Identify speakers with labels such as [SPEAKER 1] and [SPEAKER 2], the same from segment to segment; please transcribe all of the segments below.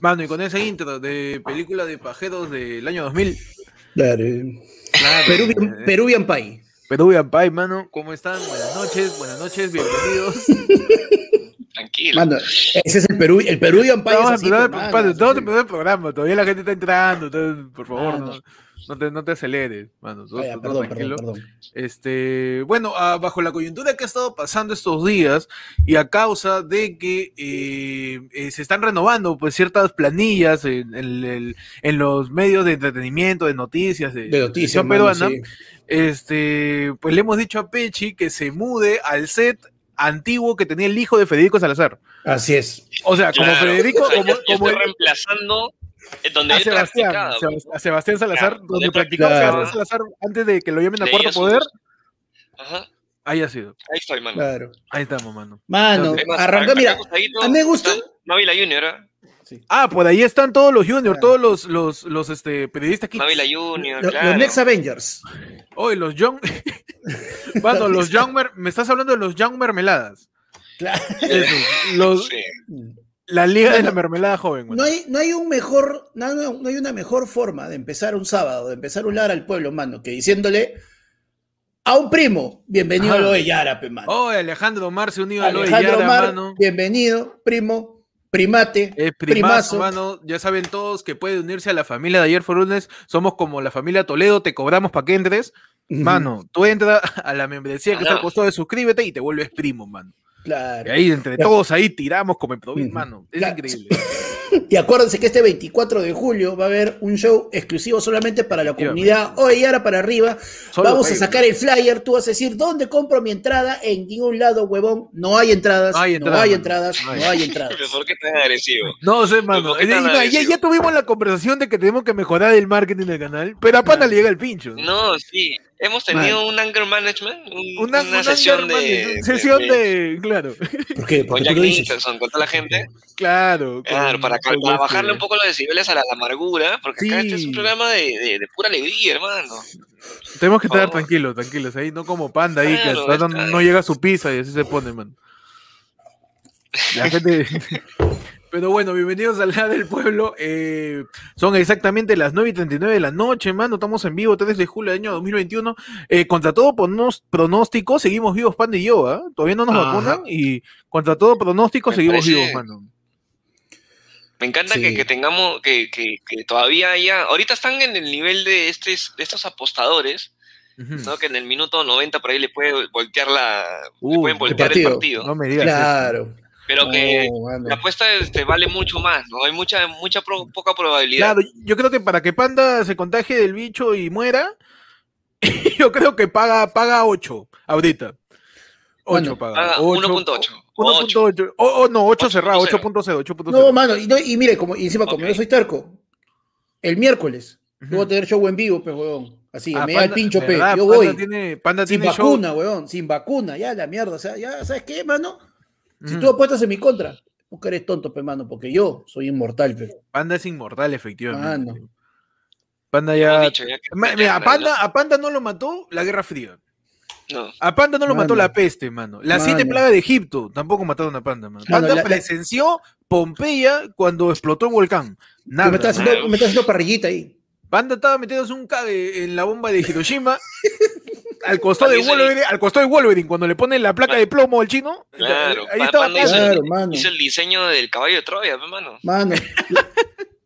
[SPEAKER 1] Mano, y con ese intro de película de pajeros del año 2000.
[SPEAKER 2] Claro. eh. Claro, Peruvian,
[SPEAKER 1] eh,
[SPEAKER 2] Peruvian Pie.
[SPEAKER 1] Peruvian Pie, mano. ¿Cómo están? Buenas noches, buenas noches, bienvenidos.
[SPEAKER 3] Tranquilo.
[SPEAKER 2] Mano, ese es el Perú, el Peruvian Pie.
[SPEAKER 1] Vamos a
[SPEAKER 2] es así,
[SPEAKER 1] empezar,
[SPEAKER 2] pues, mano,
[SPEAKER 1] padre,
[SPEAKER 2] así.
[SPEAKER 1] todo empezó el programa, todavía la gente está entrando, entonces, por favor,
[SPEAKER 2] Mano.
[SPEAKER 1] no, no te, no te aceleres, mano. Todo-
[SPEAKER 2] Ah, ya,
[SPEAKER 1] todo
[SPEAKER 2] perdón,
[SPEAKER 1] tranquilo.
[SPEAKER 2] perdón, perdón.
[SPEAKER 1] Este, bueno, ah, bajo la coyuntura que ha estado pasando estos días y a causa de que eh, eh, se están renovando pues ciertas planillas en, en- en- en los medios de entretenimiento, de noticias, de,
[SPEAKER 2] De noticias,
[SPEAKER 1] televisión
[SPEAKER 2] mano,
[SPEAKER 1] peruana,
[SPEAKER 2] sí.
[SPEAKER 1] este, pues le hemos dicho a Pechi que se mude al set antiguo que tenía el hijo de Federico Salazar.
[SPEAKER 2] Así es.
[SPEAKER 1] O sea, Ah, como
[SPEAKER 3] Claro,
[SPEAKER 1] Federico,
[SPEAKER 3] o sea,
[SPEAKER 1] como,
[SPEAKER 3] yo- yo
[SPEAKER 1] como
[SPEAKER 3] estoy
[SPEAKER 1] el-
[SPEAKER 3] reemplazando eh, donde
[SPEAKER 1] a
[SPEAKER 3] él
[SPEAKER 1] Sebastián,
[SPEAKER 3] practicaba.
[SPEAKER 1] Sebas- a Sebastián Salazar,
[SPEAKER 3] Claro,
[SPEAKER 1] donde
[SPEAKER 3] donde
[SPEAKER 1] practicaba
[SPEAKER 2] practicaba.
[SPEAKER 1] Sebastián Salazar antes de que lo llamen a
[SPEAKER 3] De
[SPEAKER 1] Cuarto
[SPEAKER 3] ellos
[SPEAKER 1] Poder,
[SPEAKER 3] Ajá,
[SPEAKER 1] ahí ha sido.
[SPEAKER 3] ahí estoy, mano.
[SPEAKER 2] Claro.
[SPEAKER 1] Ahí estamos, mano.
[SPEAKER 2] Mano,
[SPEAKER 1] Es
[SPEAKER 2] arranca, mira. A
[SPEAKER 3] A
[SPEAKER 2] mí me gusta.
[SPEAKER 3] Mávila Junior, ¿ah?
[SPEAKER 1] Ah, por ahí están todos los juniors,
[SPEAKER 2] Claro.
[SPEAKER 1] todos los, los, los este, periodistas aquí.
[SPEAKER 3] Mávila Junior,
[SPEAKER 2] Los,
[SPEAKER 3] claro.
[SPEAKER 2] los Next Avengers.
[SPEAKER 1] Hoy los Young. Mano, los Young Mer- Me estás hablando de los Young Mermeladas.
[SPEAKER 2] Claro.
[SPEAKER 1] Eso, los-
[SPEAKER 3] Sí.
[SPEAKER 1] la Liga de la
[SPEAKER 2] Mano,
[SPEAKER 1] Mermelada Joven,
[SPEAKER 2] No
[SPEAKER 1] mano.
[SPEAKER 2] hay, no hay un mejor, no, no- no hay una mejor forma de empezar un sábado, de empezar un lar al pueblo, mano, que diciéndole a un primo, bienvenido
[SPEAKER 1] Ajá.
[SPEAKER 2] a lo de Yara, pe, mano.
[SPEAKER 1] Oh, Alejandro Omar se unió a lo de
[SPEAKER 2] Alejandro
[SPEAKER 1] Yara,
[SPEAKER 2] Omar,
[SPEAKER 1] mano. Eh,
[SPEAKER 2] bienvenido, primo, primate,
[SPEAKER 1] Es primazo,
[SPEAKER 2] primazo.
[SPEAKER 1] mano. Ya saben todos que puede unirse a la familia de ayer fue lunes. Somos como la familia Toledo, te cobramos pa' que entres.
[SPEAKER 2] Ujú,
[SPEAKER 1] Mano, tú entras a la membresía que está al
[SPEAKER 3] Ajá.
[SPEAKER 1] costado de suscríbete y te vuelves primo, mano. Y
[SPEAKER 2] Claro.
[SPEAKER 1] ahí, entre
[SPEAKER 2] Ya.
[SPEAKER 1] todos, ahí tiramos como en Provin,
[SPEAKER 2] Ujú.
[SPEAKER 1] mano. Es
[SPEAKER 2] Ya.
[SPEAKER 1] increíble.
[SPEAKER 2] Y acuérdense que este 24 de julio va a haber un show exclusivo solamente para la comunidad Oye Yara para arriba.
[SPEAKER 1] Solo
[SPEAKER 2] Vamos a
[SPEAKER 1] Facebook.
[SPEAKER 2] sacar el flyer, tú vas a decir, ¿dónde compro mi entrada? En ningún lado, huevón. No hay entradas,
[SPEAKER 1] No
[SPEAKER 2] no
[SPEAKER 1] hay
[SPEAKER 2] hay
[SPEAKER 1] entradas, mano.
[SPEAKER 2] entradas,
[SPEAKER 1] No hay.
[SPEAKER 2] no hay, entradas.
[SPEAKER 3] Pero pues, ¿Por qué tan agresivo?
[SPEAKER 1] No sé, mano.
[SPEAKER 3] ¿por qué
[SPEAKER 1] Eh,
[SPEAKER 3] tan
[SPEAKER 1] no, ya,
[SPEAKER 3] agresivo?
[SPEAKER 1] ya tuvimos la conversación de que tenemos que mejorar el marketing del canal, pero a Pana le llega el pincho.
[SPEAKER 3] No, sí. Hemos tenido un anger management, un-
[SPEAKER 1] Una,
[SPEAKER 3] una,
[SPEAKER 1] una
[SPEAKER 3] sesión
[SPEAKER 1] hermana-
[SPEAKER 3] de.
[SPEAKER 1] Sesión de, Claro,
[SPEAKER 2] ¿Por qué? Porque
[SPEAKER 3] Con
[SPEAKER 2] tú
[SPEAKER 3] Jack
[SPEAKER 2] lo dices.
[SPEAKER 3] Nicholson, con toda la gente.
[SPEAKER 1] claro.
[SPEAKER 3] Claro,
[SPEAKER 1] con-
[SPEAKER 3] para, cal-
[SPEAKER 1] con
[SPEAKER 3] para
[SPEAKER 1] este-
[SPEAKER 3] bajarle un poco los decibeles a la, la amargura, porque acá este es
[SPEAKER 1] Sí.
[SPEAKER 3] un programa de, de- de pura alegría, hermano.
[SPEAKER 1] Tenemos que estar
[SPEAKER 3] Oh.
[SPEAKER 1] tranquilos, tranquilos. Ahí no como panda ahí, que
[SPEAKER 3] Claro,
[SPEAKER 1] al rato
[SPEAKER 3] está
[SPEAKER 1] no
[SPEAKER 3] bien.
[SPEAKER 1] llega a su pizza y así se pone, mano. La gente. Pero bueno, bienvenidos al lado del pueblo. Eh, son exactamente las 9 y 39 de la noche, mano. Estamos en vivo, 3 de julio del año 2021. Eh, contra todo pronos- pronóstico, seguimos vivos, Panda y yo. ¿ah? Todavía no nos
[SPEAKER 2] Ajá.
[SPEAKER 1] vacunan y contra todo pronóstico,
[SPEAKER 3] Me
[SPEAKER 1] seguimos
[SPEAKER 3] parece-
[SPEAKER 1] vivos, mano.
[SPEAKER 3] Me encanta que,
[SPEAKER 2] Sí.
[SPEAKER 3] que tengamos, que, que- que todavía haya. Ahorita están en el nivel de, estes- de estos apostadores,
[SPEAKER 1] Ujú.
[SPEAKER 3] ¿no? Que en el minuto 90 por ahí le puede voltear la.
[SPEAKER 1] Uy,
[SPEAKER 3] le pueden
[SPEAKER 1] Uh, el
[SPEAKER 3] voltear el
[SPEAKER 2] partido.
[SPEAKER 3] partido.
[SPEAKER 1] No me digas.
[SPEAKER 2] Claro.
[SPEAKER 3] Pero que
[SPEAKER 2] Oh, mano.
[SPEAKER 3] la apuesta este, vale mucho más, ¿no? Hay mucha, mucha pro- poca
[SPEAKER 1] eso.
[SPEAKER 3] probabilidad.
[SPEAKER 1] Claro, yo creo que para que Panda se contagie del bicho y muera, yo creo que paga, paga 8 ahorita. 8
[SPEAKER 2] Bueno,
[SPEAKER 1] paga.
[SPEAKER 3] Paga
[SPEAKER 1] Ocho-
[SPEAKER 3] 1.8. o 8.
[SPEAKER 1] 1.8. O o no, 8
[SPEAKER 3] 8.0.
[SPEAKER 1] cerrado, 8.0, 8.0.
[SPEAKER 2] No, mano, y, no- y mire, como, y encima, como
[SPEAKER 3] Ok.
[SPEAKER 2] yo soy terco, el miércoles
[SPEAKER 1] Ujú.
[SPEAKER 2] yo voy a tener show en vivo, pe, huevón. Así,
[SPEAKER 1] Ah,
[SPEAKER 2] me da el
[SPEAKER 1] Panda-
[SPEAKER 2] pincho, pe.
[SPEAKER 1] ¿verdad?
[SPEAKER 2] Yo
[SPEAKER 1] Panda
[SPEAKER 2] voy.
[SPEAKER 1] Tiene, Panda
[SPEAKER 2] Sin
[SPEAKER 1] tiene show.
[SPEAKER 2] vacuna, huevón. Sin vacuna, ya la mierda. O sea, ya, ¿sabes qué, mano? Si
[SPEAKER 1] Ujú.
[SPEAKER 2] tú apuestas en mi contra, tú que eres tonto, pe, mano, porque yo soy inmortal, pe.
[SPEAKER 1] Panda es inmortal, efectivamente.
[SPEAKER 2] Mano.
[SPEAKER 1] Panda
[SPEAKER 3] Lo
[SPEAKER 1] ya.
[SPEAKER 3] han dicho, ya que-
[SPEAKER 1] Ma-
[SPEAKER 3] ya
[SPEAKER 1] mira, a
[SPEAKER 3] que-
[SPEAKER 1] Panda, a Panda no lo mató la Guerra Fría.
[SPEAKER 3] No.
[SPEAKER 1] A Panda no lo mató
[SPEAKER 2] Mano.
[SPEAKER 1] la peste, mano. Las
[SPEAKER 2] Mano.
[SPEAKER 1] siete plagas de Egipto tampoco mataron a Panda, mano.
[SPEAKER 2] Mano,
[SPEAKER 1] Panda
[SPEAKER 2] la- la-
[SPEAKER 1] presenció Pompeya cuando explotó el volcán. Nada.
[SPEAKER 2] me, estás
[SPEAKER 1] mano.
[SPEAKER 2] haciendo, me estás haciendo parrillita ahí.
[SPEAKER 1] Panda estaba metiéndose un cague en la bomba de Hiroshima. al, costado de
[SPEAKER 3] Panda hizo el-
[SPEAKER 1] Wolverine, al costado de Wolverine, cuando le ponen la placa de plomo al chino.
[SPEAKER 3] Claro,
[SPEAKER 1] ahí
[SPEAKER 3] Pa-
[SPEAKER 1] estaba
[SPEAKER 3] Panda
[SPEAKER 1] Panda.
[SPEAKER 3] hizo el-
[SPEAKER 2] Claro, mano.
[SPEAKER 3] Hizo el diseño del caballo de Troya, pues, hermano.
[SPEAKER 2] Mano. la-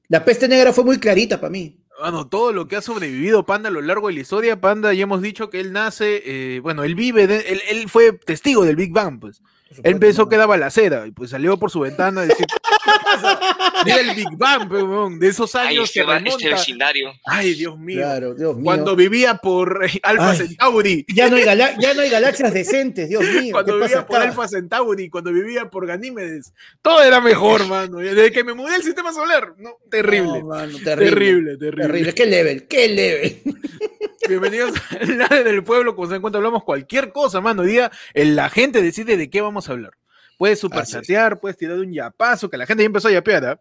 [SPEAKER 2] La peste negra fue muy clarita para mí.
[SPEAKER 1] Mano, todo lo que ha sobrevivido Panda a lo largo de la historia, Panda, ya hemos dicho que él nace, eh, bueno, él vive, de- él, él fue testigo del Big Bang, pues. Él pensó que era balacera y pues salió por su ventana a decir, "¿Qué pasa? Mira el Big Bang, pe, weón, de esos
[SPEAKER 3] Ay,
[SPEAKER 1] años
[SPEAKER 3] este,
[SPEAKER 1] que
[SPEAKER 3] va- este
[SPEAKER 1] remonta.
[SPEAKER 3] vecindario.
[SPEAKER 1] Ay, Dios mío.
[SPEAKER 2] Claro, Dios mío.
[SPEAKER 1] Cuando vivía por eh, Alpha
[SPEAKER 2] Ay.
[SPEAKER 1] Centauri,
[SPEAKER 2] Ya no, hay gala- ya no hay galaxias decentes, Dios mío.
[SPEAKER 1] cuando
[SPEAKER 2] ¿Qué pasa
[SPEAKER 1] vivía por
[SPEAKER 2] acá?
[SPEAKER 1] Alpha Centauri, cuando vivía por Ganímedes, todo era mejor, mano. Y Desde que me mudé al sistema solar, no, terrible.
[SPEAKER 2] No, mano,
[SPEAKER 1] Terrible, terrible.
[SPEAKER 2] Terrible, qué level, qué level.
[SPEAKER 1] Bienvenidos al lado del pueblo, como se encuentra, hablamos cualquier cosa, mano. Hoy Día, el- la gente decide de qué vamos a hablar. Puedes superchatear, puedes tirar un yapazo, que la gente ya empezó a yapear, ¿ah?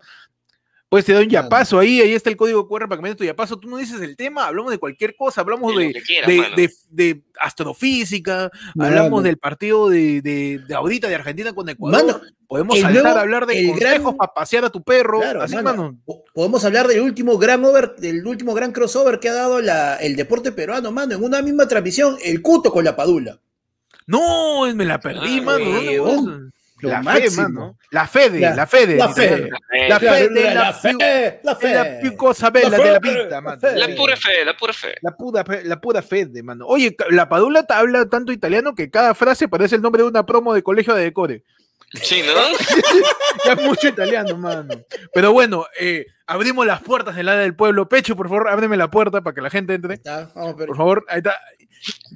[SPEAKER 1] Puedes tirar un
[SPEAKER 2] Claro.
[SPEAKER 1] yapazo ahí, ahí está el código QR para que me des tu yapazo. Tú no dices el tema, hablamos de cualquier cosa, hablamos
[SPEAKER 3] De lo
[SPEAKER 1] de,
[SPEAKER 3] que quieras,
[SPEAKER 1] de,
[SPEAKER 3] mano.
[SPEAKER 1] de- de astrofísica, hablamos del partido de, de- de ahorita de Argentina con Ecuador.
[SPEAKER 2] Mano,
[SPEAKER 1] Podemos
[SPEAKER 2] El
[SPEAKER 1] saltar
[SPEAKER 2] nuevo-
[SPEAKER 1] a hablar de
[SPEAKER 2] el
[SPEAKER 1] consejos
[SPEAKER 2] gran-
[SPEAKER 1] para pasear a tu perro.
[SPEAKER 2] Claro,
[SPEAKER 1] así,
[SPEAKER 2] mano.
[SPEAKER 1] mano.
[SPEAKER 2] Po- Podemos hablar del último gran over, del último gran crossover que ha dado la- el deporte peruano, mano, en una misma transmisión, el cuto con la padula.
[SPEAKER 1] No, me la perdí,
[SPEAKER 3] Ah,
[SPEAKER 1] mano. ¿dónde
[SPEAKER 2] huevón.
[SPEAKER 1] vas?
[SPEAKER 2] Lo
[SPEAKER 1] la
[SPEAKER 2] máximo.
[SPEAKER 1] fe, mano. La fe de,
[SPEAKER 2] La-
[SPEAKER 1] la, fe de.
[SPEAKER 2] la fe.
[SPEAKER 1] literal.
[SPEAKER 3] Eh,
[SPEAKER 1] La
[SPEAKER 3] La,
[SPEAKER 1] fe de la
[SPEAKER 2] fe, la
[SPEAKER 1] Es la pi- cosa bella
[SPEAKER 2] La
[SPEAKER 1] de la
[SPEAKER 2] fe,
[SPEAKER 1] pinta,
[SPEAKER 2] la
[SPEAKER 1] mano.
[SPEAKER 2] fe.
[SPEAKER 3] pura fe, la pura fe.
[SPEAKER 1] La pura, fe- la pura fe de mano. Oye, ca- la Padula ta- habla tanto italiano que cada frase parece el nombre de una promo de colegio de decore.
[SPEAKER 3] Sí, ¿no?
[SPEAKER 1] Ya es mucho italiano, mano. Pero bueno, eh, abrimos las puertas del área del pueblo. Pecho, por favor, ábreme la puerta para que la gente entre.
[SPEAKER 2] Está, vamos, pero-
[SPEAKER 1] Por favor, ahí está.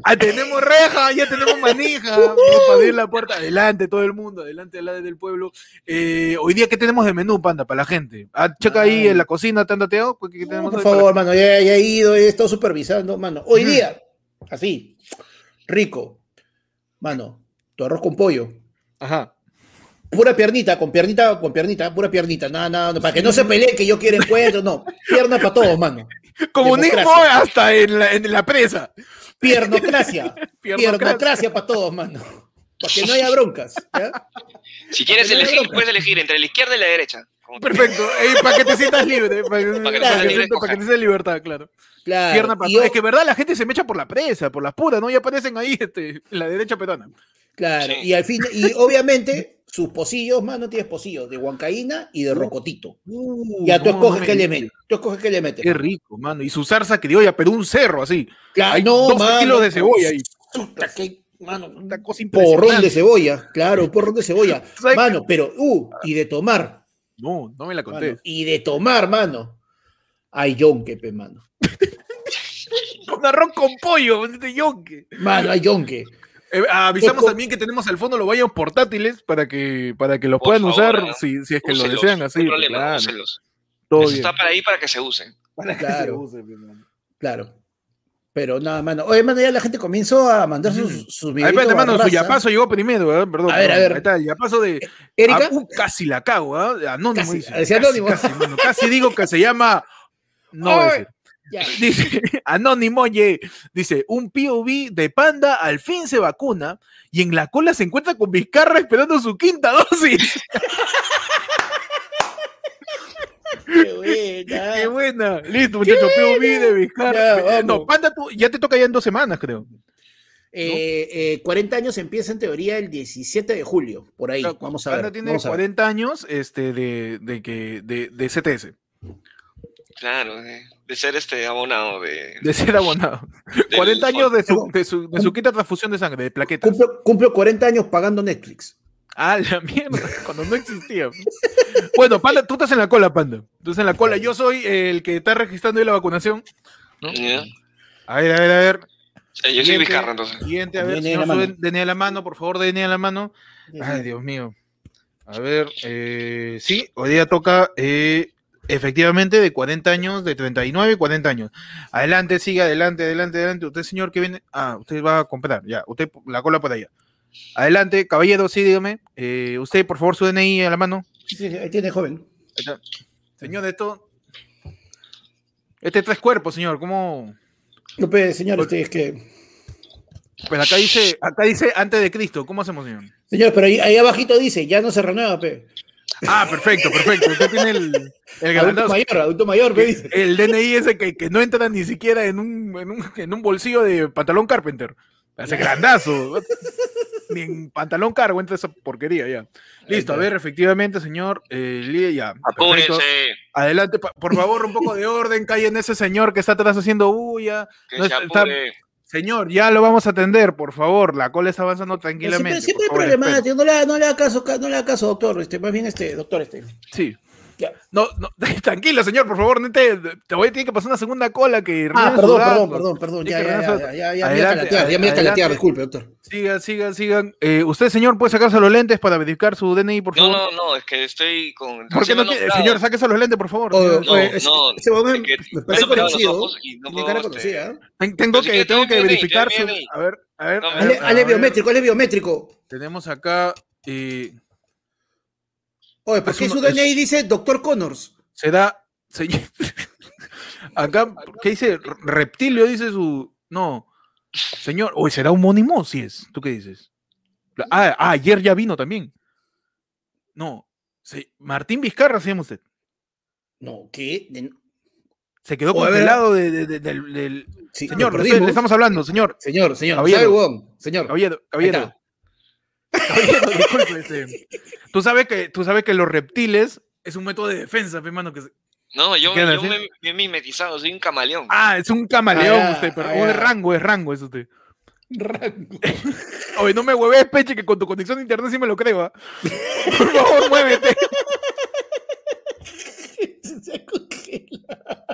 [SPEAKER 1] Ah, tenemos reja, ya tenemos manija. Vamos a abrir la puerta. Adelante, todo el mundo, adelante al lado del pueblo. Eh, hoy día, ¿qué tenemos de menú, panda, para la gente? Ah, checa ahí
[SPEAKER 2] Ay.
[SPEAKER 1] en la cocina, tandateo. ¿Qué qué
[SPEAKER 2] No,
[SPEAKER 1] tenemos
[SPEAKER 2] por
[SPEAKER 1] hoy para-
[SPEAKER 2] favor, mano, ya, ya he ido, he estado supervisando, mano. Hoy
[SPEAKER 1] Ujú.
[SPEAKER 2] día, así, rico, mano, tu arroz con pollo,
[SPEAKER 1] Ajá.
[SPEAKER 2] pura piernita, con piernita, con piernita, pura piernita, nada, nada, para que no se peleen que yo quiero encuentro, no, pierna para todos, mano,
[SPEAKER 1] Comunismo
[SPEAKER 2] Democracia.
[SPEAKER 1] hasta en la, en la presa.
[SPEAKER 2] piernocracia,
[SPEAKER 1] Piernocracia.
[SPEAKER 2] piernocracia para todos, mano, para que no haya broncas, ¿ya?
[SPEAKER 3] Si quieres
[SPEAKER 2] Pero no
[SPEAKER 3] elegir,
[SPEAKER 1] pues.
[SPEAKER 2] loca.
[SPEAKER 3] puedes elegir entre la izquierda y la derecha. Como-
[SPEAKER 1] Perfecto, eh, para que te sientas libre, para que,
[SPEAKER 3] Para que
[SPEAKER 1] para
[SPEAKER 2] seas
[SPEAKER 1] que
[SPEAKER 3] libre de
[SPEAKER 1] sientas- para que te sientas libertad, claro.
[SPEAKER 2] Claro,
[SPEAKER 1] Pierna para
[SPEAKER 2] Ah, y yo-
[SPEAKER 1] Es que verdad la gente se mecha por la presa, por las puras, ¿no? Y aparecen ahí este, la derecha peruana.
[SPEAKER 2] claro,
[SPEAKER 3] Sí.
[SPEAKER 2] y al fin, y obviamente, sus pocillos, mano, tienes pocillos de huancaína y de rocotito, ya tú
[SPEAKER 1] no, no
[SPEAKER 2] escoges
[SPEAKER 1] me
[SPEAKER 2] qué le
[SPEAKER 1] digas.
[SPEAKER 2] metes, tú escoges qué le metes,
[SPEAKER 1] Qué rico, mano. Y su zarza criolla, pero un cerro así.
[SPEAKER 2] Claro,
[SPEAKER 1] Hay
[SPEAKER 2] no,
[SPEAKER 1] 12
[SPEAKER 2] mano.
[SPEAKER 1] kilos de cebolla ahí.
[SPEAKER 2] Puta, qué- mano,
[SPEAKER 1] Una cosa
[SPEAKER 2] porrón de
[SPEAKER 1] impresionante.
[SPEAKER 2] cebolla, claro, un porrón de cebolla.
[SPEAKER 1] ¿Sabes qué?
[SPEAKER 2] Mano, pero, uh, y de tomar,
[SPEAKER 1] No, no me la
[SPEAKER 2] mano,
[SPEAKER 1] conté.
[SPEAKER 2] y de tomar, mano. Ay, yonque, pe, mano.
[SPEAKER 1] Con arroz con pollo, este yonque.
[SPEAKER 2] Mano, ay, yonque.
[SPEAKER 1] Eh, avisamos
[SPEAKER 2] Ojo.
[SPEAKER 1] también que tenemos al fondo los vallos portátiles para que, para que los
[SPEAKER 3] Por
[SPEAKER 1] puedan
[SPEAKER 3] favor,
[SPEAKER 1] usar
[SPEAKER 3] ¿no?
[SPEAKER 1] si, si es que lo
[SPEAKER 3] Úsenlos,
[SPEAKER 1] desean
[SPEAKER 3] no hay
[SPEAKER 1] así. pues,
[SPEAKER 3] problema,
[SPEAKER 1] claro,
[SPEAKER 3] úsenlos.
[SPEAKER 1] todo
[SPEAKER 3] Eso
[SPEAKER 1] bien.
[SPEAKER 3] está para ahí para que se usen.
[SPEAKER 1] Para que
[SPEAKER 2] Claro.
[SPEAKER 1] se use, pues, mano.
[SPEAKER 2] Claro. Pero nada, mano. Oye, mano, ya la gente comenzó a mandar sus,
[SPEAKER 1] Ujú.
[SPEAKER 2] sus
[SPEAKER 1] Mm. Ahí,
[SPEAKER 2] videitos
[SPEAKER 1] espérate, mano, su
[SPEAKER 2] barraza.
[SPEAKER 1] yapazo llegó primero, ¿verdad? Perdón.
[SPEAKER 2] A ver,
[SPEAKER 1] perdón.
[SPEAKER 2] a ver.
[SPEAKER 1] Ahí está, el yapazo de.
[SPEAKER 2] Erika,
[SPEAKER 1] Ah, uh, casi la cago, ¿ah? Anónimo.
[SPEAKER 2] Casi,
[SPEAKER 1] dice.
[SPEAKER 2] decía
[SPEAKER 1] Casi,
[SPEAKER 2] anónimo.
[SPEAKER 1] Casi, mano, casi digo que se llama. No, voy a
[SPEAKER 2] Ay.
[SPEAKER 1] decir.
[SPEAKER 2] ya.
[SPEAKER 1] Dice, anónimo, oye, dice, un POV de panda al fin se vacuna y en la cola se encuentra con Vizcarra esperando su quinta dosis. Ah,
[SPEAKER 2] Qué buena.
[SPEAKER 1] Qué buena. Listo, muchachos, POV de Vizcarra.
[SPEAKER 2] Ya, vamos.
[SPEAKER 1] no, panda, tú- ya te toca ya en dos semanas, creo.
[SPEAKER 2] Eh, eh, 40 años empieza en teoría el 17 de julio, por ahí.
[SPEAKER 1] Claro,
[SPEAKER 2] vamos a
[SPEAKER 1] panda
[SPEAKER 2] ver.
[SPEAKER 1] tiene
[SPEAKER 2] vamos a ver.
[SPEAKER 1] 40 años este, de, de, que, de, de CTS,
[SPEAKER 3] Claro, de, de ser este abonado de.
[SPEAKER 1] de ser abonado.
[SPEAKER 3] del
[SPEAKER 1] 40 años de su, de su, de su
[SPEAKER 2] Cum-
[SPEAKER 1] quinta transfusión de sangre, de plaquetas.
[SPEAKER 2] Cumplo, cumplo 40 años pagando Netflix.
[SPEAKER 1] Ah, la mierda, cuando no existía. Bueno, Panda, tú estás en la cola, Panda. Tú estás en la cola. Yo soy el que está registrando hoy la vacunación. ¿no?
[SPEAKER 3] Ya.
[SPEAKER 1] A ver, a ver, a ver.
[SPEAKER 3] Eh, Yo soy
[SPEAKER 1] Siguiente.
[SPEAKER 3] Vizcarra, entonces.
[SPEAKER 1] Siguiente, a ver.
[SPEAKER 2] DNI
[SPEAKER 1] si
[SPEAKER 2] en
[SPEAKER 1] no
[SPEAKER 2] la
[SPEAKER 1] suben,
[SPEAKER 2] mano.
[SPEAKER 1] DNI a la mano, por favor, DNI a la mano. Ay, Dios mío. A ver, eh, sí, hoy día toca eh, efectivamente de 40 años, de 39 y 40 años. Adelante, sigue, adelante, adelante, adelante. Usted, señor, que viene. Ah, usted va a comprar, ya. Usted, la cola por allá. Adelante, caballero, sí, dígame. Eh, usted, por favor, su DNI a la mano.
[SPEAKER 2] Sí, sí, ahí tiene joven.
[SPEAKER 1] Ahí está. Señor, esto. Este tres cuerpos, señor. ¿Cómo?
[SPEAKER 2] No, pues, señor, este, es que.
[SPEAKER 1] Pues acá dice, acá dice antes de Cristo. ¿Cómo hacemos, señor?
[SPEAKER 2] Señor, pero ahí, ahí abajito dice, ya no se renueva, pe.
[SPEAKER 1] Ah, perfecto, perfecto. Usted tiene el, el
[SPEAKER 2] Adulto
[SPEAKER 1] ganado.
[SPEAKER 2] mayor, adulto mayor, pe, dice.
[SPEAKER 1] El DNI ese que, que no entra ni siquiera en un, en un, en un bolsillo de pantalón carpenter. Hace grandazo. Ni en pantalón cargo entra esa porquería ya. Listo, a ver, efectivamente, señor. Eh, Lee, ya. perfecto.
[SPEAKER 3] Apúrense.
[SPEAKER 1] Adelante, pa- por favor, un poco de orden. Callen ese señor que está atrás haciendo bulla.
[SPEAKER 3] Que
[SPEAKER 1] No,
[SPEAKER 3] se
[SPEAKER 1] está-
[SPEAKER 3] apure.
[SPEAKER 1] Señor, ya lo vamos a atender, por favor. La cola está avanzando
[SPEAKER 2] Pero
[SPEAKER 1] tranquilamente.
[SPEAKER 2] Siempre, siempre hay
[SPEAKER 1] por favor, espere.
[SPEAKER 2] problemático, no le, haga- no le haga caso, ca- no le haga caso, doctor. Este, más bien este, doctor, este.
[SPEAKER 1] Sí.
[SPEAKER 2] Ya.
[SPEAKER 1] No, no, tranquilo, señor, por favor, no te, te voy a tener que pasar una segunda cola que
[SPEAKER 2] Ah,
[SPEAKER 1] rellenes
[SPEAKER 2] perdón,
[SPEAKER 1] sus
[SPEAKER 2] perdón,
[SPEAKER 1] datos.
[SPEAKER 2] perdón, perdón.
[SPEAKER 1] Sí,
[SPEAKER 2] Ya,
[SPEAKER 1] que
[SPEAKER 2] ya, ya,
[SPEAKER 1] Renato-
[SPEAKER 2] ya, ya, ya me voy a
[SPEAKER 1] Adelante,
[SPEAKER 2] calatear, ya me voy a
[SPEAKER 1] adelante.
[SPEAKER 2] calatear, disculpe, doctor.
[SPEAKER 1] Sigan, sigan, sigan. Eh, usted, señor, puede sacarse los lentes para verificar su DNI, por
[SPEAKER 3] No,
[SPEAKER 1] favor.
[SPEAKER 3] no, no, es que estoy con.
[SPEAKER 1] ¿Por qué
[SPEAKER 3] recién
[SPEAKER 1] no
[SPEAKER 3] me
[SPEAKER 1] tiene-
[SPEAKER 3] han nombrado.
[SPEAKER 1] Señor, eh, sáquese los lentes, por favor.
[SPEAKER 2] Oye,
[SPEAKER 1] señor.
[SPEAKER 3] No,
[SPEAKER 2] oye, ese-
[SPEAKER 3] no,
[SPEAKER 2] ese huevón
[SPEAKER 3] es que
[SPEAKER 2] me
[SPEAKER 3] me han
[SPEAKER 2] parece
[SPEAKER 3] operado los
[SPEAKER 2] conocido.
[SPEAKER 3] ojos y no
[SPEAKER 2] Mi
[SPEAKER 3] puedo.
[SPEAKER 2] cara
[SPEAKER 3] este,
[SPEAKER 2] conocida. ¿eh?
[SPEAKER 1] Ten- Tengo
[SPEAKER 3] Así que
[SPEAKER 1] que, tengo
[SPEAKER 3] tiene
[SPEAKER 1] que
[SPEAKER 3] DNI,
[SPEAKER 1] verificar
[SPEAKER 3] tiene
[SPEAKER 1] su-
[SPEAKER 3] DNI.
[SPEAKER 1] A ver, a ver.
[SPEAKER 3] No,
[SPEAKER 1] a ver,
[SPEAKER 2] Ale,
[SPEAKER 1] a
[SPEAKER 2] ale
[SPEAKER 1] ver.
[SPEAKER 2] biométrico, ale biométrico.
[SPEAKER 1] Tenemos acá. eh,
[SPEAKER 2] Oye, ¿por
[SPEAKER 1] Es
[SPEAKER 2] qué
[SPEAKER 1] uno-
[SPEAKER 2] su DNI
[SPEAKER 1] es-
[SPEAKER 2] dice doctor Connors?
[SPEAKER 1] será. señor- Acá, ¿qué dice? Reptilio dice su. No. Señor, hoy será homónimo, si es. ¿Tú qué dices? Ah, ah, ayer ya vino también. No, se- Martín Vizcarra se llama usted.
[SPEAKER 2] No, ¿qué? De-
[SPEAKER 1] Se quedó
[SPEAKER 2] O a ver.
[SPEAKER 1] congelado de- de- de- del, del-
[SPEAKER 2] sí,
[SPEAKER 1] Señor,
[SPEAKER 2] lo
[SPEAKER 1] no sé,
[SPEAKER 2] perdimos.
[SPEAKER 1] le estamos hablando, señor.
[SPEAKER 2] Señor, señor,
[SPEAKER 1] Caballero.
[SPEAKER 2] ¿sabe, huevón? Señor.
[SPEAKER 1] Caballero,
[SPEAKER 2] Ahí
[SPEAKER 1] caballero.
[SPEAKER 2] está.
[SPEAKER 1] Caballero, disculpe, este, Tú sabes que, tú sabes que los reptiles es un método de defensa, mi hermano. Que se-
[SPEAKER 3] No, yo,
[SPEAKER 1] ¿Qué
[SPEAKER 3] yo
[SPEAKER 1] haces?
[SPEAKER 3] me me he mimetizado, soy un camaleón.
[SPEAKER 1] Ah, es un camaleón
[SPEAKER 2] Ah, ya,
[SPEAKER 1] usted, pero
[SPEAKER 2] ah,
[SPEAKER 1] oh, es
[SPEAKER 2] ya.
[SPEAKER 1] rango, es rango, es usted.
[SPEAKER 2] Rango.
[SPEAKER 1] Oye, no me hueves, Peche, que con tu conexión de internet sí me lo creo. ¿ah? Por favor, muévete.
[SPEAKER 2] Se congela.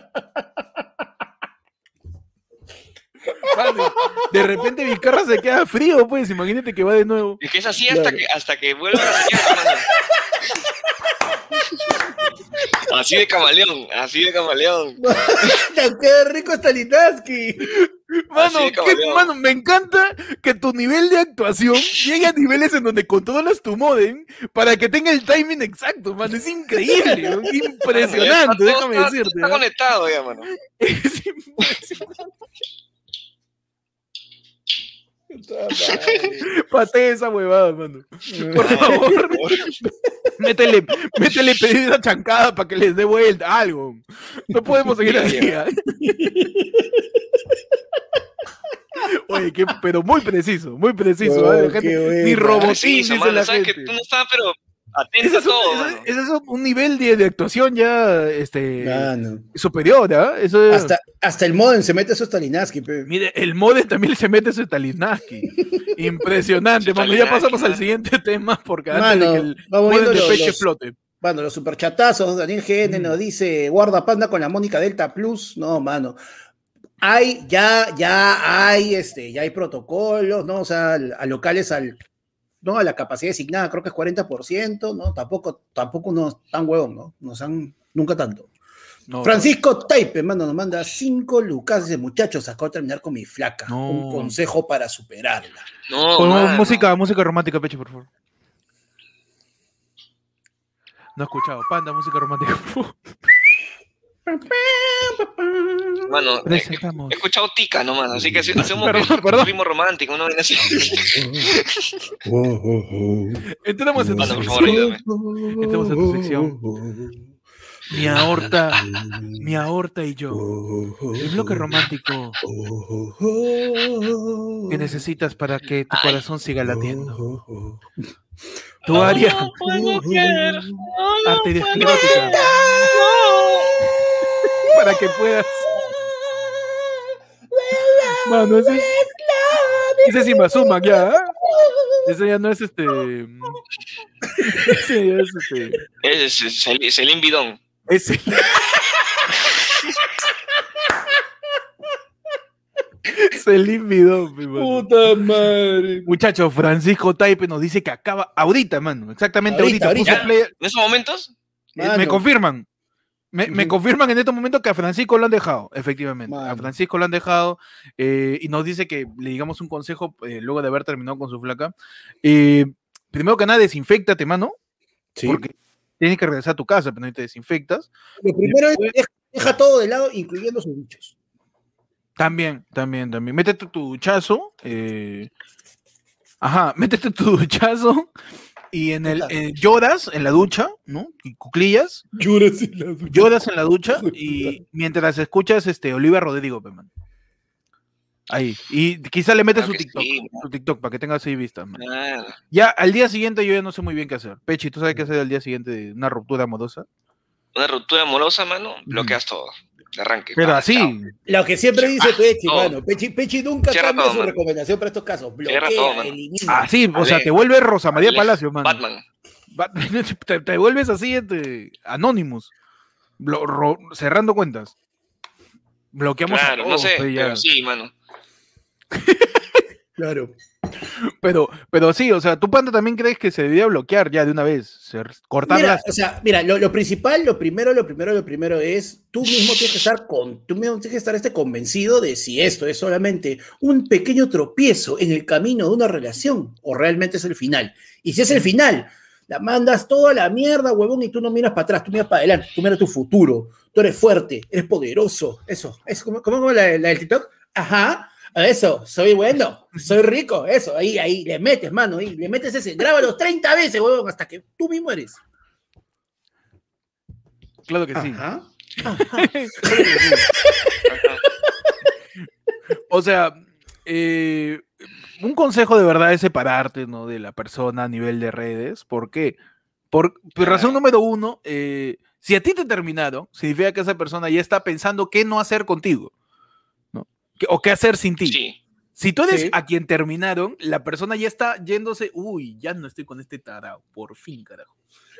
[SPEAKER 1] Vale. De repente Vizcarra se queda frío, pues. Imagínate que va de nuevo.
[SPEAKER 3] Es que es así hasta
[SPEAKER 2] Claro.
[SPEAKER 3] que hasta que vuelva la señal, hermano. Así de camaleón, así de camaleón.
[SPEAKER 2] No, ¡Qué rico está Litaski!
[SPEAKER 1] Mano,
[SPEAKER 3] Así de
[SPEAKER 1] qué-
[SPEAKER 3] cabaleado.
[SPEAKER 1] mano, me encanta que tu nivel de actuación llegue a niveles en donde controlas tu modem para que tenga el timing exacto, mano. Es increíble, ¿no? Qué
[SPEAKER 3] Mano,
[SPEAKER 1] impresionante,
[SPEAKER 3] ya está-
[SPEAKER 1] déjame
[SPEAKER 3] todo está-
[SPEAKER 1] decirte.
[SPEAKER 3] Está
[SPEAKER 1] ¿ah?
[SPEAKER 3] conectado ya, mano.
[SPEAKER 1] Es impresionante. Patea esa huevada, mano. Por favor, métele, métele pedido a chancada para que les dé vuelta, algo. No podemos seguir así. ¿ah? Oye, qué- pero muy preciso, muy preciso. ¿ah? La
[SPEAKER 2] Huevón,
[SPEAKER 1] gente-
[SPEAKER 2] Oh, qué buena.
[SPEAKER 1] ni robotín,
[SPEAKER 3] Sí,
[SPEAKER 1] dice
[SPEAKER 3] mano,
[SPEAKER 1] la
[SPEAKER 3] sabes que
[SPEAKER 1] gente.
[SPEAKER 3] tú no estabas, pero
[SPEAKER 1] Ese
[SPEAKER 3] atento a
[SPEAKER 1] es, un,
[SPEAKER 3] todo,
[SPEAKER 1] ese-
[SPEAKER 3] mano.
[SPEAKER 1] ese es un- un nivel de, de actuación ya este,
[SPEAKER 2] Mano.
[SPEAKER 1] superior, ¿ah? Eso es-
[SPEAKER 2] Hasta, hasta el modem se mete eso hasta Linaski, pe.
[SPEAKER 1] Mire, el modem también se mete su Stalinaski. Impresionante, mano. Ya
[SPEAKER 3] Stalinaski,
[SPEAKER 1] pasamos al
[SPEAKER 3] mano.
[SPEAKER 1] siguiente tema porque antes
[SPEAKER 2] Mano,
[SPEAKER 1] de que el modem
[SPEAKER 2] vamos viendo
[SPEAKER 1] de
[SPEAKER 2] los-
[SPEAKER 1] peche
[SPEAKER 2] los-
[SPEAKER 1] flote.
[SPEAKER 2] Bueno, los superchatazos, Daniel
[SPEAKER 1] Mm.
[SPEAKER 2] GN nos dice, guarda panda con la Mónica Delta Plus. No, mano. Hay, ya, ya hay, este, ya hay protocolos, ¿no? O sea, al- a locales al, no, a la capacidad designada, creo que es 40%, ¿no? Tampoco, tampoco nos tan huevón, ¿no? Nos han, nunca tanto.
[SPEAKER 1] No,
[SPEAKER 2] Francisco Taipe, mano, nos manda cinco lucas de muchachos, acabo de terminar con mi flaca.
[SPEAKER 1] No.
[SPEAKER 2] Un consejo para superarla.
[SPEAKER 3] No,
[SPEAKER 1] Pon
[SPEAKER 3] mano.
[SPEAKER 1] música, música romántica, Peche, por favor. No he escuchado. Panda, música romántica, por favor.
[SPEAKER 3] Mano, eh,
[SPEAKER 1] Presentamos.
[SPEAKER 3] he escuchado tica nomás, así que hace- hacemos
[SPEAKER 1] Perdón,
[SPEAKER 3] un
[SPEAKER 1] perdón.
[SPEAKER 3] ritmo romántico, una vaina así.
[SPEAKER 1] Entremos en tu
[SPEAKER 3] Panda, por
[SPEAKER 1] sección.
[SPEAKER 3] favor, ayúdame.
[SPEAKER 1] Entremos en tu sección. Mi aorta, mi aorta y yo. El bloque romántico que necesitas para que tu corazón siga latiendo. Tu área. arte despinótica. Para que puedas. Eh, Mano, ese es. Ese es Imazuma, ya. ¿ah? Ese ya no es este. Ese ya es este.
[SPEAKER 3] Es, es, es Celine Bidón.
[SPEAKER 1] Ese. Se le olvidó, mi mano.
[SPEAKER 2] Puta madre.
[SPEAKER 1] Muchacho, Francisco Taipe nos dice que acaba ahorita, mano. Exactamente ahorita.
[SPEAKER 2] Ahorita,
[SPEAKER 1] puso
[SPEAKER 3] ahorita.
[SPEAKER 1] play-
[SPEAKER 3] ¿En esos momentos?
[SPEAKER 1] Eh, Me
[SPEAKER 2] Mano.
[SPEAKER 1] confirman. Me, me
[SPEAKER 2] Ujú.
[SPEAKER 1] confirman en estos momentos que a Francisco lo han dejado, efectivamente. A
[SPEAKER 2] Mano.
[SPEAKER 1] Francisco lo han dejado eh, y nos dice que le digamos un consejo eh, luego de haber terminado con su flaca. Eh, primero que nada, desinfectate, mano,
[SPEAKER 2] Sí.
[SPEAKER 1] porque tienes que regresar a tu casa, pero no te desinfectas.
[SPEAKER 2] Lo primero es deja, deja todo de lado, incluyendo sus bichos.
[SPEAKER 1] También, también, también. Métete tu duchazo. eh, Ajá, métete tu duchazo y en el
[SPEAKER 2] Claro.
[SPEAKER 1] eh, lloras en la ducha, ¿no? Y cuclillas.
[SPEAKER 2] Lloras en la
[SPEAKER 1] lloras en la ducha y mientras escuchas este Oliva Rodrigo, pe, man. Ahí. Y quizá le metes su
[SPEAKER 3] Claro que
[SPEAKER 1] Este TikTok,
[SPEAKER 3] sí, man.
[SPEAKER 1] su TikTok para que tengas ahí vistas. man.
[SPEAKER 3] Claro.
[SPEAKER 1] Ya al día siguiente yo ya no sé muy bien qué hacer. Pechi, ¿tú sabes qué hacer al día siguiente de una ruptura amorosa?
[SPEAKER 3] Una ruptura amorosa, mano, bloqueas todo. De arranque.
[SPEAKER 1] Mm. Pero
[SPEAKER 3] pa, chao.
[SPEAKER 1] así,
[SPEAKER 2] Lo que siempre dice Pechi,
[SPEAKER 3] ah, no.
[SPEAKER 2] mano. Pechi, Pechi nunca
[SPEAKER 3] Cierra
[SPEAKER 2] cambia
[SPEAKER 3] todo,
[SPEAKER 2] su
[SPEAKER 3] mano.
[SPEAKER 2] recomendación para estos casos. Bloquea,
[SPEAKER 3] Cierra todo, mano. Ah.
[SPEAKER 2] elimina.
[SPEAKER 1] así, o
[SPEAKER 3] Ale-
[SPEAKER 1] sea, te vuelves Rosa María
[SPEAKER 3] Ale-
[SPEAKER 1] Palacio, man.
[SPEAKER 3] Batman.
[SPEAKER 1] Bat- te, te vuelves así este, Anonymous, Blo- ro- cerrando cuentas. Bloqueamos a
[SPEAKER 3] Claro, no
[SPEAKER 1] todos,
[SPEAKER 3] sé,
[SPEAKER 1] pe, ya.
[SPEAKER 3] pero sí, mano.
[SPEAKER 2] Claro.
[SPEAKER 1] Pero, pero sí, o sea, tú, Panda, también crees que se debería bloquear ya de una vez, ser- cortar
[SPEAKER 2] Mira,
[SPEAKER 1] las-
[SPEAKER 2] o sea, mira, lo, lo principal, lo primero, lo primero, lo primero es tú mismo tienes que estar con, tú mismo tienes que estar este convencido de si esto es solamente un pequeño tropiezo en el camino de una relación o realmente es el final. Y si es el final, la mandas toda la mierda, huevón, y tú no miras para atrás, tú miras para adelante, tú miras tu futuro, tú eres fuerte, eres poderoso, eso, es como, como, como la, la del TikTok, ajá, Eso, soy bueno, soy rico, eso, ahí, ahí, le metes, mano, ahí, le metes ese, grábalo 30 veces, huevón, hasta que tú mismo eres.
[SPEAKER 1] Claro que sí.
[SPEAKER 2] Ajá.
[SPEAKER 1] O sea, eh, un consejo de verdad es separarte ¿no? de la persona a nivel de redes. ¿Por qué? Por, por razón número uno, eh, si a ti te terminaron, significa que esa persona ya está pensando qué no hacer contigo. ¿no? Que- O qué hacer sin ti.
[SPEAKER 3] Sí.
[SPEAKER 1] Si tú eres
[SPEAKER 2] Sí.
[SPEAKER 1] a quien terminaron, la persona ya está yéndose, uy, ya no estoy con este tarao, por fin, carajo.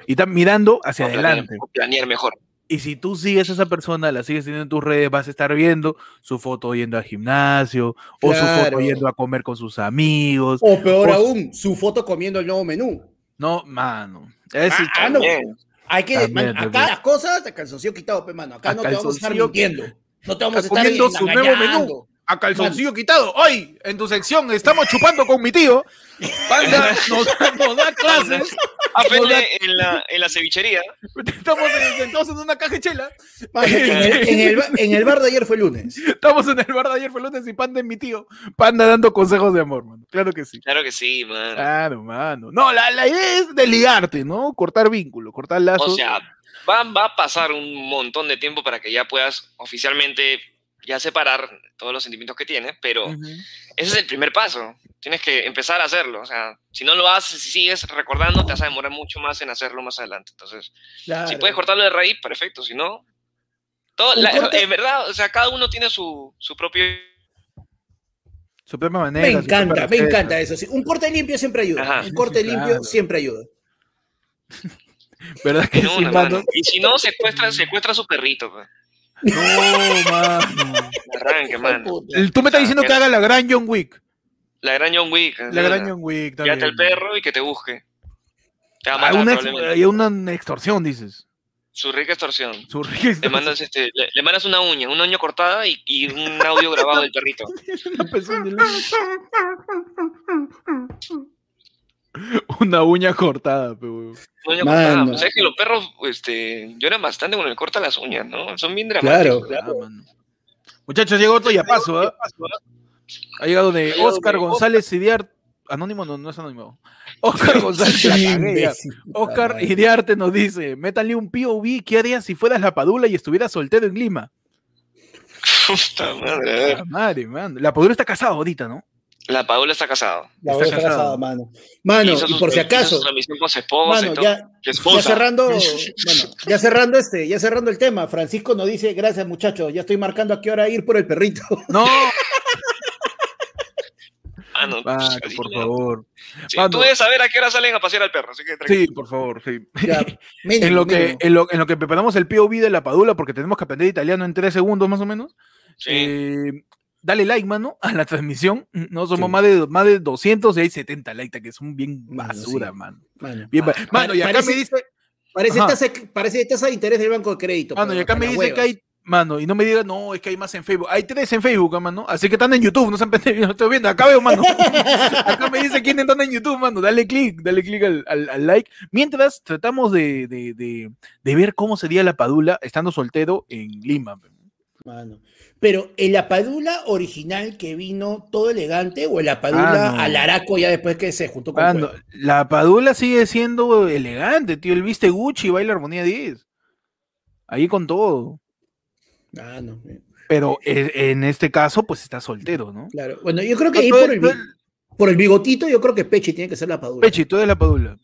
[SPEAKER 1] Y está mirando hacia
[SPEAKER 3] O planear-
[SPEAKER 1] adelante.
[SPEAKER 3] o Planear mejor.
[SPEAKER 1] Y si tú sigues a esa persona, la sigues teniendo en tus redes, vas a estar viendo su foto yendo al gimnasio, o su foto
[SPEAKER 2] Claro.
[SPEAKER 1] yendo a comer con sus amigos.
[SPEAKER 2] O peor
[SPEAKER 1] Pues-
[SPEAKER 2] aún, su foto comiendo el nuevo menú.
[SPEAKER 1] No, mano. Es
[SPEAKER 2] Ah, ah, no.
[SPEAKER 3] Bien.
[SPEAKER 2] Hay que,
[SPEAKER 1] También,
[SPEAKER 2] man, acá
[SPEAKER 1] también.
[SPEAKER 2] las cosas, a calzoncillo quitado, pe, mano. Acá
[SPEAKER 1] A
[SPEAKER 2] no te vamos a estar
[SPEAKER 1] calzoncillo.
[SPEAKER 2] mintiendo. No te vamos a
[SPEAKER 1] Está
[SPEAKER 2] estar
[SPEAKER 1] comiendo su nuevo
[SPEAKER 2] engañando.
[SPEAKER 1] menú. a calzoncillo quitado. Hoy, en tu sección, estamos chupando con mi tío. Panda nos, nos da clases.
[SPEAKER 3] Ah, Fede, en la, en la cevichería.
[SPEAKER 1] Estamos en- sentados en una caja de chela.
[SPEAKER 2] Mano, en, el, en el ba- en el bar de ayer fue lunes.
[SPEAKER 1] Estamos en el bar de ayer, fue lunes, y Panda es mi tío. Panda dando consejos de amor, mano. Claro que sí.
[SPEAKER 3] Claro que sí, man.
[SPEAKER 1] Claro, mano. No, la, la idea es desligarte, ¿no? Cortar vínculo, cortar lazos.
[SPEAKER 3] O sea, va, va a pasar un montón de tiempo para que ya puedas oficialmente ya separar todos los sentimientos que tienes, pero
[SPEAKER 1] Ujú.
[SPEAKER 3] ese es el primer paso. Tienes que empezar a hacerlo. O sea, si no lo haces, si sigues recordando, te vas a demorar mucho más en hacerlo más adelante. Entonces, si
[SPEAKER 2] Claro.
[SPEAKER 3] puedes cortarlo de raíz, perfecto. Si no, todo,
[SPEAKER 2] Un
[SPEAKER 3] la-
[SPEAKER 2] corte-
[SPEAKER 3] en verdad, o sea, cada uno tiene su, su propio.
[SPEAKER 1] Su propia manera.
[SPEAKER 2] Me
[SPEAKER 1] su propia
[SPEAKER 2] encanta, me
[SPEAKER 1] receta.
[SPEAKER 2] encanta eso. sí. Un corte limpio siempre ayuda.
[SPEAKER 3] Ajá.
[SPEAKER 2] Un corte
[SPEAKER 1] Sí,
[SPEAKER 2] limpio
[SPEAKER 1] claro.
[SPEAKER 2] siempre ayuda.
[SPEAKER 1] ¿Verdad que
[SPEAKER 3] En
[SPEAKER 1] sí,
[SPEAKER 3] una,
[SPEAKER 1] mano?
[SPEAKER 3] mano. Y si no, secuestra, secuestra a su perrito. pe.
[SPEAKER 1] No, mano.
[SPEAKER 3] Arranque, mano.
[SPEAKER 1] El- Tú me estás diciendo que haga la gran John Wick.
[SPEAKER 3] La gran John Wick.
[SPEAKER 1] La gran John Wick. está
[SPEAKER 3] Quédate
[SPEAKER 1] bien.
[SPEAKER 3] el perro y que te busque. Te va a
[SPEAKER 1] Hay
[SPEAKER 3] matar
[SPEAKER 1] una, ex-
[SPEAKER 3] probablemente.
[SPEAKER 1] hay una extorsión, dices.
[SPEAKER 3] Su rica extorsión.
[SPEAKER 1] Su rica
[SPEAKER 3] Le mandas, este, le, le mandas una uña, una uña cortada y, y un audio grabado del perrito.
[SPEAKER 1] Una persona en el año. Una uña cortada, pe, huevón.
[SPEAKER 3] Una uña
[SPEAKER 2] Mano.
[SPEAKER 3] cortada. O sea, Pues que los perros este, lloran bastante cuando le cortan las uñas, ¿no? Son bien dramáticos.
[SPEAKER 2] Claro,
[SPEAKER 1] Ah, mano. Muchachos, llegó otro y a paso, ¿ah? Ha llegado de
[SPEAKER 3] llegado
[SPEAKER 1] Oscar
[SPEAKER 3] de-
[SPEAKER 1] González Idiarte. Anónimo no, no es anónimo. Oscar González. la cagué, ya. Oscar Idiarte nos dice: Métale un POV. ¿Qué harías si fueras la padula y estuvieras soltero en Lima?
[SPEAKER 3] Puta madre, a ver.
[SPEAKER 1] La madre, mano. La padula está casada ahorita, ¿no?
[SPEAKER 3] La Paula está casada.
[SPEAKER 2] La
[SPEAKER 1] Está
[SPEAKER 2] voz casada,
[SPEAKER 1] casado.
[SPEAKER 2] mano. Mano,
[SPEAKER 3] Hizo
[SPEAKER 2] y
[SPEAKER 3] sus-
[SPEAKER 2] por si
[SPEAKER 3] hizo
[SPEAKER 2] acaso,
[SPEAKER 3] su transmisión con su esposa
[SPEAKER 2] mano,
[SPEAKER 3] y todo.
[SPEAKER 2] ya,
[SPEAKER 3] Su
[SPEAKER 2] ya
[SPEAKER 3] esposa.
[SPEAKER 2] cerrando, bueno, ya cerrando este, ya cerrando el tema. Francisco nos dice, gracias muchachos, ya estoy marcando a qué hora ir por el perrito.
[SPEAKER 1] No,
[SPEAKER 3] Mano,
[SPEAKER 1] Paco,
[SPEAKER 3] sí,
[SPEAKER 1] por
[SPEAKER 3] Ah, no. pues,
[SPEAKER 1] favor.
[SPEAKER 3] Sí,
[SPEAKER 1] Mano.
[SPEAKER 3] Tú debes saber a qué hora salen a pasear al perro, así que tranquilo.
[SPEAKER 1] Sí, por favor, sí.
[SPEAKER 2] Ya, mínimo,
[SPEAKER 1] En lo, que,
[SPEAKER 2] mínimo.
[SPEAKER 1] en, lo, en lo que preparamos el POV de la Padula, porque tenemos que aprender italiano en tres segundos más o menos,
[SPEAKER 3] Sí.
[SPEAKER 1] eh, dale like, mano, a la transmisión. No somos
[SPEAKER 2] Sí. Mm,
[SPEAKER 1] más, de, más de 200 y hay 70 likes, que son bien
[SPEAKER 2] Mano,
[SPEAKER 1] basura,
[SPEAKER 2] sí.
[SPEAKER 1] mano.
[SPEAKER 2] Mano,
[SPEAKER 1] Bien, ba- mano, y acá
[SPEAKER 2] Ah, parece-
[SPEAKER 1] me dice,
[SPEAKER 2] parece,
[SPEAKER 1] Ajá.
[SPEAKER 2] tasa, parece tasa de interés del banco de crédito.
[SPEAKER 1] mano, y
[SPEAKER 2] pero
[SPEAKER 1] acá
[SPEAKER 2] hasta
[SPEAKER 1] me
[SPEAKER 2] las
[SPEAKER 1] dice que
[SPEAKER 2] huevas.
[SPEAKER 1] hay, mano, y no me digas, no, es que hay más en Facebook. Hay tres en Facebook, ah, mano. Así que están en YouTube, no se han pendejo, no estoy viendo. Acá veo, mano. acá me dice quién están en YouTube, mano. Dale click, dale click al, al- al like. Mientras tratamos de, de, de, de ver cómo sería la Padula estando soltero en Lima.
[SPEAKER 2] Mano. Pero el apadula original que vino todo elegante o el apadula
[SPEAKER 1] Ah, no.
[SPEAKER 2] al Araco ya después que se juntó con
[SPEAKER 1] Mano,
[SPEAKER 2] Cueva?
[SPEAKER 1] la Padula sigue siendo elegante, tío. El viste Gucci, baila armonía 10. Ahí con todo.
[SPEAKER 2] Ah, no, eh,
[SPEAKER 1] Pero e- en este caso, pues está soltero, ¿no?
[SPEAKER 2] claro. Bueno, yo creo que ahí
[SPEAKER 1] Tú-
[SPEAKER 2] por el,
[SPEAKER 1] tú-
[SPEAKER 2] bi- por el bigotito, yo creo que Pechi tiene que ser la apadula.
[SPEAKER 1] Pechi, tú eres la Padula.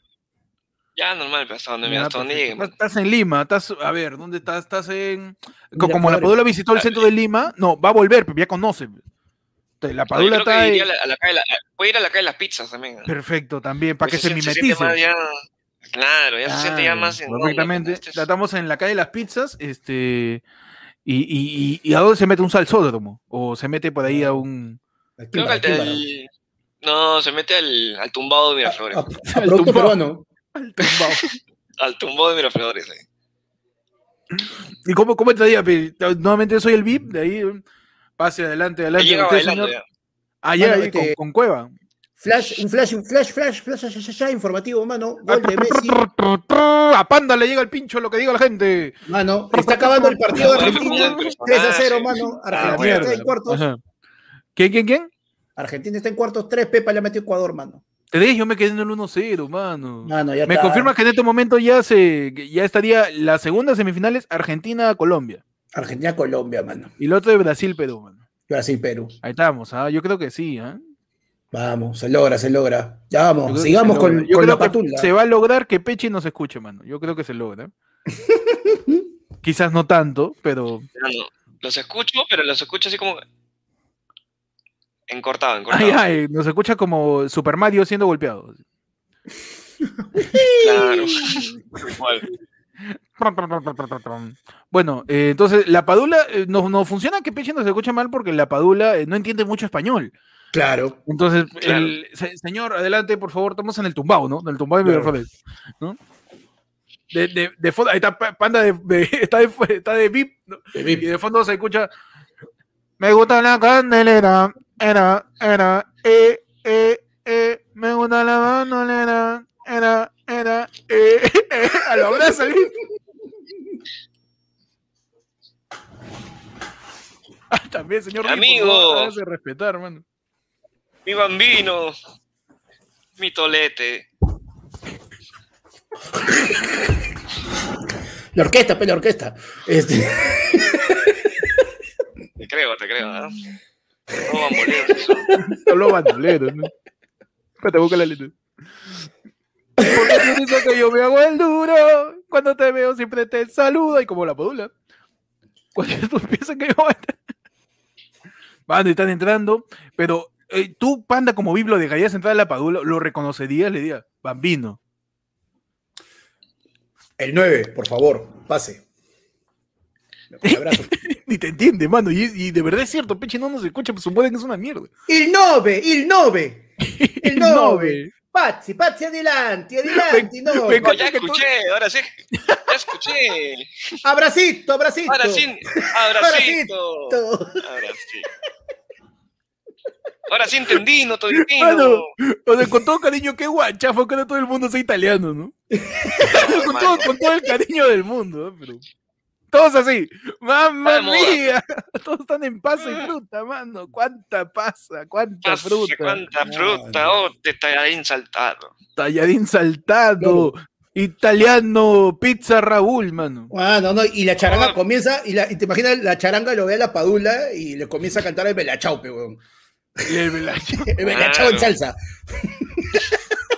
[SPEAKER 3] Ya, normal, pero hasta donde me
[SPEAKER 1] Ya,
[SPEAKER 3] hasta donde
[SPEAKER 1] perfecto.
[SPEAKER 3] llegue,
[SPEAKER 1] Estás-
[SPEAKER 3] mano.
[SPEAKER 1] estás en Lima, estás, a ver, ¿dónde estás? Estás en. co-
[SPEAKER 2] Miraflores.
[SPEAKER 1] Como la Padula visitó
[SPEAKER 3] Ah,
[SPEAKER 1] el
[SPEAKER 3] eh.
[SPEAKER 1] centro de Lima, no, va a volver, pero ya conoce. Te- La
[SPEAKER 3] No, yo
[SPEAKER 1] Padula
[SPEAKER 3] creo que
[SPEAKER 1] está ahí.
[SPEAKER 3] iría a la- a la calle de la- voy a ir a la calle de las pizzas también. ¿no?
[SPEAKER 1] Perfecto, también, para que
[SPEAKER 3] Ese
[SPEAKER 1] se
[SPEAKER 3] se siente más
[SPEAKER 1] mimetice.
[SPEAKER 3] ya- claro, ya se siente ya
[SPEAKER 1] Claro,
[SPEAKER 3] más en onda,
[SPEAKER 1] Perfectamente.
[SPEAKER 3] ¿no? Este es-
[SPEAKER 1] Ya Estamos Ah, en la calle de las pizzas, este. Y, y, y- y a dónde se mete un salsódromo? O se mete por ahí
[SPEAKER 3] Ah.
[SPEAKER 1] a un.
[SPEAKER 2] Al
[SPEAKER 3] Creo que
[SPEAKER 2] Tímbaro,
[SPEAKER 3] al,
[SPEAKER 2] Tímbaro.
[SPEAKER 3] al- no, se mete al, al tumbado de Miraflores.
[SPEAKER 2] A- a- a producto
[SPEAKER 1] tumbao.
[SPEAKER 2] peruano.
[SPEAKER 1] al tumbao.
[SPEAKER 3] Al tumbado de Miraflores. eh.
[SPEAKER 1] ¿Y cómo, cómo entraría? Pe? Nuevamente soy el VIP, de ahí eh, pase adelante, adelante.
[SPEAKER 3] Ahí llega
[SPEAKER 1] usted,
[SPEAKER 3] bailando
[SPEAKER 1] señor.
[SPEAKER 3] ya.
[SPEAKER 1] Ah, ya,
[SPEAKER 2] Mano,
[SPEAKER 1] ahí, con-
[SPEAKER 2] este-
[SPEAKER 1] con, Cueva.
[SPEAKER 2] Flash, un flash, un flash, flash, flash, ya, ya, ya, ya, informativo, mano. Gol de Messi.
[SPEAKER 1] A Panda le llega el pincho lo que diga la gente.
[SPEAKER 2] Mano, está acabando el partido de
[SPEAKER 3] Ahora me pongo
[SPEAKER 2] Argentina.
[SPEAKER 3] el personaje.
[SPEAKER 2] 3 a 0, mano.
[SPEAKER 1] A la
[SPEAKER 2] Argentina está
[SPEAKER 1] mierda.
[SPEAKER 2] en cuartos.
[SPEAKER 1] Ajá. ¿Quién, quién, quién?
[SPEAKER 2] Argentina está en cuartos 3, Pepa le ha metido Ecuador, mano.
[SPEAKER 1] Te dije, yo me quedé en el 1-0, mano.
[SPEAKER 2] Mano, Ah, ya
[SPEAKER 1] Me
[SPEAKER 2] está.
[SPEAKER 1] confirma que en este momento ya se ya estaría la segunda semifinal es Argentina-Colombia.
[SPEAKER 2] Argentina-Colombia, mano.
[SPEAKER 1] Y el otro de Brasil-Perú, mano.
[SPEAKER 2] Brasil-Perú.
[SPEAKER 1] Ahí estamos, ¿ah? yo creo que sí, ¿ah?
[SPEAKER 2] Vamos, se logra, se logra. Ya
[SPEAKER 1] Yo creo
[SPEAKER 2] vamos,
[SPEAKER 1] que
[SPEAKER 2] sigamos
[SPEAKER 1] se
[SPEAKER 2] con,
[SPEAKER 1] logra. Yo
[SPEAKER 2] con
[SPEAKER 1] creo
[SPEAKER 2] la
[SPEAKER 1] que
[SPEAKER 2] patula.
[SPEAKER 1] Se va a lograr que Pechi nos escuche, mano. Yo creo que se logra. Quizás no tanto, pero.
[SPEAKER 3] No, Ah, no. Los escucho, pero los escucho así como. Encortado, encortado.
[SPEAKER 1] Ay, ay, nos escucha como Super Mario siendo golpeado.
[SPEAKER 3] Claro. Igual.
[SPEAKER 1] Tron, tron, tron, tron, tron, tron, tron. Bueno, eh, entonces la Padula eh, nos nos funciona que Pechi nos escucha mal porque la Padula eh, no entiende mucho español.
[SPEAKER 2] Claro.
[SPEAKER 1] Entonces,
[SPEAKER 3] Claro.
[SPEAKER 1] el, se- señor, adelante, por favor, estamos en el tumbao, ¿no? En el tumbao de
[SPEAKER 2] Claro.
[SPEAKER 1] Miraflores, ¿no? De, de, de fondo, ahí está pa- Panda, de, de- está, de, está de VIP, ¿no? Y de fondo se escucha. Me gusta la candelera, era, era, eh, eh, eh. Me gusta la bandolera, era, era, eh, eh. A la hora de salir. Ah, también, señor. VIP, por
[SPEAKER 3] Amigo.
[SPEAKER 1] favor, hágase respetar, mano.
[SPEAKER 3] Mi bambino. Mi tolete.
[SPEAKER 2] La orquesta, pe, la orquesta. Este,
[SPEAKER 3] Te creo, te creo, ¿no? No bamboleos eso.
[SPEAKER 1] Habló bandolero, ¿no? Espérate, busca la letra. Porque tú dices que yo me hago el duro. Cuando te veo siempre te saludo. Y como la podula. Cuando tú piensas que yo. Mano, y están entrando. Pero eh, tú, panda, como biblo, dejarías entrar a la padula. ¿Lo reconocerías? Le dirías, bambino.
[SPEAKER 2] el 9, por favor, pase. Un abrazo.
[SPEAKER 1] Ni te entiende, mano. Y, y de verdad es cierto, Peche no nos escucha. Pues suponen que es una mierda.
[SPEAKER 2] Il 9, il 9. Il
[SPEAKER 1] No,
[SPEAKER 2] 9.
[SPEAKER 1] ve.
[SPEAKER 2] Pazzi, pazzi adelante, adelante.
[SPEAKER 1] Ve-
[SPEAKER 2] No.
[SPEAKER 1] ve-
[SPEAKER 3] No, ya escuché, ahora sí. Ya escuché.
[SPEAKER 2] Abracito, abracito.
[SPEAKER 3] Ahora sí. Ahora sí. Ahora sí. Ahora sí entendí, no estoy
[SPEAKER 1] Mano,
[SPEAKER 3] diciendo.
[SPEAKER 1] o sea, con todo cariño, qué guachafo que ahora todo el mundo sea italiano, ¿no? con, todo, con todo el cariño del mundo, ¿eh? pero todos así, mamma
[SPEAKER 3] Vamos.
[SPEAKER 1] mía, todos están en pasa y fruta, mano, cuánta pasa, cuánta fruta, Ah.
[SPEAKER 3] Cuánta fruta, oh, te está insaltado.
[SPEAKER 1] tallarín saltado, italiano, pizza Raúl, mano.
[SPEAKER 2] Ah, no, no, y la charanga
[SPEAKER 3] Ah.
[SPEAKER 2] comienza, y, la, y te imaginas, la charanga lo ve a la padula y le comienza a cantar el belachao, pe, weón.
[SPEAKER 1] Y el Velacho,
[SPEAKER 2] El belachao en
[SPEAKER 3] Claro.
[SPEAKER 2] salsa.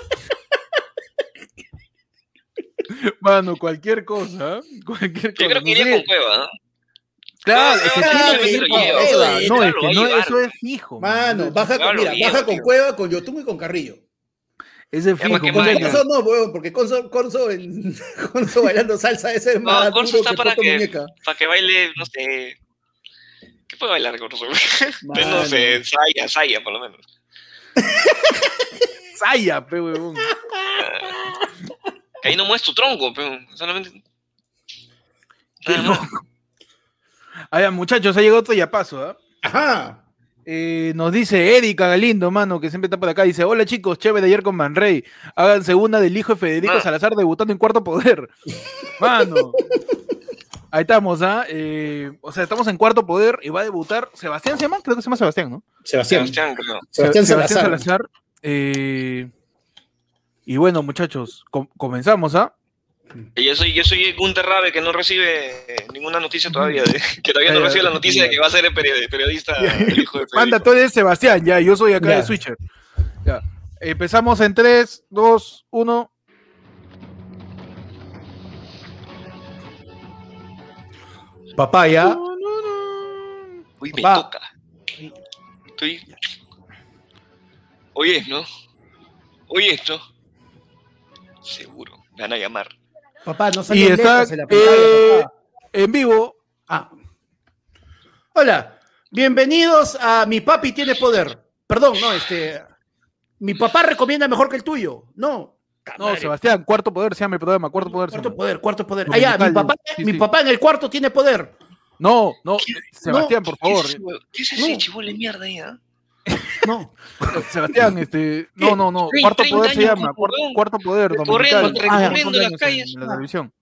[SPEAKER 1] mano, cualquier cosa, ¿eh? cualquier cosa.
[SPEAKER 3] Yo creo que
[SPEAKER 1] no sé.
[SPEAKER 3] iría con cueva, ¿no?
[SPEAKER 1] Claro, es que
[SPEAKER 2] Claro,
[SPEAKER 1] tiene que
[SPEAKER 2] sí,
[SPEAKER 1] ir
[SPEAKER 2] lo
[SPEAKER 1] con
[SPEAKER 2] lleva,
[SPEAKER 1] cueva.
[SPEAKER 2] sí,
[SPEAKER 1] No, es
[SPEAKER 3] claro,
[SPEAKER 1] que
[SPEAKER 3] lo
[SPEAKER 1] no,
[SPEAKER 3] va a
[SPEAKER 1] eso
[SPEAKER 3] llevar.
[SPEAKER 1] es fijo.
[SPEAKER 2] Mano, baja con,
[SPEAKER 3] Claro,
[SPEAKER 2] mira,
[SPEAKER 3] bien,
[SPEAKER 2] baja con
[SPEAKER 3] tío.
[SPEAKER 2] Cueva, con Yotum y con Carrillo.
[SPEAKER 1] Ese es
[SPEAKER 3] Ya, porque
[SPEAKER 1] fijo.
[SPEAKER 2] Con
[SPEAKER 3] Vaya.
[SPEAKER 2] Corso no, weón, porque Corso, Corso, en- Corso bailando salsa, ese es
[SPEAKER 3] No,
[SPEAKER 2] más
[SPEAKER 3] Corso
[SPEAKER 2] duro
[SPEAKER 3] está para
[SPEAKER 2] Toto
[SPEAKER 3] que-
[SPEAKER 2] Muñeca.
[SPEAKER 3] Para que baile, no sé. ¿Qué puede bailar con nosotros?
[SPEAKER 2] Mano.
[SPEAKER 3] No sé, Saya, Saya, por lo menos.
[SPEAKER 1] Saya, pe huevón.
[SPEAKER 3] Que ahí no mueves tu tronco, pero solamente. Nada más.
[SPEAKER 1] A ver, muchachos, ha llegado otro ya paso, ¿ah?
[SPEAKER 2] Ajá.
[SPEAKER 1] Eh, nos dice Erika Galindo, mano, que siempre está por acá. Dice: Hola chicos, chévere ayer con Manrey. Háganse una del hijo de Federico
[SPEAKER 3] Ah.
[SPEAKER 1] Salazar debutando en cuarto poder. Mano. Ahí estamos, ¿ah? Eh, o sea, estamos en cuarto poder y va a debutar Sebastián. ¿Se llama? Creo que se llama Sebastián, ¿no?
[SPEAKER 2] Sebastián.
[SPEAKER 3] Sebastián, creo.
[SPEAKER 2] Sebastián
[SPEAKER 1] Se-
[SPEAKER 2] Salazar.
[SPEAKER 1] eh, y bueno, muchachos, com- comenzamos, ¿ah?
[SPEAKER 3] Y Yo soy, yo soy Gunter Rabe que no recibe eh, ninguna noticia todavía, de- que todavía no
[SPEAKER 1] Ya, ya,
[SPEAKER 3] recibe la noticia de que va a ser el peri- periodista el hijo de
[SPEAKER 1] Manda,
[SPEAKER 3] Federico.
[SPEAKER 1] tú eres Sebastián, ya, yo soy acá
[SPEAKER 2] Ya.
[SPEAKER 1] de Switcher. Ya. Empezamos en 3, 2, 1.
[SPEAKER 2] Papaya.
[SPEAKER 3] Uy, me
[SPEAKER 1] Va.
[SPEAKER 3] toca. Estoy. Oye, ¿no? Oye, esto. Seguro, me van a llamar.
[SPEAKER 2] Papá, no
[SPEAKER 1] Y
[SPEAKER 2] salió
[SPEAKER 1] está,
[SPEAKER 2] letras en la pantalla,
[SPEAKER 1] eh,
[SPEAKER 2] papá.
[SPEAKER 1] En vivo,
[SPEAKER 2] Ah. Hola, bienvenidos a Mi Papi Tiene Poder. Perdón, no, este. Mi papá recomienda mejor que el tuyo. No.
[SPEAKER 1] no, Sebastián, cuarto poder se llama el programa, cuarto poder. se
[SPEAKER 2] Cuarto
[SPEAKER 1] llama.
[SPEAKER 2] poder, cuarto poder.
[SPEAKER 1] Dominical,
[SPEAKER 2] Allá, mi papá,
[SPEAKER 1] sí,
[SPEAKER 2] mi
[SPEAKER 1] sí.
[SPEAKER 2] papá en el cuarto tiene poder.
[SPEAKER 1] No, no, Sebastián, por favor.
[SPEAKER 3] ¿Qué es, ese- qué es
[SPEAKER 2] No.
[SPEAKER 3] ese chibolo de mierda ahí, ah?
[SPEAKER 2] No.
[SPEAKER 1] eh, Sebastián, este, no, no, no,
[SPEAKER 3] Tre-
[SPEAKER 1] cuarto
[SPEAKER 3] 30
[SPEAKER 1] poder se
[SPEAKER 3] años
[SPEAKER 1] llama,
[SPEAKER 3] con
[SPEAKER 1] cuarto,
[SPEAKER 3] Cordón.
[SPEAKER 1] cuarto poder
[SPEAKER 3] Recorriendo,
[SPEAKER 1] dominical.
[SPEAKER 2] Ah, ya.
[SPEAKER 3] recorriendo las
[SPEAKER 1] Años en-
[SPEAKER 3] calles.
[SPEAKER 1] en la televisión.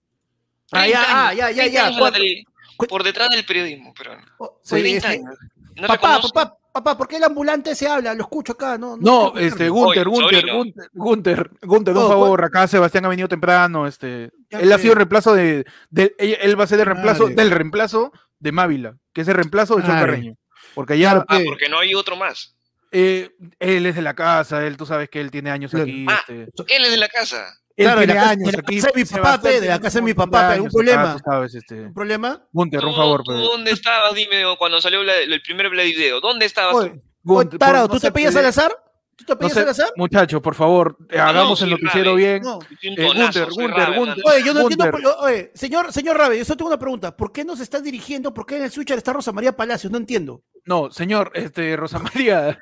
[SPEAKER 2] Ah,
[SPEAKER 3] 30
[SPEAKER 2] ya, ah,
[SPEAKER 3] años,
[SPEAKER 2] ya, ya,
[SPEAKER 3] 30
[SPEAKER 2] ya.
[SPEAKER 4] Oh,
[SPEAKER 3] años en la
[SPEAKER 2] cuatro-
[SPEAKER 3] tele- Por detrás del periodismo, pero.
[SPEAKER 2] o-
[SPEAKER 1] Sí,
[SPEAKER 2] oye,
[SPEAKER 3] 30
[SPEAKER 2] este,
[SPEAKER 3] años. No
[SPEAKER 2] papá,
[SPEAKER 3] reconoce-
[SPEAKER 2] papá,
[SPEAKER 4] Papá, ¿por qué el ambulante se habla? Lo escucho acá, ¿no?
[SPEAKER 1] No, este, Gunter,
[SPEAKER 3] Oye,
[SPEAKER 1] Gunter,
[SPEAKER 3] sobrino.
[SPEAKER 1] Gunter, Gunter, Gunter,
[SPEAKER 4] No,
[SPEAKER 1] un favor, acá Sebastián ha venido temprano, este,
[SPEAKER 4] Ya
[SPEAKER 1] él ha
[SPEAKER 4] sé.
[SPEAKER 1] sido el reemplazo de, de- él, él va a ser el reemplazo
[SPEAKER 4] Madre.
[SPEAKER 1] del reemplazo de Mávila, que es el reemplazo de Chon
[SPEAKER 4] Madre.
[SPEAKER 1] Carreño, porque ya,
[SPEAKER 3] Ah, porque no hay otro más.
[SPEAKER 1] eh, él es de la casa, él, tú sabes que él tiene años
[SPEAKER 4] Claro.
[SPEAKER 1] aquí,
[SPEAKER 3] Ah,
[SPEAKER 1] este,
[SPEAKER 3] Él es de la casa.
[SPEAKER 1] él
[SPEAKER 4] claro, de
[SPEAKER 1] tiene
[SPEAKER 4] la casa-
[SPEAKER 1] años
[SPEAKER 4] de la
[SPEAKER 1] aquí,
[SPEAKER 4] casa de mi papá,
[SPEAKER 1] Sebastián
[SPEAKER 4] pe, de la
[SPEAKER 1] tiene
[SPEAKER 4] casa de mi
[SPEAKER 1] un montón
[SPEAKER 4] papá, pe,
[SPEAKER 1] años
[SPEAKER 4] algún
[SPEAKER 1] acá,
[SPEAKER 4] problema.
[SPEAKER 1] tú sabes, este,
[SPEAKER 4] ¿Un problema?
[SPEAKER 1] Gunter, un
[SPEAKER 3] Tú-
[SPEAKER 1] favor, pues.
[SPEAKER 3] tú
[SPEAKER 1] pe.
[SPEAKER 3] ¿Dónde estabas? Dime, cuando salió la- el primer video, ¿dónde estabas? tú?
[SPEAKER 4] Oye,
[SPEAKER 1] Gunter,
[SPEAKER 4] oye,
[SPEAKER 1] por-
[SPEAKER 4] tarado,
[SPEAKER 1] no
[SPEAKER 4] ¿tú
[SPEAKER 1] se
[SPEAKER 4] te pillas
[SPEAKER 1] pelee-
[SPEAKER 4] al azar? ¿Tú te
[SPEAKER 1] No
[SPEAKER 4] pillas ah?
[SPEAKER 1] sé,
[SPEAKER 4] al azar?
[SPEAKER 1] muchachos, por favor, eh,
[SPEAKER 3] no,
[SPEAKER 1] hagamos
[SPEAKER 3] sí,
[SPEAKER 1] el
[SPEAKER 3] grave.
[SPEAKER 1] noticiero bien.
[SPEAKER 4] No.
[SPEAKER 3] Un
[SPEAKER 1] Eh,
[SPEAKER 3] tonazo,
[SPEAKER 1] Gunter,
[SPEAKER 3] soy
[SPEAKER 1] Gunter,
[SPEAKER 3] Rabe,
[SPEAKER 1] Gunter.
[SPEAKER 3] hermano.
[SPEAKER 4] Oye, yo no
[SPEAKER 1] Gunter.
[SPEAKER 4] entiendo. por- lo- Oye, señor, señor Rabe, yo solo tengo una pregunta. ¿Por qué nos está dirigiendo? ¿Por qué en el switcher está Rosa María Palacios? No entiendo.
[SPEAKER 1] No, señor, este, Rosa María.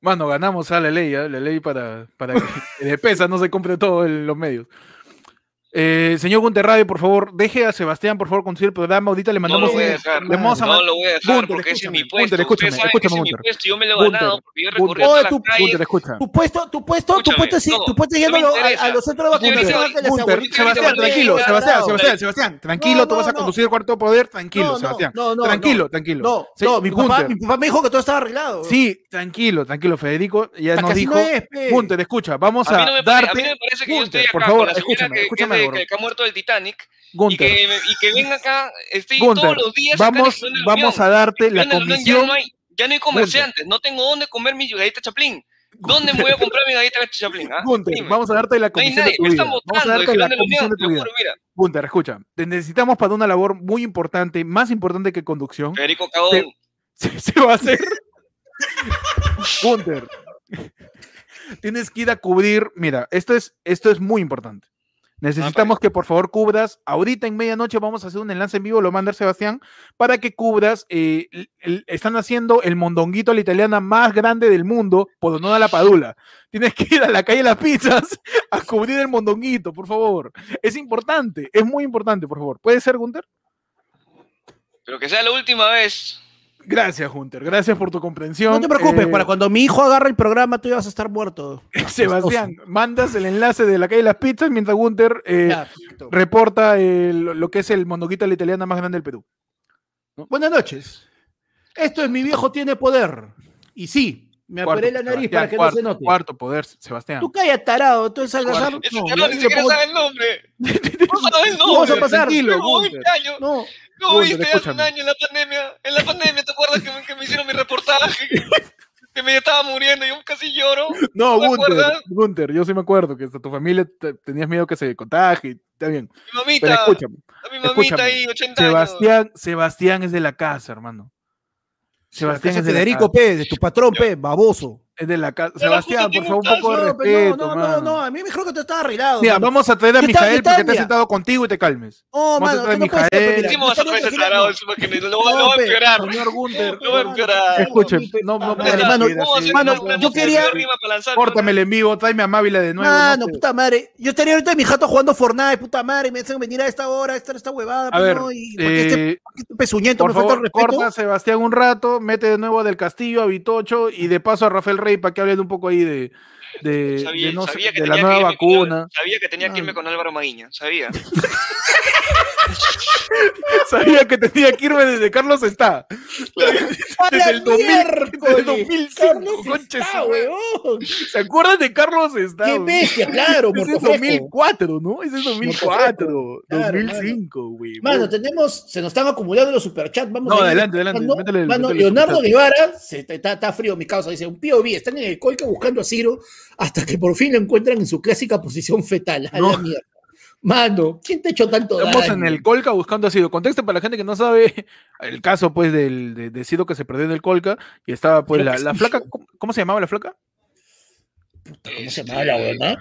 [SPEAKER 1] Mano, ganamos a la ley, ¿ah? la ley para, para que de pesa no se compre todo en los medios. Eh, señor Gunter Radio, por favor, deje a Sebastián, por favor, conducir el programa. Ahorita le
[SPEAKER 3] No
[SPEAKER 1] mandamos
[SPEAKER 3] lo voy a
[SPEAKER 1] un-
[SPEAKER 3] dejar,
[SPEAKER 1] le vamos a
[SPEAKER 3] no
[SPEAKER 1] mandar-
[SPEAKER 3] lo voy a dejar
[SPEAKER 1] Gunter,
[SPEAKER 3] porque ese es mi
[SPEAKER 1] escúchame,
[SPEAKER 3] puesto.
[SPEAKER 1] Gunter,
[SPEAKER 3] Ustedes saben que ese
[SPEAKER 1] escúchame,
[SPEAKER 3] es mi
[SPEAKER 1] Gunter.
[SPEAKER 3] puesto, yo me lo he
[SPEAKER 1] Gunter,
[SPEAKER 3] ganado porque yo recorrí
[SPEAKER 1] Gunter.
[SPEAKER 3] todas
[SPEAKER 4] Oye,
[SPEAKER 3] las
[SPEAKER 4] tú-
[SPEAKER 3] calles.
[SPEAKER 1] Gunter, escucha.
[SPEAKER 4] Tu puesto, tu puesto, tu
[SPEAKER 3] Escúchame,
[SPEAKER 4] puesto, sí,
[SPEAKER 3] no,
[SPEAKER 4] tu puesto
[SPEAKER 3] no
[SPEAKER 4] yendo
[SPEAKER 3] me
[SPEAKER 4] a- a,
[SPEAKER 3] interesa.
[SPEAKER 4] los centros de
[SPEAKER 3] Yo ahorita-
[SPEAKER 4] vacunación.
[SPEAKER 3] Gunter,
[SPEAKER 4] que las
[SPEAKER 1] Gunter,
[SPEAKER 4] abuelitas-
[SPEAKER 1] Sebastián,
[SPEAKER 3] ahorita-
[SPEAKER 1] tranquilo,
[SPEAKER 3] ahorita-
[SPEAKER 1] Sebastián,
[SPEAKER 3] ahorita-
[SPEAKER 1] Sebastián, Sebastián, tranquilo,
[SPEAKER 4] No,
[SPEAKER 1] tú vas
[SPEAKER 4] no,
[SPEAKER 1] a
[SPEAKER 4] no.
[SPEAKER 1] conducir cuarto poder, tranquilo,
[SPEAKER 4] No, no,
[SPEAKER 1] Sebastián.
[SPEAKER 4] no, no,
[SPEAKER 1] tranquilo, tranquilo.
[SPEAKER 4] No,
[SPEAKER 1] Se-
[SPEAKER 4] no, mi papá,
[SPEAKER 1] Gunter,
[SPEAKER 4] mi papá me dijo que todo estaba arreglado.
[SPEAKER 1] Sí, tranquilo, tranquilo, Federico. Ya
[SPEAKER 4] Así
[SPEAKER 1] nos
[SPEAKER 4] Oh. no
[SPEAKER 1] dijo.
[SPEAKER 4] es, pe.
[SPEAKER 1] Gunter, escucha, vamos
[SPEAKER 3] A mí
[SPEAKER 1] a
[SPEAKER 3] no me parece, a mí no
[SPEAKER 1] darte.
[SPEAKER 3] me parece que
[SPEAKER 1] Gunter,
[SPEAKER 3] yo estoy
[SPEAKER 1] por
[SPEAKER 3] acá
[SPEAKER 1] favor,
[SPEAKER 3] con la señora
[SPEAKER 1] escúchame,
[SPEAKER 3] que,
[SPEAKER 1] escúchame,
[SPEAKER 3] que, es
[SPEAKER 1] bro.
[SPEAKER 3] de- que- que ha muerto del Titanic y
[SPEAKER 1] Gunter,
[SPEAKER 3] que, y que venga acá, estoy
[SPEAKER 1] Gunter,
[SPEAKER 3] todos los días acá en el
[SPEAKER 1] vamos,
[SPEAKER 3] Salón del
[SPEAKER 1] vamos
[SPEAKER 3] Unión.
[SPEAKER 1] a darte la
[SPEAKER 3] Ya no- Ya
[SPEAKER 1] comisión.
[SPEAKER 3] no, hay, ya no hay comerciantes, no tengo dónde comer mi galleta chaplín. ¿Dónde me voy a comprar mi galleta chaplín? ah?
[SPEAKER 1] Gunter,
[SPEAKER 3] Dime.
[SPEAKER 1] vamos a darte la
[SPEAKER 3] no hay
[SPEAKER 1] comisión de
[SPEAKER 3] nadie,
[SPEAKER 1] tu
[SPEAKER 3] me
[SPEAKER 1] vida.
[SPEAKER 3] están
[SPEAKER 1] Vamos a
[SPEAKER 3] votando. el
[SPEAKER 1] darte la
[SPEAKER 3] Salón de la Unión,
[SPEAKER 1] comisión de
[SPEAKER 3] te
[SPEAKER 1] tu vida.
[SPEAKER 3] juro, mira.
[SPEAKER 1] Gunter, escucha, te necesitamos para una labor muy importante, más importante que conducción.
[SPEAKER 3] Federico Cabón,
[SPEAKER 1] Se, se va a hacer. Gunter, tienes que ir a cubrir. Mira, esto es, esto es muy importante. Necesitamos que por favor cubras. Ahorita en medianoche vamos a hacer un enlace en vivo, lo manda Sebastián, para que cubras. eh, el- el- están haciendo el mondonguito a la italiana más grande del mundo, por no da la padula. Tienes que ir a la calle de las pizzas a cubrir el mondonguito, por favor. Es importante, es muy importante, por favor. ¿Puede ser, Gunter?
[SPEAKER 3] pero que sea la última vez.
[SPEAKER 1] Gracias, Gunter. Gracias por tu comprensión.
[SPEAKER 4] No te preocupes,
[SPEAKER 1] Eh,
[SPEAKER 4] para cuando mi hijo agarre el programa, tú ya vas a estar muerto.
[SPEAKER 1] Sebastián, mandas el enlace de la calle de las pizzas mientras Gunter eh,
[SPEAKER 4] Ya, perfecto.
[SPEAKER 1] reporta el- lo que es el mondonguito a la italiana más grande del Perú.
[SPEAKER 4] Buenas noches. Esto es Mi Viejo Tiene Poder. Y sí, me
[SPEAKER 1] Cuarto,
[SPEAKER 4] operé la nariz
[SPEAKER 1] Sebastián,
[SPEAKER 4] para que
[SPEAKER 1] cuarto,
[SPEAKER 4] no se note.
[SPEAKER 1] Cuarto poder, Sebastián.
[SPEAKER 4] Tú calla, tarado. Tú el Salazar.
[SPEAKER 3] Ese
[SPEAKER 4] No,
[SPEAKER 3] cabrón
[SPEAKER 4] yo-
[SPEAKER 3] ni
[SPEAKER 4] yo
[SPEAKER 3] siquiera
[SPEAKER 4] pongo-
[SPEAKER 3] sabe el nombre. No sabe el
[SPEAKER 4] Vamos a
[SPEAKER 3] nombre.
[SPEAKER 4] pasar.
[SPEAKER 1] Tranquilo,
[SPEAKER 3] Tengo
[SPEAKER 1] Gunter.
[SPEAKER 3] 20 años.
[SPEAKER 4] No,
[SPEAKER 3] No,
[SPEAKER 1] Gunter,
[SPEAKER 3] viste, hace un
[SPEAKER 1] escúchame.
[SPEAKER 3] año en la pandemia. En la pandemia, ¿te acuerdas que me, que me hicieron mi reportaje? que me estaba muriendo y yo casi lloro.
[SPEAKER 1] No,
[SPEAKER 3] ¿Te
[SPEAKER 1] Gunter,
[SPEAKER 3] acuerdas?
[SPEAKER 1] Gunter, yo sí me acuerdo que hasta tu familia te- tenías miedo que se contagie. Está bien.
[SPEAKER 3] Mi mamita.
[SPEAKER 1] Pero escúchame,
[SPEAKER 3] a mi
[SPEAKER 1] escúchame.
[SPEAKER 3] mamita ahí, 80 años.
[SPEAKER 1] Sebastián, Sebastián es de la casa, hermano. Sebastián
[SPEAKER 4] ese
[SPEAKER 1] es de
[SPEAKER 4] Federico
[SPEAKER 1] la casa.
[SPEAKER 4] P, de tu patrón P, baboso.
[SPEAKER 1] Es de la casa.
[SPEAKER 3] Pero
[SPEAKER 1] Sebastián,
[SPEAKER 3] justo
[SPEAKER 1] por favor, un
[SPEAKER 3] tengo
[SPEAKER 1] poco de
[SPEAKER 4] No, pero
[SPEAKER 1] respeto.
[SPEAKER 4] no, no, no,
[SPEAKER 1] mano.
[SPEAKER 4] no, a mí me dijeron que tú estabas arreglado.
[SPEAKER 1] Mira,
[SPEAKER 4] mano.
[SPEAKER 1] vamos a traer a
[SPEAKER 4] ¿Qué tal,
[SPEAKER 1] Mijael
[SPEAKER 4] qué tal,
[SPEAKER 1] porque te has
[SPEAKER 4] mira?
[SPEAKER 1] sentado contigo y te calmes.
[SPEAKER 4] No,
[SPEAKER 1] vamos a
[SPEAKER 4] mano,
[SPEAKER 1] traer
[SPEAKER 4] tú no puedes
[SPEAKER 1] Mijael.
[SPEAKER 4] ser-
[SPEAKER 3] Encima vas a
[SPEAKER 4] Mijael,
[SPEAKER 3] traer ese
[SPEAKER 4] Mijael,
[SPEAKER 3] tarado,
[SPEAKER 4] no.
[SPEAKER 3] encima que me- lo, va- lo va a
[SPEAKER 4] Pe,
[SPEAKER 3] empeorar.
[SPEAKER 1] Señor Gunter,
[SPEAKER 3] Lo va a empeorar. Este,
[SPEAKER 1] escuche, no, no,
[SPEAKER 4] Madre,
[SPEAKER 1] no,
[SPEAKER 4] mano,
[SPEAKER 1] no,
[SPEAKER 4] ¿cómo
[SPEAKER 1] sí,
[SPEAKER 4] se- mano,
[SPEAKER 1] no,
[SPEAKER 4] yo
[SPEAKER 1] no,
[SPEAKER 4] quería-
[SPEAKER 1] Córtame el en vivo, tráeme a Mávila de nuevo.
[SPEAKER 4] Mano,
[SPEAKER 1] no sé.
[SPEAKER 4] puta madre. Yo estaría ahorita en mi jato jugando Fortnite, puta madre. y Me dicen venir a esta hora, a esta, esta huevada.
[SPEAKER 1] A
[SPEAKER 4] pues,
[SPEAKER 1] ver,
[SPEAKER 4] no, y porque este,
[SPEAKER 1] eh,
[SPEAKER 4] porque este pezuñento
[SPEAKER 1] por
[SPEAKER 4] me falta
[SPEAKER 1] favor,
[SPEAKER 4] el respeto.
[SPEAKER 1] corta a Sebastián un rato, mete de nuevo a Del Castillo, a Vitocho y de paso a Rafael Rey para que hablen un poco ahí de, de,
[SPEAKER 3] Sabía,
[SPEAKER 1] eh, de no sé,
[SPEAKER 3] sabía que
[SPEAKER 1] de
[SPEAKER 3] tenía
[SPEAKER 1] la
[SPEAKER 3] que
[SPEAKER 1] nueva
[SPEAKER 3] irme con
[SPEAKER 1] vacuna. Ah.
[SPEAKER 3] Álvaro- sabía que tenía que irme
[SPEAKER 4] Mano.
[SPEAKER 3] con Álvaro Maguiña, sabía.
[SPEAKER 1] Sabía que tenía que irme desde Carlos está.
[SPEAKER 4] ¡A
[SPEAKER 1] desde
[SPEAKER 4] la
[SPEAKER 1] el 2000,
[SPEAKER 4] miércoles!
[SPEAKER 1] desde el 2005,
[SPEAKER 4] Carlos
[SPEAKER 1] concha
[SPEAKER 4] está,
[SPEAKER 1] su madre.
[SPEAKER 4] huevón.
[SPEAKER 1] ¿Se acuerdan de Carlos está?
[SPEAKER 4] ¡Qué
[SPEAKER 1] güey?
[SPEAKER 4] bestia, claro!
[SPEAKER 1] Ese es
[SPEAKER 4] Mortofresco.
[SPEAKER 1] 2004, ¿no? Ese es 2004,
[SPEAKER 4] claro,
[SPEAKER 1] 2005, güey.
[SPEAKER 4] Mano, tenemos, se nos están acumulando los superchats. Vamos
[SPEAKER 1] No,
[SPEAKER 4] a ir
[SPEAKER 1] adelante, adelante,
[SPEAKER 4] buscando.
[SPEAKER 1] métele,
[SPEAKER 4] Mano,
[SPEAKER 1] métele
[SPEAKER 4] Leonardo
[SPEAKER 1] superchat.
[SPEAKER 4] Guevara se, está, está- está frío, mi causa. Dice: Un POV, están en el colca buscando a Ciro hasta que por fin lo encuentran en su clásica posición fetal. A la
[SPEAKER 1] No.
[SPEAKER 4] mierda. Mano, ¿quién te echó tanto
[SPEAKER 1] Estamos
[SPEAKER 4] daño?
[SPEAKER 1] en el Colca buscando a Sido. Contexto para la gente que no sabe el caso, pues, del, de, de Sido que se perdió en el Colca y estaba, pues, la, la flaca. ¿cómo- ¿Cómo se llamaba la flaca?
[SPEAKER 4] ¿Cómo se llamaba la buena?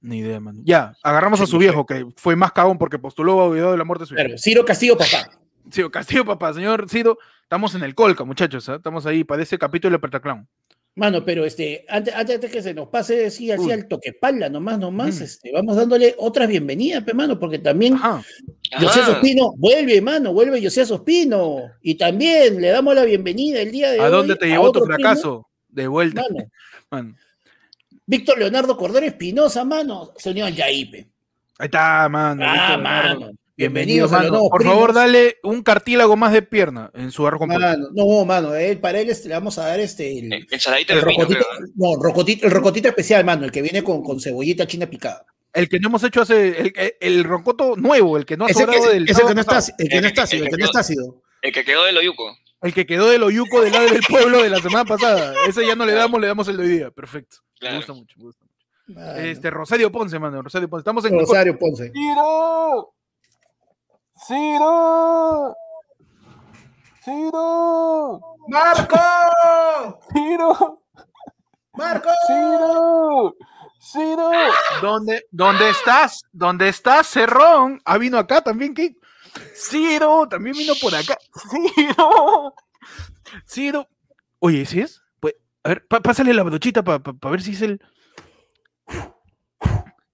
[SPEAKER 1] Ni idea, mano. Ya, agarramos a su viejo, que fue más cagón porque postuló a de la muerte de su hijo.
[SPEAKER 4] Claro, Ciro Castillo, papá.
[SPEAKER 1] Sido Castillo, papá, señor Sido. Estamos en el Colca, muchachos. ¿ah? Estamos ahí para ese capítulo de Pertaclown.
[SPEAKER 4] Mano, pero este, antes, antes de que se nos pase así, así
[SPEAKER 1] Uy.
[SPEAKER 4] al toquepala, nomás, nomás,
[SPEAKER 1] Mm.
[SPEAKER 4] este, vamos dándole otras bienvenidas, pe, mano, porque también
[SPEAKER 1] Ajá. Ah.
[SPEAKER 4] José
[SPEAKER 3] Ajá.
[SPEAKER 4] Sospino, vuelve, mano, vuelve José Sospino. Y también le damos la bienvenida el día de hoy.
[SPEAKER 1] ¿A dónde te llevó tu
[SPEAKER 4] otro primo,
[SPEAKER 1] fracaso? De vuelta,
[SPEAKER 4] mano.
[SPEAKER 1] man.
[SPEAKER 4] Víctor Leonardo Cordero Espinosa, mano, se unió al Yaipe.
[SPEAKER 1] Ahí está, mano.
[SPEAKER 4] Ah,
[SPEAKER 1] Víctor Leonardo.
[SPEAKER 4] mano.
[SPEAKER 1] Bienvenidos, mano. Nuevos Por primos. favor, dale un cartílago más de pierna en su
[SPEAKER 2] recompensa. no, mano, él, para él este, le vamos a dar este. El,
[SPEAKER 3] el, saladito el eh, de
[SPEAKER 2] rocotito, vino, pero... No, rocotito, el rocotito especial, mano, el que viene con, con cebollita china picada.
[SPEAKER 1] El que no hemos hecho hace. El, eh, el rocoto nuevo, el que no ha sobrado
[SPEAKER 2] que,
[SPEAKER 1] del.
[SPEAKER 2] Ese que no está, el que no está ácido, el que no está ácido.
[SPEAKER 3] El que quedó del Oyuco.
[SPEAKER 1] El que quedó del Oyuco del lado del pueblo de la semana pasada. Ese ya no le damos, le damos el de hoy día. Perfecto. Claro. Me gusta mucho, me gusta mucho. Mano. Este, Rosario Ponce, mano. Rosario Ponce. Estamos en.
[SPEAKER 2] Rosario el... Ponce.
[SPEAKER 1] ¡Tiro! ¡Ciro! ¡Ciro!
[SPEAKER 2] ¡Marco!
[SPEAKER 1] ¡Ciro!
[SPEAKER 2] ¡Marco!
[SPEAKER 1] ¡Ciro! ¡Ciro! ¿Dónde, dónde estás? ¿Dónde estás, Cerrón? Ah, vino acá también, ¿qué? ¡Ciro! También vino por acá. ¡Ciro! ¡Ciro! Oye, ¿sí es? Pues, a ver, pa pásale la brochita para pa pa ver si es el.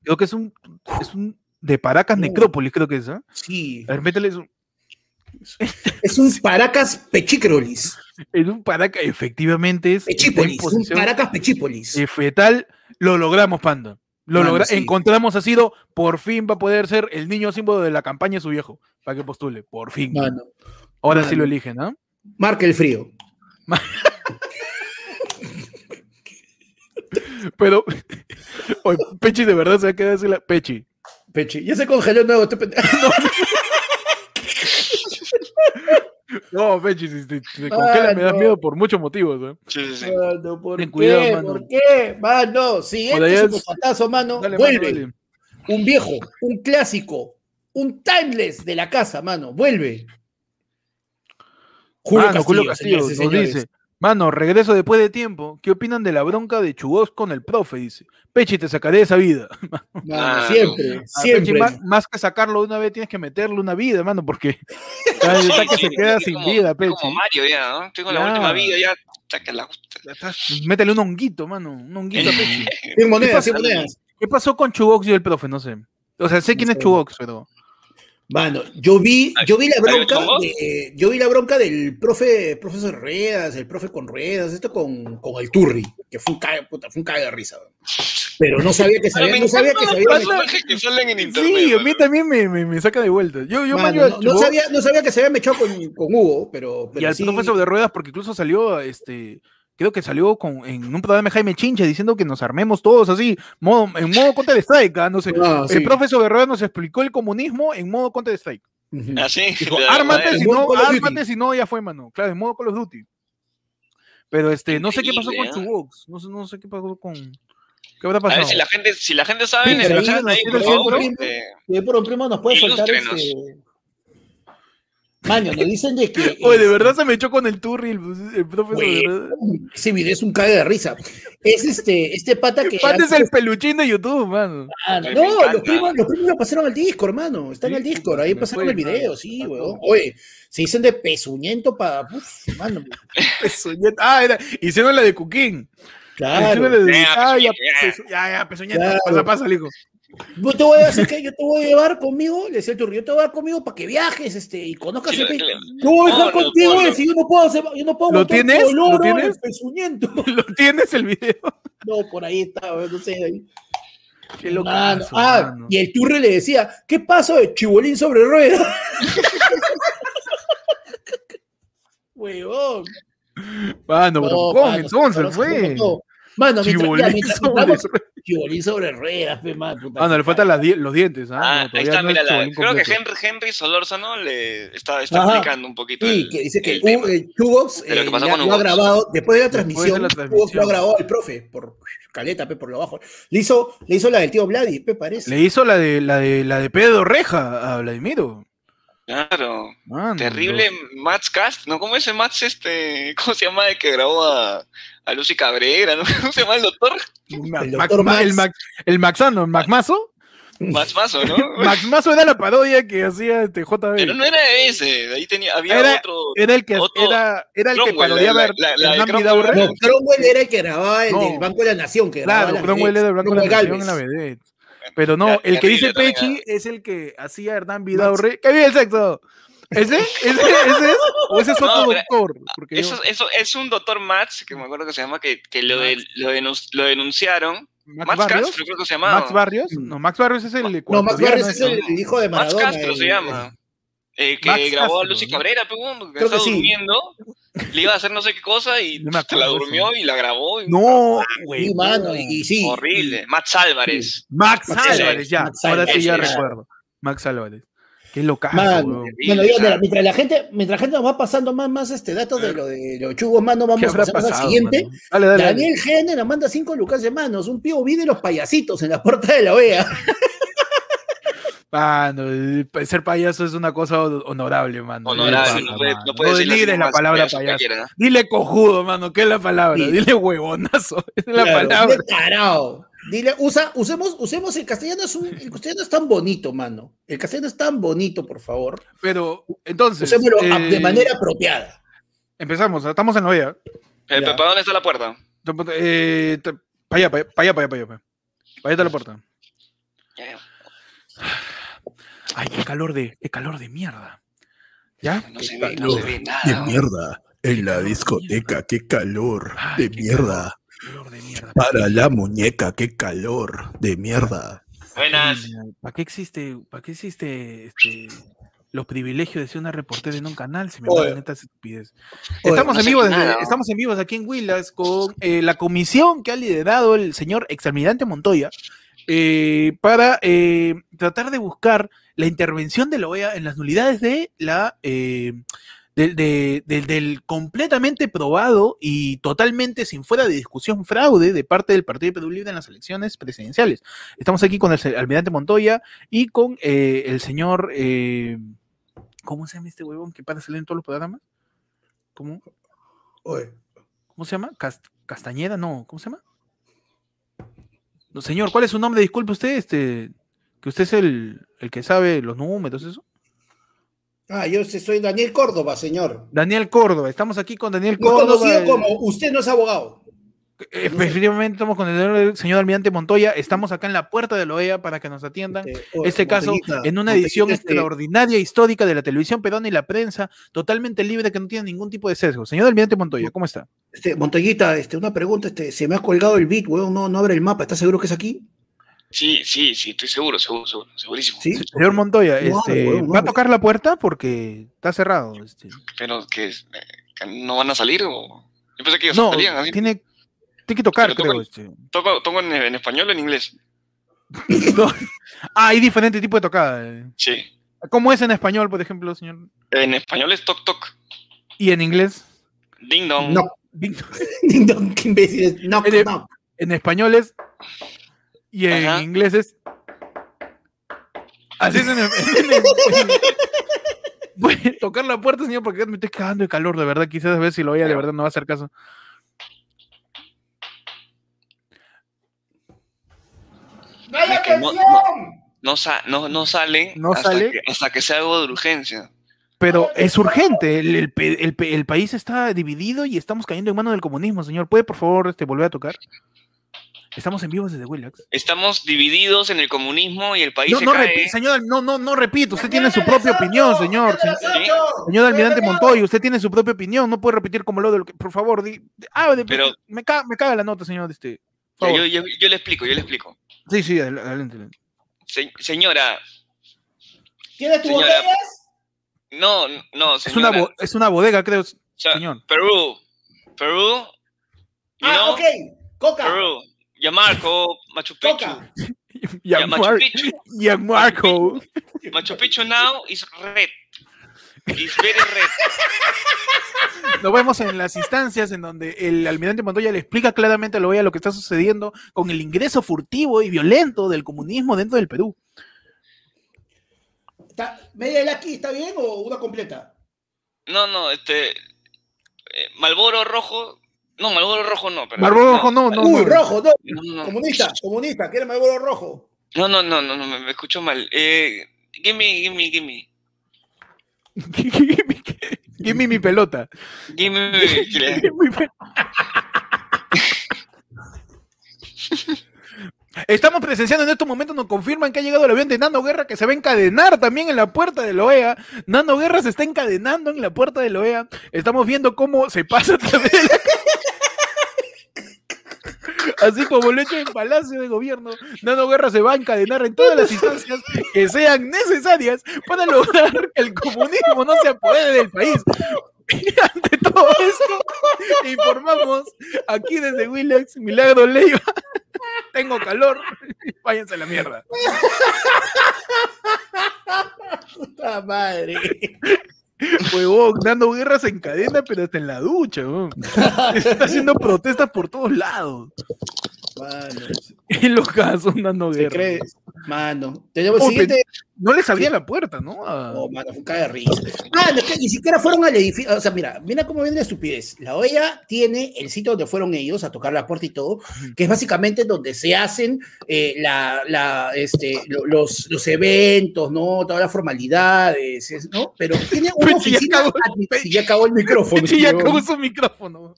[SPEAKER 1] Creo que es un. Es un de Paracas Necrópolis, creo que es, ¿ah? ¿eh?
[SPEAKER 2] Sí.
[SPEAKER 1] A ver, métele eso.
[SPEAKER 2] Es un Paracas Pechicrolis.
[SPEAKER 1] Es un Paracas, efectivamente es.
[SPEAKER 2] Pechípolis, un Paracas Pechípolis.
[SPEAKER 1] Fetal, lo logramos, Panda. Lo bueno, logra sí. Encontramos a Ciro, por fin va a poder ser el niño símbolo de la campaña de su viejo, para que postule, por fin.
[SPEAKER 2] Mano,
[SPEAKER 1] Ahora mano. sí lo eligen, ¿no?
[SPEAKER 2] Marca el frío.
[SPEAKER 1] Pero, oye, Pechi de verdad se va a quedar así la... Pechi,
[SPEAKER 2] Pechi. Ya se congeló nuevo este pendejo.
[SPEAKER 1] No, Pechi, si te, si te congela ah, me das no. miedo por muchos motivos. ¿eh?
[SPEAKER 3] Sí, sí, sí.
[SPEAKER 2] Mano, ¿por Ten qué? Cuidado, mano. ¿Por qué? Mano, siguiente es... patazo, mano. Dale, vuelve. Mano, dale. Un viejo, un clásico, un timeless de la casa, mano. Vuelve.
[SPEAKER 1] Julio mano, Castillo, Julio Castillo señores, nos señores. dice. Mano, regreso después de tiempo. ¿Qué opinan de la bronca de Chubos con el profe? Dice. Pechi, te sacaré de esa vida.
[SPEAKER 2] Mano, siempre, ah, siempre. Pechi,
[SPEAKER 1] más, más, que sacarlo de una vez, tienes que meterle una vida, mano, porque cada sí, sí, que sí, se queda sin
[SPEAKER 3] como,
[SPEAKER 1] vida, Pechi.
[SPEAKER 3] Como Mario ya, ¿no? Tengo la última vida, ya. Sácala.
[SPEAKER 1] Métele un honguito, mano. Un honguito a Pechi.
[SPEAKER 2] ¿Qué, monedas, ¿Qué, pasó,
[SPEAKER 1] ¿Qué pasó con Chubox y el profe? No sé. O sea, sé quién es Chubox, pero.
[SPEAKER 2] Mano, yo vi, yo vi la bronca, de, yo vi la bronca del profe, profesor Ruedas, el profe con ruedas, esto con, con el Turri, que fue un caga, puta, fue un caga de risa. Pero no sabía que sabía, no sabía que sabía.
[SPEAKER 3] Que salen en internet, sí,
[SPEAKER 1] a mí también me, me, me, saca de vuelta. Yo, yo
[SPEAKER 2] mano, no, no, sabía, no sabía que se había mechado con, con Hugo, pero, pero
[SPEAKER 1] y al
[SPEAKER 2] sí.
[SPEAKER 1] profesor de ruedas porque incluso salió este creo que salió con, en un programa de Jaime Chinche diciendo que nos armemos todos así, modo, en modo Counter Strike. ¿ah? No sé. ah, sí. El profesor Guerrero nos explicó el comunismo en modo Counter Strike.
[SPEAKER 3] Así.
[SPEAKER 1] Ah, ármate, si no, ármate si no, ya fue, mano. Claro, en modo Call of Duty. Pero este, no sé qué pasó con Chubox. No sé, no sé qué pasó con. ¿Qué habrá pasado?
[SPEAKER 3] A ver si la gente, si la gente sabe, sí, en el chat ahí, por
[SPEAKER 2] favor.
[SPEAKER 3] Eh,
[SPEAKER 2] por un primo nos puede soltar ese. Maño, nos dicen de que.
[SPEAKER 1] Oye, de verdad se me echó con el turri el, el profesor. Oye,
[SPEAKER 2] ese video es un cague de risa. Es este, este pata que.
[SPEAKER 1] Pata es el peluchín de YouTube, mano.
[SPEAKER 2] Ah, no, los primos, los primos lo pasaron al Discord, hermano. Están en sí, el Discord, ahí pasaron fue, el video, mano. sí, weón. Oye, se dicen de pezuñento para. mano.
[SPEAKER 1] pezuñento. Ah, era, hicieron la de Cuquín.
[SPEAKER 2] Claro.
[SPEAKER 1] De... Ah, ya, pezuñento, ya, ya, pezuñento. Claro. Pasa, pasa, hijo.
[SPEAKER 2] Yo te voy a hacer que yo te voy a llevar conmigo, le decía el turno, yo te voy a llevar conmigo para que viajes este, y conozcas el Yo voy a dejar contigo y si yo no puedo hacer, yo no puedo
[SPEAKER 1] ¿Lo tienes?
[SPEAKER 2] Color,
[SPEAKER 1] ¿Lo tienes?
[SPEAKER 2] El
[SPEAKER 1] ¿Lo tienes el video?
[SPEAKER 2] No, por ahí estaba, no sé, ahí.
[SPEAKER 1] Qué locazo,
[SPEAKER 2] ah, mano. y el turre le decía, ¿qué pasó de chibolín sobre ruedas? Huevón.
[SPEAKER 1] Mano, no, pero ¿cómo entonces fue?
[SPEAKER 2] Mano, mientras, ya, sobre... Chibolín sobre ruedas, pe, man,
[SPEAKER 1] puta Ah, no, le faltan di los dientes. Ah,
[SPEAKER 3] ah ahí está, no mira, la, creo completo. que Henry, Henry Solórzano le está, está Ajá. explicando un poquito.
[SPEAKER 2] Sí, el, que dice que Chubox eh, lo, lo, ha grabado, después de la transmisión, de la Chubox lo ha grabado el profe, por caleta, pe, por lo bajo. Le hizo, le hizo la del tío Vladi, pe, parece.
[SPEAKER 1] Le hizo la de, la de, la de Pedro Reja a Vladimiro.
[SPEAKER 3] Claro. Man, Terrible Dios. Mats Cast, ¿no? ¿Cómo ese Mats este, cómo se llama el que grabó a, a Lucy Cabrera, ¿no? ¿Cómo se llama el doctor?
[SPEAKER 1] Ma el, doctor Max. el, Max, el Maxano, el Maxmazo.
[SPEAKER 3] Maxmazo, ¿no?
[SPEAKER 1] Maxmazo era la parodia que hacía este JB.
[SPEAKER 3] Pero no era ese, ahí tenía, había
[SPEAKER 1] era,
[SPEAKER 3] otro.
[SPEAKER 1] Era el que otro, era, era el Cromwell, que parodiaba la, la, la
[SPEAKER 2] Cromwell, no, Cromwell era el que grababa el no. del Banco de la Nación, que grababa
[SPEAKER 1] Claro, Cromwell era el Banco de la Nación en la vedette. Pero no, el que dice Pechi es el que hacía Hernán Vidaurre. ¡Que vive el sexo! ¿Ese? ¿Ese, ese es? ¿O ese es otro no, doctor?
[SPEAKER 3] Porque eso, yo... eso es un doctor Mats, que me acuerdo que se llama, que, que lo, de, lo, denun lo, denunciaron Max, Max Barrios? Castro, creo que se llamaba.
[SPEAKER 1] Max Barrios, no, Max Barrios es el
[SPEAKER 2] Mm. No, Max Barrios es el, el hijo de
[SPEAKER 3] Max
[SPEAKER 2] Maradona.
[SPEAKER 3] Castro se
[SPEAKER 2] el-
[SPEAKER 3] llama. Eh, que
[SPEAKER 1] Max
[SPEAKER 3] grabó a
[SPEAKER 1] Castro,
[SPEAKER 3] Lucy
[SPEAKER 1] ¿no?
[SPEAKER 3] Cabrera, pe, weón, porque
[SPEAKER 2] Creo que
[SPEAKER 3] estaba
[SPEAKER 2] sí.
[SPEAKER 3] durmiendo, le iba a hacer no sé qué cosa y
[SPEAKER 1] No me
[SPEAKER 3] te la
[SPEAKER 1] acuerdo
[SPEAKER 3] durmió y la grabó. y-
[SPEAKER 4] No, güey.
[SPEAKER 2] Sí, mano, y, y sí.
[SPEAKER 3] Horrible. Max Álvarez.
[SPEAKER 1] Max
[SPEAKER 3] Max
[SPEAKER 1] Álvarez, ya.
[SPEAKER 2] Max
[SPEAKER 1] Ahora sí
[SPEAKER 3] Álvarez,
[SPEAKER 1] ya
[SPEAKER 3] sí, ya.
[SPEAKER 1] recuerdo. Max Álvarez. Qué locazo,
[SPEAKER 2] Mano,
[SPEAKER 1] weón.
[SPEAKER 2] bueno, ya, mira, mientras la gente, mientras la gente nos va pasando más, más este dato de lo de los chubos, mano,
[SPEAKER 1] ¿Qué
[SPEAKER 2] vamos a
[SPEAKER 1] habrá
[SPEAKER 2] pasar al
[SPEAKER 1] pasado?
[SPEAKER 2] siguiente.
[SPEAKER 1] mano? Dale, dale, dale.
[SPEAKER 2] Daniel Gene nos manda cinco lucas de manos, un pío vi de los payasitos en la puerta de la E OEA.
[SPEAKER 1] Mano, el- ser payaso es una cosa honorable, mano.
[SPEAKER 3] Honorable,
[SPEAKER 1] Dile,
[SPEAKER 3] no puede,
[SPEAKER 1] mano.
[SPEAKER 3] no puede
[SPEAKER 1] No
[SPEAKER 3] decir
[SPEAKER 1] denigres la palabra payaso. Dile cojudo, mano, que es la palabra.
[SPEAKER 2] Sí.
[SPEAKER 1] Dile huevonazo, es la
[SPEAKER 2] Claro,
[SPEAKER 1] palabra.
[SPEAKER 2] dile tarao. Dile, usa, usemos, usemos el castellano, es un, el castellano es tan bonito, mano. El castellano es tan bonito, por favor.
[SPEAKER 1] Pero, entonces.
[SPEAKER 2] Usémoslo a-
[SPEAKER 1] eh,
[SPEAKER 2] ah, de manera apropiada.
[SPEAKER 1] Empezamos, estamos en la OEA.
[SPEAKER 3] El
[SPEAKER 2] Ya.
[SPEAKER 3] papá, ¿dónde está la puerta?
[SPEAKER 1] Eh, te- pa' allá, pa' allá, pa' allá, pa' allá, pa' allá. Pa' allá está la puerta.
[SPEAKER 3] Ya, ya.
[SPEAKER 1] Ay, qué calor de, qué calor de mierda. ¿Ya?
[SPEAKER 3] No se ve, no
[SPEAKER 1] calor.
[SPEAKER 3] se ve
[SPEAKER 5] De
[SPEAKER 3] nada.
[SPEAKER 5] mierda. En la discoteca, qué calor.
[SPEAKER 1] Ay,
[SPEAKER 5] De
[SPEAKER 1] qué
[SPEAKER 5] mierda.
[SPEAKER 1] Calor de mierda.
[SPEAKER 5] Para la muñeca, qué calor. De mierda.
[SPEAKER 3] Buenas.
[SPEAKER 1] ¿Para qué existe, para qué existe este, los privilegios de ser una reportera en un canal? Se me
[SPEAKER 2] Oye.
[SPEAKER 1] van estas estupideces.
[SPEAKER 2] Oye,
[SPEAKER 1] Estamos
[SPEAKER 3] no
[SPEAKER 1] en
[SPEAKER 3] sé
[SPEAKER 1] vivo,
[SPEAKER 3] qué
[SPEAKER 1] desde-
[SPEAKER 3] nada.
[SPEAKER 1] estamos en vivo aquí en Huilas con eh, la comisión que ha liderado el señor exalmirante Montoya eh, para eh, tratar de buscar la intervención de la OEA en las nulidades de la eh, del, de- del- del completamente probado y totalmente sin fuera de discusión fraude de parte del Partido Perú Libre en las elecciones presidenciales. Estamos aquí con el se- almirante Montoya y con eh, el señor. eh, ¿Cómo se llama este huevón que para salir en todos los programas? ¿Cómo,
[SPEAKER 2] Oye,
[SPEAKER 1] cómo se llama? Cast- ¿Castañeda? No, ¿cómo se llama? No, señor, ¿cuál es su nombre? Disculpe usted, este, que usted es el, el que sabe los números, eso.
[SPEAKER 2] Ah, yo sí soy Daniel Córdoba, señor.
[SPEAKER 1] Daniel Córdoba, estamos aquí con Daniel
[SPEAKER 2] No
[SPEAKER 1] Córdoba. eh.
[SPEAKER 2] conocido
[SPEAKER 1] el-
[SPEAKER 2] como usted no es abogado.
[SPEAKER 1] Eh, Efectivamente, estamos con el señor Almirante Montoya. Estamos acá en la puerta de la OEA para que nos atiendan.
[SPEAKER 2] oye,
[SPEAKER 1] Este caso,
[SPEAKER 2] Montañita,
[SPEAKER 1] en una
[SPEAKER 2] Montañita,
[SPEAKER 1] edición
[SPEAKER 2] Eh, este,
[SPEAKER 1] extraordinaria, histórica de la televisión peruana y la prensa, totalmente libre, que no tiene ningún tipo de sesgo. Señor Almirante Montoya, ¿cómo está?
[SPEAKER 2] Este, Montañita, este, una pregunta, este, se me ha colgado el beat, weón, no, no abre el mapa, ¿estás seguro que es aquí?
[SPEAKER 3] Sí, sí, sí, estoy seguro, seguro, seguro, segurísimo.
[SPEAKER 2] Sí.
[SPEAKER 1] Señor Montoya,
[SPEAKER 2] Wow,
[SPEAKER 1] este,
[SPEAKER 2] weón,
[SPEAKER 1] ¿va a
[SPEAKER 2] no.
[SPEAKER 1] tocar la puerta? Porque está cerrado. este.
[SPEAKER 3] Pero que eh, que no van a salir o. Yo pensé que ellos
[SPEAKER 1] No,
[SPEAKER 3] salían. así.
[SPEAKER 1] tiene, tiene que tocar,
[SPEAKER 3] Pero
[SPEAKER 1] creo.
[SPEAKER 3] tocan-
[SPEAKER 1] este.
[SPEAKER 3] Toco, toco en, en español o en inglés.
[SPEAKER 1] No. Ah, hay diferente tipo de tocada. eh.
[SPEAKER 3] Sí.
[SPEAKER 1] ¿Cómo es en español, por ejemplo, señor?
[SPEAKER 3] En español es toc toc.
[SPEAKER 1] ¿Y en inglés?
[SPEAKER 3] Ding dong.
[SPEAKER 2] No, Ding dong, qué imbécil es. No,
[SPEAKER 1] Oye,
[SPEAKER 2] no.
[SPEAKER 1] en español es y en
[SPEAKER 3] Ajá.
[SPEAKER 1] inglés es así es en, en- en- en- Voy a tocar la puerta señor porque me estoy cagando de calor de verdad quizás a ver si lo oía de verdad no va a hacer caso
[SPEAKER 3] Es que no, no, no sa- no- no salen,
[SPEAKER 1] No
[SPEAKER 3] hasta,
[SPEAKER 1] sale.
[SPEAKER 3] Que, hasta que sea algo de urgencia.
[SPEAKER 1] pero es urgente el, el pe- el pe- el país está dividido y estamos cayendo en manos del comunismo señor puede por favor este, volver a tocar estamos en vivo desde Willax
[SPEAKER 3] Estamos divididos en el comunismo y el país
[SPEAKER 1] no
[SPEAKER 3] se
[SPEAKER 1] no
[SPEAKER 3] cae.
[SPEAKER 1] repi- señor no no no repito usted tiene su propia opinión señor se-
[SPEAKER 3] Sí,
[SPEAKER 1] Señor Almirante Montoya, usted tiene su propia opinión, no puede repetir como lo de lo que. Por favor, di, di- ah, de-
[SPEAKER 3] Pero-
[SPEAKER 1] me, ca- me caga la nota, señor. Este, por favor.
[SPEAKER 3] yo, yo- yo le explico, yo le explico.
[SPEAKER 1] Sí, sí, adel- adelante. adelante.
[SPEAKER 3] Se- señora,
[SPEAKER 2] ¿Tienes tus
[SPEAKER 3] Señora.
[SPEAKER 2] botellas?
[SPEAKER 3] no, no,
[SPEAKER 1] Es, una
[SPEAKER 3] señora. Ah,
[SPEAKER 1] bo- es una bodega, creo, s-
[SPEAKER 3] O sea,
[SPEAKER 1] señor.
[SPEAKER 3] Perú, Perú, you
[SPEAKER 2] Ah,
[SPEAKER 3] know,
[SPEAKER 2] ok. Coca,
[SPEAKER 3] Perú, Yamarco, Machu Picchu.
[SPEAKER 2] coca.
[SPEAKER 3] Ya, Machu
[SPEAKER 1] Yaguar-
[SPEAKER 3] Picchu,
[SPEAKER 1] Yaguarco.
[SPEAKER 3] Machu Picchu now is red. Is very red.
[SPEAKER 1] Nos vemos en las instancias en donde el almirante Montoya le explica claramente a la OEA lo que está sucediendo con el ingreso furtivo y violento del comunismo dentro del Perú.
[SPEAKER 2] Está- ¿Media de aquí está bien o una completa?
[SPEAKER 3] No, no, este. eh, Malboro rojo. No, Malboro rojo no. Pero,
[SPEAKER 1] Marlboro rojo, no, no.
[SPEAKER 2] Uy,
[SPEAKER 1] no.
[SPEAKER 2] rojo, no.
[SPEAKER 3] No, no, no.
[SPEAKER 2] Comunista, comunista, quiere me vuelo rojo.
[SPEAKER 3] No, no, no, no, no, me, me escucho mal. Eh, gimme, gimme, gimme.
[SPEAKER 1] Give me mi pelota.
[SPEAKER 3] Gimme, gimme, gimme.
[SPEAKER 1] Estamos presenciando en estos momentos, nos confirman que ha llegado el avión de Nando Guerra que se va a encadenar también en la puerta de la OEA. Nando Guerra se está encadenando en la puerta de la E OEA. Estamos viendo cómo se pasa a través de la- así como lo hecho en Palacio de Gobierno, Nano Guerra se va a encadenar en todas las instancias que sean necesarias para lograr que el comunismo no se apodere del país. Y ante todo esto, informamos aquí desde Willax, Milagro Leiva. Tengo calor, váyanse a la mierda.
[SPEAKER 2] Puta madre.
[SPEAKER 1] Huevón, dando guerras en cadena, pero hasta en la ducha, huevón. Está haciendo protestas por todos lados.
[SPEAKER 2] Mano,
[SPEAKER 1] En los casos, dando
[SPEAKER 2] ¿te
[SPEAKER 1] guerra.
[SPEAKER 2] crees? Mano. Tenemos el
[SPEAKER 1] Oh,
[SPEAKER 2] siguiente.
[SPEAKER 1] No les abría la puerta, ¿no? A-
[SPEAKER 2] No, mano, fue un caga de risa. Ah, no, que ni siquiera fueron al edificio. O sea, mira, mira cómo viene la estupidez. La OEA tiene el sitio donde fueron ellos a tocar la puerta y todo, que es básicamente donde se hacen eh, la, la, este, lo- los, los eventos, ¿no? Todas las formalidades, es- ¿no? Pero tiene una
[SPEAKER 1] Pechi, ya
[SPEAKER 2] oficina.
[SPEAKER 1] acabó.
[SPEAKER 2] admi- Sí, ya acabó el micrófono.
[SPEAKER 1] Sí, ya
[SPEAKER 2] huevón.
[SPEAKER 1] acabó su micrófono.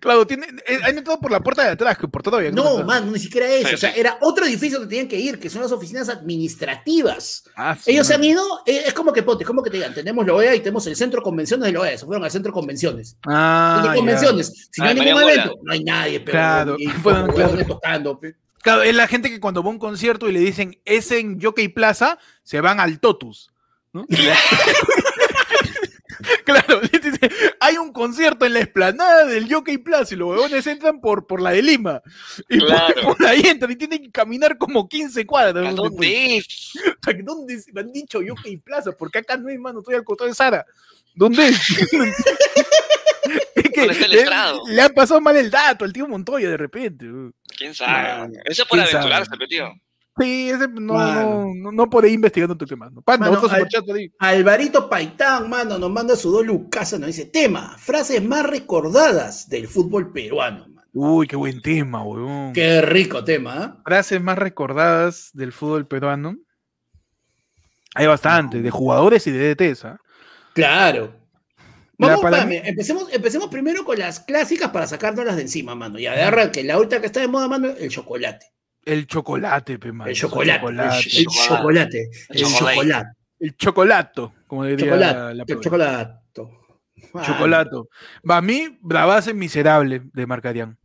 [SPEAKER 1] Claro, tiene, eh, han entrado por la puerta de atrás, que por todavía.
[SPEAKER 2] No, mano, ni siquiera eso.
[SPEAKER 3] Sí,
[SPEAKER 2] O sea, era otro edificio que tenían que ir, que son las oficinas administrativas.
[SPEAKER 1] Ah, sí,
[SPEAKER 2] Ellos se han
[SPEAKER 1] mano.
[SPEAKER 2] ido, eh, es como que ponte, es como que te digan, tenemos la OEA y tenemos el centro de convenciones de la OEA, se fueron al centro de convenciones.
[SPEAKER 1] Ah,
[SPEAKER 2] Centro de
[SPEAKER 1] ya.
[SPEAKER 2] convenciones, si no
[SPEAKER 3] Ah,
[SPEAKER 2] hay ningún
[SPEAKER 3] María
[SPEAKER 2] evento, no hay nadie, pero
[SPEAKER 1] Claro,
[SPEAKER 2] y-
[SPEAKER 1] fueron,
[SPEAKER 2] y-
[SPEAKER 1] claro.
[SPEAKER 2] tocando. pe.
[SPEAKER 1] Claro, es la gente que cuando va a un concierto y le dicen es en Jockey Plaza, se van al Totus. ¿no? claro, les dice, hay un concierto en la esplanada del Jockey Plaza y los huevones entran por, por la de Lima. Y por-
[SPEAKER 3] Claro.
[SPEAKER 1] por, ahí entran y tienen que caminar como 15 cuadras.
[SPEAKER 3] ¿A
[SPEAKER 1] después.
[SPEAKER 3] dónde es?
[SPEAKER 1] ¿A ¿Dónde es? me han dicho Jockey Plaza? Porque acá no hay mano, estoy al costado de Sara. ¿Dónde es? Es que
[SPEAKER 3] ¿Dónde está el
[SPEAKER 1] le-
[SPEAKER 3] estrado?
[SPEAKER 1] le, han pasado mal el dato al tío Montoya de repente. weón.
[SPEAKER 3] ¿Quién sabe?
[SPEAKER 2] Mano,
[SPEAKER 3] Eso es por
[SPEAKER 1] ¿quién sabe?
[SPEAKER 3] aventurarse, pe, tío.
[SPEAKER 1] Sí, ese no,
[SPEAKER 2] Mano.
[SPEAKER 1] no, no, no por ahí investigando tu quemando. Panda,
[SPEAKER 2] Mano,
[SPEAKER 1] otro
[SPEAKER 2] al-
[SPEAKER 1] superchat ahí.
[SPEAKER 2] Alvarito Paitán, mano, nos manda su dos Lucasa, nos dice, tema, frases más recordadas del fútbol peruano, mano.
[SPEAKER 1] Uy, qué buen tema, weón.
[SPEAKER 2] Qué rico tema, ¿ah?
[SPEAKER 1] Frases más recordadas del fútbol peruano. Hay bastante, de jugadores y de DTs. ¿ah?
[SPEAKER 2] Claro.
[SPEAKER 1] La
[SPEAKER 2] Vamos,
[SPEAKER 1] para
[SPEAKER 2] espérame, empecemos, empecemos primero con las clásicas para sacárnoslas de encima, mano. Y agarra que la ahorita que está de moda, mano, el chocolate.
[SPEAKER 1] El chocolate, pe, mano.
[SPEAKER 2] El chocolate.
[SPEAKER 1] chocolate.
[SPEAKER 2] El ch- el chocolate. El
[SPEAKER 3] chocolate.
[SPEAKER 2] chocolate.
[SPEAKER 1] El chocolato, como diría la,
[SPEAKER 2] Chocolate.
[SPEAKER 1] la
[SPEAKER 2] El
[SPEAKER 1] palabra.
[SPEAKER 2] chocolato. Ah,
[SPEAKER 1] Chocolato. Va mí, bravase miserable de Marcarián.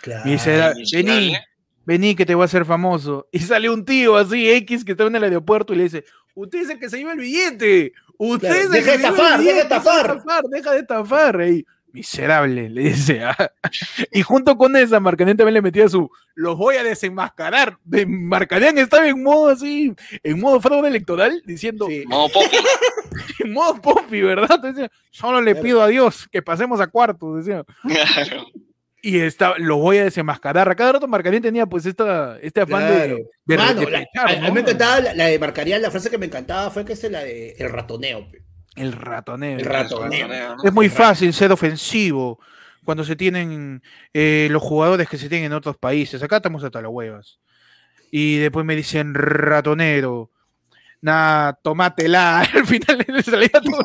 [SPEAKER 2] claro.
[SPEAKER 1] Misera-
[SPEAKER 3] Miserable.
[SPEAKER 1] Vení, vení que te voy a hacer famoso. Y sale un tío así, X, que estaba en el aeropuerto y le dice: Usted es el que se lleva el billete. Usted
[SPEAKER 2] Claro,
[SPEAKER 1] es el
[SPEAKER 2] deja
[SPEAKER 1] que
[SPEAKER 2] de
[SPEAKER 1] se lleva
[SPEAKER 2] estafar,
[SPEAKER 1] el
[SPEAKER 2] deja de
[SPEAKER 1] billete.
[SPEAKER 2] estafar".
[SPEAKER 1] Deja de estafar. Ahí. Miserable, le dice. ah. Y junto con esa, Marcarián también le metía su: Los voy a desenmascarar. De Marcarián estaba en modo así, en modo fraude electoral, diciendo:
[SPEAKER 2] Sí.
[SPEAKER 3] No, Poppy.
[SPEAKER 1] en modo Pompi, ¿verdad? Entonces decía, solo le
[SPEAKER 2] Claro.
[SPEAKER 1] pido a Dios que pasemos a cuartos, decía.
[SPEAKER 3] Claro.
[SPEAKER 1] Y está, lo voy a desenmascarar. A cada rato Marcarín tenía pues esta, este afán de-
[SPEAKER 2] Claro.
[SPEAKER 1] de, de
[SPEAKER 2] Mano, la-
[SPEAKER 1] fechar,
[SPEAKER 2] a, a mí
[SPEAKER 1] ¿no?
[SPEAKER 2] me encantaba la, la de Marcarían, la frase que me encantaba fue que es la de el ratoneo. pe.
[SPEAKER 1] El ratoneo.
[SPEAKER 2] El ratoneo.
[SPEAKER 1] es muy
[SPEAKER 2] el rato.
[SPEAKER 1] fácil ser ofensivo cuando se tienen eh, los jugadores que se tienen en otros países. Acá estamos hasta las huevas. Y después me dicen ratonero. Nah, tomátela. Al final le salía todo.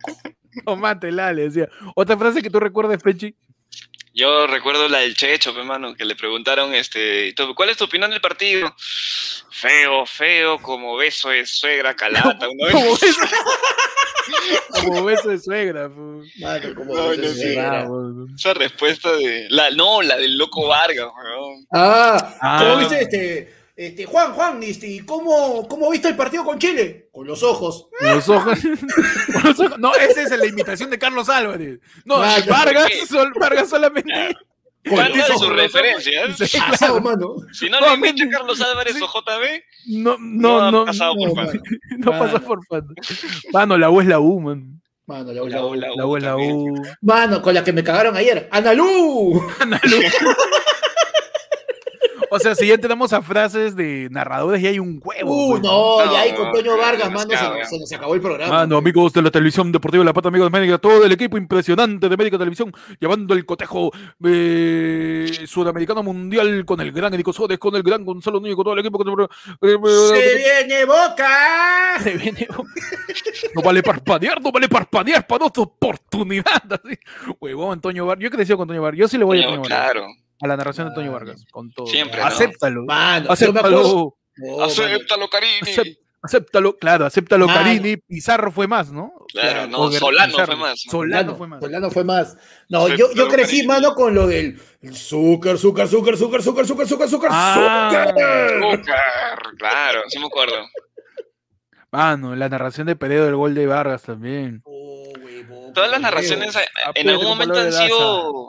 [SPEAKER 1] tomátela, le decía. Otra frase que tú recuerdes, Pechi.
[SPEAKER 3] Yo recuerdo la del Checho, hermano, que le preguntaron, este, "¿Tú- ¿cuál es tu opinión del partido? Feo, feo, como beso de suegra calata. Una vez-
[SPEAKER 1] Como beso, como beso de suegra. pu.
[SPEAKER 2] Mano, como
[SPEAKER 3] No,
[SPEAKER 2] se
[SPEAKER 3] no sé.
[SPEAKER 2] cerraba.
[SPEAKER 3] Esa respuesta de. La, no, la del loco Vargas, weón.
[SPEAKER 2] Ah,
[SPEAKER 1] Ah.
[SPEAKER 2] ¿cómo viste este, este, Juan, Juan, este, ¿y ¿cómo, cómo viste el partido con Chile? Con los ojos.
[SPEAKER 1] Los ojos. con los ojos- No, esa es la imitación de Carlos Álvarez. No,
[SPEAKER 2] Vaya.
[SPEAKER 1] Vargas,
[SPEAKER 3] Sí.
[SPEAKER 1] sol- Vargas solamente.
[SPEAKER 2] Con
[SPEAKER 3] Vargas
[SPEAKER 2] tus
[SPEAKER 3] es
[SPEAKER 2] ojos.
[SPEAKER 3] su referencia.
[SPEAKER 1] Sí, claro.
[SPEAKER 2] Asado, mano.
[SPEAKER 3] Si no
[SPEAKER 1] No,
[SPEAKER 3] le
[SPEAKER 1] a mí-
[SPEAKER 3] imita Carlos Álvarez
[SPEAKER 1] sí.
[SPEAKER 3] o JB,
[SPEAKER 1] No,
[SPEAKER 3] no,
[SPEAKER 1] no, no.
[SPEAKER 3] ha pasado
[SPEAKER 2] no,
[SPEAKER 3] por favor.
[SPEAKER 1] No pasó por fan. Mano, la U es la U, man.
[SPEAKER 2] Mano, la,
[SPEAKER 3] La U, la
[SPEAKER 1] La U es la
[SPEAKER 3] también.
[SPEAKER 1] U.
[SPEAKER 2] Mano, con la que me cagaron ayer. ¡Analú!
[SPEAKER 1] O sea, si ya tenemos a frases de narradores y hay un huevo.
[SPEAKER 2] Uh,
[SPEAKER 1] pues.
[SPEAKER 2] no,
[SPEAKER 3] No,
[SPEAKER 2] ya ahí con
[SPEAKER 3] no,
[SPEAKER 2] Toño
[SPEAKER 3] no,
[SPEAKER 2] Vargas,
[SPEAKER 3] no,
[SPEAKER 2] mano,
[SPEAKER 3] no,
[SPEAKER 2] se,
[SPEAKER 3] no.
[SPEAKER 2] nos- se nos acabó el programa.
[SPEAKER 1] Mano, amigos de la televisión deportiva de La Pata, amigos de América, todo el equipo impresionante de América Televisión, llevando el cotejo eh, sudamericano mundial con el gran Edico Sodes, con el gran Gonzalo Núñez, con todo el equipo. eh,
[SPEAKER 2] ¡Se viene Boca!
[SPEAKER 1] No vale parpadear, no vale parpadear para otra oportunidad. Así. Huevón, Antonio Vargas. Yo he crecido con Antonio Vargas. Yo sí le voy a
[SPEAKER 3] Coño,
[SPEAKER 1] Antonio Vargas.
[SPEAKER 3] Claro.
[SPEAKER 1] A la narración de Antonio Vargas. Con todo.
[SPEAKER 3] Siempre, ¿no?
[SPEAKER 1] Acéptalo.
[SPEAKER 2] Mano, yo me acuerdo-
[SPEAKER 1] Acéptalo.
[SPEAKER 2] Oh, mano.
[SPEAKER 3] Acéptalo, Carini.
[SPEAKER 1] Acep- Acéptalo, claro, acéptalo,
[SPEAKER 2] Claro.
[SPEAKER 1] Carini. Pizarro fue más, ¿no?
[SPEAKER 3] Ah, Claro, no,
[SPEAKER 1] Porque
[SPEAKER 3] Solano
[SPEAKER 1] Pizarro-
[SPEAKER 3] fue más, ¿no?
[SPEAKER 1] Solano fue más.
[SPEAKER 2] Solano fue más. No,
[SPEAKER 3] Fue
[SPEAKER 2] yo, yo
[SPEAKER 3] todo
[SPEAKER 2] crecí,
[SPEAKER 3] cariño.
[SPEAKER 2] mano, con lo del Zucker, Zucker, Zucker, Zucker, Zucker, Zucker, Zucker, Zucker,
[SPEAKER 1] Ah.
[SPEAKER 2] Zucker.
[SPEAKER 3] Azúcar, claro, sí me acuerdo.
[SPEAKER 1] Mano, la narración de Peredo del gol de Vargas también.
[SPEAKER 2] Oh, huevón.
[SPEAKER 3] Todas las narraciones eh, en
[SPEAKER 1] apúrate
[SPEAKER 3] algún
[SPEAKER 1] con
[SPEAKER 3] momento
[SPEAKER 1] Pablo
[SPEAKER 3] han
[SPEAKER 1] de Daza.
[SPEAKER 3] sido.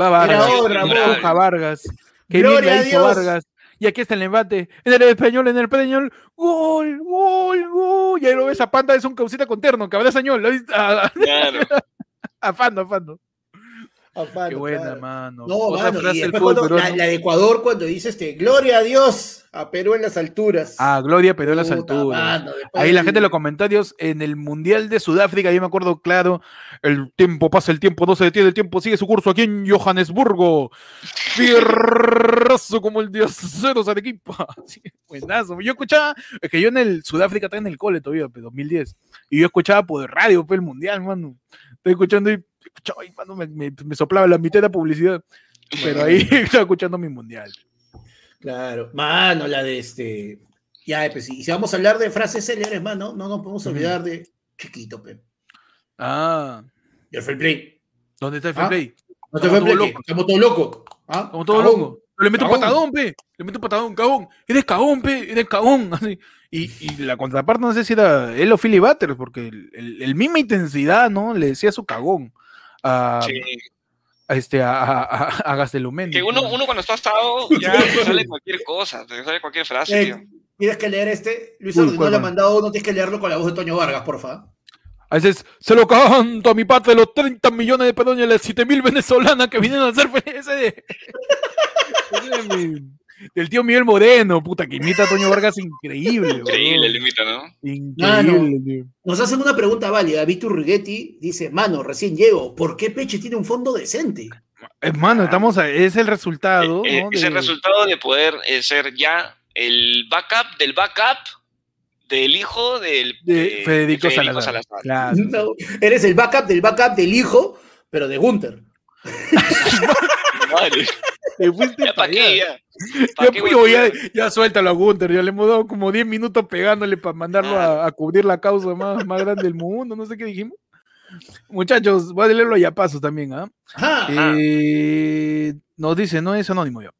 [SPEAKER 1] Va Vargas.
[SPEAKER 2] ahora,
[SPEAKER 1] empuja
[SPEAKER 3] vos.
[SPEAKER 1] Vargas. Qué bien
[SPEAKER 2] Gloria
[SPEAKER 1] la
[SPEAKER 2] a
[SPEAKER 1] hizo
[SPEAKER 2] Dios.
[SPEAKER 1] Vargas. Y aquí está el embate. En el español, en el español. Gol, gol, gol. Y ahí lo ves a Panda, es un caucita con terno, cabrón español. A,
[SPEAKER 3] Claro.
[SPEAKER 1] a Fando, a Fando.
[SPEAKER 2] Afano,
[SPEAKER 1] Qué buena,
[SPEAKER 2] claro.
[SPEAKER 1] mano.
[SPEAKER 2] No,
[SPEAKER 1] Otra
[SPEAKER 2] mano,
[SPEAKER 1] frase
[SPEAKER 2] y
[SPEAKER 1] del
[SPEAKER 2] después cuando-
[SPEAKER 1] fútbol,
[SPEAKER 2] la,
[SPEAKER 1] ¿no?
[SPEAKER 2] la de Ecuador cuando dice este, gloria a Dios, a Perú en las alturas.
[SPEAKER 1] Ah, Gloria Perú en las
[SPEAKER 2] Puta,
[SPEAKER 1] alturas.
[SPEAKER 2] mano, después
[SPEAKER 1] Ahí la
[SPEAKER 2] del-
[SPEAKER 1] gente en los comentarios, en el Mundial de Sudáfrica, yo me acuerdo claro, el tiempo pasa, el tiempo no se detiene, el tiempo sigue su curso aquí en Johannesburgo. Fierrazo como el de Aceros Arequipa. Sí, buenazo. Yo escuchaba, es que yo en el Sudáfrica estaba en el cole todavía, pues, pe, 2010, y yo escuchaba por radio pe, el Mundial, mano. Estoy escuchando y, escuchaba y, mano, me, me- me soplaba la mitad de la publicidad, pero ahí estaba escuchando mi Mundial.
[SPEAKER 2] Claro, mano, la de este. Ya, pues, y si vamos a hablar de frases célebres, mano, no nos podemos
[SPEAKER 1] Ujú.
[SPEAKER 2] olvidar de Chiquito, pe.
[SPEAKER 1] Ah,
[SPEAKER 2] Ya fue el play.
[SPEAKER 1] ¿dónde está el
[SPEAKER 2] Ah.
[SPEAKER 1] fair play?
[SPEAKER 2] No te
[SPEAKER 1] Estamos
[SPEAKER 2] fue el play,
[SPEAKER 1] todos
[SPEAKER 2] que
[SPEAKER 1] locos.
[SPEAKER 2] estamos todos locos. ¿Ah?
[SPEAKER 1] Como todo
[SPEAKER 2] Cagón.
[SPEAKER 1] loco. Pero le meto un
[SPEAKER 2] Cagón.
[SPEAKER 1] patadón, pe. Le meto un patadón, cagón. Eres cagón, pe. Eres cagón. Así. Y, y la contraparte no sé si era él o Philly Butters, porque el, el- el misma intensidad, ¿no? Le decía su cagón a,
[SPEAKER 3] Sí.
[SPEAKER 1] a este, a, a, a- a Gastelumendi,
[SPEAKER 3] Que uno,
[SPEAKER 1] ¿no?
[SPEAKER 3] uno cuando está asado ya te sale cualquier cosa, te sale cualquier frase, tío.
[SPEAKER 2] Eh, tienes que leer este. Luis
[SPEAKER 1] Uy,
[SPEAKER 2] Ordino
[SPEAKER 1] ¿cuál,
[SPEAKER 2] le ha
[SPEAKER 1] mano?
[SPEAKER 2] mandado uno, tienes que leerlo con la voz de Toño Vargas, porfa.
[SPEAKER 1] A veces se lo canto a mi parte de los 30 millones de pedoñas, las 7 mil venezolanas que vienen a ser felices. de- Ese de mi- Del tío Miguel Moreno, puta, que imita a Toño Vargas increíble, bro.
[SPEAKER 3] Increíble, limita, ¿no?
[SPEAKER 1] Increíble, tío.
[SPEAKER 2] Nos hacen una pregunta válida. Víctor Rigetti dice: Mano, recién llego. ¿Por qué Peche tiene un fondo decente?
[SPEAKER 1] Hermano, estamos a- es el resultado.
[SPEAKER 3] Eh, eh,
[SPEAKER 1] ¿no?
[SPEAKER 3] es el
[SPEAKER 1] de-
[SPEAKER 3] resultado de poder eh, ser ya el backup del backup del hijo del
[SPEAKER 1] de
[SPEAKER 3] eh,
[SPEAKER 1] Federico,
[SPEAKER 3] de
[SPEAKER 1] Salazar. Claro.
[SPEAKER 2] No, eres el backup del backup del hijo, pero de Gunter.
[SPEAKER 3] Madre,
[SPEAKER 1] Te fuiste
[SPEAKER 3] ya
[SPEAKER 1] pa'
[SPEAKER 3] para qué,
[SPEAKER 1] allá.
[SPEAKER 3] ya. ¿Pa'
[SPEAKER 1] Ya,
[SPEAKER 3] qué
[SPEAKER 1] fui,
[SPEAKER 3] voy a
[SPEAKER 1] ya,
[SPEAKER 3] estudiar?
[SPEAKER 1] ya suéltalo a Gunter. Ya le hemos dado como 10 minutos pegándole para mandarlo
[SPEAKER 3] Ah.
[SPEAKER 1] a, a cubrir la causa más, más grande del mundo. No sé qué dijimos. Muchachos, voy a leerlo a paso también. ¿ah?
[SPEAKER 2] Ajá.
[SPEAKER 3] Ajá.
[SPEAKER 1] Eh, nos dice, no es anónimo yo.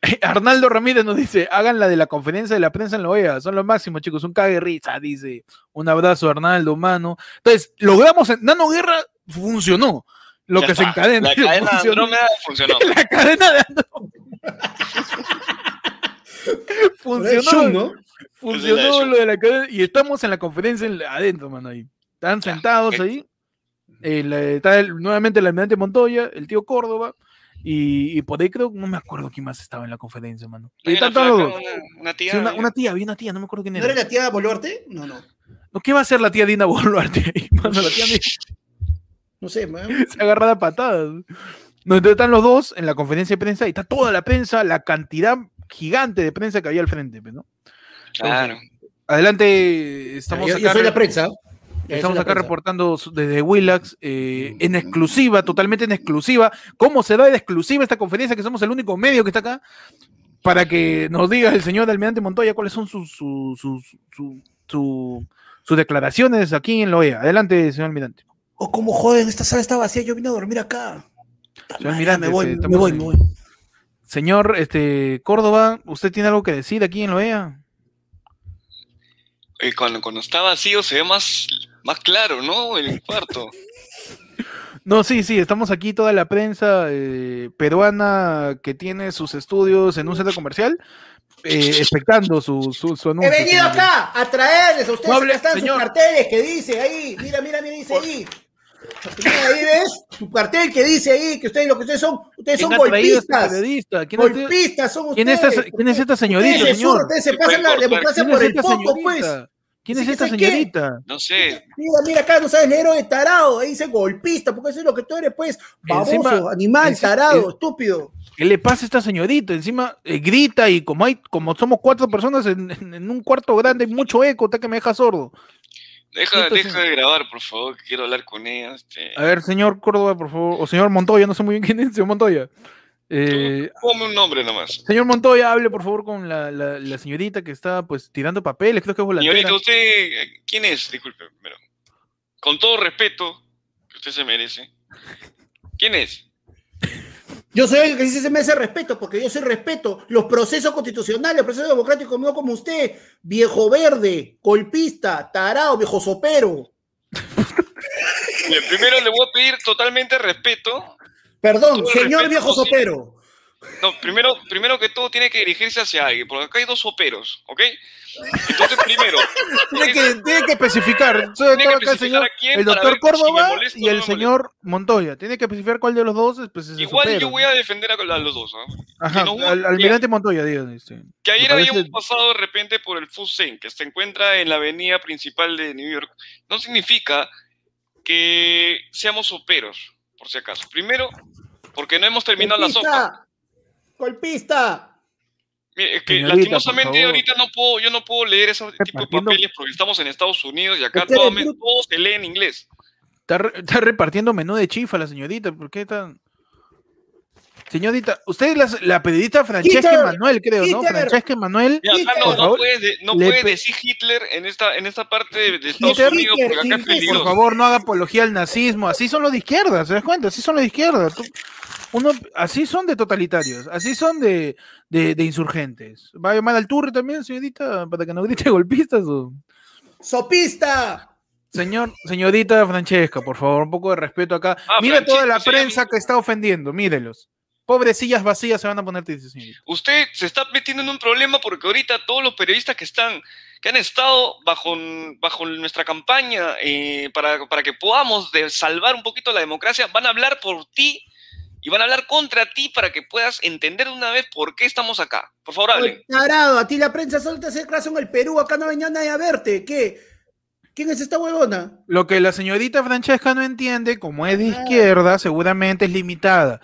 [SPEAKER 1] Arnaldo Ramírez nos dice, hagan la de la conferencia de la prensa en la OEA, son los máximos, chicos, un cague de risa, dice. Un abrazo, Arnaldo, mano. Entonces, logramos, en- Nano Guerra funcionó. Lo
[SPEAKER 3] Ya
[SPEAKER 1] que se
[SPEAKER 3] está.
[SPEAKER 1] encadena.
[SPEAKER 3] La cadena de
[SPEAKER 1] funcionó.
[SPEAKER 3] Andrómeda funcionó.
[SPEAKER 1] La cadena de Andrómeda.
[SPEAKER 2] Por ahí
[SPEAKER 1] funcionó.
[SPEAKER 2] Shun, ¿no?
[SPEAKER 3] Esa es
[SPEAKER 1] Funcionó
[SPEAKER 3] la de
[SPEAKER 1] lo de la cadena. Y estamos en la conferencia en- adentro, mano, ahí. Están
[SPEAKER 3] Ya,
[SPEAKER 1] sentados
[SPEAKER 3] ok.
[SPEAKER 1] ahí. El, eh, está el- nuevamente el almirante Montoya, el tío Córdoba. Y, y por ahí creo, no me acuerdo quién más estaba en la conferencia, mano. Y
[SPEAKER 3] Hay una
[SPEAKER 1] están todos los
[SPEAKER 3] flaca, eh,
[SPEAKER 1] dos.
[SPEAKER 3] una- una tía,
[SPEAKER 1] Sí, una,
[SPEAKER 3] mira.
[SPEAKER 1] una tía, había una tía, no me acuerdo quién
[SPEAKER 2] ¿No
[SPEAKER 1] era.
[SPEAKER 2] era la tía Boluarte? No, no.
[SPEAKER 1] No, ¿Qué va a hacer la tía Dina Boluarte ahí, mano? La tía Dina-
[SPEAKER 2] No sé, man.
[SPEAKER 1] se agarra a patadas. No, entonces están los dos en la conferencia de prensa y está toda la prensa, la cantidad gigante de prensa que había al frente, pues, ¿no?
[SPEAKER 3] Claro.
[SPEAKER 1] Adelante, estamos
[SPEAKER 2] yo,
[SPEAKER 1] acá,
[SPEAKER 2] yo soy la
[SPEAKER 1] re-
[SPEAKER 2] prensa. Yo soy
[SPEAKER 1] estamos
[SPEAKER 2] la
[SPEAKER 1] acá
[SPEAKER 2] prensa.
[SPEAKER 1] reportando su- desde Willax eh, en exclusiva, totalmente en exclusiva. ¿Cómo se da de exclusiva esta conferencia que somos el único medio que está acá? Para que nos diga el señor Almirante Montoya cuáles son sus, sus, sus- su- su- sus declaraciones aquí en la OEA. Adelante, señor Almirante.
[SPEAKER 2] Oh, cómo joden, esta sala está vacía, yo vine a dormir acá. Puta
[SPEAKER 1] Señor
[SPEAKER 2] madre,
[SPEAKER 1] Mirante,
[SPEAKER 2] me voy,
[SPEAKER 1] te-
[SPEAKER 2] me,
[SPEAKER 1] estamos
[SPEAKER 2] voy,
[SPEAKER 1] en-
[SPEAKER 2] me voy.
[SPEAKER 1] Señor este, Córdoba, ¿usted tiene algo que decir aquí en E? la OEA?
[SPEAKER 3] Eh, cuando, cuando está vacío se ve más, más claro, ¿no? El cuarto.
[SPEAKER 1] No, sí, sí, estamos aquí toda la prensa eh, peruana que tiene sus estudios en un centro comercial, eh, expectando su, su, su
[SPEAKER 2] He
[SPEAKER 1] anuncio.
[SPEAKER 2] venido
[SPEAKER 1] señor.
[SPEAKER 2] acá a traerles a ustedes.
[SPEAKER 1] No
[SPEAKER 2] acá
[SPEAKER 1] hable,
[SPEAKER 2] están
[SPEAKER 1] señor.
[SPEAKER 2] sus carteles que dice ahí. Mira, mira, mira, dice ahí. Ahí ves, su cartel que dice ahí que ustedes lo que ustedes son, ustedes
[SPEAKER 1] ¿Quién
[SPEAKER 2] son
[SPEAKER 1] ha traído a este
[SPEAKER 2] golpistas.
[SPEAKER 1] periodista? ¿Quién, ha traído-
[SPEAKER 2] Golpistas son
[SPEAKER 1] quién
[SPEAKER 2] ustedes.
[SPEAKER 1] es esta, quién es esta
[SPEAKER 2] Ustedes
[SPEAKER 1] señorita,
[SPEAKER 2] se
[SPEAKER 1] señor?
[SPEAKER 2] sur, ustedes se
[SPEAKER 3] Se
[SPEAKER 2] pasan
[SPEAKER 3] pueden
[SPEAKER 2] la
[SPEAKER 3] cortar.
[SPEAKER 2] democracia
[SPEAKER 1] ¿Quién
[SPEAKER 2] por
[SPEAKER 1] es
[SPEAKER 2] el
[SPEAKER 1] esta
[SPEAKER 2] poco, pues.
[SPEAKER 1] señorita? ¿Quién
[SPEAKER 2] Sí
[SPEAKER 1] es
[SPEAKER 2] que
[SPEAKER 1] esta
[SPEAKER 2] sé quién.
[SPEAKER 1] señorita?
[SPEAKER 3] No sé.
[SPEAKER 2] Mira, mira acá, no sabes leer de tarado. Ahí dice golpista, porque eso es lo que tú eres, pues. Baboso,
[SPEAKER 1] Encima-
[SPEAKER 2] animal,
[SPEAKER 1] encima-
[SPEAKER 2] tarado,
[SPEAKER 1] en-
[SPEAKER 2] estúpido.
[SPEAKER 1] ¿Qué le pasa a esta señorita? Encima eh, grita y como hay, como somos cuatro personas en, en- en un cuarto grande, hay mucho eco, está que me deja sordo.
[SPEAKER 3] Deja,
[SPEAKER 1] Esto es-
[SPEAKER 3] deja de grabar, por favor, que quiero hablar con ella. este.
[SPEAKER 1] A ver, señor Córdoba, por favor, o señor Montoya, no sé muy bien quién es, señor Montoya.
[SPEAKER 4] Eh,
[SPEAKER 3] Ponme un nombre nomás.
[SPEAKER 4] señor Montoya, hable por favor con la, la- la señorita que está pues tirando papeles, creo que es volantera.
[SPEAKER 3] Señorita, usted, eh, ¿quién es? Disculpe, primero. Con todo respeto que usted se merece. ¿Quién es?
[SPEAKER 2] Yo soy el que sí se me hace respeto, porque yo soy respeto. Los procesos constitucionales, los procesos democráticos, no como usted, viejo verde, golpista, tarao, viejo sopero.
[SPEAKER 3] Mire, Primero le voy a pedir totalmente respeto.
[SPEAKER 2] Perdón,
[SPEAKER 3] Todo el
[SPEAKER 2] señor
[SPEAKER 3] respeto
[SPEAKER 2] viejo
[SPEAKER 3] posible.
[SPEAKER 2] sopero.
[SPEAKER 3] No, primero, primero que todo tiene que dirigirse hacia alguien, porque acá hay dos soperos, ¿ok? Entonces, primero,
[SPEAKER 1] Tiene que, tiene que especificar. Sobre
[SPEAKER 3] Tiene
[SPEAKER 1] todo
[SPEAKER 3] que
[SPEAKER 1] acá el
[SPEAKER 3] especificar
[SPEAKER 1] señor,
[SPEAKER 3] a quién
[SPEAKER 1] el
[SPEAKER 3] para
[SPEAKER 1] doctor
[SPEAKER 3] ver si me
[SPEAKER 1] Córdoba
[SPEAKER 3] molesta
[SPEAKER 1] y
[SPEAKER 3] o no
[SPEAKER 1] el
[SPEAKER 3] me
[SPEAKER 1] señor Montoya. Tiene que especificar cuál de los dos es, pues, es el
[SPEAKER 3] igual
[SPEAKER 1] sopero.
[SPEAKER 3] yo voy a defender a a los dos, ¿ah?
[SPEAKER 1] Ajá,
[SPEAKER 3] que no hubo-
[SPEAKER 1] al, almirante Montoya, díganme. sí.
[SPEAKER 3] Que ayer
[SPEAKER 1] Me
[SPEAKER 3] habíamos
[SPEAKER 1] parece-
[SPEAKER 3] pasado de repente por el Fusen, que se encuentra en la avenida principal de New York, no significa que seamos soperos, por si acaso. Primero, porque no hemos terminado la sopa.
[SPEAKER 2] Golpista, golpista.
[SPEAKER 3] Mire, es que
[SPEAKER 4] Señorita, por
[SPEAKER 3] lastimosamente
[SPEAKER 4] favor.
[SPEAKER 3] ahorita no puedo, yo no puedo leer ese tipo de
[SPEAKER 4] partiendo-
[SPEAKER 3] papeles porque estamos en Estados Unidos y acá
[SPEAKER 2] Usted es
[SPEAKER 3] todo,
[SPEAKER 2] bruto.
[SPEAKER 3] todo se lee en inglés.
[SPEAKER 1] Está, re- está repartiendo menú de chifa la señorita. ¿Por qué tan.? Señorita, usted es la, la periodista Francesca
[SPEAKER 2] Hitler,
[SPEAKER 1] Manuel, creo, ¿no?
[SPEAKER 2] Hitler.
[SPEAKER 1] Francesca Manuel.
[SPEAKER 3] Mira, acá no,
[SPEAKER 1] Por
[SPEAKER 3] no
[SPEAKER 1] favor,
[SPEAKER 3] puedes, de- no
[SPEAKER 1] le
[SPEAKER 3] puedes
[SPEAKER 1] pe-
[SPEAKER 3] decir Hitler en esta, en esta parte de, de Estados
[SPEAKER 2] Hitler,
[SPEAKER 3] Unidos
[SPEAKER 2] Hitler,
[SPEAKER 3] porque acá
[SPEAKER 2] Hitler,
[SPEAKER 3] es
[SPEAKER 2] por
[SPEAKER 1] Por
[SPEAKER 3] peligroso.
[SPEAKER 1] favor, no haga apología al nazismo. Así son los de izquierda, ¿se das cuenta? Así son los de izquierda. Tú- uno, así son de totalitarios, así son de, de, de insurgentes. ¿Va a llamar al turre también, señorita, para que no grite golpistas? o?
[SPEAKER 2] Sopista.
[SPEAKER 1] Señor, señorita Francesca, por favor, un poco de respeto acá.
[SPEAKER 3] Ah,
[SPEAKER 1] Mira toda
[SPEAKER 3] Francesca
[SPEAKER 1] la
[SPEAKER 3] se llama.
[SPEAKER 1] prensa que está ofendiendo, mírelos. Pobrecillas vacías se van a poner, te dice, señorita.
[SPEAKER 3] Usted se está metiendo en un problema porque ahorita todos los periodistas que están, que han estado bajo, bajo nuestra campaña eh, para, para que podamos de- salvar un poquito la democracia, van a hablar por ti y van a hablar contra ti para que puedas entender de una vez por qué estamos acá. Por favor, hablen.
[SPEAKER 2] Oye, Tarado, a ti la prensa solo te hace caso en el Perú, acá no venía nadie a verte. ¿Qué? ¿Quién es esta huevona?
[SPEAKER 1] Lo que la señorita Francesca no entiende, como es de izquierda, seguramente es limitada.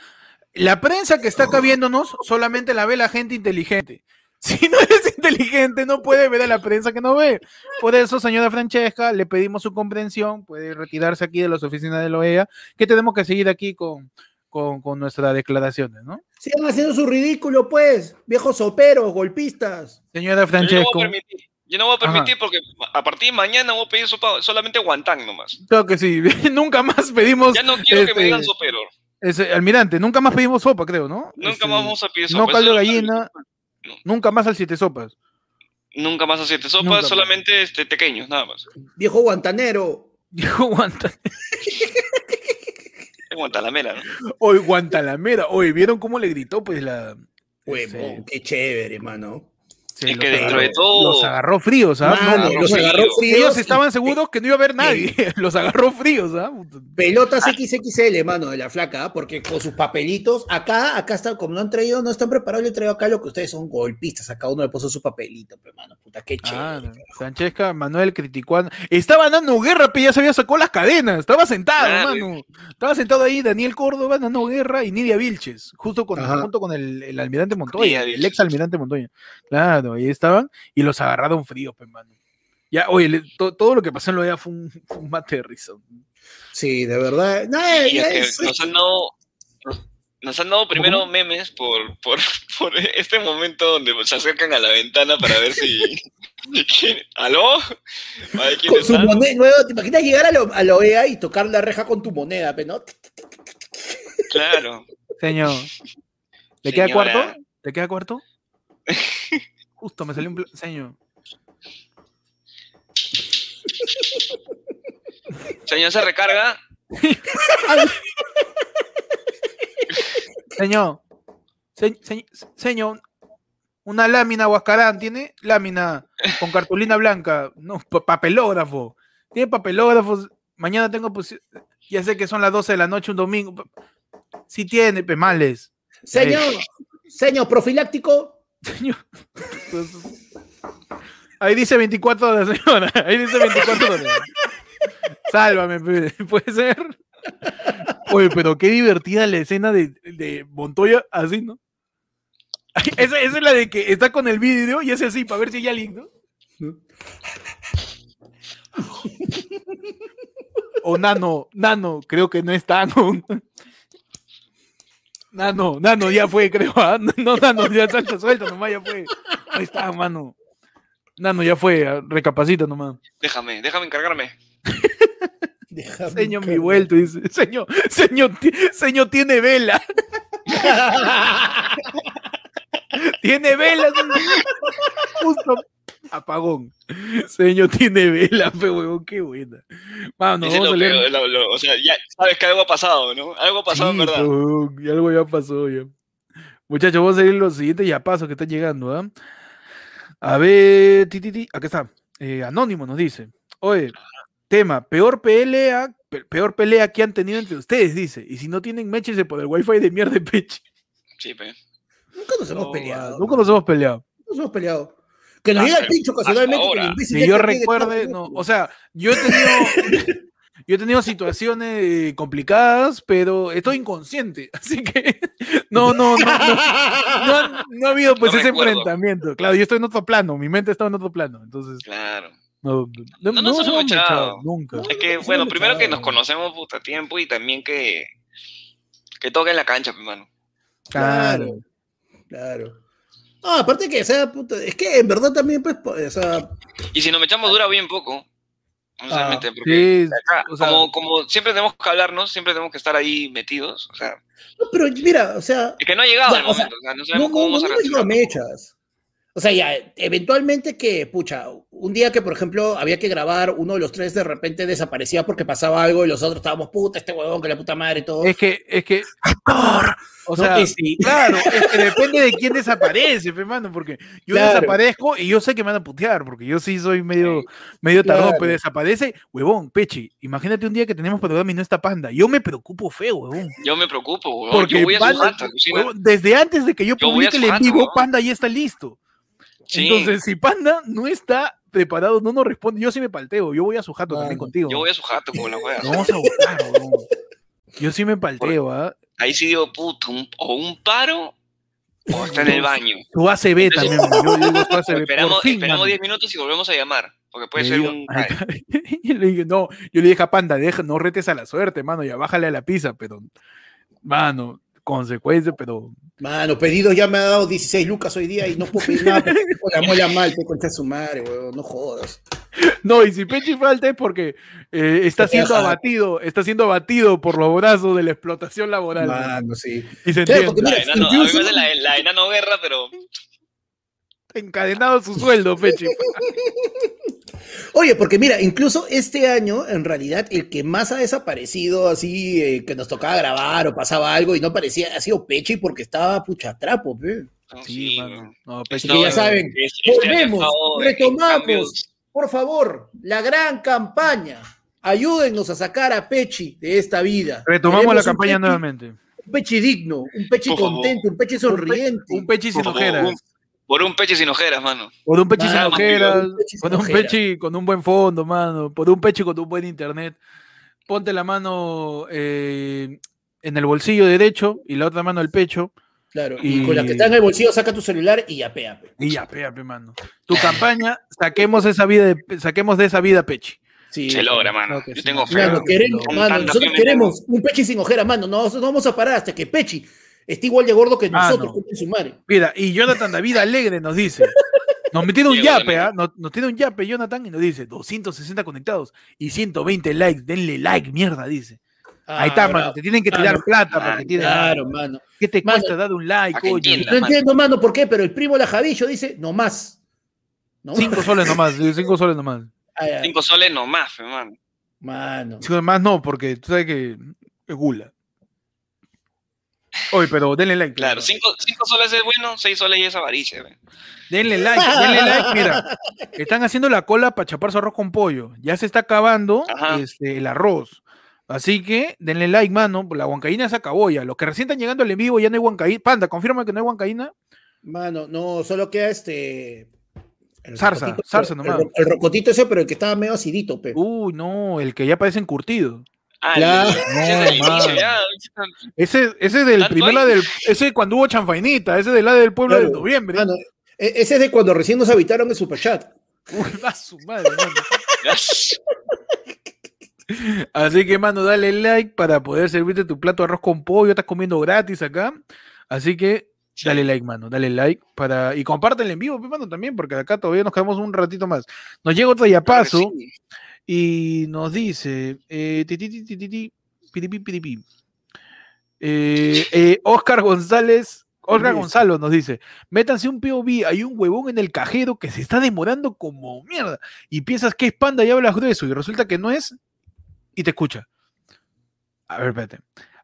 [SPEAKER 1] La prensa que está acá viéndonos solamente la ve la gente inteligente. Si no es inteligente, no puede ver a la prensa que no ve. Por eso, señora Francesca, le pedimos su comprensión. Puede retirarse aquí de las oficinas de la OEA, que tenemos que seguir aquí con, con, con nuestras declaraciones, ¿no?
[SPEAKER 2] Sigan haciendo su ridículo, pues. Viejos soperos, golpistas.
[SPEAKER 1] Señora
[SPEAKER 3] Yo no voy
[SPEAKER 1] Francesco,
[SPEAKER 3] a permitir, yo no voy a permitir porque a partir de mañana voy a pedir sopa- solamente guantán nomás.
[SPEAKER 1] creo que sí. Nunca más pedimos,
[SPEAKER 3] Ya no quiero que me
[SPEAKER 1] Este,
[SPEAKER 3] digan sopero.
[SPEAKER 1] ese, almirante, nunca más pedimos sopa, creo, ¿no?
[SPEAKER 3] Nunca
[SPEAKER 1] Este,
[SPEAKER 3] más vamos a pedir sopa.
[SPEAKER 1] no
[SPEAKER 3] Eso
[SPEAKER 1] caldo
[SPEAKER 3] pues, es-
[SPEAKER 1] gallina. Nunca más al siete sopas.
[SPEAKER 3] Nunca más hacerte
[SPEAKER 1] Nunca
[SPEAKER 3] sopa,
[SPEAKER 1] más.
[SPEAKER 3] solamente este, pequeños, nada más.
[SPEAKER 2] Viejo guantanero.
[SPEAKER 1] Dijo Guantanamera.
[SPEAKER 3] En Guantanamera, ¿no?
[SPEAKER 1] Hoy Guantanamera. Hoy vieron cómo le gritó, pues la.
[SPEAKER 2] Huevón, qué chévere, mano.
[SPEAKER 1] se
[SPEAKER 3] Es
[SPEAKER 1] los
[SPEAKER 3] que dentro de todo-
[SPEAKER 1] Los agarró fríos, ¿ah?
[SPEAKER 2] Mano,
[SPEAKER 3] no,
[SPEAKER 2] los
[SPEAKER 3] no,
[SPEAKER 2] agarró
[SPEAKER 3] ellos
[SPEAKER 2] fríos.
[SPEAKER 1] Ellos
[SPEAKER 2] y
[SPEAKER 1] estaban seguros que no iba a haber nadie. Los agarró fríos, ¿ah?
[SPEAKER 2] Pelotas XXL, mano, de la flaca, ¿ah? porque con sus papelitos, acá, acá están, como no han traído, no están preparados, le traigo acá lo que ustedes son golpistas, acá uno le puso su papelito, pero mano, puta, qué
[SPEAKER 1] Ah,
[SPEAKER 2] chévere.
[SPEAKER 1] Francesca Manuel criticó. a- Estaba dando guerra, pero ya se había sacado las cadenas. Estaba sentado,
[SPEAKER 3] Claro.
[SPEAKER 1] mano. Estaba sentado ahí Daniel Córdoba, dando guerra, y Nidia Vilches, justo con,
[SPEAKER 2] Ajá.
[SPEAKER 1] junto con el, el almirante
[SPEAKER 3] Nidia
[SPEAKER 1] Montoya, el
[SPEAKER 3] Vilches.
[SPEAKER 1] ex almirante Montoya. Claro, ahí estaban, y los agarraron fríos, pues, mano. Ya, oye, le- to- todo lo que pasó en lo fue un, fue un mate de risa.
[SPEAKER 2] Sí, de verdad. No,
[SPEAKER 3] Y
[SPEAKER 2] ya
[SPEAKER 3] es que
[SPEAKER 2] es-
[SPEAKER 3] nos han dado, nos han dado primero memes por, por, por este momento donde se acercan a la ventana para ver si. ¿Quién- ¿Aló? A ver quién
[SPEAKER 2] Con su
[SPEAKER 3] está.
[SPEAKER 2] moneda, huevón, ¿te imaginas llegar a, lo- E a la OEA y tocar la reja con tu moneda, pero no?
[SPEAKER 3] Claro.
[SPEAKER 1] Señor. ¿Le queda
[SPEAKER 3] Señora.
[SPEAKER 1] cuarto? ¿Le queda cuarto? Justo me salió un pla- señor.
[SPEAKER 3] Señor, se recarga.
[SPEAKER 1] Señor, se- se- señor, una lámina Huascarán tiene lámina con cartulina blanca, no, pa- papelógrafo. Tiene papelógrafos. Mañana tengo posi- ya sé que son las 12 de la noche un domingo. Si tiene, pemales.
[SPEAKER 2] Señor, señor, profiláctico.
[SPEAKER 1] Señor. Ahí dice 24 horas, señora. Ahí dice 24 horas. Sálvame, pe, puede ser. Oye, pero qué divertida la escena de, de Montoya así, ¿no? Esa, esa es la de que está con el vídeo y hace así para ver si hay alguien, ¿no? O Nano, Nano, creo que no está. ¿no? Nano, Nano, ya fue, creo. ¿ah? No, Nano, ya salta, suelta nomás, ya fue. Ahí está, mano. Nano, ya fue, ah, recapacita nomás.
[SPEAKER 3] Déjame, déjame encargarme.
[SPEAKER 2] Déjame
[SPEAKER 1] Señor, mi
[SPEAKER 2] caer.
[SPEAKER 1] vuelto, dice. Señor, señor, ti- señor, tiene vela. tiene vela. señor. Justo. Apagón. Señor, tiene vela, pe huevón, qué buena. Mano,
[SPEAKER 3] Ese es
[SPEAKER 1] vamos
[SPEAKER 3] lo
[SPEAKER 1] a leer.
[SPEAKER 3] peor, lo- lo- o sea, ya sabes que algo ha pasado, ¿no? Algo ha pasado, en
[SPEAKER 1] Sí, pues.
[SPEAKER 3] verdad.
[SPEAKER 1] huevón, y algo ya pasó ya. Muchachos, vamos a seguir los siguientes ya pasos que están llegando, ¿ah? A ver, ti, ti, ti, acá está. Eh, Anónimo nos dice. Oye, tema, peor pelea, pe- peor pelea que han tenido entre ustedes, dice. Y si no tienen, méchense por el wifi de mierda de peche.
[SPEAKER 3] Sí, pues, pe.
[SPEAKER 2] Nunca nos hemos
[SPEAKER 3] No,
[SPEAKER 2] peleado.
[SPEAKER 1] Nunca nos hemos peleado.
[SPEAKER 2] Nunca nos hemos peleado. Que nos
[SPEAKER 3] Hasta-
[SPEAKER 2] diga el pincho ocasionalmente.
[SPEAKER 3] hasta
[SPEAKER 2] que el
[SPEAKER 3] ahora.
[SPEAKER 2] imbécil
[SPEAKER 1] Ah, Que
[SPEAKER 2] ya
[SPEAKER 1] yo
[SPEAKER 2] te pide
[SPEAKER 1] recuerde,
[SPEAKER 2] todo.
[SPEAKER 1] no, o sea, yo he tenido, yo he tenido situaciones eh, complicadas, pero estoy inconsciente, así que no, no, no, no, no, ha- no ha habido pues
[SPEAKER 3] No
[SPEAKER 1] ese
[SPEAKER 3] recuerdo.
[SPEAKER 1] enfrentamiento. Claro, yo estoy en otro plano, mi mente está en otro plano, entonces
[SPEAKER 3] Claro.
[SPEAKER 1] no,
[SPEAKER 3] No nos hemos echado.
[SPEAKER 1] nunca.
[SPEAKER 3] Es que,
[SPEAKER 2] Eso
[SPEAKER 3] bueno,
[SPEAKER 2] me
[SPEAKER 3] primero que nos
[SPEAKER 2] cago.
[SPEAKER 3] conocemos puta tiempo y también que, que toquen la cancha, pues, hermano.
[SPEAKER 1] Claro.
[SPEAKER 2] Claro. Claro. No, aparte que, o sea, puta, es que en verdad también, pues, po- o sea,
[SPEAKER 3] Y si nos mechamos dura bien poco. Sinceramente, porque
[SPEAKER 1] Ah, Sí,
[SPEAKER 3] acá,
[SPEAKER 1] o sea-
[SPEAKER 3] Ah, como, como siempre tenemos que hablarnos, siempre tenemos que estar ahí metidos. O sea,
[SPEAKER 2] no, pero mira, o sea,
[SPEAKER 3] es que no ha llegado
[SPEAKER 2] Ya,
[SPEAKER 3] el
[SPEAKER 2] o sea,
[SPEAKER 3] momento. O sea, no
[SPEAKER 2] no,
[SPEAKER 3] sabemos
[SPEAKER 2] no,
[SPEAKER 3] cómo
[SPEAKER 2] no,
[SPEAKER 3] vamos a
[SPEAKER 2] no digo a
[SPEAKER 3] reaccionar.
[SPEAKER 2] mechas. O sea, ya, eventualmente que, pucha, un día que, por ejemplo, había que grabar, uno de los tres de repente desaparecía porque pasaba algo y los otros estábamos, puta, este huevón, que la puta madre y todo.
[SPEAKER 1] es que, es que, o
[SPEAKER 2] ¿no?
[SPEAKER 1] sea,
[SPEAKER 2] Y sí,
[SPEAKER 1] claro, es que depende de quién desaparece, pe, mano, porque yo
[SPEAKER 2] Claro.
[SPEAKER 1] desaparezco y yo sé que me van a putear, porque yo sí soy medio, medio tardón,
[SPEAKER 2] Claro.
[SPEAKER 1] pero desaparece, huevón, Pechi, imagínate un día que tenemos programa y no está panda, yo me preocupo feo, huevón.
[SPEAKER 3] Yo me preocupo, huevón.
[SPEAKER 1] Porque
[SPEAKER 3] yo voy a su
[SPEAKER 1] Panda-
[SPEAKER 3] jata, alucina.
[SPEAKER 1] Huevón, desde antes de que yo
[SPEAKER 3] Yo voy a
[SPEAKER 1] publique el en
[SPEAKER 3] Sujata,
[SPEAKER 1] vivo,
[SPEAKER 3] huevón.
[SPEAKER 1] Panda ya está listo.
[SPEAKER 3] Sí,
[SPEAKER 1] Entonces, si Panda no está preparado, no nos responde, yo sí me palteo, yo voy a su jato también
[SPEAKER 2] Mano,
[SPEAKER 1] contigo.
[SPEAKER 3] yo voy a su jato con la wea.
[SPEAKER 1] Nos Vamos a buscar, huevón. Yo sí me palteo, ¿ah?
[SPEAKER 3] Ahí sí digo, puto, un- o un paro o está en el baño.
[SPEAKER 1] Tu ACB también, yo digo tu ACB,
[SPEAKER 3] Esperamos,
[SPEAKER 1] por fin,
[SPEAKER 3] esperamos
[SPEAKER 1] mano.
[SPEAKER 3] 10 minutos y volvemos a llamar. Porque puede
[SPEAKER 1] Le
[SPEAKER 3] ser
[SPEAKER 1] digo,
[SPEAKER 3] un.
[SPEAKER 1] "Ay, ca-". Y le dije, no, yo le dije a Panda, deja, no retes a la suerte, mano, ya bájale a la pizza, pero, mano, consecuencia, pero
[SPEAKER 2] Mano, pedidos ya me ha dado 16 lucas hoy día y no puedo pedir nada porque tengo la mola mal, te concha su madre, huevón, no jodas.
[SPEAKER 1] No, y si Pechi falta es porque eh, está
[SPEAKER 2] Porque,
[SPEAKER 1] siendo
[SPEAKER 2] ajá.
[SPEAKER 1] abatido, está siendo abatido por los brazos de la explotación laboral.
[SPEAKER 2] Mano, sí.
[SPEAKER 1] y se
[SPEAKER 2] Claro,
[SPEAKER 1] entiende,
[SPEAKER 2] porque mira,
[SPEAKER 3] La enano- a mí me
[SPEAKER 2] incluso-
[SPEAKER 3] hace la, la enano guerra, pero.
[SPEAKER 1] encadenado su sueldo, Pechi.
[SPEAKER 2] Oye, porque mira, incluso este año, en realidad, el que más ha desaparecido, así, eh, que nos tocaba grabar o pasaba algo y no parecía, ha sido Pechi porque estaba pucha trapo, pe.
[SPEAKER 3] no,
[SPEAKER 1] Sí, mano. No, Pechi,
[SPEAKER 2] que ya
[SPEAKER 3] no,
[SPEAKER 2] saben,
[SPEAKER 3] es- este año ha
[SPEAKER 2] volvemos,
[SPEAKER 3] estado en- en
[SPEAKER 2] retomamos.
[SPEAKER 3] cambios.
[SPEAKER 2] Por favor, la gran campaña. Ayúdennos a sacar a Pechi de esta vida.
[SPEAKER 1] Retomamos la
[SPEAKER 2] Queremos un
[SPEAKER 1] campaña
[SPEAKER 2] Pechi-
[SPEAKER 1] nuevamente.
[SPEAKER 2] Un Pechi digno, un Pechi
[SPEAKER 3] Por favor.
[SPEAKER 2] contento, un Pechi sonriente.
[SPEAKER 1] Un Pechi sin
[SPEAKER 3] Por favor,
[SPEAKER 1] ojeras.
[SPEAKER 3] un- Por un peche sin ojeras, mano.
[SPEAKER 1] Por un Pechi sin
[SPEAKER 2] Mano,
[SPEAKER 1] ojeras.
[SPEAKER 2] un Pechi sin
[SPEAKER 1] Por un
[SPEAKER 2] ojeras.
[SPEAKER 1] Pechi con un buen fondo, mano. Por un Pechi con un buen internet. Ponte la mano eh, en el bolsillo derecho y la otra mano al pecho.
[SPEAKER 2] Claro,
[SPEAKER 1] Y-
[SPEAKER 2] y con la que está en el bolsillo, saca tu celular y ya pea. pe.
[SPEAKER 1] Y ya, pe, pe, mano. Tu campaña, saquemos esa vida de, saquemos de esa vida, Pechi.
[SPEAKER 2] Sí.
[SPEAKER 3] Se logra, mano.
[SPEAKER 1] Claro que
[SPEAKER 3] Yo
[SPEAKER 1] sí.
[SPEAKER 3] tengo fe.
[SPEAKER 2] Mano,
[SPEAKER 1] Claro,
[SPEAKER 2] queremos,
[SPEAKER 3] con
[SPEAKER 2] mano,
[SPEAKER 3] tanta
[SPEAKER 2] nosotros
[SPEAKER 3] fe me
[SPEAKER 2] queremos un Pechi sin ojeras, mano. No, nosotros no vamos a parar hasta que Pechi esté igual de gordo que
[SPEAKER 1] Mano.
[SPEAKER 2] nosotros, con su madre.
[SPEAKER 1] Mira, y Jonathan David Alegre nos dice. Nos tiene un
[SPEAKER 3] Llegó la
[SPEAKER 1] yape,
[SPEAKER 3] meta.
[SPEAKER 1] ¿ah? nos, nos tiene un yape Jonathan y nos dice 260 conectados y 120 likes, denle like, mierda, dice. Ahí está,
[SPEAKER 2] Ah,
[SPEAKER 1] mano,
[SPEAKER 2] bravo.
[SPEAKER 1] te tienen que
[SPEAKER 2] Mano,
[SPEAKER 1] tirar plata
[SPEAKER 3] mano,
[SPEAKER 1] porque tienes-
[SPEAKER 2] Claro, mano.
[SPEAKER 1] ¿Qué te
[SPEAKER 2] Mano,
[SPEAKER 1] cuesta dar un like,
[SPEAKER 3] a que
[SPEAKER 1] coño?
[SPEAKER 3] entienda.
[SPEAKER 2] No
[SPEAKER 3] mano.
[SPEAKER 2] entiendo, mano, por qué, pero el primo la Javillo dice, no más. No
[SPEAKER 1] Cinco soles nomás, sí, cinco soles nomás.
[SPEAKER 2] Ay, ay,
[SPEAKER 3] Cinco soles nomás, fe, mano.
[SPEAKER 2] Mano.
[SPEAKER 1] Cinco más no, porque tú sabes que es gula. Oye, pero denle like.
[SPEAKER 3] Claro,
[SPEAKER 1] pues.
[SPEAKER 3] cinco, cinco soles es bueno, seis soles ya es avaricia, fe.
[SPEAKER 1] Denle like, denle like, mira. Están haciendo la cola para chapar su arroz con pollo. Ya se está acabando
[SPEAKER 3] Ajá.
[SPEAKER 1] este, el arroz. Así que denle like, mano. La huancaína se acabó ya. Los que recién están llegando al en vivo ya no hay huancaína. Panda, confirma que no hay huancaína.
[SPEAKER 2] Mano, no, solo queda este. el
[SPEAKER 1] Zarza,
[SPEAKER 2] rocotito,
[SPEAKER 1] zarza
[SPEAKER 2] el-
[SPEAKER 1] nomás. Uh,
[SPEAKER 2] El, el rocotito ese, pero el que estaba medio acidito, pe.
[SPEAKER 1] Uy, no, el que ya parece encurtido.
[SPEAKER 3] Ah,
[SPEAKER 2] Claro.
[SPEAKER 3] el- ese es el
[SPEAKER 1] No,
[SPEAKER 3] inicio,
[SPEAKER 1] mano.
[SPEAKER 3] ya.
[SPEAKER 1] Ese, ese del
[SPEAKER 3] ¿Tanto
[SPEAKER 1] primer
[SPEAKER 3] hay?
[SPEAKER 1] lado del. Ese cuando hubo chanfainita, ese del lado del pueblo de
[SPEAKER 2] Claro.
[SPEAKER 1] noviembre.
[SPEAKER 2] Mano, e- ese es de cuando recién nos habitaron en Superchat.
[SPEAKER 1] Uy, a su madre, mano. Así que, mano, dale like para poder servirte tu plato de arroz con pollo. Estás comiendo gratis acá. Así que dale like, mano, dale like para y compártelo en vivo, pues, mano, también, porque acá todavía nos quedamos un ratito más. Nos llega otro yapazo
[SPEAKER 3] Claro que sí.
[SPEAKER 1] y nos dice eh, ti, ti, ti, ti, ti, ti, piripi, piripi. Eh, eh, Oscar González, Oscar
[SPEAKER 2] Sí.
[SPEAKER 1] Gonzalo nos dice, métanse un POV, hay un huevón en el cajero que se está demorando como mierda y piensas que es panda y hablas grueso y resulta que no es y te escucha. A ver, espérate.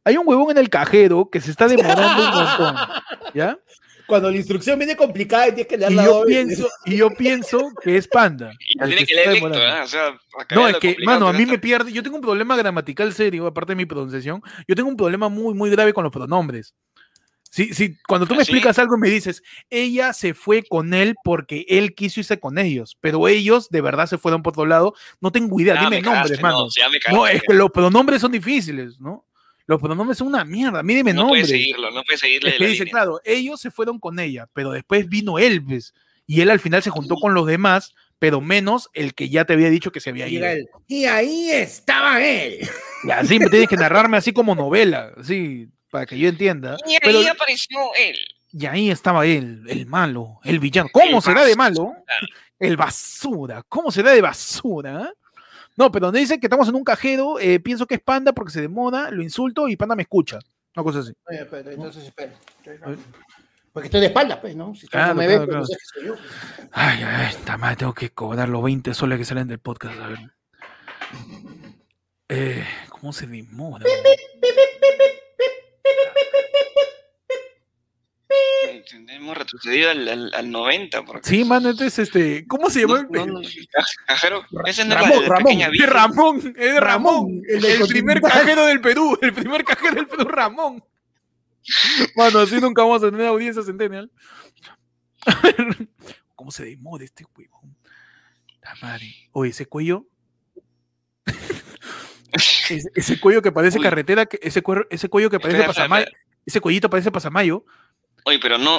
[SPEAKER 1] Hay un huevón en el cajero que se está demorando un montón, ¿ya?
[SPEAKER 2] Cuando la instrucción viene complicada y tienes que leer
[SPEAKER 1] y
[SPEAKER 2] la
[SPEAKER 1] yo
[SPEAKER 2] doble.
[SPEAKER 1] pienso y yo pienso que es panda
[SPEAKER 3] Y
[SPEAKER 1] al
[SPEAKER 3] tiene
[SPEAKER 1] que
[SPEAKER 3] que
[SPEAKER 1] se está
[SPEAKER 3] leer lecto,
[SPEAKER 1] demorando.
[SPEAKER 3] ¿eh? O sea,
[SPEAKER 1] no es que mano a mí me pierde yo tengo un problema gramatical serio aparte de mi pronunciación yo tengo un problema muy muy grave con los pronombres si, si, cuando tú me
[SPEAKER 3] ¿Ah, sí?
[SPEAKER 1] explicas algo y me dices, ella se fue con él porque él quiso irse con ellos, pero ellos de verdad se fueron por otro lado, no tengo idea, dime nombres, mano.
[SPEAKER 3] Ah, No, ya me
[SPEAKER 1] No,
[SPEAKER 3] cagaste,
[SPEAKER 1] es que los pronombres son difíciles, ¿no? Los pronombres son una mierda, a mí dime
[SPEAKER 3] no puedes
[SPEAKER 1] nombres.
[SPEAKER 3] seguirlo, no puedes seguirle
[SPEAKER 1] Es que
[SPEAKER 3] la
[SPEAKER 1] dice,
[SPEAKER 3] línea.
[SPEAKER 1] claro, ellos se fueron con ella, pero después vino él, pues, y él al final se juntó con los demás, pero menos el que ya te había dicho que se había ido.
[SPEAKER 2] Llega él, Y ahí estaba él.
[SPEAKER 1] Y así me tienes que narrarme así como novela, así, para que yo entienda.
[SPEAKER 3] Y ahí
[SPEAKER 1] Pero-
[SPEAKER 3] apareció él.
[SPEAKER 1] Y ahí estaba él, el malo, el villano. ¿Cómo
[SPEAKER 3] El
[SPEAKER 1] será de
[SPEAKER 3] basura.
[SPEAKER 1] malo? El basura. ¿Cómo será de basura? No, pero me dice que estamos en un cajero, eh, pienso que es panda porque se demora, lo insulto y panda me escucha. Una cosa así.
[SPEAKER 2] Oye, pero entonces espera. Entonces,
[SPEAKER 1] A ver.
[SPEAKER 2] Porque estoy de espaldas, pues, ¿no? Si tú
[SPEAKER 1] Claro,
[SPEAKER 2] no me
[SPEAKER 1] claro,
[SPEAKER 2] ves,
[SPEAKER 1] claro.
[SPEAKER 2] pues, no sé que soy yo.
[SPEAKER 1] Ay, ay, esta madre, tengo que cobrar los 20 soles que salen del podcast. A ver. Eh, ¿Cómo se demora?
[SPEAKER 3] Hemos retrocedido al, al, al 90. Porque
[SPEAKER 1] Sí, mano, entonces, este, ¿cómo se
[SPEAKER 3] No,
[SPEAKER 1] llamó? el-
[SPEAKER 3] no, no, cajero, ese no
[SPEAKER 2] Ramón,
[SPEAKER 3] era el
[SPEAKER 2] Ramón,
[SPEAKER 3] pequeña
[SPEAKER 1] Es
[SPEAKER 3] vida.
[SPEAKER 1] Ramón, es Ramón,
[SPEAKER 2] Ramón, el
[SPEAKER 1] el,
[SPEAKER 2] del
[SPEAKER 1] primer
[SPEAKER 2] Continental.
[SPEAKER 1] cajero del Perú, el primer cajero del Perú, Ramón. Mano, así nunca vamos a tener audiencia centennial. A ver, ¿Cómo se demora este huevón? La madre. Oye, ese cuello. Ese, ese cuello que parece
[SPEAKER 3] Uy.
[SPEAKER 1] carretera, que- ese, cuero- ese cuello que parece
[SPEAKER 3] Espera, espera,
[SPEAKER 1] pasamayo, ese cuellito parece pasamayo.
[SPEAKER 3] Oye, pero no.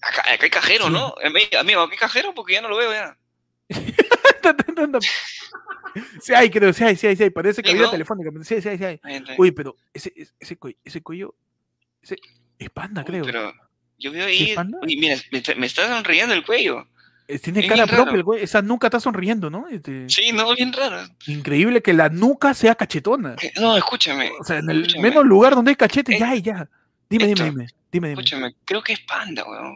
[SPEAKER 3] Acá, acá hay cajero, ¿no? Ami- Amigo, acá hay cajero porque ya no lo veo ya.
[SPEAKER 1] sí, hay, creo, sí, hay, sí, hay, sí, hay, parece
[SPEAKER 3] Sí,
[SPEAKER 1] cabida
[SPEAKER 3] ¿no?
[SPEAKER 1] telefónica. Sí, sí, hay, sí, hay.
[SPEAKER 3] Ahí está.
[SPEAKER 1] Uy, pero ese, ese, ese cuello, ese cuello ese, es panda,
[SPEAKER 3] Uy,
[SPEAKER 1] Ah, creo.
[SPEAKER 3] Pero yo veo
[SPEAKER 1] ¿Sí es
[SPEAKER 3] ahí.
[SPEAKER 1] panda?
[SPEAKER 3] Oye, mira, me, está- me está sonriendo el cuello.
[SPEAKER 1] Eh, Tiene
[SPEAKER 3] es
[SPEAKER 1] cara
[SPEAKER 3] bien raro.
[SPEAKER 1] propia, el güey. Esa nuca está sonriendo, ¿no? Este,
[SPEAKER 3] Sí, no, bien raro. Eh,
[SPEAKER 1] Increíble que la nuca sea cachetona.
[SPEAKER 3] No, escúchame,
[SPEAKER 1] O sea, en el
[SPEAKER 3] Escúchame.
[SPEAKER 1] menos lugar donde hay cachete,
[SPEAKER 3] Eh,
[SPEAKER 1] ya, y ya. Dime, dime,
[SPEAKER 3] Héctor,
[SPEAKER 1] dime. Dime, dime.
[SPEAKER 3] escúchame. Creo que es panda, weón.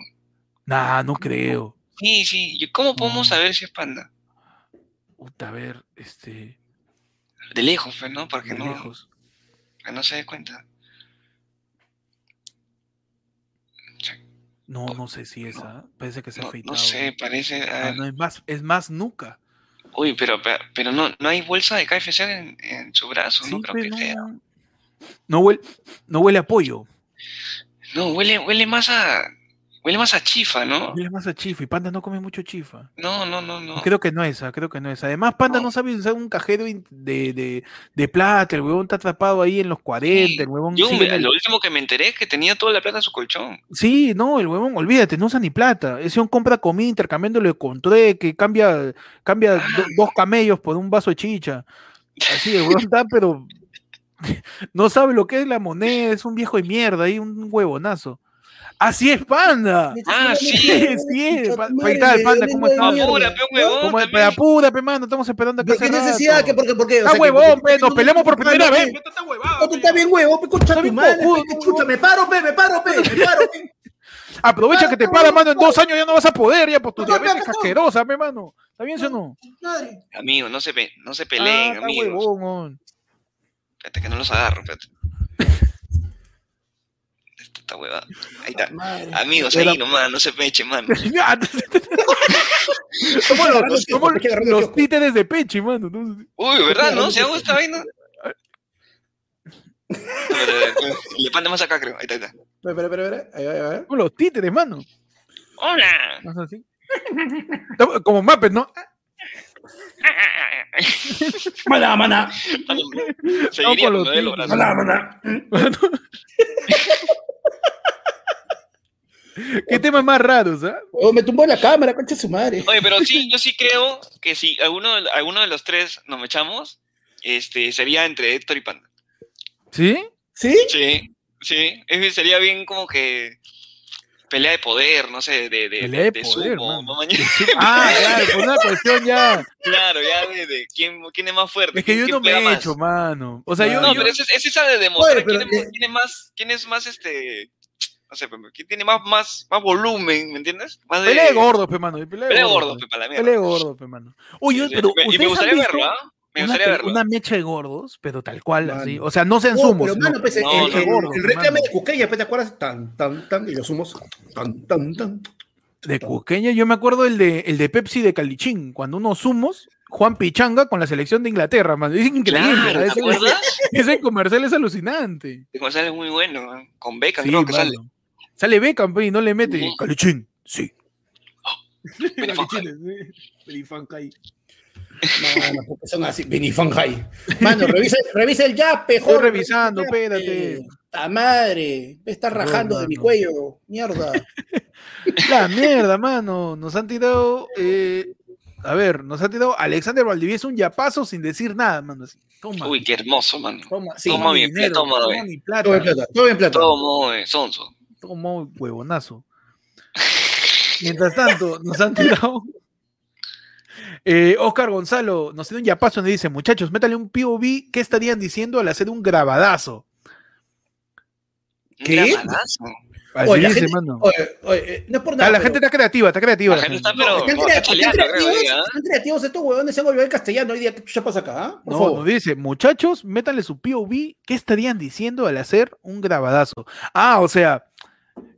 [SPEAKER 1] Nah, no creo.
[SPEAKER 3] Sí, sí. ¿y ¿Cómo podemos
[SPEAKER 1] No.
[SPEAKER 3] saber si es panda?
[SPEAKER 1] Puta, a ver, este.
[SPEAKER 3] De lejos, pues, ¿no? Para que
[SPEAKER 1] de
[SPEAKER 3] no,
[SPEAKER 1] lejos.
[SPEAKER 3] para que no se dé cuenta.
[SPEAKER 1] No, no sé si esa. Parece que se ha
[SPEAKER 3] No,
[SPEAKER 1] afeitado.
[SPEAKER 3] no sé, parece. a
[SPEAKER 1] Ah,
[SPEAKER 3] ver.
[SPEAKER 1] no, es más, es más nuca.
[SPEAKER 3] Uy, pero, pero, pero no, no hay bolsa de KFC en, en su brazo,
[SPEAKER 1] Sí,
[SPEAKER 3] no creo
[SPEAKER 1] pe,
[SPEAKER 3] que
[SPEAKER 1] no,
[SPEAKER 3] sea.
[SPEAKER 1] no. No huele, no huele a pollo.
[SPEAKER 3] No, huele, huele más a. Huele más a chifa, ¿no?
[SPEAKER 1] Huele más a chifa. Y panda no come mucho chifa.
[SPEAKER 3] No, no, no, no.
[SPEAKER 1] Creo que no esa, creo que no esa. Además, Panda no,
[SPEAKER 3] No.
[SPEAKER 1] sabe usar un cajero in- de, de, de plata, el huevón está atrapado ahí en los 40, el huevón...
[SPEAKER 3] Yo
[SPEAKER 1] sigue
[SPEAKER 3] me-
[SPEAKER 1] en el-
[SPEAKER 3] lo último que me enteré es que tenía toda la plata en su colchón.
[SPEAKER 1] Sí, no, el huevón, olvídate, no usa ni plata. Ese huevón compra comida intercambiándole con que cambia, cambia
[SPEAKER 3] Ah.
[SPEAKER 1] do- dos camellos por un vaso de chicha. Así, el huevón está, pero no sabe lo que es la moneda, es un viejo de mierda, ahí un huevonazo. Así es, Panda.
[SPEAKER 3] Ah, sí,
[SPEAKER 1] sí, pa- ahí está el panda, ¿cómo está?
[SPEAKER 3] Ahora, pe huevón,
[SPEAKER 1] Como,
[SPEAKER 3] también.
[SPEAKER 1] pero apúrate, mano, estamos esperando acá
[SPEAKER 2] ¿Por qué
[SPEAKER 1] hace
[SPEAKER 2] necesidad?
[SPEAKER 1] rato.
[SPEAKER 2] ¿Qué, por qué, por qué? O
[SPEAKER 1] Está
[SPEAKER 2] sea, que-
[SPEAKER 1] huevón,
[SPEAKER 2] ¿por qué
[SPEAKER 1] pe, nos
[SPEAKER 2] no-
[SPEAKER 1] peleamos por
[SPEAKER 2] no,
[SPEAKER 1] primera
[SPEAKER 2] no,
[SPEAKER 1] vez.
[SPEAKER 2] pe.
[SPEAKER 1] pe, está huevada,
[SPEAKER 2] No, tú
[SPEAKER 1] pe.
[SPEAKER 2] estás bien huevón, pe, concha
[SPEAKER 1] Está
[SPEAKER 2] tu
[SPEAKER 1] bien
[SPEAKER 2] madre,
[SPEAKER 1] cojudo,
[SPEAKER 2] pe,
[SPEAKER 1] huevón.
[SPEAKER 2] chucha, me paro, pe, me paro, pe, me paro, pues, pe.
[SPEAKER 1] Aprovecha que te para, mano, en dos años ya no vas a poder, ya por tu
[SPEAKER 2] No, no,
[SPEAKER 1] diabetes
[SPEAKER 2] no, no.
[SPEAKER 1] casquerosa, pe, mano. ¿Está bien sí o no?
[SPEAKER 2] Madre.
[SPEAKER 3] Amigo, no se, pe- no se
[SPEAKER 1] Ah,
[SPEAKER 3] peleen,
[SPEAKER 1] está
[SPEAKER 3] amigos.
[SPEAKER 1] huevón, huevón.
[SPEAKER 3] Espérate que no los agarro, espérate. Esta, esta huevada. Ahí está.
[SPEAKER 2] Madre.
[SPEAKER 3] Amigos, ahí nomás, no se pechen, mano.
[SPEAKER 1] Ya,
[SPEAKER 2] Somos los-
[SPEAKER 1] Los,
[SPEAKER 2] somos los-
[SPEAKER 1] los títeres de peche, mano. ¿no?
[SPEAKER 3] Uy, ¿verdad, no? ¿Se hago esta vaina? eh, Le panda más acá, creo. Ahí está, ahí está.
[SPEAKER 2] Espera, espera, espera, ahí va, eh. ahí va.
[SPEAKER 1] Como los títeres, mano.
[SPEAKER 3] ¡Hola!
[SPEAKER 1] Más así. Como mapes, ¿no?
[SPEAKER 2] Maná, maná,
[SPEAKER 3] Seguiría
[SPEAKER 1] con
[SPEAKER 3] con
[SPEAKER 1] los
[SPEAKER 3] lo de los
[SPEAKER 1] tíos.
[SPEAKER 3] brazos.
[SPEAKER 2] maná, maná.
[SPEAKER 1] Qué temas más raros, ¿ah?
[SPEAKER 2] Oh, me tumbó la cámara, concha su madre.
[SPEAKER 3] Oye, pero sí, yo sí creo que si alguno de, alguno de los tres nos echamos, este, sería entre Héctor y Panda.
[SPEAKER 1] ¿Sí?
[SPEAKER 2] ¿Sí?
[SPEAKER 3] Sí, sí. Es que sería bien como que pelea de poder, no sé, de, de, de,
[SPEAKER 1] Pelea de
[SPEAKER 3] de
[SPEAKER 1] poder,
[SPEAKER 3] sumo,
[SPEAKER 1] mano.
[SPEAKER 3] ¿no? Maña-
[SPEAKER 1] Ah, claro, por una cuestión ya.
[SPEAKER 3] Claro, ya de, de quién, quién es más fuerte.
[SPEAKER 1] Es que yo
[SPEAKER 3] quién
[SPEAKER 1] no me
[SPEAKER 3] pega
[SPEAKER 1] he
[SPEAKER 3] más.
[SPEAKER 1] hecho, mano. O sea, yo.
[SPEAKER 3] No,
[SPEAKER 1] yo-
[SPEAKER 3] pero es, es esa de demostrar
[SPEAKER 2] Oye, pero
[SPEAKER 3] quién, es,
[SPEAKER 2] le-
[SPEAKER 3] quién es más, quién es más este, no sé, pero quién tiene más, más, más volumen, ¿me entiendes? Más de,
[SPEAKER 1] Pelea de gordos, pe, mano. Pelea de
[SPEAKER 3] pelea de
[SPEAKER 1] gordos,
[SPEAKER 3] gordo,
[SPEAKER 1] pe.
[SPEAKER 3] pe, para la mierda.
[SPEAKER 1] Pelea de gordos, pe, mano. Uy,
[SPEAKER 3] Sí,
[SPEAKER 1] pero.
[SPEAKER 3] sí, me- y me
[SPEAKER 1] ¿ustedes
[SPEAKER 3] gustaría
[SPEAKER 1] han visto
[SPEAKER 3] verlo, ¿ah? Me
[SPEAKER 1] una,
[SPEAKER 3] gustaría
[SPEAKER 1] pe-
[SPEAKER 3] verlo.
[SPEAKER 1] una mecha de gordos, pero tal cual, así.
[SPEAKER 2] Mano.
[SPEAKER 1] O sea, no se
[SPEAKER 2] Oh,
[SPEAKER 1] ensumos.
[SPEAKER 2] pero mano, pues, el,
[SPEAKER 3] No,
[SPEAKER 2] el-
[SPEAKER 3] no,
[SPEAKER 2] el-
[SPEAKER 1] gordo,
[SPEAKER 2] el réclame
[SPEAKER 1] mano.
[SPEAKER 2] de Cuqueña, pues, ¿te acuerdas? Tan, tan, tan, y los humos. Tan, tan, tan.
[SPEAKER 1] De Cuqueña, yo me acuerdo el de, el de Pepsi de Calichín, cuando unos sumos, Juan Pichanga con la selección de Inglaterra, mano. Es increíble,
[SPEAKER 3] Claro,
[SPEAKER 1] ¿verdad? ese,
[SPEAKER 3] ¿te acuerdas?
[SPEAKER 1] ese comercial es alucinante.
[SPEAKER 3] El comercial es muy bueno, ¿eh? con Beckham
[SPEAKER 1] Sí,
[SPEAKER 3] creo que
[SPEAKER 1] mano.
[SPEAKER 3] sale.
[SPEAKER 1] Sale Beckham, pe, y no le mete.
[SPEAKER 3] Ujú.
[SPEAKER 1] Calichín, sí.
[SPEAKER 3] Benifancay.
[SPEAKER 1] Calichín, sí. Benifancay.
[SPEAKER 2] Mano, porque son así. Benifanjai. Mano, revisa, revisa el yape,
[SPEAKER 1] Estoy
[SPEAKER 2] Jorge,
[SPEAKER 1] revisando,
[SPEAKER 2] revisa el yape.
[SPEAKER 1] espérate.
[SPEAKER 2] Ta madre. Me está
[SPEAKER 1] Perdón,
[SPEAKER 2] rajando de mi
[SPEAKER 1] mano.
[SPEAKER 2] cuello. Mierda.
[SPEAKER 1] La mierda, mano. Nos han tirado. eh, a ver, nos ha tirado Alexander Valdivieso un yapazo sin decir nada, mano. así, toma,
[SPEAKER 3] Uy, qué hermoso, mano.
[SPEAKER 1] toma,
[SPEAKER 2] sí.
[SPEAKER 1] toma
[SPEAKER 3] Toma mi
[SPEAKER 1] dinero,
[SPEAKER 3] plata, toma,
[SPEAKER 1] toma
[SPEAKER 3] ve.
[SPEAKER 1] mi
[SPEAKER 2] Todo en
[SPEAKER 1] plata,
[SPEAKER 2] plata. Todo en plata.
[SPEAKER 3] Todo modo de sonso.
[SPEAKER 1] toma huevonazo. Mientras tanto, nos han tirado. eh, Oscar Gonzalo nos tiene un yapazo donde dice: Muchachos, métale un POV. ¿Qué estarían diciendo al hacer un grabadazo?
[SPEAKER 3] Un
[SPEAKER 2] ¿Qué?
[SPEAKER 3] grabadazo.
[SPEAKER 1] Así
[SPEAKER 2] Oye, la
[SPEAKER 1] dice,
[SPEAKER 2] gente-
[SPEAKER 1] mano.
[SPEAKER 2] Oye, oye, eh, no es por
[SPEAKER 1] Ah,
[SPEAKER 2] nada.
[SPEAKER 1] la
[SPEAKER 2] pero-
[SPEAKER 1] gente está creativa, está creativa.
[SPEAKER 3] La gente está, pero
[SPEAKER 2] Están
[SPEAKER 3] no,
[SPEAKER 2] crea-
[SPEAKER 3] está
[SPEAKER 2] están
[SPEAKER 3] chaleando, creo,
[SPEAKER 2] creativos,
[SPEAKER 3] hoy día, ¿eh?
[SPEAKER 2] están creativos estos huevones, se han olvidado el castellano hoy día. ¿Qué chucha pasa acá? ah? Por
[SPEAKER 1] No,
[SPEAKER 2] favor.
[SPEAKER 1] nos dice, muchachos, métanle su POV, ¿qué estarían diciendo al hacer un grabadazo? Ah, o sea,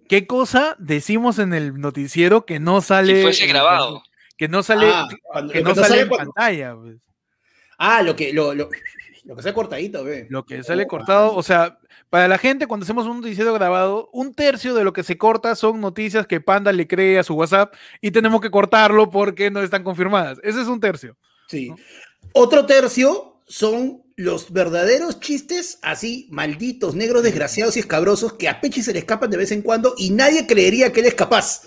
[SPEAKER 1] ¿qué cosa decimos en el noticiero que no sale?
[SPEAKER 3] Si fuese
[SPEAKER 1] en-
[SPEAKER 3] grabado.
[SPEAKER 1] Que no sale,
[SPEAKER 2] Ah, cuando-
[SPEAKER 1] que
[SPEAKER 2] lo
[SPEAKER 1] no sale, en
[SPEAKER 2] cuando-
[SPEAKER 1] pantalla, pues.
[SPEAKER 2] Ah, lo que, lo, lo, lo que sea cortadito, ve.
[SPEAKER 1] lo que sale
[SPEAKER 2] Oh,
[SPEAKER 1] cortado. O sea, para la gente, cuando hacemos un noticiero grabado, un tercio de lo que se corta son noticias que Panda le cree a su WhatsApp y tenemos que cortarlo porque no están confirmadas. Ese es un tercio.
[SPEAKER 2] Sí.
[SPEAKER 1] ¿no?
[SPEAKER 2] Otro tercio son los verdaderos chistes así, malditos, negros, desgraciados y escabrosos que a Pechi se le escapan de vez en cuando y nadie creería que él es capaz.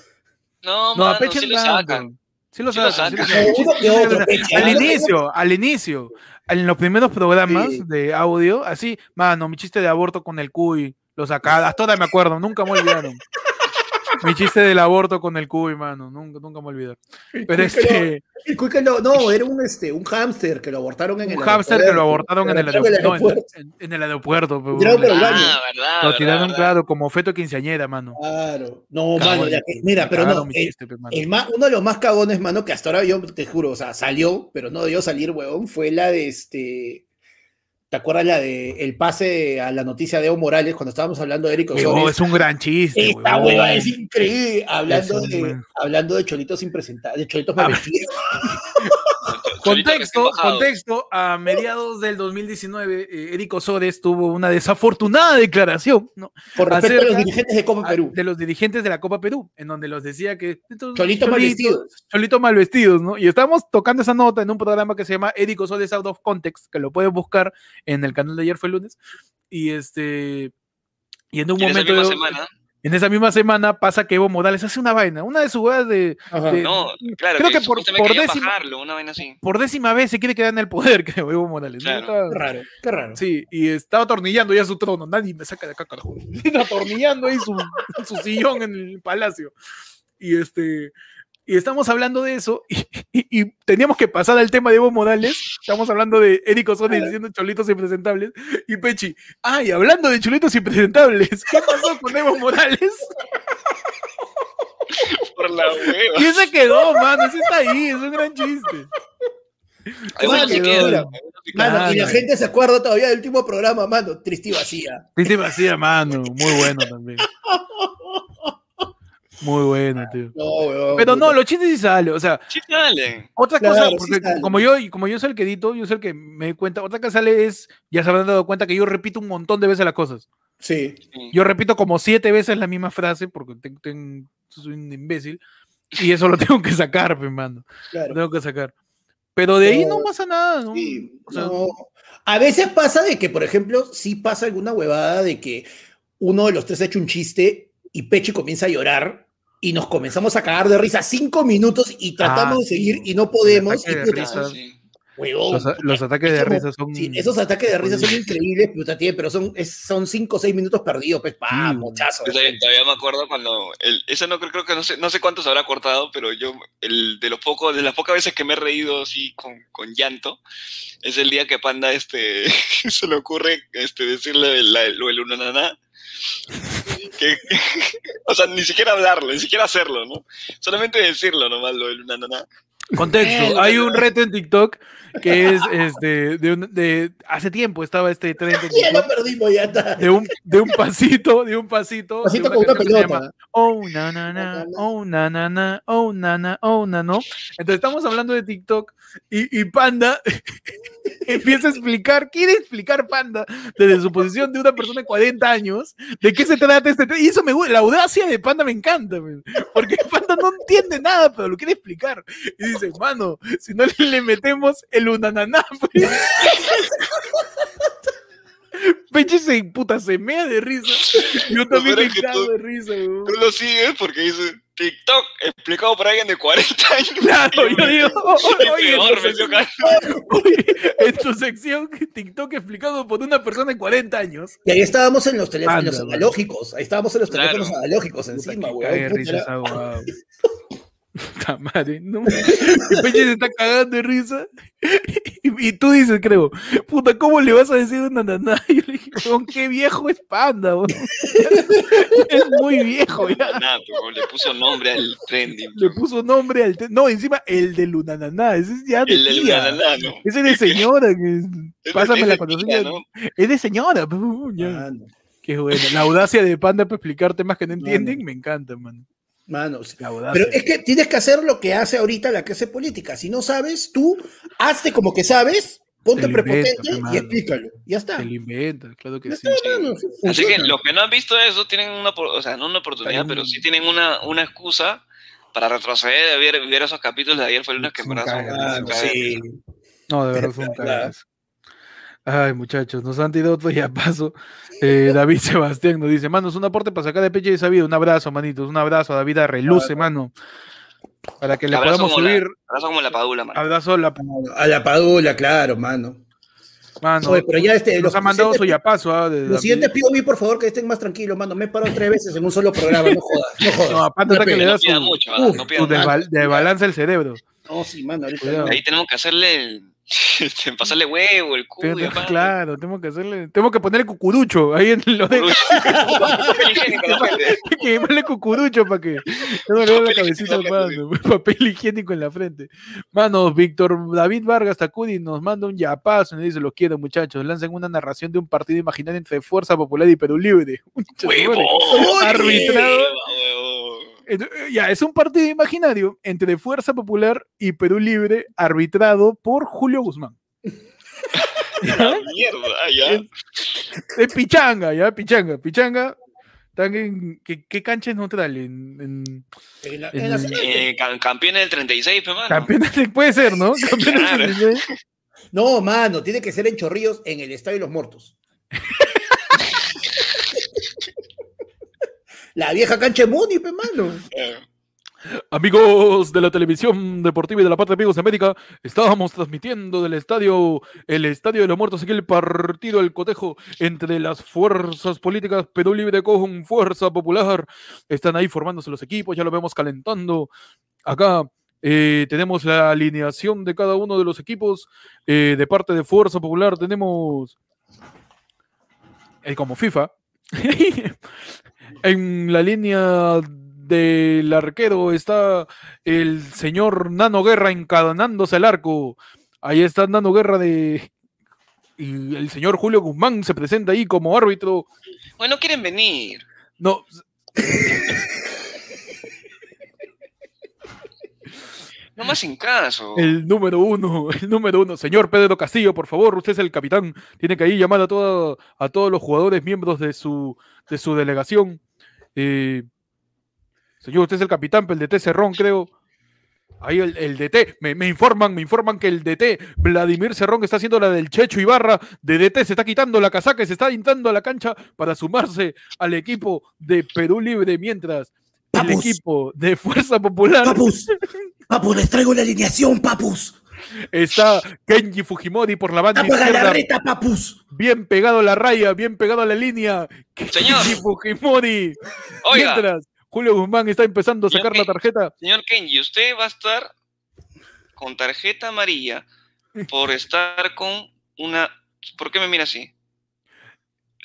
[SPEAKER 3] No,
[SPEAKER 1] No,
[SPEAKER 3] mano,
[SPEAKER 1] apechen
[SPEAKER 3] sí lo
[SPEAKER 1] tanto.
[SPEAKER 3] sacan.
[SPEAKER 1] Sí lo
[SPEAKER 3] Sí lo
[SPEAKER 1] sacan, sí lo
[SPEAKER 3] sacan.
[SPEAKER 1] sacan.
[SPEAKER 2] Uno que otro, Pechi.
[SPEAKER 1] al
[SPEAKER 2] Uno que
[SPEAKER 1] inicio, al inicio, en los primeros programas
[SPEAKER 2] Sí.
[SPEAKER 1] de audio, así, mano, mi chiste de aborto con el cuy, lo sacaba, hasta ahora me acuerdo, nunca me olvidaron. mi chiste del aborto con el cuy, mano, nunca, nunca me olvidaron. Pero este,
[SPEAKER 2] El Cuica lo- no, era un, este, un hámster que lo abortaron en
[SPEAKER 1] un
[SPEAKER 2] el
[SPEAKER 1] hámster que lo abortaron en el aeropuerto. no, en-
[SPEAKER 2] aeropuerto.
[SPEAKER 1] en, en el aeropuerto, pe,
[SPEAKER 2] Tiraron por el
[SPEAKER 1] le-
[SPEAKER 2] baño.
[SPEAKER 3] Ah, verdad.
[SPEAKER 1] Lo
[SPEAKER 3] verdad,
[SPEAKER 1] tiraron,
[SPEAKER 3] verdad.
[SPEAKER 1] claro, como feto de quinceañera, mano.
[SPEAKER 2] Claro. No,
[SPEAKER 1] Cagón,
[SPEAKER 2] mano, ya que-
[SPEAKER 1] me
[SPEAKER 2] mira, pero no. eh,
[SPEAKER 1] cagaron mi
[SPEAKER 2] el-
[SPEAKER 1] chiste, pe, mano.
[SPEAKER 2] El más, uno de los más cagones, mano, que hasta ahora yo te juro, o sea, salió, pero no debió salir, huevón, fue la de este. ¿Te acuerdas la de el pase a la noticia de Evo Morales cuando estábamos hablando de Eric
[SPEAKER 1] Huevón,
[SPEAKER 2] Osores?
[SPEAKER 1] oh, es un gran chiste.
[SPEAKER 2] Esta
[SPEAKER 1] huevón.
[SPEAKER 2] hueva es increíble. Hablando,
[SPEAKER 1] Es un-
[SPEAKER 2] de, hablando de cholitos impresentables, de cholitos
[SPEAKER 1] Ah,
[SPEAKER 2] malvestidos.
[SPEAKER 3] Chorito Pues que esté
[SPEAKER 1] Contexto,
[SPEAKER 3] bajado.
[SPEAKER 1] contexto, a mediados del 2019, eh, Eric Osores tuvo una desafortunada declaración ¿no?
[SPEAKER 2] Con respecto a los
[SPEAKER 1] acerca-
[SPEAKER 2] dirigentes de Copa
[SPEAKER 1] a-
[SPEAKER 2] Perú.
[SPEAKER 1] ah, de los dirigentes de la Copa Perú, en donde los decía que... estos
[SPEAKER 2] Cholitos malvestidos.
[SPEAKER 1] cholitos mal vestidos, ¿no? Y estábamos tocando esa nota en un programa que se llama Eric Osores Out of Context, que lo pueden buscar en el canal de ayer fue lunes. Y este... Y en un
[SPEAKER 3] Y en esa
[SPEAKER 1] momento...
[SPEAKER 3] misma
[SPEAKER 1] yo-
[SPEAKER 3] semana,
[SPEAKER 1] en esa misma semana pasa que Evo Morales hace una vaina, una de sus huevas de...
[SPEAKER 2] Ajá.
[SPEAKER 1] de-
[SPEAKER 3] no, claro,
[SPEAKER 1] creo que,
[SPEAKER 3] que
[SPEAKER 1] por,
[SPEAKER 3] supuestamente
[SPEAKER 1] por
[SPEAKER 3] querían
[SPEAKER 1] décima,
[SPEAKER 3] bajarlo, una vaina así.
[SPEAKER 1] por décima vez se quiere quedar en el poder, creo, Evo Morales. ¿no?
[SPEAKER 2] Qué
[SPEAKER 3] Claro.
[SPEAKER 1] Estaba-
[SPEAKER 2] raro, qué raro.
[SPEAKER 1] sí, y estaba atornillando ya su trono. Nadie me saca de acá, carajo. Está atornillando ahí su, su sillón en el palacio. Y este. Y estamos hablando de eso y, y- y teníamos que pasar al tema de Evo Morales. Estamos hablando de Eric Osorio diciendo cholitos impresentables. Y Pechi, ay, hablando de cholitos impresentables, ¿qué pasó con Evo Morales?
[SPEAKER 3] Por la hueva.
[SPEAKER 1] Y ese quedó, mano, ese está ahí, es un gran chiste.
[SPEAKER 3] Algunos
[SPEAKER 2] Mano,
[SPEAKER 3] se quedan,
[SPEAKER 2] mira.
[SPEAKER 3] algunos se quedan.
[SPEAKER 2] Mano, y la
[SPEAKER 1] claro.
[SPEAKER 2] gente se acuerda todavía del último programa, mano, triste y vacía.
[SPEAKER 1] Triste vacía, mano. Muy bueno también. Muy bueno, tío.
[SPEAKER 2] No, huevón,
[SPEAKER 1] Pero no,
[SPEAKER 2] puta.
[SPEAKER 1] los chistes sí salen. O sea,
[SPEAKER 3] Sí, dale.
[SPEAKER 1] otra
[SPEAKER 2] Claro,
[SPEAKER 1] cosa,
[SPEAKER 2] sí
[SPEAKER 1] porque
[SPEAKER 2] salen.
[SPEAKER 1] como yo, como yo soy el que edito, yo soy el que me doy cuenta, otra que sale es, ya se habrán dado cuenta que yo repito un montón de veces las cosas.
[SPEAKER 2] Sí.
[SPEAKER 1] Yo repito como siete veces la misma frase porque ten- ten- soy un imbécil. Y eso lo tengo que sacar, pues, mano. Lo
[SPEAKER 2] Claro.
[SPEAKER 1] tengo que sacar. Pero de ahí no
[SPEAKER 2] No,
[SPEAKER 1] pasa nada, ¿no?
[SPEAKER 2] Sí,
[SPEAKER 1] O sea,
[SPEAKER 2] no. A veces pasa de que, por ejemplo, sí pasa alguna huevada de que uno de los tres ha hecho un chiste y Pechi comienza a llorar y nos comenzamos a cagar de risa cinco minutos y tratamos
[SPEAKER 1] Ah,
[SPEAKER 2] de seguir
[SPEAKER 1] sí.
[SPEAKER 2] y no podemos.
[SPEAKER 1] ataque
[SPEAKER 2] y
[SPEAKER 1] de
[SPEAKER 2] puta,
[SPEAKER 1] risa.
[SPEAKER 3] Sí.
[SPEAKER 2] Huevón,
[SPEAKER 1] Los, a- Mm.
[SPEAKER 2] puta,
[SPEAKER 1] los ataques de
[SPEAKER 2] como-
[SPEAKER 1] risa son.
[SPEAKER 2] sí, esos ataques de risa son increíbles, puta, tío, pero son, es- son cinco o seis minutos perdidos, pues, pa,
[SPEAKER 1] Mm.
[SPEAKER 2] mochazo.
[SPEAKER 3] Yo Todavía, todavía me acuerdo cuando el, ese no creo, creo que no sé, no sé cuántos habrá cortado, pero yo el de los pocos, de las pocas veces que me he reído así con, con llanto, es el día que Panda este se le ocurre este decirle la- lo del unananá. Que, o sea, ni siquiera hablarlo, ni siquiera hacerlo, ¿no? Solamente decirlo nomás lo del unananá.
[SPEAKER 1] Contexto, hay un reto en TikTok que es este de, un- de- hace tiempo estaba este tren en
[SPEAKER 2] Ya lo
[SPEAKER 1] TikTok
[SPEAKER 2] perdimos, ya está.
[SPEAKER 1] de un de un pasito, de un pasito, de
[SPEAKER 2] Pasito
[SPEAKER 1] una
[SPEAKER 2] con una
[SPEAKER 1] canción que se llama
[SPEAKER 2] pelota.
[SPEAKER 1] Oh na na na, oh na na na, oh na na, oh na no. Entonces estamos hablando de TikTok y, y Panda empieza a explicar, quiere explicar Panda desde su posición de una persona de 40 años, de qué se trata este tema. Y eso me gusta, la audacia de Panda me encanta, men, porque Panda no entiende nada, pero lo quiere explicar. Y dice, mano, si no le, le metemos el unananá, pues". Peche se puta, se mea de risa. Yo también
[SPEAKER 3] peor
[SPEAKER 1] me
[SPEAKER 3] es que
[SPEAKER 1] cago
[SPEAKER 3] tú-
[SPEAKER 1] de risa, weón.
[SPEAKER 3] Tú lo sigues porque dice TikTok explicado por alguien de 40 años.
[SPEAKER 1] Claro, yo digo,
[SPEAKER 3] Soy
[SPEAKER 1] oye, en,
[SPEAKER 3] peor,
[SPEAKER 1] tu
[SPEAKER 3] me dio
[SPEAKER 1] sección,
[SPEAKER 3] ganas.
[SPEAKER 1] oye, en tu sección TikTok explicado por una persona de 40 años.
[SPEAKER 2] Y ahí estábamos en los teléfonos en los
[SPEAKER 1] Anda, mano.
[SPEAKER 2] analógicos. Ahí estábamos en los
[SPEAKER 3] Claro.
[SPEAKER 2] teléfonos analógicos
[SPEAKER 1] Puta,
[SPEAKER 2] encima,
[SPEAKER 1] que
[SPEAKER 2] weón.
[SPEAKER 1] cae de
[SPEAKER 2] Puta,
[SPEAKER 1] risa
[SPEAKER 2] era-
[SPEAKER 1] esa huevada. Puta madre, no. El Peche se está cagando de risa. Y, y tú dices, creo, puta, ¿cómo le vas a decir una naná? Y yo le dije, "Weón, qué viejo es panda, weón. Es muy viejo, ya.
[SPEAKER 3] Nada, pero le puso nombre al trending.
[SPEAKER 1] Le puso nombre al. te- No, encima el de Lunananá. Ese es ya de
[SPEAKER 3] El del
[SPEAKER 1] tía.
[SPEAKER 3] unananá, ¿no?
[SPEAKER 1] Ese de señora. Que...
[SPEAKER 3] Es- es
[SPEAKER 1] Pásamela
[SPEAKER 3] de
[SPEAKER 1] cuando
[SPEAKER 3] tía,
[SPEAKER 1] señora.
[SPEAKER 3] ¿no?
[SPEAKER 1] Es de señora. pues, uh, ya.
[SPEAKER 2] Mano,
[SPEAKER 1] Qué bueno. La audacia de Panda para explicar temas que no entienden
[SPEAKER 2] Mano.
[SPEAKER 1] me encanta, man.
[SPEAKER 2] mano, sí.
[SPEAKER 1] La audacia.
[SPEAKER 2] Pero es que tienes que hacer lo que hace ahorita la clase política. Si no sabes, tú hazte como que sabes, ponte
[SPEAKER 1] Te lo invento,
[SPEAKER 2] prepotente
[SPEAKER 1] pe, mano.
[SPEAKER 2] y explícalo. Ya está.
[SPEAKER 1] Te lo inventas, claro que
[SPEAKER 2] Ya
[SPEAKER 1] sí.
[SPEAKER 2] está, mano, funciona.
[SPEAKER 3] Así que los que no han visto eso tienen una, opor- o sea, no una oportunidad,
[SPEAKER 1] También-
[SPEAKER 3] pero sí tienen una, una excusa para retroceder a ver, ver esos capítulos de ayer fue el lunes que
[SPEAKER 1] Son
[SPEAKER 3] en verdad son-
[SPEAKER 1] cagadas,
[SPEAKER 2] Ah,
[SPEAKER 3] son cagadas.
[SPEAKER 2] sí.
[SPEAKER 1] No, de verdad son
[SPEAKER 2] Pero,
[SPEAKER 1] caras. Ay, muchachos, nos han tirado otro ya paso. Eh, David Sebastián nos dice, mano, es un aporte para sacar de pecho de sabido. Un abrazo, manitos, un abrazo a David a Reluce, mano. Para que le
[SPEAKER 3] Abrazo
[SPEAKER 1] podamos
[SPEAKER 3] mola.
[SPEAKER 1] subir.
[SPEAKER 3] Ahora son como la padula, man.
[SPEAKER 1] Abrazo a la
[SPEAKER 2] Mano, A la padula, claro, mano.
[SPEAKER 1] mano.
[SPEAKER 2] Oye, pero ya este,
[SPEAKER 1] nos ha mandado su yapazo. ah, de
[SPEAKER 2] Los
[SPEAKER 1] David.
[SPEAKER 2] siguientes POV, por favor, que estén más tranquilos, mano. Me he parado tres veces en un solo programa, no jodas. No jodas.
[SPEAKER 1] No, aparte está que le
[SPEAKER 3] No
[SPEAKER 1] da su,
[SPEAKER 3] pidan mucho, ¿verdad?
[SPEAKER 2] uf,
[SPEAKER 3] no
[SPEAKER 1] su
[SPEAKER 3] pidan mucho.
[SPEAKER 1] desbal- desbalance el cerebro.
[SPEAKER 2] No, sí, mano, ahorita
[SPEAKER 1] Cuidado.
[SPEAKER 2] no.
[SPEAKER 3] Ahí tenemos que hacerle el, este, pasarle huevo, el cuyo,
[SPEAKER 1] Tengo- claro, tengo que hacerle, tengo que ponerle cucurucho ahí en lo de
[SPEAKER 3] papel higiénico, la gente.
[SPEAKER 1] que ponle cucurucho para que no me vea la
[SPEAKER 3] Papel
[SPEAKER 1] cabecita al
[SPEAKER 3] higiénico en la
[SPEAKER 1] mano, papel higiénico en la frente. Mano, Víctor David Vargas Tacudi nos manda un yapazo y nos dice, los quiero muchachos, lancen una narración de un partido imaginario entre Fuerza Popular y Perú Libre. Muchas gracias.
[SPEAKER 3] Huevo,
[SPEAKER 1] Arbitrado.
[SPEAKER 3] huevo.
[SPEAKER 1] Ent- eh, Ya, es un partido imaginario entre Fuerza Popular y Perú Libre, arbitrado por Julio Guzmán. ¿Ya?
[SPEAKER 3] Mierda, ya.
[SPEAKER 1] Es pichanga, ya, pichanga, pichanga. Están en- ¿qué, qué canchas nos traen? En, en-
[SPEAKER 2] En la- en la
[SPEAKER 1] En-
[SPEAKER 2] cena-
[SPEAKER 3] Eh, cam- campeón del 36, pe, mano.
[SPEAKER 1] campeones de- puede ser, ¿no? Campeones
[SPEAKER 3] Ah, claro.
[SPEAKER 1] de Uruguay.
[SPEAKER 2] No, mano, tiene que ser en Chorrillos, en el Estadio de los Muertos. La vieja cancha de Muni, pe, mano.
[SPEAKER 3] Eh,
[SPEAKER 1] Amigos de la televisión deportiva y de la parte de amigos de América, estábamos transmitiendo del estadio, el estadio de los muertos, aquí el partido, el cotejo entre las fuerzas políticas Perú Libre con Fuerza Popular. Están ahí formándose los equipos, ya lo vemos calentando. Acá eh, tenemos la alineación de cada uno de los equipos. Eh, de parte de Fuerza Popular tenemos, eh, como FIFA, en la línea del arquero está el señor Nano Guerra encadenándose al arco. Ahí está Nano Guerra de... Y el señor Julio Guzmán se presenta ahí como árbitro.
[SPEAKER 3] Bueno, quieren venir.
[SPEAKER 1] No.
[SPEAKER 3] No más sin caso.
[SPEAKER 1] El número uno, el número uno. Señor Pedro Castillo, por favor, usted es el capitán. Tiene que ahí llamar a, toda- a todos los jugadores miembros de su, de su delegación. Eh, señor, usted es el capitán, pero el DT Cerrón, creo. Ahí el, el DT, me, me informan, me informan que el DT, Vladimir Cerrón, está haciendo la del Checho Ibarra, de DT se está quitando la casaca y se está entrando a la cancha para sumarse al equipo de Perú Libre, mientras el
[SPEAKER 2] Vamos.
[SPEAKER 1] equipo de Fuerza Popular
[SPEAKER 2] Papus, papus, les traigo la alineación, papus.
[SPEAKER 1] Está Kenji Fujimori por la banda
[SPEAKER 2] Tapa la
[SPEAKER 1] izquierda.
[SPEAKER 2] reta, papus.
[SPEAKER 1] Bien pegado a la raya, bien pegado a la línea.
[SPEAKER 3] Señor.
[SPEAKER 1] Kenji Fujimori.
[SPEAKER 3] Oiga,
[SPEAKER 1] Mientras Julio Guzmán está empezando a
[SPEAKER 3] Señor
[SPEAKER 1] sacar la
[SPEAKER 3] Ken-
[SPEAKER 1] tarjeta.
[SPEAKER 3] señor Kenji, usted va a estar con tarjeta amarilla por estar con una... ¿Por qué me mira así?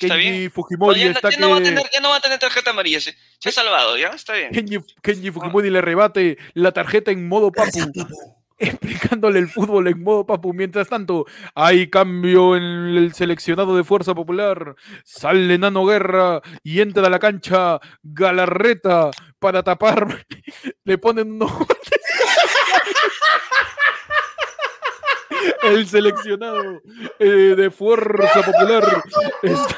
[SPEAKER 3] ¿Está bien?
[SPEAKER 1] Kenji Fujimori
[SPEAKER 3] No, ya, no-
[SPEAKER 1] está
[SPEAKER 3] ya no va a
[SPEAKER 1] que- Eh,
[SPEAKER 3] tener, ya no va a tener tarjeta amarilla. Se, se ha salvado, ¿ya? Está bien.
[SPEAKER 1] Kenji, Kenji Fujimori le rebate la tarjeta en modo papu,
[SPEAKER 2] Mm.
[SPEAKER 1] explicándole el fútbol en modo papu. Mientras tanto, hay cambio en el seleccionado de Fuerza Popular. Sale Nano Guerra y entra a la cancha Galarreta para tapar. Le ponen unos guantes. El seleccionado eh, de Fuerza Popular está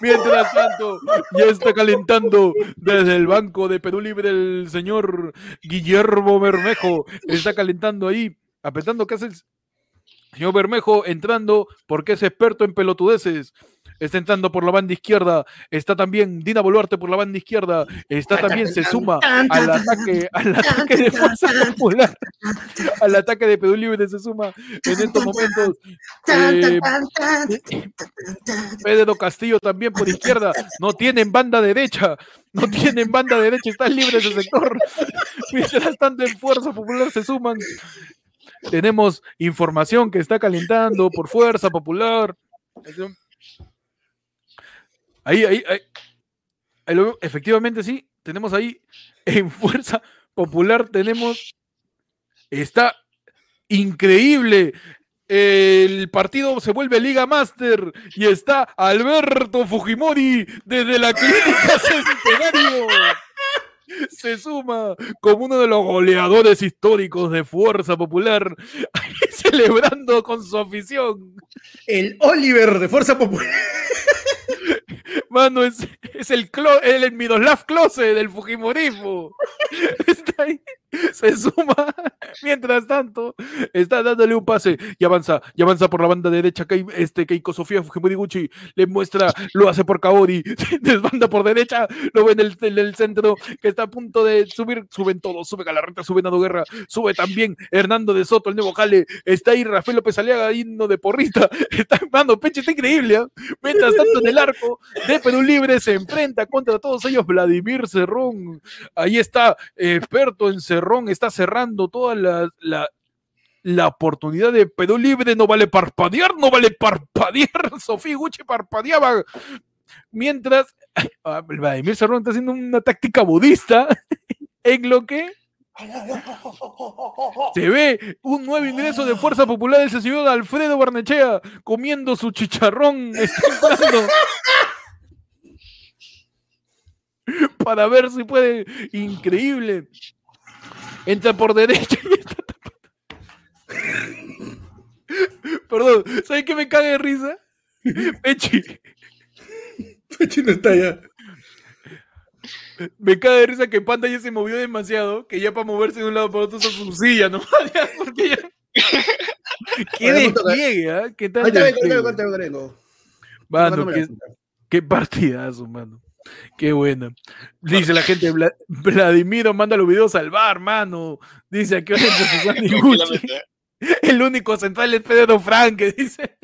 [SPEAKER 1] Mientras tanto, ya está calentando desde el banco de Perú Libre el señor Guillermo Bermejo. Está calentando ahí, apretando qué hace el señor Bermejo, entrando porque es experto en pelotudeces. Está entrando por la banda izquierda. Está también Dina Boluarte por la banda izquierda. Está también, se suma al ataque, al ataque de Fuerza Popular. Al ataque de Perú Libre se suma en estos momentos. eh, Pedro Castillo también por izquierda. No tienen banda derecha. No tienen banda derecha. Está libre ese sector. Mientras tanto, en Fuerza Popular se suman. Tenemos información que está calentando por Fuerza Popular. Ahí, ahí, ahí. Ahí lo veo. Efectivamente, sí. Tenemos ahí en Fuerza Popular. Tenemos. Está increíble. El partido se vuelve Liga Master y está Alberto Fujimori desde la clínica Centenario. Se suma como uno de los goleadores históricos de Fuerza Popular, celebrando con su afición.
[SPEAKER 2] El Oliver de Fuerza Popular.
[SPEAKER 1] Mano, es, es el, clo- el Miroslav Klose del Fujimorismo. Está ahí, se suma. Mientras tanto, está dándole un pase y avanza, y avanza por la banda derecha. Kei- este, Keiko Sofía Fujimori Gucci le muestra, lo hace por Kaori, desbanda por derecha, lo ven en el, en el centro que está a punto de subir. Suben todos, sube Galarreta, sube Nado Guerra, sube también Hernando de Soto, el nuevo Jale. Está ahí Rafael López Aliaga, himno de porrita. Está, mano, Peche está increíble. ¿ah? Mientras tanto, en el arco de Perú Libre se enfrenta contra todos ellos Vladimir Cerrón. Ahí está, eh, experto en Cerrón, está cerrando toda la, la, la oportunidad de Perú Libre. No vale parpadear, no vale parpadear. Sofía Gucci parpadeaba. Mientras ah, Vladimir Cerrón está haciendo una táctica budista en lo que se ve un nuevo ingreso de Fuerza Popular del señor Alfredo Barnechea comiendo su chicharrón Este está entrando para ver si puede. Increíble. Entra por derecha y está tapando. Perdón, ¿sabes qué me caga de risa? Pechi,
[SPEAKER 2] Chino está ya.
[SPEAKER 1] me caga de risa que Panda ya se movió demasiado, que ya para moverse de un lado para otro usa su silla nomás. ya, porque ya- Qué
[SPEAKER 2] Ahora me toca.
[SPEAKER 1] despliegue, ¿ah? ¿Qué tal
[SPEAKER 2] Ahorita vengo,
[SPEAKER 1] despliegue?
[SPEAKER 2] ahorita vengo, ahorita vengo.
[SPEAKER 1] Mano,
[SPEAKER 2] Guárdame
[SPEAKER 1] qué-
[SPEAKER 2] la punta.
[SPEAKER 1] Qué partidazo, mano. Qué buena. Dice la gente, Vla- Vladimiro manda los videos al bar, mano. Dice, ¿a qué hora entra Susana y Gucci?
[SPEAKER 3] Tranquilamente. ¿eh?
[SPEAKER 1] El único central es Pedro Franque, dice.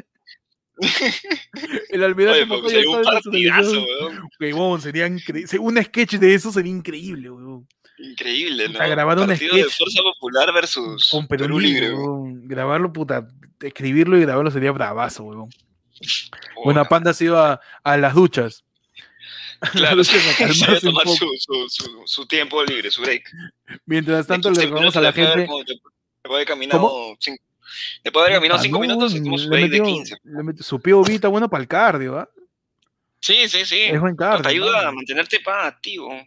[SPEAKER 1] El almirante
[SPEAKER 3] Oye, pero
[SPEAKER 1] Montoya
[SPEAKER 3] sería un
[SPEAKER 1] está en su
[SPEAKER 3] partidazo,
[SPEAKER 1] televisión.
[SPEAKER 3] weón.
[SPEAKER 1] Huevón, sería increíble. Un sketch de eso sería increíble, huevón.
[SPEAKER 3] Increíble, ¿no?
[SPEAKER 1] Puta, grabar un
[SPEAKER 3] Partido de
[SPEAKER 1] sketch.
[SPEAKER 3] Fuerza Popular versus
[SPEAKER 1] Con Perú,
[SPEAKER 3] Perú
[SPEAKER 1] Libre,
[SPEAKER 3] Libre, weón.
[SPEAKER 1] huevón. Grabarlo, puta. Escribirlo y grabarlo sería bravazo, huevón. Buena
[SPEAKER 3] Puta,
[SPEAKER 1] panda se iba a, a las duchas.
[SPEAKER 3] Claro,
[SPEAKER 1] Lucha
[SPEAKER 3] se
[SPEAKER 1] para calmarse
[SPEAKER 3] va a
[SPEAKER 1] un
[SPEAKER 3] tomar
[SPEAKER 1] poco.
[SPEAKER 3] su, su, su, su tiempo libre, su break.
[SPEAKER 1] Mientras tanto,
[SPEAKER 3] De
[SPEAKER 1] le
[SPEAKER 3] 15
[SPEAKER 1] rogamos a la
[SPEAKER 3] minutos después de
[SPEAKER 1] gente.
[SPEAKER 3] haber- Después de haber caminado cinco, después de haber caminado
[SPEAKER 1] Ah,
[SPEAKER 3] cinco
[SPEAKER 1] no,
[SPEAKER 3] minutos, hicimos
[SPEAKER 1] le
[SPEAKER 3] su break de
[SPEAKER 1] metió-
[SPEAKER 3] 15.
[SPEAKER 1] le metió- su pie ovita bueno para el cardio, ¿ah?
[SPEAKER 3] Sí, sí, sí.
[SPEAKER 1] Es buen
[SPEAKER 3] Pero
[SPEAKER 1] cardio.
[SPEAKER 3] te ayuda a
[SPEAKER 1] mano.
[SPEAKER 3] mantenerte pa, activo. Está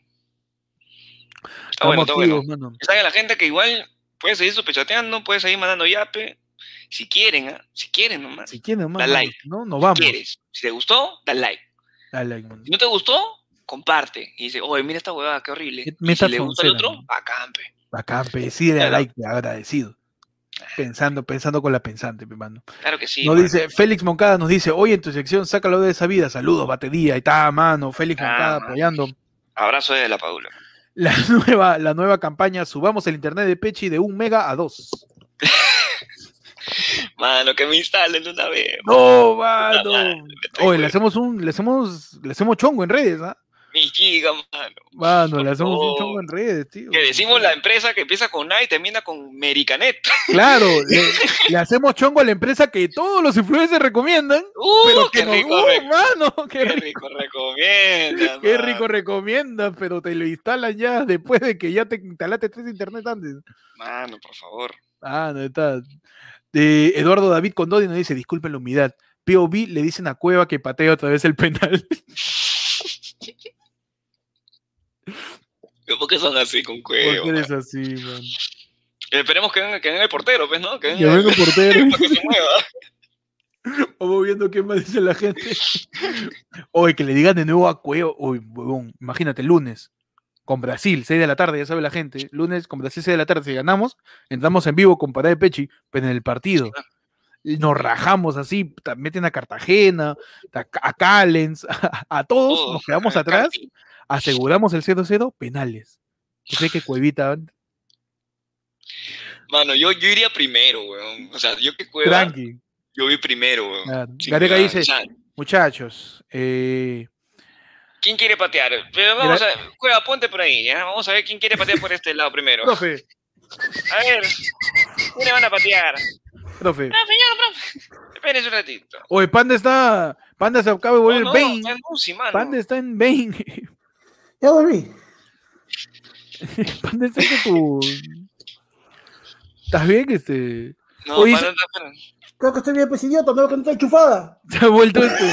[SPEAKER 1] Estamos
[SPEAKER 3] bueno, está bueno.
[SPEAKER 1] activos, mano.
[SPEAKER 3] Que salga la gente que igual puede seguir sospechateando, puede seguir mandando yape. Si quieren, ¿ah? si quieren nomás. Si
[SPEAKER 1] Si quieren, mano,
[SPEAKER 3] like.
[SPEAKER 1] No, nos vamos.
[SPEAKER 3] quieres. Si te gustó, da like.
[SPEAKER 1] Dale, like, mano.
[SPEAKER 3] Si no te gustó, comparte. Y dice, oye, mira esta huevada, qué horrible.
[SPEAKER 1] Met-
[SPEAKER 3] Y si
[SPEAKER 1] meta
[SPEAKER 3] le gusta el
[SPEAKER 1] Fonsera,
[SPEAKER 3] otro,
[SPEAKER 1] ¿no?
[SPEAKER 3] bacán, pe.
[SPEAKER 1] Bacán, pe, sí, dale
[SPEAKER 3] Claro.
[SPEAKER 1] like, agradecido. Pensando, pensando con la pensante, mi mano.
[SPEAKER 3] Claro que sí.
[SPEAKER 1] Nos
[SPEAKER 3] mano.
[SPEAKER 1] dice, Félix Moncada nos dice, oye, en tu sección, sácalo de esa vida. Saludos, batería, y está, mano. Félix
[SPEAKER 3] Ah,
[SPEAKER 1] Moncada
[SPEAKER 3] mano.
[SPEAKER 1] apoyando.
[SPEAKER 3] Abrazo desde la Padula.
[SPEAKER 1] la nueva, la nueva campaña Subamos el Internet de Pechi de un mega a dos.
[SPEAKER 3] Mano, que me instalen de una vez.
[SPEAKER 1] No,
[SPEAKER 3] mano.
[SPEAKER 1] mano. Oye, le hacemos un, le hacemos, le hacemos chongo en redes, ¿ah?
[SPEAKER 3] Mi giga, mano.
[SPEAKER 1] Mano, le hacemos
[SPEAKER 3] favor.
[SPEAKER 1] un chongo en redes, tío.
[SPEAKER 3] Que decimos la empresa que empieza con A y termina con Mericanet.
[SPEAKER 1] Claro, le, le hacemos chongo a la empresa que todos los influencers recomiendan.
[SPEAKER 3] ¡Uh,
[SPEAKER 1] Pero que
[SPEAKER 3] qué,
[SPEAKER 1] nos-
[SPEAKER 3] rico,
[SPEAKER 1] ¡Uh,
[SPEAKER 3] re-
[SPEAKER 1] mano, qué
[SPEAKER 3] qué
[SPEAKER 1] rico.
[SPEAKER 3] rico recomienda!
[SPEAKER 1] Qué
[SPEAKER 3] mano.
[SPEAKER 1] rico recomiendan, pero te lo instalan ya después de que ya te instalaste tres internet antes.
[SPEAKER 3] Mano, por favor.
[SPEAKER 1] Ah, no está. De Eduardo David Condodi nos dice, disculpen la humildad. POV le dicen a Cueva que patea otra vez el penal.
[SPEAKER 3] ¿Por qué son así con
[SPEAKER 1] ¿Por
[SPEAKER 3] cuello?
[SPEAKER 1] qué eres así, man?
[SPEAKER 3] Esperemos que venga, que venga el portero, pues, ¿no? Que venga
[SPEAKER 1] Ya vengo portero.
[SPEAKER 3] para que se mueva.
[SPEAKER 1] Vamos viendo qué más dice la gente. Oye, que le digan de nuevo a Cueva. Uy, huevón, imagínate, lunes. Con Brasil, 6 de la tarde, ya sabe la gente. Lunes con Brasil, 6 de la tarde. Si ganamos, entramos en vivo con Pará de Pechi, pero en el partido. Y Nos rajamos así, puta, meten a Cartagena, a, a Callens, a, a todos,
[SPEAKER 3] Todos,
[SPEAKER 1] nos quedamos
[SPEAKER 3] ajá,
[SPEAKER 1] atrás,
[SPEAKER 3] Carpi.
[SPEAKER 1] aseguramos el 0-0, penales. Yo sé que Cuevita,
[SPEAKER 3] Mano, yo, yo iría primero, weón. O sea, yo que cueva,
[SPEAKER 1] tranqui.
[SPEAKER 3] yo vi primero, weón.
[SPEAKER 1] claro.
[SPEAKER 3] Sin
[SPEAKER 1] Gareca
[SPEAKER 3] duda. O
[SPEAKER 1] dice,
[SPEAKER 3] sea,
[SPEAKER 1] muchachos, eh,
[SPEAKER 3] ¿Quién quiere patear? Pero vamos a Cueva, ponte por ahí, ¿ya? Vamos a ver quién quiere patear por este lado primero.
[SPEAKER 1] profe,
[SPEAKER 3] A ver, ¿quiénes van a patear?
[SPEAKER 1] profe,
[SPEAKER 3] Ah, señor, profe. Espérense un ratito.
[SPEAKER 1] Oye, Panda está. Panda se acaba de
[SPEAKER 3] No,
[SPEAKER 1] volver
[SPEAKER 3] no,
[SPEAKER 1] Bane.
[SPEAKER 3] está en Lucy, mano.
[SPEAKER 1] Panda está en Bane.
[SPEAKER 2] Ya volví.
[SPEAKER 1] Panda está con tu. ¿Estás bien? Este.
[SPEAKER 3] No,
[SPEAKER 1] Oye,
[SPEAKER 3] Panda está fuera.
[SPEAKER 2] Creo que estoy bien, pues idiota, no que no está enchufada.
[SPEAKER 1] Se ha vuelto este.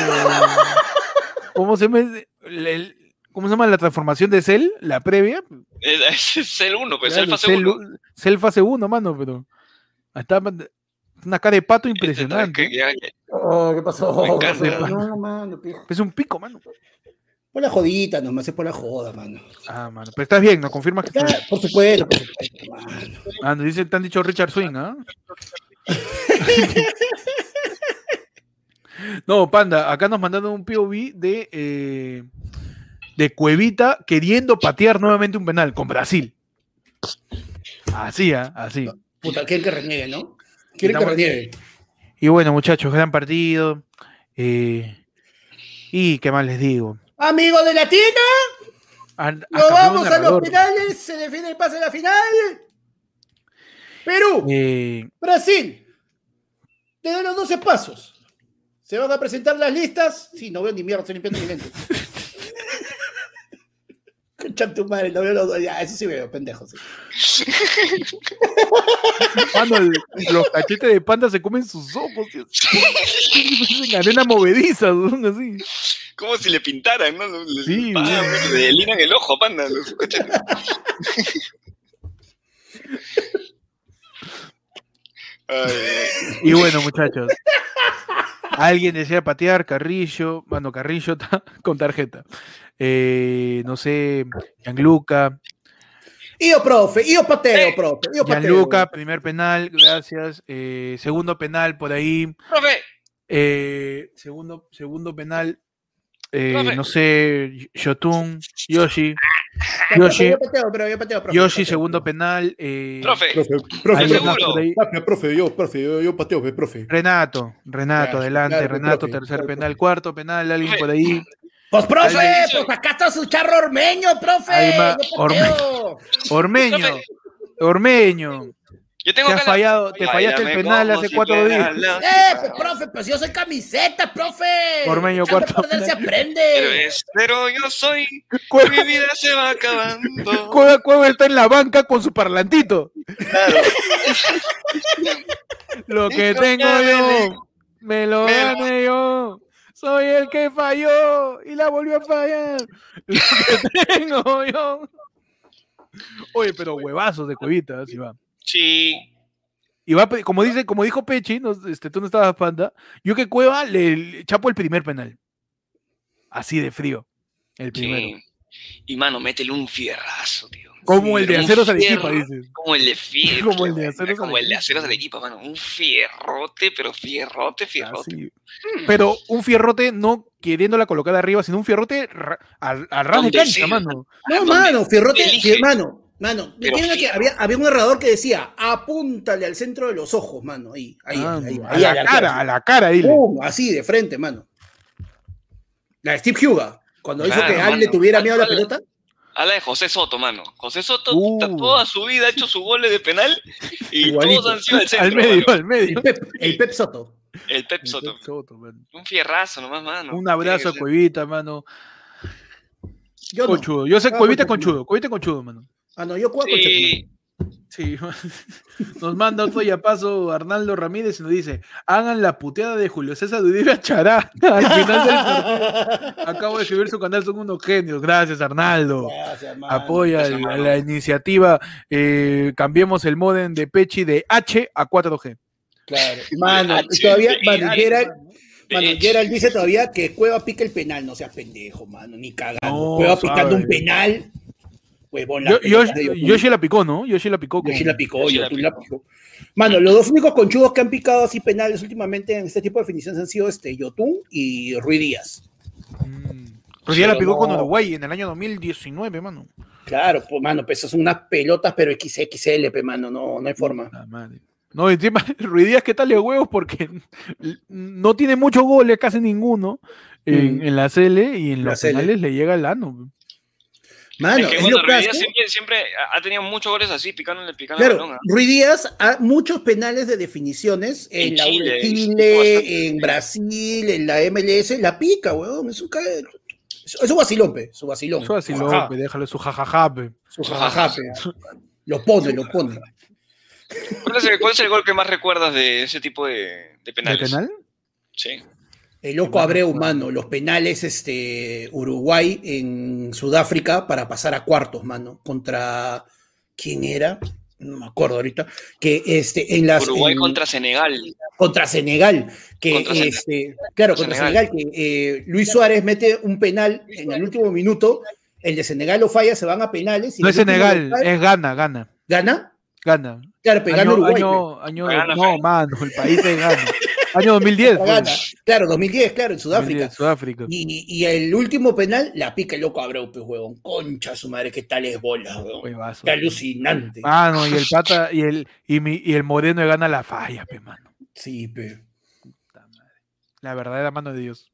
[SPEAKER 1] ¿Cómo se llama? ese? El- el- ¿Cómo se llama la transformación de Cell? La previa.
[SPEAKER 3] Es, es el uno, pues,
[SPEAKER 1] Claro,
[SPEAKER 3] el fase
[SPEAKER 1] Cell-
[SPEAKER 3] uno.
[SPEAKER 1] Cell fase 1, mano, pero. Está Panda- una cara de
[SPEAKER 3] Este
[SPEAKER 1] pato impresionante.
[SPEAKER 3] Que ya- ya-
[SPEAKER 2] Oh, ¿qué pasó?
[SPEAKER 3] Me encanta.
[SPEAKER 2] Qué pasó. No, mano, pijo.
[SPEAKER 1] Es un pico, mano.
[SPEAKER 2] Por la jodita nomás, es por la joda, mano.
[SPEAKER 1] Ah, mano. Pero estás bien, nos confirmas que
[SPEAKER 2] Ya,
[SPEAKER 1] estás bien.
[SPEAKER 2] Ah, por supuesto, por supuesto, mano.
[SPEAKER 1] Ah, nos dicen, te han dicho Richard Swing, ¿ah? no, Panda, acá nos mandaron un POV de, eh, de Cuevita queriendo patear nuevamente un penal con Brasil. Así, ah, así.
[SPEAKER 2] Puta, quieren que reniegue, ¿no? Quieren que
[SPEAKER 1] Estamos-
[SPEAKER 2] reniegue.
[SPEAKER 1] Y bueno, muchachos, gran partido. eh, y qué más les digo.
[SPEAKER 2] Amigos de Latina,
[SPEAKER 1] Han-
[SPEAKER 2] nos
[SPEAKER 1] hasta
[SPEAKER 2] vamos
[SPEAKER 1] nuevo
[SPEAKER 2] a los
[SPEAKER 1] narrador.
[SPEAKER 2] penales, se define el pase a la final. Perú,
[SPEAKER 1] Eh,
[SPEAKER 2] Brasil, te dan los 12 pasos. Se van a presentar las listas. Sí, no veo ni mierda, estoy limpiando mi lente. Concha tu madre, no veo los ya, Eso sí veo, pendejo. sí.
[SPEAKER 1] mano, el- los cachetes de panda se comen sus ojos. Dios. Parecen arena movediza, son así.
[SPEAKER 3] Como si le pintaran, ¿no? Le- le-
[SPEAKER 1] Sí,
[SPEAKER 3] pa-
[SPEAKER 1] güey.
[SPEAKER 3] le delinan el ojo a Panda. los cachetes. Ay, ay.
[SPEAKER 1] Y bueno, muchachos. Alguien desea patear, Carrillo, mano Carrillo ta- con tarjeta. Eh, no sé, Gianluca.
[SPEAKER 2] Io, profe, io pateo, profe. Io pateo.
[SPEAKER 1] Gianluca, primer penal, gracias. Eh, segundo penal por ahí.
[SPEAKER 3] Profe,
[SPEAKER 1] Eh, segundo, segundo penal. eh,
[SPEAKER 3] Profe.
[SPEAKER 1] no sé, Yotun, Yoshi.
[SPEAKER 2] Yo
[SPEAKER 1] Yoshi,
[SPEAKER 2] pateo, pero yo pateo, profe.
[SPEAKER 1] Yoshi,
[SPEAKER 2] Pateo.
[SPEAKER 1] segundo penal. eh,
[SPEAKER 3] profe.
[SPEAKER 1] hay
[SPEAKER 3] profe,
[SPEAKER 1] más
[SPEAKER 3] seguro.
[SPEAKER 1] por ahí.
[SPEAKER 5] profe, yo, profe, yo, yo pateo, pe, profe.
[SPEAKER 1] Renato, Renato,
[SPEAKER 2] Claro,
[SPEAKER 1] adelante,
[SPEAKER 2] claro, pues,
[SPEAKER 1] Renato,
[SPEAKER 2] profe,
[SPEAKER 1] tercer
[SPEAKER 2] claro,
[SPEAKER 1] penal, cuarto penal, alguien por ahí.
[SPEAKER 2] Pues, profe,
[SPEAKER 3] Ahí-
[SPEAKER 2] pues acá está su charro ormeño, profe.
[SPEAKER 1] Ahí va,
[SPEAKER 2] Yo pateo.
[SPEAKER 1] Ormeño,
[SPEAKER 3] Profe.
[SPEAKER 1] Ormeño.
[SPEAKER 3] Yo tengo
[SPEAKER 1] Te has
[SPEAKER 3] acá la-
[SPEAKER 1] fallado, te fallaste el
[SPEAKER 3] Bailame
[SPEAKER 1] penal
[SPEAKER 3] como
[SPEAKER 1] hace
[SPEAKER 3] si
[SPEAKER 1] cuatro
[SPEAKER 3] fuera
[SPEAKER 1] días.
[SPEAKER 3] la-
[SPEAKER 2] Eh, pues, profe, pues yo soy camiseta, profe.
[SPEAKER 1] Ormeño,
[SPEAKER 2] Echando a
[SPEAKER 1] cuarto.
[SPEAKER 2] perder se
[SPEAKER 3] Pero eh,
[SPEAKER 2] aprende.
[SPEAKER 3] es- pero yo soy,
[SPEAKER 1] Cueva,
[SPEAKER 3] mi vida se va acabando.
[SPEAKER 1] Cueva- Cueva está en la banca con su parlantito. Lo que
[SPEAKER 3] Hijo,
[SPEAKER 1] tengo
[SPEAKER 3] ya
[SPEAKER 1] yo, me lo
[SPEAKER 3] Me lo-
[SPEAKER 1] gané yo. Soy el que falló y la volvió a fallar. Lo que tengo yo. Oye, pero huevazos de cuevita, si va.
[SPEAKER 3] Sí.
[SPEAKER 1] Y va, pe- como dice, como dijo Pechi, no, este, tú no estabas panda, yo que Cueva le, le chapo el primer penal. Así de frío. El primero.
[SPEAKER 3] Sí. Y mano, métele un fierrazo, tío.
[SPEAKER 1] Como el de
[SPEAKER 3] Un
[SPEAKER 1] aceros Arequipa,
[SPEAKER 3] fierro,
[SPEAKER 1] dices.
[SPEAKER 3] Como el de fierro.
[SPEAKER 1] Como el de aceros
[SPEAKER 3] Como el de
[SPEAKER 1] Arequipa.
[SPEAKER 3] aceros del equipo,
[SPEAKER 1] Ah,
[SPEAKER 3] mano. Un fierrote, Mm. pero fierrote, fierrote.
[SPEAKER 1] Así. Pero un fierrote no queriéndola colocar arriba, sino un fierrote ra- al, al ras de
[SPEAKER 3] Donde
[SPEAKER 1] cancha,
[SPEAKER 3] sea.
[SPEAKER 1] mano.
[SPEAKER 2] No,
[SPEAKER 3] ¿Dónde?
[SPEAKER 2] mano, Fierrote,
[SPEAKER 3] Elige.
[SPEAKER 2] Fier- mano, mano,
[SPEAKER 3] Pero
[SPEAKER 2] ¿vieron que
[SPEAKER 3] fijo.
[SPEAKER 2] había, había un narrador que decía, apúntale al centro de los ojos, mano, ahí, ahí,
[SPEAKER 1] Ah,
[SPEAKER 2] ahí,
[SPEAKER 1] a
[SPEAKER 2] ahí,
[SPEAKER 1] la
[SPEAKER 2] al Uh, arquero,
[SPEAKER 1] cara, a la cara,
[SPEAKER 2] así.
[SPEAKER 1] dile.
[SPEAKER 2] Pum, así, de frente, mano. La de Steve Huga, cuando hizo
[SPEAKER 3] Claro,
[SPEAKER 2] que Al
[SPEAKER 3] mano.
[SPEAKER 2] le tuviera miedo a la
[SPEAKER 3] Al-
[SPEAKER 2] pelota,
[SPEAKER 3] A la de José Soto, mano. José Soto
[SPEAKER 1] Uh.
[SPEAKER 3] puta, toda su vida ha hecho su goles de penal y
[SPEAKER 2] Igualito.
[SPEAKER 3] todos han sido al centro.
[SPEAKER 1] al medio,
[SPEAKER 3] mano.
[SPEAKER 1] al medio.
[SPEAKER 2] el Pep, el Pep Soto.
[SPEAKER 3] El Pep Soto.
[SPEAKER 1] Soto, mano.
[SPEAKER 3] Un fierrazo nomás, mano.
[SPEAKER 1] Un abrazo a
[SPEAKER 3] Tiene que ser.
[SPEAKER 1] Cuevita, mano.
[SPEAKER 2] Yo no.
[SPEAKER 1] Conchudo. Yo sé
[SPEAKER 2] Ah,
[SPEAKER 1] Cuevita
[SPEAKER 2] bueno.
[SPEAKER 1] conchudo, Cuevita conchudo, mano.
[SPEAKER 2] Ah, no, yo cuatro.
[SPEAKER 3] Sí,
[SPEAKER 1] Sí, nos manda otro yapazo Arnaldo Ramírez y nos dice: hagan la puteada de Julio César de Uribe a Chará. Al final del partido. Acabo de escribir su canal, son unos genios. Gracias, Arnaldo.
[SPEAKER 2] Gracias, mano.
[SPEAKER 1] Apoya
[SPEAKER 3] gracias,
[SPEAKER 1] la,
[SPEAKER 3] mano.
[SPEAKER 1] la iniciativa eh, Cambiemos el modem de Pechi de H a 4G.
[SPEAKER 2] Claro. Mano,
[SPEAKER 3] Ah,
[SPEAKER 2] y todavía,
[SPEAKER 3] sí,
[SPEAKER 2] mano,
[SPEAKER 3] sí,
[SPEAKER 2] Gerald,
[SPEAKER 3] de
[SPEAKER 2] mano,
[SPEAKER 3] hecho.
[SPEAKER 2] Gerald dice todavía que Cueva pica el penal, no seas pendejo, mano, ni cagando.
[SPEAKER 1] No,
[SPEAKER 2] Cueva picando
[SPEAKER 1] sabe.
[SPEAKER 2] un penal, huevón. la
[SPEAKER 1] Yo,
[SPEAKER 2] pelota de
[SPEAKER 1] yo-
[SPEAKER 2] Yotun.
[SPEAKER 1] Yoshi la picó, ¿no? Yoshi la picó. con-
[SPEAKER 2] Yo sí la picó,
[SPEAKER 3] Yo sí
[SPEAKER 2] yo
[SPEAKER 3] la
[SPEAKER 2] tú la picó. Mano, los dos únicos conchudos que han picado así penales últimamente en este tipo de definiciones han sido este Yotun y Rui Díaz.
[SPEAKER 1] Mm. Pero ya la
[SPEAKER 2] Pero
[SPEAKER 1] picó con
[SPEAKER 2] no.
[SPEAKER 1] Uruguay en el año 2019, mano.
[SPEAKER 2] Claro, pues, mano, pues esas son unas pelotas, pero XXL, pe, pues, mano, no, no hay forma.
[SPEAKER 1] La madre. No, encima, Ruiz Díaz, ¿qué tal de huevos? Porque no tiene muchos goles, casi ninguno, en,
[SPEAKER 2] Mm.
[SPEAKER 1] en la CL y en
[SPEAKER 2] La
[SPEAKER 1] los
[SPEAKER 2] CL.
[SPEAKER 1] penales le lega el ano.
[SPEAKER 2] Mano,
[SPEAKER 3] es que
[SPEAKER 2] es
[SPEAKER 3] bueno,
[SPEAKER 2] lo
[SPEAKER 3] Ruiz
[SPEAKER 2] clásico.
[SPEAKER 3] Díaz siempre, siempre ha- ha tenido muchos goles así, picándole, picándole el balón.
[SPEAKER 2] Claro,
[SPEAKER 3] ¿ah?
[SPEAKER 2] Rui Díaz ha muchos penales de definiciones en,
[SPEAKER 3] En
[SPEAKER 2] la U de
[SPEAKER 3] Chile,
[SPEAKER 2] Chile,
[SPEAKER 3] bastante.
[SPEAKER 2] en Brasil, en la MLS, la pica, weón, es un ca- es- es un vacilón, pe, es un vacilón.
[SPEAKER 1] Eso así,
[SPEAKER 2] Ajá.
[SPEAKER 1] López, déjalo su jajaja. pe.
[SPEAKER 2] Su jajaja, pe. Lo pone, lo pone.
[SPEAKER 3] ¿Cuál es, el, cuál es el gol que más recuerdas de ese tipo de, de
[SPEAKER 1] ¿De
[SPEAKER 3] penales?
[SPEAKER 1] penal?
[SPEAKER 3] Sí.
[SPEAKER 2] El loco Abreu, mano, los penales este, Uruguay en Sudáfrica para pasar a cuartos, mano, contra quién era, no me acuerdo ahorita, que este en las
[SPEAKER 3] Uruguay
[SPEAKER 2] en-
[SPEAKER 3] contra Senegal.
[SPEAKER 2] contra Senegal, que
[SPEAKER 3] Contra Senegal.
[SPEAKER 2] este, claro, contra Senegal,
[SPEAKER 3] Senegal.
[SPEAKER 2] que eh, Luis Suárez mete un penal en el último minuto, el de Senegal lo falla, se van a penales y
[SPEAKER 1] No
[SPEAKER 2] el
[SPEAKER 1] es
[SPEAKER 2] último
[SPEAKER 1] Senegal,
[SPEAKER 2] local
[SPEAKER 1] es Gana, Gana.
[SPEAKER 2] gana,
[SPEAKER 1] Gana.
[SPEAKER 2] claro, pero gana
[SPEAKER 1] Año,
[SPEAKER 2] Uruguay.
[SPEAKER 1] año, año-
[SPEAKER 3] Gana,
[SPEAKER 1] no,
[SPEAKER 3] fe.
[SPEAKER 1] mano, el país es Gana. Año 2010.
[SPEAKER 2] pero
[SPEAKER 1] pues.
[SPEAKER 2] gana. Claro, 2010, claro, en
[SPEAKER 1] 2010,
[SPEAKER 2] Sudáfrica.
[SPEAKER 1] Sudáfrica.
[SPEAKER 2] Y, y el último penal la pica el loco Abreu, pues, huevón. Concha su madre, qué tal es bola, huevón.
[SPEAKER 1] Huevazo.
[SPEAKER 2] Qué alucinante.
[SPEAKER 1] Mano, y el pata, y el, y mi, y el moreno de Gana la falla, pe, mano.
[SPEAKER 2] Sí, pe.
[SPEAKER 1] Puta madre. La verdadera mano de Dios.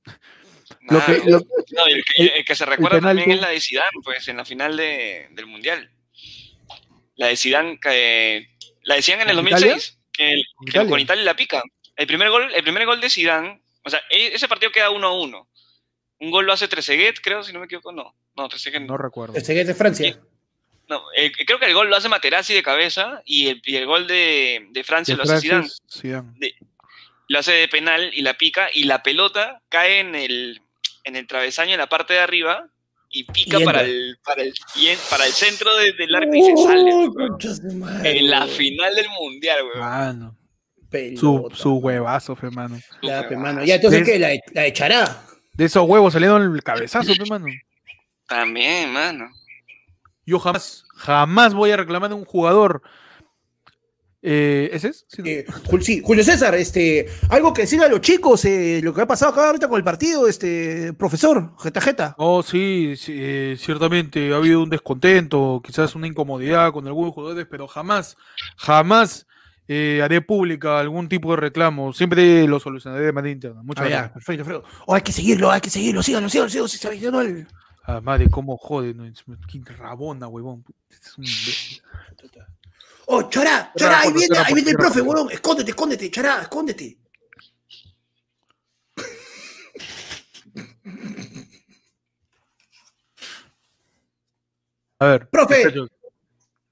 [SPEAKER 1] Lo
[SPEAKER 3] Nada,
[SPEAKER 1] que,
[SPEAKER 3] no,
[SPEAKER 1] lo-
[SPEAKER 3] Ah, no, el, que, el que se recuerda
[SPEAKER 1] penal
[SPEAKER 3] también
[SPEAKER 1] que-
[SPEAKER 3] es la de Zidane, pues, en la final de- del Mundial. La de Zidane, que, la decían en el
[SPEAKER 1] ¿Con
[SPEAKER 3] 2006, que, el-
[SPEAKER 1] ¿Con
[SPEAKER 3] que
[SPEAKER 1] Italia?
[SPEAKER 3] con Italia la pica. El primer gol, el primer gol de Zidane, o sea, e- ese partido queda 1 a 1. Un gol lo hace Trezeguet, creo, si no me equivoco, no. No, Trezeguet no.
[SPEAKER 1] no recuerdo.
[SPEAKER 2] El Segués de Francia.
[SPEAKER 3] No, el- creo que el gol lo hace Materazzi de cabeza y el, y el gol de, de Francia
[SPEAKER 1] De
[SPEAKER 3] lo hace Zidane.
[SPEAKER 1] Francis Zidane.
[SPEAKER 3] Lo hace de penal y la pica y la pelota cae en el, en el travesaño en la parte de arriba y pica
[SPEAKER 2] Y entra.
[SPEAKER 3] para, el, para, el, y en- para el centro de- del arco y se sale. Eh,
[SPEAKER 2] Uy,
[SPEAKER 3] weón.
[SPEAKER 2] Oh, concha su madre, Ah,
[SPEAKER 3] En la
[SPEAKER 2] weón.
[SPEAKER 3] final del mundial, weón.
[SPEAKER 1] Mano, su,
[SPEAKER 2] Pelota,
[SPEAKER 1] su huevazo, fe, mano.
[SPEAKER 2] Ya, pe,
[SPEAKER 3] Puta,
[SPEAKER 2] mano. Ya, entonces,
[SPEAKER 1] Des-
[SPEAKER 2] ¿qué? La, la echará.
[SPEAKER 1] De esos huevos salieron el cabezazo, fe, mano.
[SPEAKER 3] También, mano.
[SPEAKER 1] Yo jamás, jamás voy a reclamar de un jugador. Eh, ¿Ese es? Sí, ¿no?
[SPEAKER 2] Eh, Jul- sí, Julio César, este, algo que decir a los chicos, eh, lo que ha pasado acá ahorita con el partido, este, profesor, jeta jeta.
[SPEAKER 1] Oh, sí, sí, eh, ciertamente ha habido un descontento, quizás una incomodidad con algunos jugadores, pero jamás, jamás eh, haré pública algún tipo de reclamo. Siempre lo solucionaré de manera interna. Muchas
[SPEAKER 2] Ah, ya,
[SPEAKER 1] gracias.
[SPEAKER 2] perfecto, perfecto. Oh, hay que seguirlo, hay que seguirlo, síganlo, síganlo, síganlo, si se va yendo el-
[SPEAKER 1] Ah, madre, cómo jode, ¿no? Qué rabona, huevón. Es un imbécil.
[SPEAKER 2] Oh, Chorá, Chorá, ahí
[SPEAKER 1] Rafa,
[SPEAKER 2] viene,
[SPEAKER 1] Rafa,
[SPEAKER 2] ahí viene el
[SPEAKER 1] Rafa.
[SPEAKER 2] profe, weón. Escóndete, escóndete, Chorá, escóndete.
[SPEAKER 1] A ver.
[SPEAKER 2] Profe,
[SPEAKER 1] muchachos,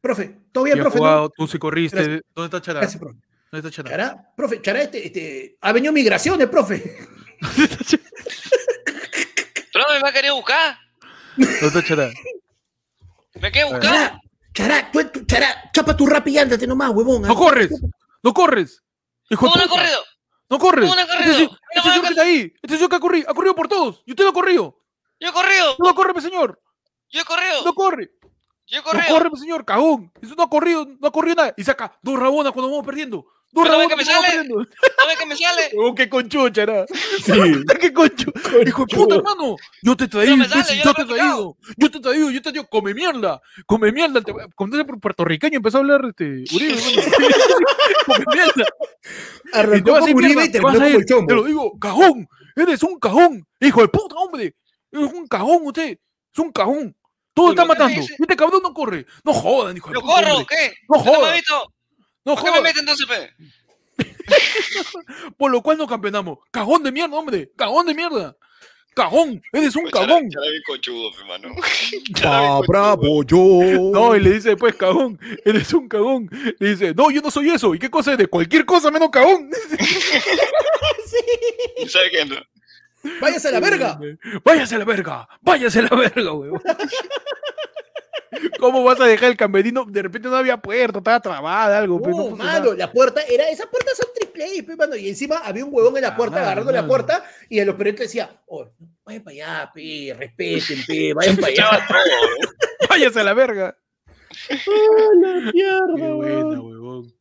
[SPEAKER 2] Profe, ¿todo bien,
[SPEAKER 1] ya Este he
[SPEAKER 2] profe?
[SPEAKER 1] jugado,
[SPEAKER 2] ¿no?
[SPEAKER 1] tú sí corriste.
[SPEAKER 2] Gracias.
[SPEAKER 1] ¿Dónde está Chará?
[SPEAKER 2] Gracias, profe.
[SPEAKER 1] ¿Dónde está Chará?
[SPEAKER 2] Chará, profe, Chará, este, este, ha venido migraciones, profe.
[SPEAKER 3] Pero no me ha querido buscar.
[SPEAKER 1] ¿Dónde está Chará?
[SPEAKER 3] Me quedé buscar.
[SPEAKER 2] Chará, Chará, tú, tú, Chará, chapa tu rap y ándate nomás, huevón.
[SPEAKER 1] ¡No corres! ¡No corres! Hijo de
[SPEAKER 3] ¿Cómo no ha
[SPEAKER 1] puta,
[SPEAKER 3] corrido?
[SPEAKER 1] ¡No corres!
[SPEAKER 3] ¿Cómo no ha
[SPEAKER 1] Este
[SPEAKER 3] corrido?
[SPEAKER 1] sí-
[SPEAKER 3] Mira,
[SPEAKER 1] Este
[SPEAKER 3] mano,
[SPEAKER 1] señor que está ahí, este señor que ha corrido, ha corrido por todos, y usted no ha corrido.
[SPEAKER 3] Yo he corrido.
[SPEAKER 1] ¡No corre, mi señor!
[SPEAKER 3] Yo he corrido.
[SPEAKER 1] ¡No corre!
[SPEAKER 3] Yo he
[SPEAKER 1] ¡No
[SPEAKER 3] corrido.
[SPEAKER 1] corre, mi señor! ¡Cagón! Eso no ha corrido, no ha corrido nada. Y saca dos rabonas cuando vamos perdiendo. No,
[SPEAKER 3] Pero
[SPEAKER 1] Raúl,
[SPEAKER 3] ve que me
[SPEAKER 1] no,
[SPEAKER 3] sale.
[SPEAKER 1] pero no.
[SPEAKER 3] ¿No ve que me sale?
[SPEAKER 1] Huevón, qué conchucha era.
[SPEAKER 5] Sí.
[SPEAKER 1] ¿Qué concho? Hijo de puta, hermano. Yo te he traído,
[SPEAKER 3] No me sale,
[SPEAKER 1] imbécil,
[SPEAKER 3] yo
[SPEAKER 1] yo
[SPEAKER 3] no
[SPEAKER 1] te he
[SPEAKER 3] me he picado.
[SPEAKER 1] traído. Yo te he traído, yo te he traído. Come mierda. Come mierda. Te... Contaste por puertorriqueño empezó a hablar este, Uribe. hermano. Come mierda. Y te
[SPEAKER 2] Arrancó
[SPEAKER 1] vas a
[SPEAKER 2] con
[SPEAKER 1] ir,
[SPEAKER 2] Uribe
[SPEAKER 1] mierda,
[SPEAKER 2] y
[SPEAKER 1] te vas
[SPEAKER 2] terminó
[SPEAKER 1] a
[SPEAKER 2] como
[SPEAKER 1] ir.
[SPEAKER 2] el chombo.
[SPEAKER 1] Te lo digo, cajón. Eres un cajón. Hijo de puta, hombre. Es un cajón usted. Es un cajón. Todo
[SPEAKER 3] ¿Y
[SPEAKER 1] está
[SPEAKER 3] por qué me
[SPEAKER 1] matando.
[SPEAKER 3] dice?
[SPEAKER 1] Y este cabrón no corre. No jodan, hijo de
[SPEAKER 3] Yo
[SPEAKER 1] puta.
[SPEAKER 3] corro,
[SPEAKER 1] hombre.
[SPEAKER 3] ¿qué?
[SPEAKER 1] No
[SPEAKER 3] ¿Usted me ha
[SPEAKER 1] jodan.
[SPEAKER 3] visto?
[SPEAKER 1] No
[SPEAKER 3] ¿Por qué me
[SPEAKER 1] jodan.
[SPEAKER 3] mete entonces, pe?
[SPEAKER 1] Por lo cual no campeonamos. Cajón de mierda, hombre. Cajón de mierda. Cajón. Eres un
[SPEAKER 3] Pues, chara-
[SPEAKER 1] cajón.
[SPEAKER 3] chara bien conchudo, pe, mano.
[SPEAKER 5] Ah, bravo, yo.
[SPEAKER 1] pues, No, y le dice después, cagón, eres un cagón. Le dice, no, yo no soy eso. ¿Y qué cosa es? De cualquier cosa menos cagón.
[SPEAKER 3] ¿Sabe qué? No?
[SPEAKER 2] Váyase a la verga.
[SPEAKER 1] Váyase a la verga, váyase a la verga, huevón. ¿Cómo vas a dejar el camerino? De repente no había puerta, estaba trabada, algo. pues,
[SPEAKER 2] No,
[SPEAKER 1] funcionaba.
[SPEAKER 2] Uh, mano, la puerta era, esas puertas son triple A, pe, mano, y encima había un huevón en la puerta
[SPEAKER 1] Ah,
[SPEAKER 2] agarrando la
[SPEAKER 1] mano.
[SPEAKER 2] puerta y el operador decía, oh, vayan para allá, pe, respeten, pe, vayan para allá.
[SPEAKER 3] Escuchaba todo, ¿no?
[SPEAKER 1] Váyase a la verga.
[SPEAKER 2] Mierda,
[SPEAKER 1] Qué buena, huevón.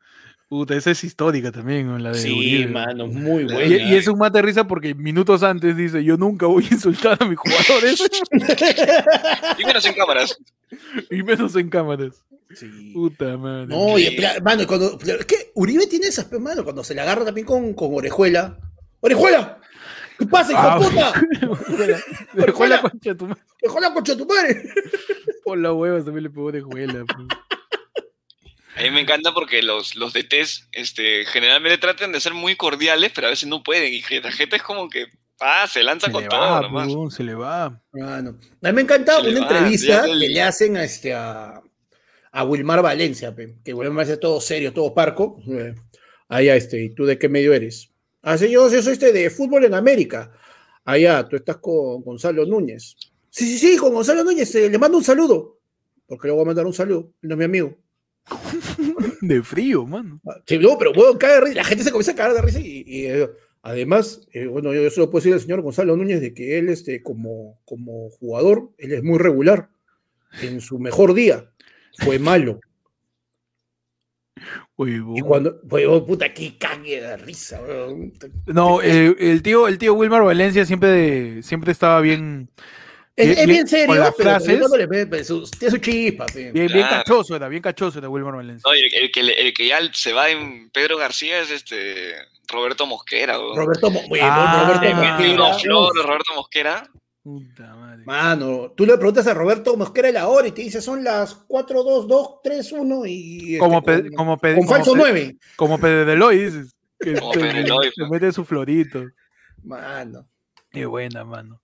[SPEAKER 1] Puta, esa es histórica también, ¿no? la de
[SPEAKER 2] Sí,
[SPEAKER 1] Uribe.
[SPEAKER 2] mano, muy
[SPEAKER 1] Y-
[SPEAKER 2] buena. eh.
[SPEAKER 1] Y, es un mate de risa porque minutos antes dice, yo nunca voy a insultar a mis jugadores,
[SPEAKER 3] Y menos en cámaras.
[SPEAKER 1] y menos en cámaras.
[SPEAKER 2] Sí.
[SPEAKER 1] Puta madre.
[SPEAKER 2] No, y, espera, mano, y cuando, pero es que Uribe tiene esas, pe, mano, cuando se le agarra también con, con Orejuela. ¡Orejuela! ¿Qué pasa, hijo
[SPEAKER 1] Ah,
[SPEAKER 2] de puta?
[SPEAKER 1] Orejuela. Orejuela, concha de tu madre.
[SPEAKER 2] ¡Orejuela, concha de tu madre!
[SPEAKER 1] Por la hueva también le pegó orejuela. pues.
[SPEAKER 3] A mí me encanta porque los, los DTs este, generalmente tratan de ser muy cordiales, pero a veces no pueden. Y la gente es como que ah, se lanza
[SPEAKER 1] Se
[SPEAKER 3] con
[SPEAKER 1] le
[SPEAKER 3] todo
[SPEAKER 1] va,
[SPEAKER 3] nomás.
[SPEAKER 1] huevón, se le va.
[SPEAKER 2] Mano, a mí me encanta
[SPEAKER 3] Se le
[SPEAKER 2] una
[SPEAKER 3] va,
[SPEAKER 2] entrevista
[SPEAKER 3] ya del-
[SPEAKER 2] que le hacen a, este, a, a Wilmar Valencia, pe, que Wilmar Valencia es todo serio, todo parco. eh, Allá, este, ¿y tú de qué medio eres? Así yo, yo soy este de fútbol en América. Allá, tú estás con Gonzalo Núñez. Sí, sí, sí, con Gonzalo Núñez, eh, le mando un saludo. Porque le voy a mandar un saludo, él no es mi amigo.
[SPEAKER 1] De frío, mano.
[SPEAKER 2] Sí, no, pero bueno, cae de risa, la gente se comienza a cagar de risa y, y, eh, además, eh, bueno, yo solo puedo decir al señor Gonzalo Núñez de que él, este, como, como jugador, él es muy regular. En su mejor día fue malo.
[SPEAKER 1] Huevón.
[SPEAKER 2] Y cuando, pues, oh, puta, qué cague de risa. weón.
[SPEAKER 1] No, eh, el tío, el tío Wilmar Valencia siempre, de- siempre estaba bien,
[SPEAKER 2] Es, es
[SPEAKER 1] Bien-
[SPEAKER 2] bien
[SPEAKER 1] bien-
[SPEAKER 2] serio,
[SPEAKER 1] con las
[SPEAKER 2] pero
[SPEAKER 1] frases.
[SPEAKER 2] cuando le pe- pe- su- tiene su chispa. pe.
[SPEAKER 1] bien, bien
[SPEAKER 3] Claro.
[SPEAKER 1] cachoso, era bien cachoso era Wilmar Valencia.
[SPEAKER 3] No, y el, el que, le- el que ya se va en Pedro García es este Roberto Mosquera. huevón.
[SPEAKER 2] Roberto, Mo- weón,
[SPEAKER 1] Ah,
[SPEAKER 2] Roberto
[SPEAKER 3] Le mete unos
[SPEAKER 2] Mosquera.
[SPEAKER 3] flores, Roberto Mosquera.
[SPEAKER 1] Puta madre.
[SPEAKER 2] Mano, tú le preguntas a Roberto Mosquera la hora y te dice son las 4, 2, 2, 3, 1 y. este,
[SPEAKER 1] Como, pe-
[SPEAKER 2] con-
[SPEAKER 1] como, eh, pe-
[SPEAKER 2] Con
[SPEAKER 1] como
[SPEAKER 2] falso
[SPEAKER 1] pe-
[SPEAKER 2] 9.
[SPEAKER 1] Como Pedro Deloy, dices. Que
[SPEAKER 3] Como
[SPEAKER 1] te-
[SPEAKER 3] Pedro Deloy,
[SPEAKER 1] te
[SPEAKER 3] pues.
[SPEAKER 1] mete su florito.
[SPEAKER 2] Mano.
[SPEAKER 1] Qué buena, mano.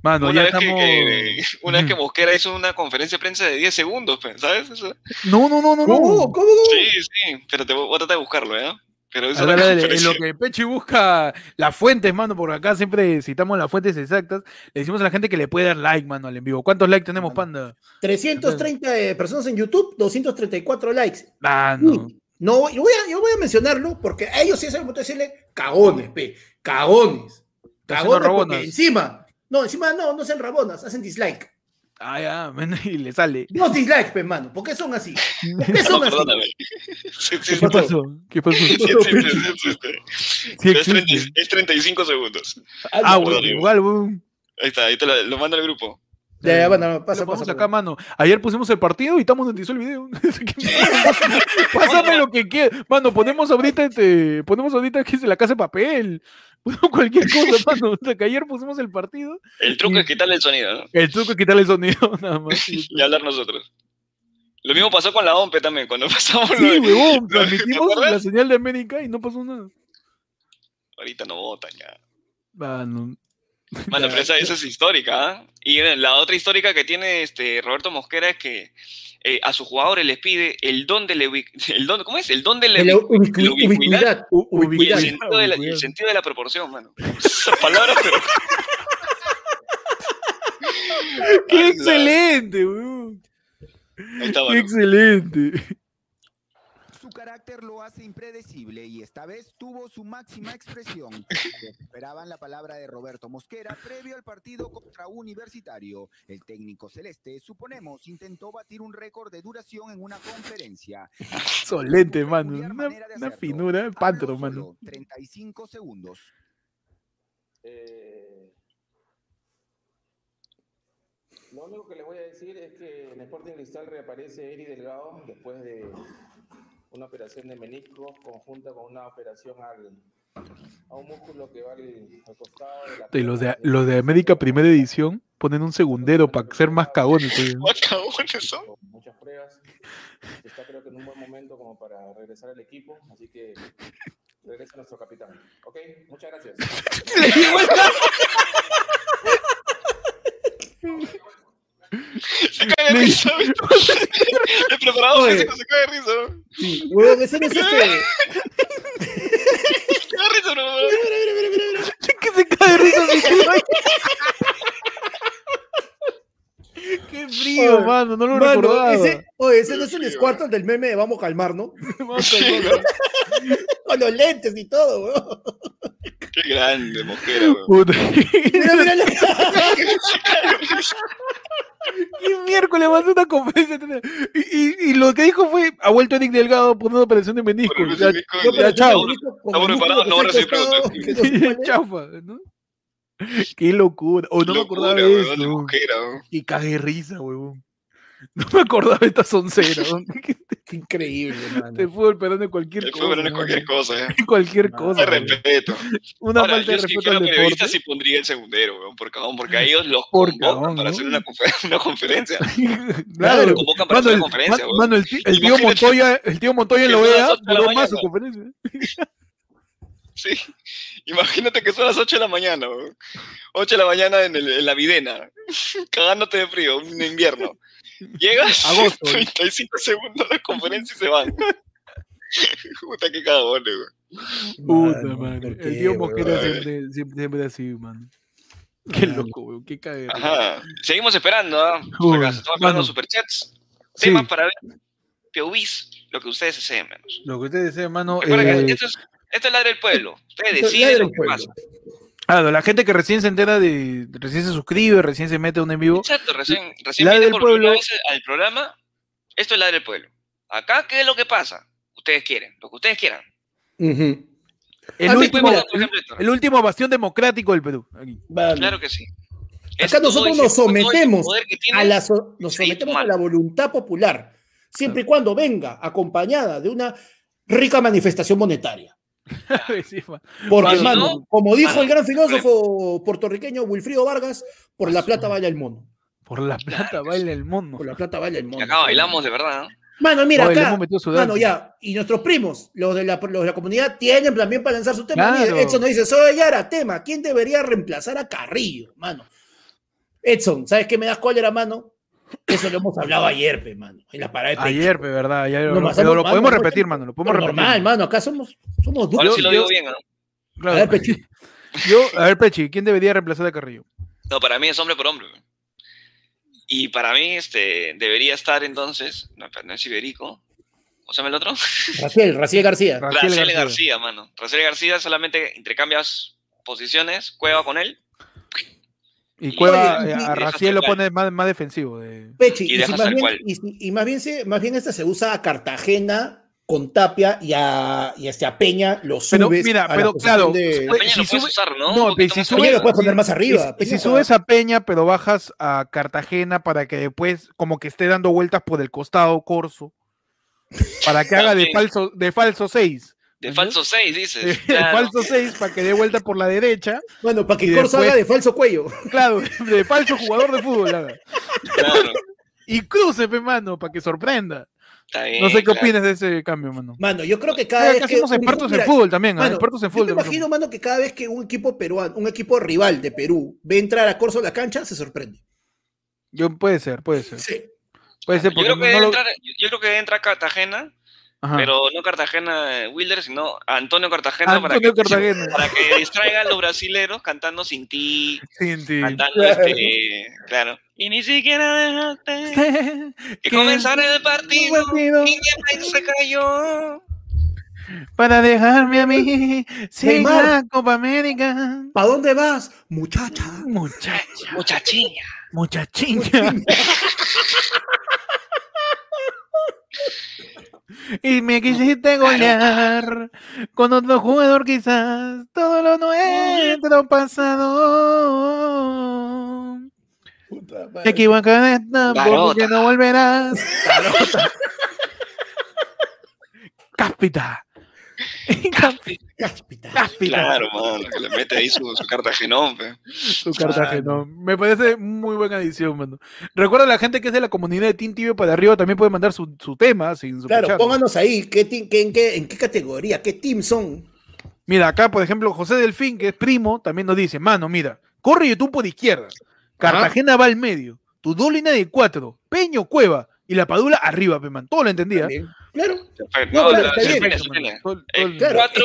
[SPEAKER 1] Mano,
[SPEAKER 3] Una
[SPEAKER 1] ya
[SPEAKER 3] vez,
[SPEAKER 1] estamos.
[SPEAKER 3] que, que- una vez que
[SPEAKER 1] Ujú.
[SPEAKER 3] Mosquera hizo una conferencia de prensa de 10 segundos, pe, ¿sabes? Eso-
[SPEAKER 1] No, no, no, no. no.
[SPEAKER 2] Uh, ¿Cómo? ¿Cómo? ¿Cómo?
[SPEAKER 3] Sí, sí, pero te voy voy a tratar de buscarlo, ¿eh? Pero
[SPEAKER 1] A
[SPEAKER 3] hizo
[SPEAKER 1] ver,
[SPEAKER 3] una
[SPEAKER 1] a ver, en
[SPEAKER 3] conferencia.
[SPEAKER 1] lo que Pechi busca las fuentes, mano, por acá siempre citamos las fuentes exactas. Le decimos a la gente que le puede dar like, mano, al en vivo. ¿Cuántos likes tenemos, Panda?
[SPEAKER 2] 330 eh, personas en YouTube, 234 likes.
[SPEAKER 1] Mano.
[SPEAKER 2] Uy, No, yo voy, a, yo voy a mencionarlo porque a ellos sí se me gusta decirle cagones, pe. Cagones.
[SPEAKER 1] haciendo
[SPEAKER 2] Cagones porque
[SPEAKER 1] rabonas.
[SPEAKER 2] encima. No, encima no, no sean rabonas, hacen dislike.
[SPEAKER 1] Ah, ya, men, y le sale.
[SPEAKER 2] Dos dislikes, pe, mano. ¿Por qué son así? ¿Por qué
[SPEAKER 3] No,
[SPEAKER 2] son así?
[SPEAKER 3] perdóname. Sí, sí,
[SPEAKER 1] ¿Qué pasó? ¿Qué pasó?
[SPEAKER 3] sí, sí, sí, sí, sí, sí.
[SPEAKER 1] Sí
[SPEAKER 3] Pero es, 30
[SPEAKER 1] existe.
[SPEAKER 3] es 35 segundos.
[SPEAKER 1] Ah,
[SPEAKER 3] no,
[SPEAKER 1] bueno,
[SPEAKER 3] no,
[SPEAKER 1] igual, weón.
[SPEAKER 3] Ahí está, ahí te lo, lo mando al grupo.
[SPEAKER 2] Ya, ya, bueno,
[SPEAKER 1] Pasa,
[SPEAKER 2] pasa, pasa.
[SPEAKER 1] acá,
[SPEAKER 2] pasa.
[SPEAKER 1] mano. Ayer pusimos el partido y estamos monetizó el video. Pásame lo que quieras. Mano, ponemos ahorita este, ponemos ahorita que se la casa de papel. Cualquier cosa, mano. O sea, que ayer pusimos el partido.
[SPEAKER 3] El truco
[SPEAKER 1] Sí.
[SPEAKER 3] es quitarle el sonido, ¿no?
[SPEAKER 1] El truco es quitarle el sonido, nada más.
[SPEAKER 3] Y hablar nosotros. Lo mismo pasó con la OMPE también, cuando pasamos lo
[SPEAKER 1] Sí,
[SPEAKER 3] de-
[SPEAKER 1] huevón,
[SPEAKER 3] ¿te
[SPEAKER 1] transmitimos
[SPEAKER 3] acuerdas?
[SPEAKER 1] la señal de América y no pasó nada.
[SPEAKER 3] Ahorita no votan ya.
[SPEAKER 1] Mano,
[SPEAKER 3] Mano, pero esa, esa es histórica, ¿ah? Y eh, la otra histórica que tiene este Roberto Mosquera es que eh, a sus jugadores les pide el don de la ubic- el don, ¿cómo es? El don de la
[SPEAKER 2] De la
[SPEAKER 3] ubic-
[SPEAKER 2] ubicu-
[SPEAKER 3] la ubicuidad.
[SPEAKER 2] ubicuidad. u-
[SPEAKER 3] y el
[SPEAKER 1] Ubicuidad.
[SPEAKER 2] ubicuidad.
[SPEAKER 3] sentido de la, y el sentido de la proporción, mano. Esas palabras, pero...
[SPEAKER 1] ¡Qué
[SPEAKER 3] Ala,
[SPEAKER 1] excelente, weón!
[SPEAKER 3] Ah, Ahí está,
[SPEAKER 1] ¡Qué
[SPEAKER 3] mano.
[SPEAKER 1] excelente!
[SPEAKER 6] Su carácter lo hace impredecible y esta vez tuvo su máxima expresión. Esperaban la palabra de Roberto Mosquera previo al partido contra Universitario. El técnico celeste, suponemos, intentó batir un récord de duración en una conferencia.
[SPEAKER 1] Solente, mano.
[SPEAKER 6] Peculiar
[SPEAKER 1] Una,
[SPEAKER 6] manera de
[SPEAKER 1] una
[SPEAKER 6] hacerlo.
[SPEAKER 1] finura,
[SPEAKER 6] Habló
[SPEAKER 1] pantro,
[SPEAKER 6] solo
[SPEAKER 1] mano.
[SPEAKER 6] 35 segundos.
[SPEAKER 7] Eh, lo único que les voy a decir es que en Sporting Cristal reaparece Eri Delgado después de una operación de menisco conjunta con una operación al, a un músculo que va al, al costado de la
[SPEAKER 1] Y los de,
[SPEAKER 7] pierna.
[SPEAKER 1] los de América Primera Edición ponen un segundero para ser más cagones. oye.
[SPEAKER 3] Más cagones son.
[SPEAKER 7] con muchas pruebas. Está creo que en un buen momento como para regresar al equipo, así que regresa nuestro capitán. Ok, muchas gracias.
[SPEAKER 3] Se cae de risa, ¿viste? El preparador
[SPEAKER 2] Oye.
[SPEAKER 3] físico se cae de risa. Se
[SPEAKER 2] Sí, huevón, ese no es este.
[SPEAKER 3] cae de risa, no,
[SPEAKER 1] que se cae de risa mi tío. Qué frío,
[SPEAKER 2] Oye,
[SPEAKER 1] mano, no lo
[SPEAKER 2] Mano,
[SPEAKER 1] recordaba.
[SPEAKER 2] ese, oye, ese no es el Squirtle del meme de Vamos a calmar, ¿no? Con los lentes y todo, weón.
[SPEAKER 3] Qué grande, mosquera, weón.
[SPEAKER 1] Puta.
[SPEAKER 2] Mira, mira, la-
[SPEAKER 1] Y miércoles va a hacer una conferencia. Y, y- y lo que dijo fue: ha vuelto Nick Delgado por una operación de menisco.
[SPEAKER 3] Por una
[SPEAKER 1] Ya,
[SPEAKER 3] operación de menisco,
[SPEAKER 1] ya,
[SPEAKER 3] ya,
[SPEAKER 1] chao.
[SPEAKER 2] Con
[SPEAKER 3] Estamos
[SPEAKER 2] el
[SPEAKER 3] preparados, no van a
[SPEAKER 2] músculo
[SPEAKER 3] recibir
[SPEAKER 2] que está al
[SPEAKER 3] preguntas.
[SPEAKER 2] costado, que nos pone-
[SPEAKER 1] Chafa, ¿no? Qué locura. O no me acordaba
[SPEAKER 3] Locura,
[SPEAKER 1] de
[SPEAKER 3] weón, de
[SPEAKER 1] eso.
[SPEAKER 3] mosquera, weón.
[SPEAKER 1] Y cagué de risa, huevón. No me acordaba de esta soncera. weón.
[SPEAKER 2] Qué increíble, mano.
[SPEAKER 1] Te fútbol perdón de cualquier
[SPEAKER 3] El
[SPEAKER 1] cosa.
[SPEAKER 3] fútbol no es
[SPEAKER 1] ¿no?
[SPEAKER 3] cualquier cosa, eh.
[SPEAKER 1] Cualquier
[SPEAKER 2] No,
[SPEAKER 1] cosa.
[SPEAKER 3] Te
[SPEAKER 1] weón.
[SPEAKER 3] respeto.
[SPEAKER 1] Una
[SPEAKER 3] Ahora,
[SPEAKER 1] falta
[SPEAKER 3] yo
[SPEAKER 1] de
[SPEAKER 3] si
[SPEAKER 1] respeto
[SPEAKER 3] fuera
[SPEAKER 1] al
[SPEAKER 3] periodista
[SPEAKER 1] deporte.
[SPEAKER 3] sí pondría el segundero, weón, por cagón, porque a ellos los
[SPEAKER 1] Por
[SPEAKER 3] convocan
[SPEAKER 1] cagón,
[SPEAKER 3] para
[SPEAKER 1] ¿no?
[SPEAKER 3] hacer una, confer- una conferencia.
[SPEAKER 1] claro.
[SPEAKER 3] Lo convocan para
[SPEAKER 1] Mano,
[SPEAKER 3] hacer
[SPEAKER 1] el-
[SPEAKER 3] una conferencia,
[SPEAKER 1] man-
[SPEAKER 3] weón.
[SPEAKER 1] mano, el, ti- el tío
[SPEAKER 3] Imagínate.
[SPEAKER 1] Montoya, el tío Montoya en la
[SPEAKER 3] Que son las
[SPEAKER 1] OEA
[SPEAKER 3] ocho de la
[SPEAKER 1] duró más su
[SPEAKER 3] mañana.
[SPEAKER 1] conferencia.
[SPEAKER 3] Sí. Imagínate que son las 8 de la mañana, weón. 8 de la mañana en, el- en la videna, cagándote de frío, en invierno. Llegas,
[SPEAKER 1] Agosto.
[SPEAKER 3] 35 segundos de conferencia y se van. Puta, qué cagones, weón.
[SPEAKER 1] Puta
[SPEAKER 2] Mano,
[SPEAKER 1] madre.
[SPEAKER 2] ¿por
[SPEAKER 1] El
[SPEAKER 2] qué,
[SPEAKER 1] tío
[SPEAKER 2] weón?
[SPEAKER 1] Mosquera
[SPEAKER 3] weón?
[SPEAKER 1] siempre, siempre, siempre así, man. Qué
[SPEAKER 2] Mano.
[SPEAKER 1] loco, weón. Qué cagada.
[SPEAKER 3] Ajá. Seguimos esperando, ¿ah?
[SPEAKER 1] Uy,
[SPEAKER 3] Acá se están esperando
[SPEAKER 1] mano.
[SPEAKER 3] superchats.
[SPEAKER 1] Sí.
[SPEAKER 3] Temas para ver. POVs, lo que ustedes deseen, menos.
[SPEAKER 1] Lo que usted desea, hermano.
[SPEAKER 3] Recuerden que
[SPEAKER 1] eh,
[SPEAKER 3] esto es, esto es ladra del pueblo. Ustedes
[SPEAKER 2] Esto es
[SPEAKER 3] deciden
[SPEAKER 2] Ladra
[SPEAKER 3] lo
[SPEAKER 2] del
[SPEAKER 3] que
[SPEAKER 2] Pueblo.
[SPEAKER 3] pasa.
[SPEAKER 1] ah, la gente que recién se entera de. Recién se suscribe, recién se mete a un en vivo.
[SPEAKER 3] Exacto, recién, recién
[SPEAKER 1] Ladra
[SPEAKER 3] viene
[SPEAKER 1] del
[SPEAKER 3] por primera
[SPEAKER 1] pueblo.
[SPEAKER 3] vez al programa. Esto es ladra del pueblo. Acá, ¿qué es lo que pasa? Ustedes quieren, lo que ustedes quieran.
[SPEAKER 2] Ujú.
[SPEAKER 1] El
[SPEAKER 3] Ah,
[SPEAKER 2] Así
[SPEAKER 1] último,
[SPEAKER 2] como-
[SPEAKER 3] por ejemplo, Héctor.
[SPEAKER 1] el último bastión democrático del Perú. Aquí.
[SPEAKER 2] Mano,
[SPEAKER 3] Claro que sí.
[SPEAKER 2] Acá nosotros nos sometemos a la so- nos
[SPEAKER 3] Sí,
[SPEAKER 2] sometemos a
[SPEAKER 3] mal.
[SPEAKER 2] la voluntad popular, siempre y cuando venga acompañada de una rica manifestación monetaria.
[SPEAKER 1] Sí, man.
[SPEAKER 2] Porque,
[SPEAKER 3] Mano,
[SPEAKER 2] mano,
[SPEAKER 3] ¿no? pues.
[SPEAKER 2] como dijo
[SPEAKER 3] Mano,
[SPEAKER 2] el gran filósofo puertorriqueño Wilfrido Vargas, por la plata baila el mono.
[SPEAKER 1] Por la plata baila el mundo.
[SPEAKER 2] Por la plata baila el mono.
[SPEAKER 3] Acá bailamos de verdad. ¿no?
[SPEAKER 2] Mano, mira
[SPEAKER 1] Oye, le
[SPEAKER 2] acá.
[SPEAKER 1] hemos metido su
[SPEAKER 2] Mano,
[SPEAKER 1] danza.
[SPEAKER 2] ya. Y nuestros primos, los de la, los de la comunidad, tienen también para lanzar su tema.
[SPEAKER 1] Claro.
[SPEAKER 2] Mira, Edson nos dice, soy Yara, tema. ¿Quién debería reemplazar a Carrillo, mano? Edson, ¿sabes qué me das cólera, mano? Eso lo hemos hablado ayer, pe, mano. En la parada de
[SPEAKER 1] Ayer, pe, verdad. ayer,
[SPEAKER 2] No,
[SPEAKER 1] lo-
[SPEAKER 2] más
[SPEAKER 1] pero
[SPEAKER 2] somos
[SPEAKER 1] lo
[SPEAKER 2] humanos,
[SPEAKER 1] podemos
[SPEAKER 2] ¿no?
[SPEAKER 1] repetir, mano. Lo podemos
[SPEAKER 2] Pecho.
[SPEAKER 1] repetir.
[SPEAKER 2] normal, mano. Acá somos, somos
[SPEAKER 3] Ahora
[SPEAKER 2] duros.
[SPEAKER 3] sí lo digo bien. ¿no?
[SPEAKER 1] Claro.
[SPEAKER 2] A ver, Pechi.
[SPEAKER 1] Yo, a ver, Pechi, ¿quién debería reemplazar a Carrillo?
[SPEAKER 3] No, para mí es hombre por hombre. Y para mí este, debería estar entonces, no, pero no es Iberico, ¿cómo se llama el otro?
[SPEAKER 2] Raciel, Raciel García.
[SPEAKER 1] Raciel
[SPEAKER 3] Raciel García.
[SPEAKER 1] García.
[SPEAKER 3] mano. Raciel García solamente intercambias posiciones, cueva con él.
[SPEAKER 1] Y
[SPEAKER 3] Y-
[SPEAKER 1] Cueva,
[SPEAKER 2] Oye,
[SPEAKER 1] eh,
[SPEAKER 2] y-
[SPEAKER 1] a
[SPEAKER 3] y-
[SPEAKER 1] Raciel lo
[SPEAKER 3] Raciel.
[SPEAKER 1] pone más, más defensivo. de-
[SPEAKER 2] Pechi,
[SPEAKER 3] Y
[SPEAKER 2] y, si
[SPEAKER 3] dejas
[SPEAKER 2] más
[SPEAKER 3] tal
[SPEAKER 2] bien,
[SPEAKER 3] cual.
[SPEAKER 2] y si- y más bien se, más bien esta se usa a Cartagena con Tapia y a, y este, a Peña lo subes.
[SPEAKER 1] Pero mira,
[SPEAKER 2] a la
[SPEAKER 1] pero
[SPEAKER 2] posición
[SPEAKER 1] claro,
[SPEAKER 2] de-
[SPEAKER 3] La Peña
[SPEAKER 1] si
[SPEAKER 3] lo puedes
[SPEAKER 1] sube-
[SPEAKER 3] usar, ¿no?
[SPEAKER 1] no,
[SPEAKER 3] Un poquito
[SPEAKER 1] si
[SPEAKER 3] más
[SPEAKER 1] sube-
[SPEAKER 2] Peña pues,
[SPEAKER 3] arriba.
[SPEAKER 2] lo puedes poner más
[SPEAKER 1] Y
[SPEAKER 2] arriba.
[SPEAKER 1] si- y si
[SPEAKER 2] Peña-
[SPEAKER 1] subes a Peña, pero bajas a Cartagena para que después como que esté dando vueltas por el costado corso, para que haga de
[SPEAKER 3] También.
[SPEAKER 1] falso de falso 6.
[SPEAKER 3] De falso 6, dices.
[SPEAKER 1] De
[SPEAKER 3] Claro.
[SPEAKER 1] falso 6 para que dé vuelta por la derecha.
[SPEAKER 2] Bueno, para
[SPEAKER 1] Y
[SPEAKER 2] que Corso
[SPEAKER 1] después-
[SPEAKER 2] haga de falso cuello.
[SPEAKER 1] Claro, de falso jugador de fútbol. haga.
[SPEAKER 3] Claro.
[SPEAKER 1] Y cruce, pe, mano, para que sorprenda.
[SPEAKER 3] Está bien,
[SPEAKER 1] No sé qué
[SPEAKER 3] claro.
[SPEAKER 1] opinas de ese cambio, mano.
[SPEAKER 2] Mano, yo creo que cada
[SPEAKER 1] Acá
[SPEAKER 2] vez que.
[SPEAKER 1] somos expertos en
[SPEAKER 2] mira,
[SPEAKER 1] fútbol también, ¿ah?
[SPEAKER 2] mano,
[SPEAKER 1] expertos en
[SPEAKER 2] yo
[SPEAKER 1] fútbol.
[SPEAKER 2] me
[SPEAKER 1] también
[SPEAKER 2] imagino, mano, que cada vez que un equipo peruano, un equipo rival de Perú, ve entrar a Corso a la cancha, se sorprende.
[SPEAKER 1] somos. Yo, puede ser, puede ser.
[SPEAKER 2] Sí.
[SPEAKER 1] Puede ser
[SPEAKER 3] Yo
[SPEAKER 1] porque
[SPEAKER 3] creo, que
[SPEAKER 1] no lo- Ah.
[SPEAKER 3] entra, yo creo que entra Cartagena
[SPEAKER 1] Ajá.
[SPEAKER 3] Pero no Cartagena eh, Wilder, sino Antonio Cartagena, para,
[SPEAKER 1] Antonio
[SPEAKER 3] que,
[SPEAKER 1] Cartagena.
[SPEAKER 3] para que distraiga a los brasileros cantando sin ti,
[SPEAKER 1] Sin ti.
[SPEAKER 3] cantando este, claro. Y ni siquiera dejaste que comenzara el partido,
[SPEAKER 1] Partido
[SPEAKER 3] y ya se cayó.
[SPEAKER 1] Para dejarme a mí sin
[SPEAKER 2] Neymar.
[SPEAKER 1] la Copa América.
[SPEAKER 2] ¿Para dónde vas, muchacha?
[SPEAKER 1] Muchacha,
[SPEAKER 3] Muchachiña.
[SPEAKER 1] muchachiña. Y me quisiste golear con otro jugador quizás todo lo nuestro pasado.
[SPEAKER 2] Puta
[SPEAKER 1] Te
[SPEAKER 2] madre.
[SPEAKER 1] equivocas porque
[SPEAKER 3] Garota.
[SPEAKER 1] no volverás. Cáspita. Cáspita.
[SPEAKER 2] Cáspita.
[SPEAKER 1] Cáspita.
[SPEAKER 3] Claro, mano, que le mete ahí su, su cartagenón, pe.
[SPEAKER 1] Tu Cartagena. Me parece muy buena edición, mano. Recuerda a la gente que es de la comunidad de Team Tibio para arriba también puede mandar su, su tema sin su
[SPEAKER 2] Claro, pónganos ahí, ¿qué team- qué- en, qué, en qué categoría? ¿Qué team son?
[SPEAKER 1] Mira, acá, por ejemplo, José Delfín, que es primo, también nos dice, mano, mira, corre YouTube por izquierda. Cartagena va al medio. Tu línea de cuatro. Peño Cueva. Y la Padula arriba, pe, man. Todo lo entendía.
[SPEAKER 2] También. Claro,
[SPEAKER 3] No,
[SPEAKER 2] claro,
[SPEAKER 3] la-
[SPEAKER 2] está bien.
[SPEAKER 3] espera,
[SPEAKER 1] Perfecto, mano.
[SPEAKER 3] espera.
[SPEAKER 1] Todo- todo
[SPEAKER 3] Eh,
[SPEAKER 1] el-
[SPEAKER 2] Claro.
[SPEAKER 3] Cuatro,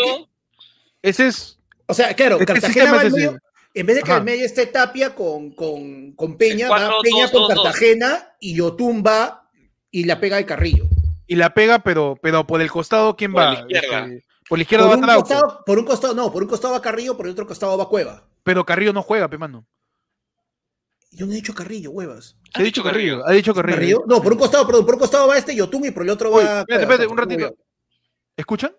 [SPEAKER 1] Ese es.
[SPEAKER 2] o sea, claro,
[SPEAKER 1] ¿Qué
[SPEAKER 2] Cartagena
[SPEAKER 1] sistema
[SPEAKER 2] va al
[SPEAKER 1] es ese?
[SPEAKER 2] medio, en vez de que
[SPEAKER 1] Ajá.
[SPEAKER 2] al medio esté Tapia con, con, con Peña, va
[SPEAKER 3] Cuatro,
[SPEAKER 2] Peña
[SPEAKER 3] dos,
[SPEAKER 2] con
[SPEAKER 3] dos, dos.
[SPEAKER 2] Cartagena y Yotumba y la pega de Carrillo.
[SPEAKER 1] Y la pega, pero, pero por el costado, ¿quién
[SPEAKER 3] Por
[SPEAKER 1] va?
[SPEAKER 3] la izquierda.
[SPEAKER 1] Este, por la izquierda
[SPEAKER 2] Por
[SPEAKER 1] va
[SPEAKER 2] un,
[SPEAKER 1] Trauco.
[SPEAKER 2] costado, por un costado, no, por un costado va Carrillo, por el otro costado va Cueva.
[SPEAKER 1] Pero Carrillo no juega, pe, mano.
[SPEAKER 2] Yo no he dicho Carrillo, huevas.
[SPEAKER 1] Se ha dicho Carrillo. Ha dicho Carrillo.
[SPEAKER 2] Carrillo. No, por un costado, perdón, por un costado va este Yotun y por el otro va.
[SPEAKER 1] Uy, espérate,
[SPEAKER 2] Cueva.
[SPEAKER 1] espérate, un ratito. ¿Escuchan?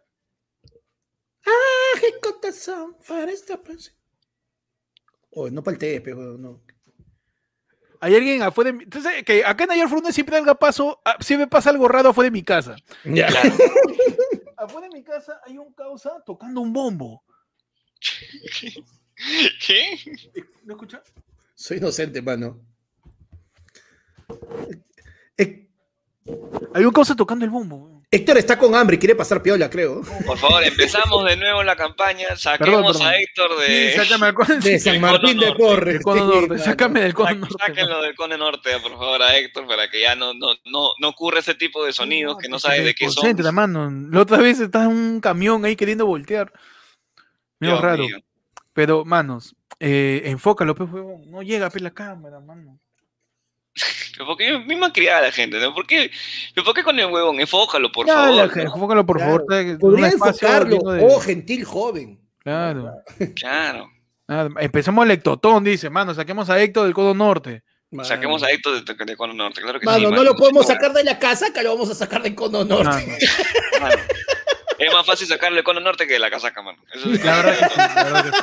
[SPEAKER 2] Ah, qué cotas son para esta pues. Oh, no paltees, pero no.
[SPEAKER 1] Hay alguien afuera de mi... Entonces, que acá en Ayer Frunes siempre algo paso, ah, siempre pasa algo raro afuera de mi casa.
[SPEAKER 2] Ya.
[SPEAKER 1] Afuera de mi casa hay un causa tocando un bombo.
[SPEAKER 3] ¿Qué?
[SPEAKER 1] ¿Me escuchas?
[SPEAKER 2] Soy inocente, mano. Hé-
[SPEAKER 1] Hay un causa tocando el bombo. weón.
[SPEAKER 2] Eh, Héctor está con hambre y quiere pasar piola, creo.
[SPEAKER 3] Por favor, empezamos de nuevo la campaña. Saquemos
[SPEAKER 1] Perdón, perdón.
[SPEAKER 3] a Héctor
[SPEAKER 1] Sí,
[SPEAKER 3] de.
[SPEAKER 1] sácame al cono-
[SPEAKER 2] De San Martín de
[SPEAKER 3] Cono Norte.
[SPEAKER 2] Porres.
[SPEAKER 1] del cono
[SPEAKER 2] sí,
[SPEAKER 1] norte,
[SPEAKER 2] mano.
[SPEAKER 1] sácame del cono norte, weón.
[SPEAKER 3] Sáquenlo del Cone Norte, por favor, a Héctor, para que ya no, no, no, no ocurra ese tipo de sonidos que no sabes de qué son.
[SPEAKER 1] Concentra, mano. La otra vez estaba en un camión ahí queriendo voltear. Medio
[SPEAKER 3] Dios
[SPEAKER 1] raro.
[SPEAKER 3] mío.
[SPEAKER 1] Pero, manos, eh, enfócalo, pues, huevón. No llega, pues, la cámara, mano.
[SPEAKER 3] Porque yo misma criada la gente, ¿no? ¿Por qué, pero por qué con el huevón? Enfócalo, por
[SPEAKER 1] Ya, la-
[SPEAKER 3] favor. ¿no?
[SPEAKER 1] Enfócalo, por
[SPEAKER 2] Claro.
[SPEAKER 1] favor. está- en un
[SPEAKER 2] Podría
[SPEAKER 1] espacio
[SPEAKER 2] enfocarlo.
[SPEAKER 1] lleno de-
[SPEAKER 2] Oh, gentil joven.
[SPEAKER 1] Claro.
[SPEAKER 3] Claro.
[SPEAKER 1] Ah, empezamos el ectotón, dice, mano, saquemos a Héctor del Codo Norte.
[SPEAKER 2] Mano.
[SPEAKER 3] Saquemos a Héctor de, de Cono Norte, claro que sí.
[SPEAKER 2] Mano, no
[SPEAKER 3] mano.
[SPEAKER 2] lo podemos sacar de la casa, que lo vamos a sacar del cono norte.
[SPEAKER 1] Mano,
[SPEAKER 3] Mano, Es más fácil sacarlo de Cono Norte que de la casaca, mano. Eso es-
[SPEAKER 1] la verdad que sí, la verdad que sí.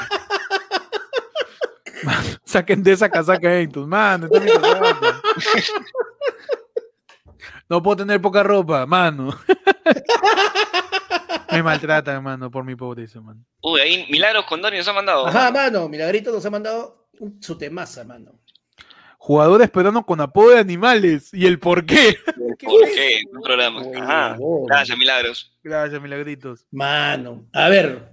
[SPEAKER 1] Mano, saquen de esa casaca a Héctor, mano. está bien cagado. No puedo tener poca ropa, mano. Me maltratan, mano, por mi pobreza, mano.
[SPEAKER 3] Uy, ahí Milagros Condori nos ha mandado.
[SPEAKER 2] Ajá,
[SPEAKER 3] mano.
[SPEAKER 2] mano, Milagrito nos ha mandado un- su temaza, mano.
[SPEAKER 1] Jugadores peruanos con apodo de animales y el por qué.
[SPEAKER 3] ¿Por qué? Un programa.
[SPEAKER 2] Uy,
[SPEAKER 3] Ajá.
[SPEAKER 2] huevón.
[SPEAKER 3] Gracias, Milagros.
[SPEAKER 1] Gracias, milagritos.
[SPEAKER 2] Mano, a ver.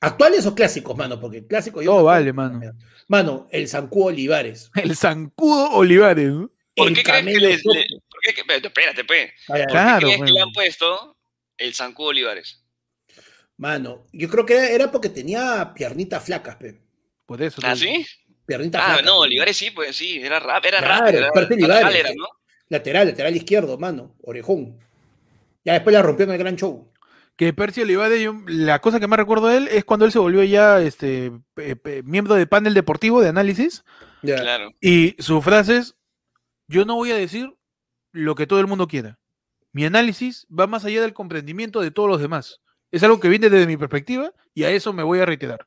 [SPEAKER 2] ¿Actuales o clásicos, mano? Porque clásico yo.
[SPEAKER 1] Todo vale, mano.
[SPEAKER 2] Mano, el Sancú Olivares.
[SPEAKER 1] El zancudo Olivares. ¿no?
[SPEAKER 3] ¿Por
[SPEAKER 2] el
[SPEAKER 3] qué crees que
[SPEAKER 2] Camelo
[SPEAKER 3] les-
[SPEAKER 2] Soto. pues.
[SPEAKER 3] le- por qué que- pero Espérate, pe.
[SPEAKER 2] Ay, ay,
[SPEAKER 3] ¿Por
[SPEAKER 1] Claro,
[SPEAKER 3] qué crees que
[SPEAKER 1] bueno.
[SPEAKER 3] le han puesto el Sancú Olivares?
[SPEAKER 2] Mano, yo creo que era- era porque tenía piernitas flacas, pe.
[SPEAKER 1] Por
[SPEAKER 2] Pues,
[SPEAKER 1] eso.
[SPEAKER 3] ¿Ah,
[SPEAKER 1] te-
[SPEAKER 3] sí?
[SPEAKER 2] Piernitas
[SPEAKER 3] Ah,
[SPEAKER 2] flacas.
[SPEAKER 3] no, Olivares sí, pues sí. Era rap, era
[SPEAKER 2] Claro,
[SPEAKER 3] rap. Era,
[SPEAKER 2] Perfil
[SPEAKER 3] lateral
[SPEAKER 2] Olivares.
[SPEAKER 3] era, ¿no?
[SPEAKER 2] Lateral, lateral izquierdo, mano. Orejón. Ya después la rompió en el gran show.
[SPEAKER 1] Que Percy Olivares, yo- la cosa que más recuerdo de él es cuando él se volvió ya este, pe- pe- miembro de panel deportivo de análisis
[SPEAKER 2] Ya.
[SPEAKER 3] Claro.
[SPEAKER 1] y su frase es, yo no voy a decir lo que todo el mundo quiera. Mi análisis va más allá del comprendimiento de todos los demás. Es algo que viene desde mi perspectiva y a eso me voy a reiterar.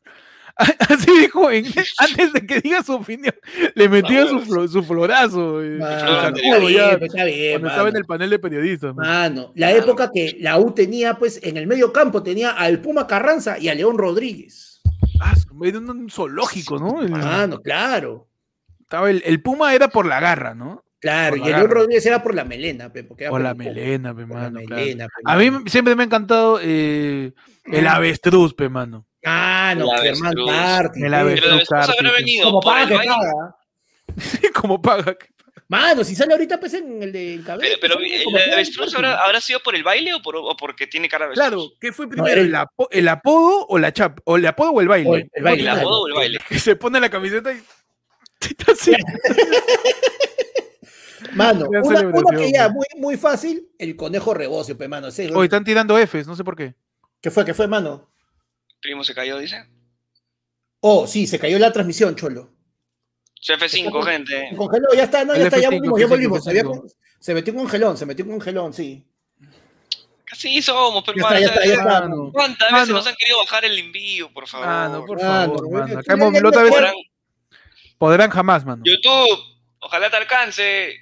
[SPEAKER 1] Así dijo, en- antes de que diga su opinión, le metió su, flo- su florazo. eh,
[SPEAKER 2] Mano,
[SPEAKER 1] Sacudo
[SPEAKER 2] está bien,
[SPEAKER 1] ya,
[SPEAKER 2] pues, está bien,
[SPEAKER 1] cuando estaba en
[SPEAKER 2] mano.
[SPEAKER 1] el panel de periodistas. man.
[SPEAKER 2] Mano, la época que la U tenía, pues, en el medio campo tenía al Puma Carranza y a León Rodríguez.
[SPEAKER 1] Ah, era un- un zoológico, ¿no? El-
[SPEAKER 2] Mano, claro.
[SPEAKER 1] Estaba el, el Puma era por la garra, ¿no?
[SPEAKER 2] Claro,
[SPEAKER 1] Por
[SPEAKER 2] y
[SPEAKER 1] la
[SPEAKER 2] el
[SPEAKER 1] garra.
[SPEAKER 2] León Rodríguez era por la melena, pe, porque era
[SPEAKER 1] Por
[SPEAKER 2] por
[SPEAKER 1] la
[SPEAKER 2] el coco,
[SPEAKER 1] melena, pe,
[SPEAKER 2] por la
[SPEAKER 1] mano. claro.
[SPEAKER 2] melena, pe,
[SPEAKER 1] A mí
[SPEAKER 2] mano.
[SPEAKER 1] m- siempre me ha encantado eh, el avestruz, pe, mano.
[SPEAKER 2] Ah, no,
[SPEAKER 3] La
[SPEAKER 2] Germán
[SPEAKER 3] avestruz.
[SPEAKER 2] Martí.
[SPEAKER 1] El avestruz.
[SPEAKER 2] pues.
[SPEAKER 3] Pero después habrá
[SPEAKER 1] Carpio.
[SPEAKER 3] venido
[SPEAKER 2] Como
[SPEAKER 3] por
[SPEAKER 2] paga
[SPEAKER 3] el
[SPEAKER 2] que
[SPEAKER 3] baile.
[SPEAKER 2] paga.
[SPEAKER 1] Como paga.
[SPEAKER 2] Mano, si sale ahorita, pues en el del cabello.
[SPEAKER 3] Pero, pero
[SPEAKER 2] sale
[SPEAKER 3] ¿el
[SPEAKER 2] como pues, Freddy
[SPEAKER 3] avestruz
[SPEAKER 2] Mercury.
[SPEAKER 3] habrá, habrá sido por el baile o, por, o porque tiene cara de
[SPEAKER 1] Claro,
[SPEAKER 3] avestruz?
[SPEAKER 1] ¿qué fue
[SPEAKER 2] era
[SPEAKER 1] primero?
[SPEAKER 2] el-
[SPEAKER 1] el, apo- el apodo o la chapa? ¿O el apodo o el baile?
[SPEAKER 2] O el- el baile,
[SPEAKER 3] ¿El
[SPEAKER 2] claro.
[SPEAKER 3] apodo o el baile?
[SPEAKER 1] Que se pone la camiseta y. Así.
[SPEAKER 2] Mano,
[SPEAKER 1] Ya
[SPEAKER 2] una,
[SPEAKER 1] sale
[SPEAKER 2] una que
[SPEAKER 1] velocidad,
[SPEAKER 2] ya muy, muy fácil, el conejo rebocio, pe, mano. ese-
[SPEAKER 1] Hoy están tirando Fs, no sé por qué.
[SPEAKER 2] ¿Qué fue? ¿Qué fue, mano?
[SPEAKER 3] Primo se cayó, dice.
[SPEAKER 2] Oh, sí, se cayó la transmisión, Cholo.
[SPEAKER 3] CF5, gente.
[SPEAKER 2] Congeló, ya está, no,
[SPEAKER 1] El
[SPEAKER 2] ya está, ya
[SPEAKER 1] F5,
[SPEAKER 2] volvimos, ya
[SPEAKER 1] F5,
[SPEAKER 2] volvimos. Se, había-
[SPEAKER 1] F5.
[SPEAKER 2] se metió un congelón, se metió un congelón, sí.
[SPEAKER 3] Casi somos, pero
[SPEAKER 2] Ya está, ya está, ya está.
[SPEAKER 1] Mano.
[SPEAKER 3] ¿Cuántas veces
[SPEAKER 1] Mano.
[SPEAKER 3] nos han querido bajar el envío, por favor?
[SPEAKER 1] Ah, no, por
[SPEAKER 2] Ah,
[SPEAKER 1] favor,
[SPEAKER 2] no,
[SPEAKER 1] mano.
[SPEAKER 2] ya-
[SPEAKER 1] Acá
[SPEAKER 2] ya- ya
[SPEAKER 1] hemos- la
[SPEAKER 2] no
[SPEAKER 1] otra vez
[SPEAKER 2] podrán-
[SPEAKER 1] podrán jamás, mano.
[SPEAKER 3] YouTube, ojalá te alcance.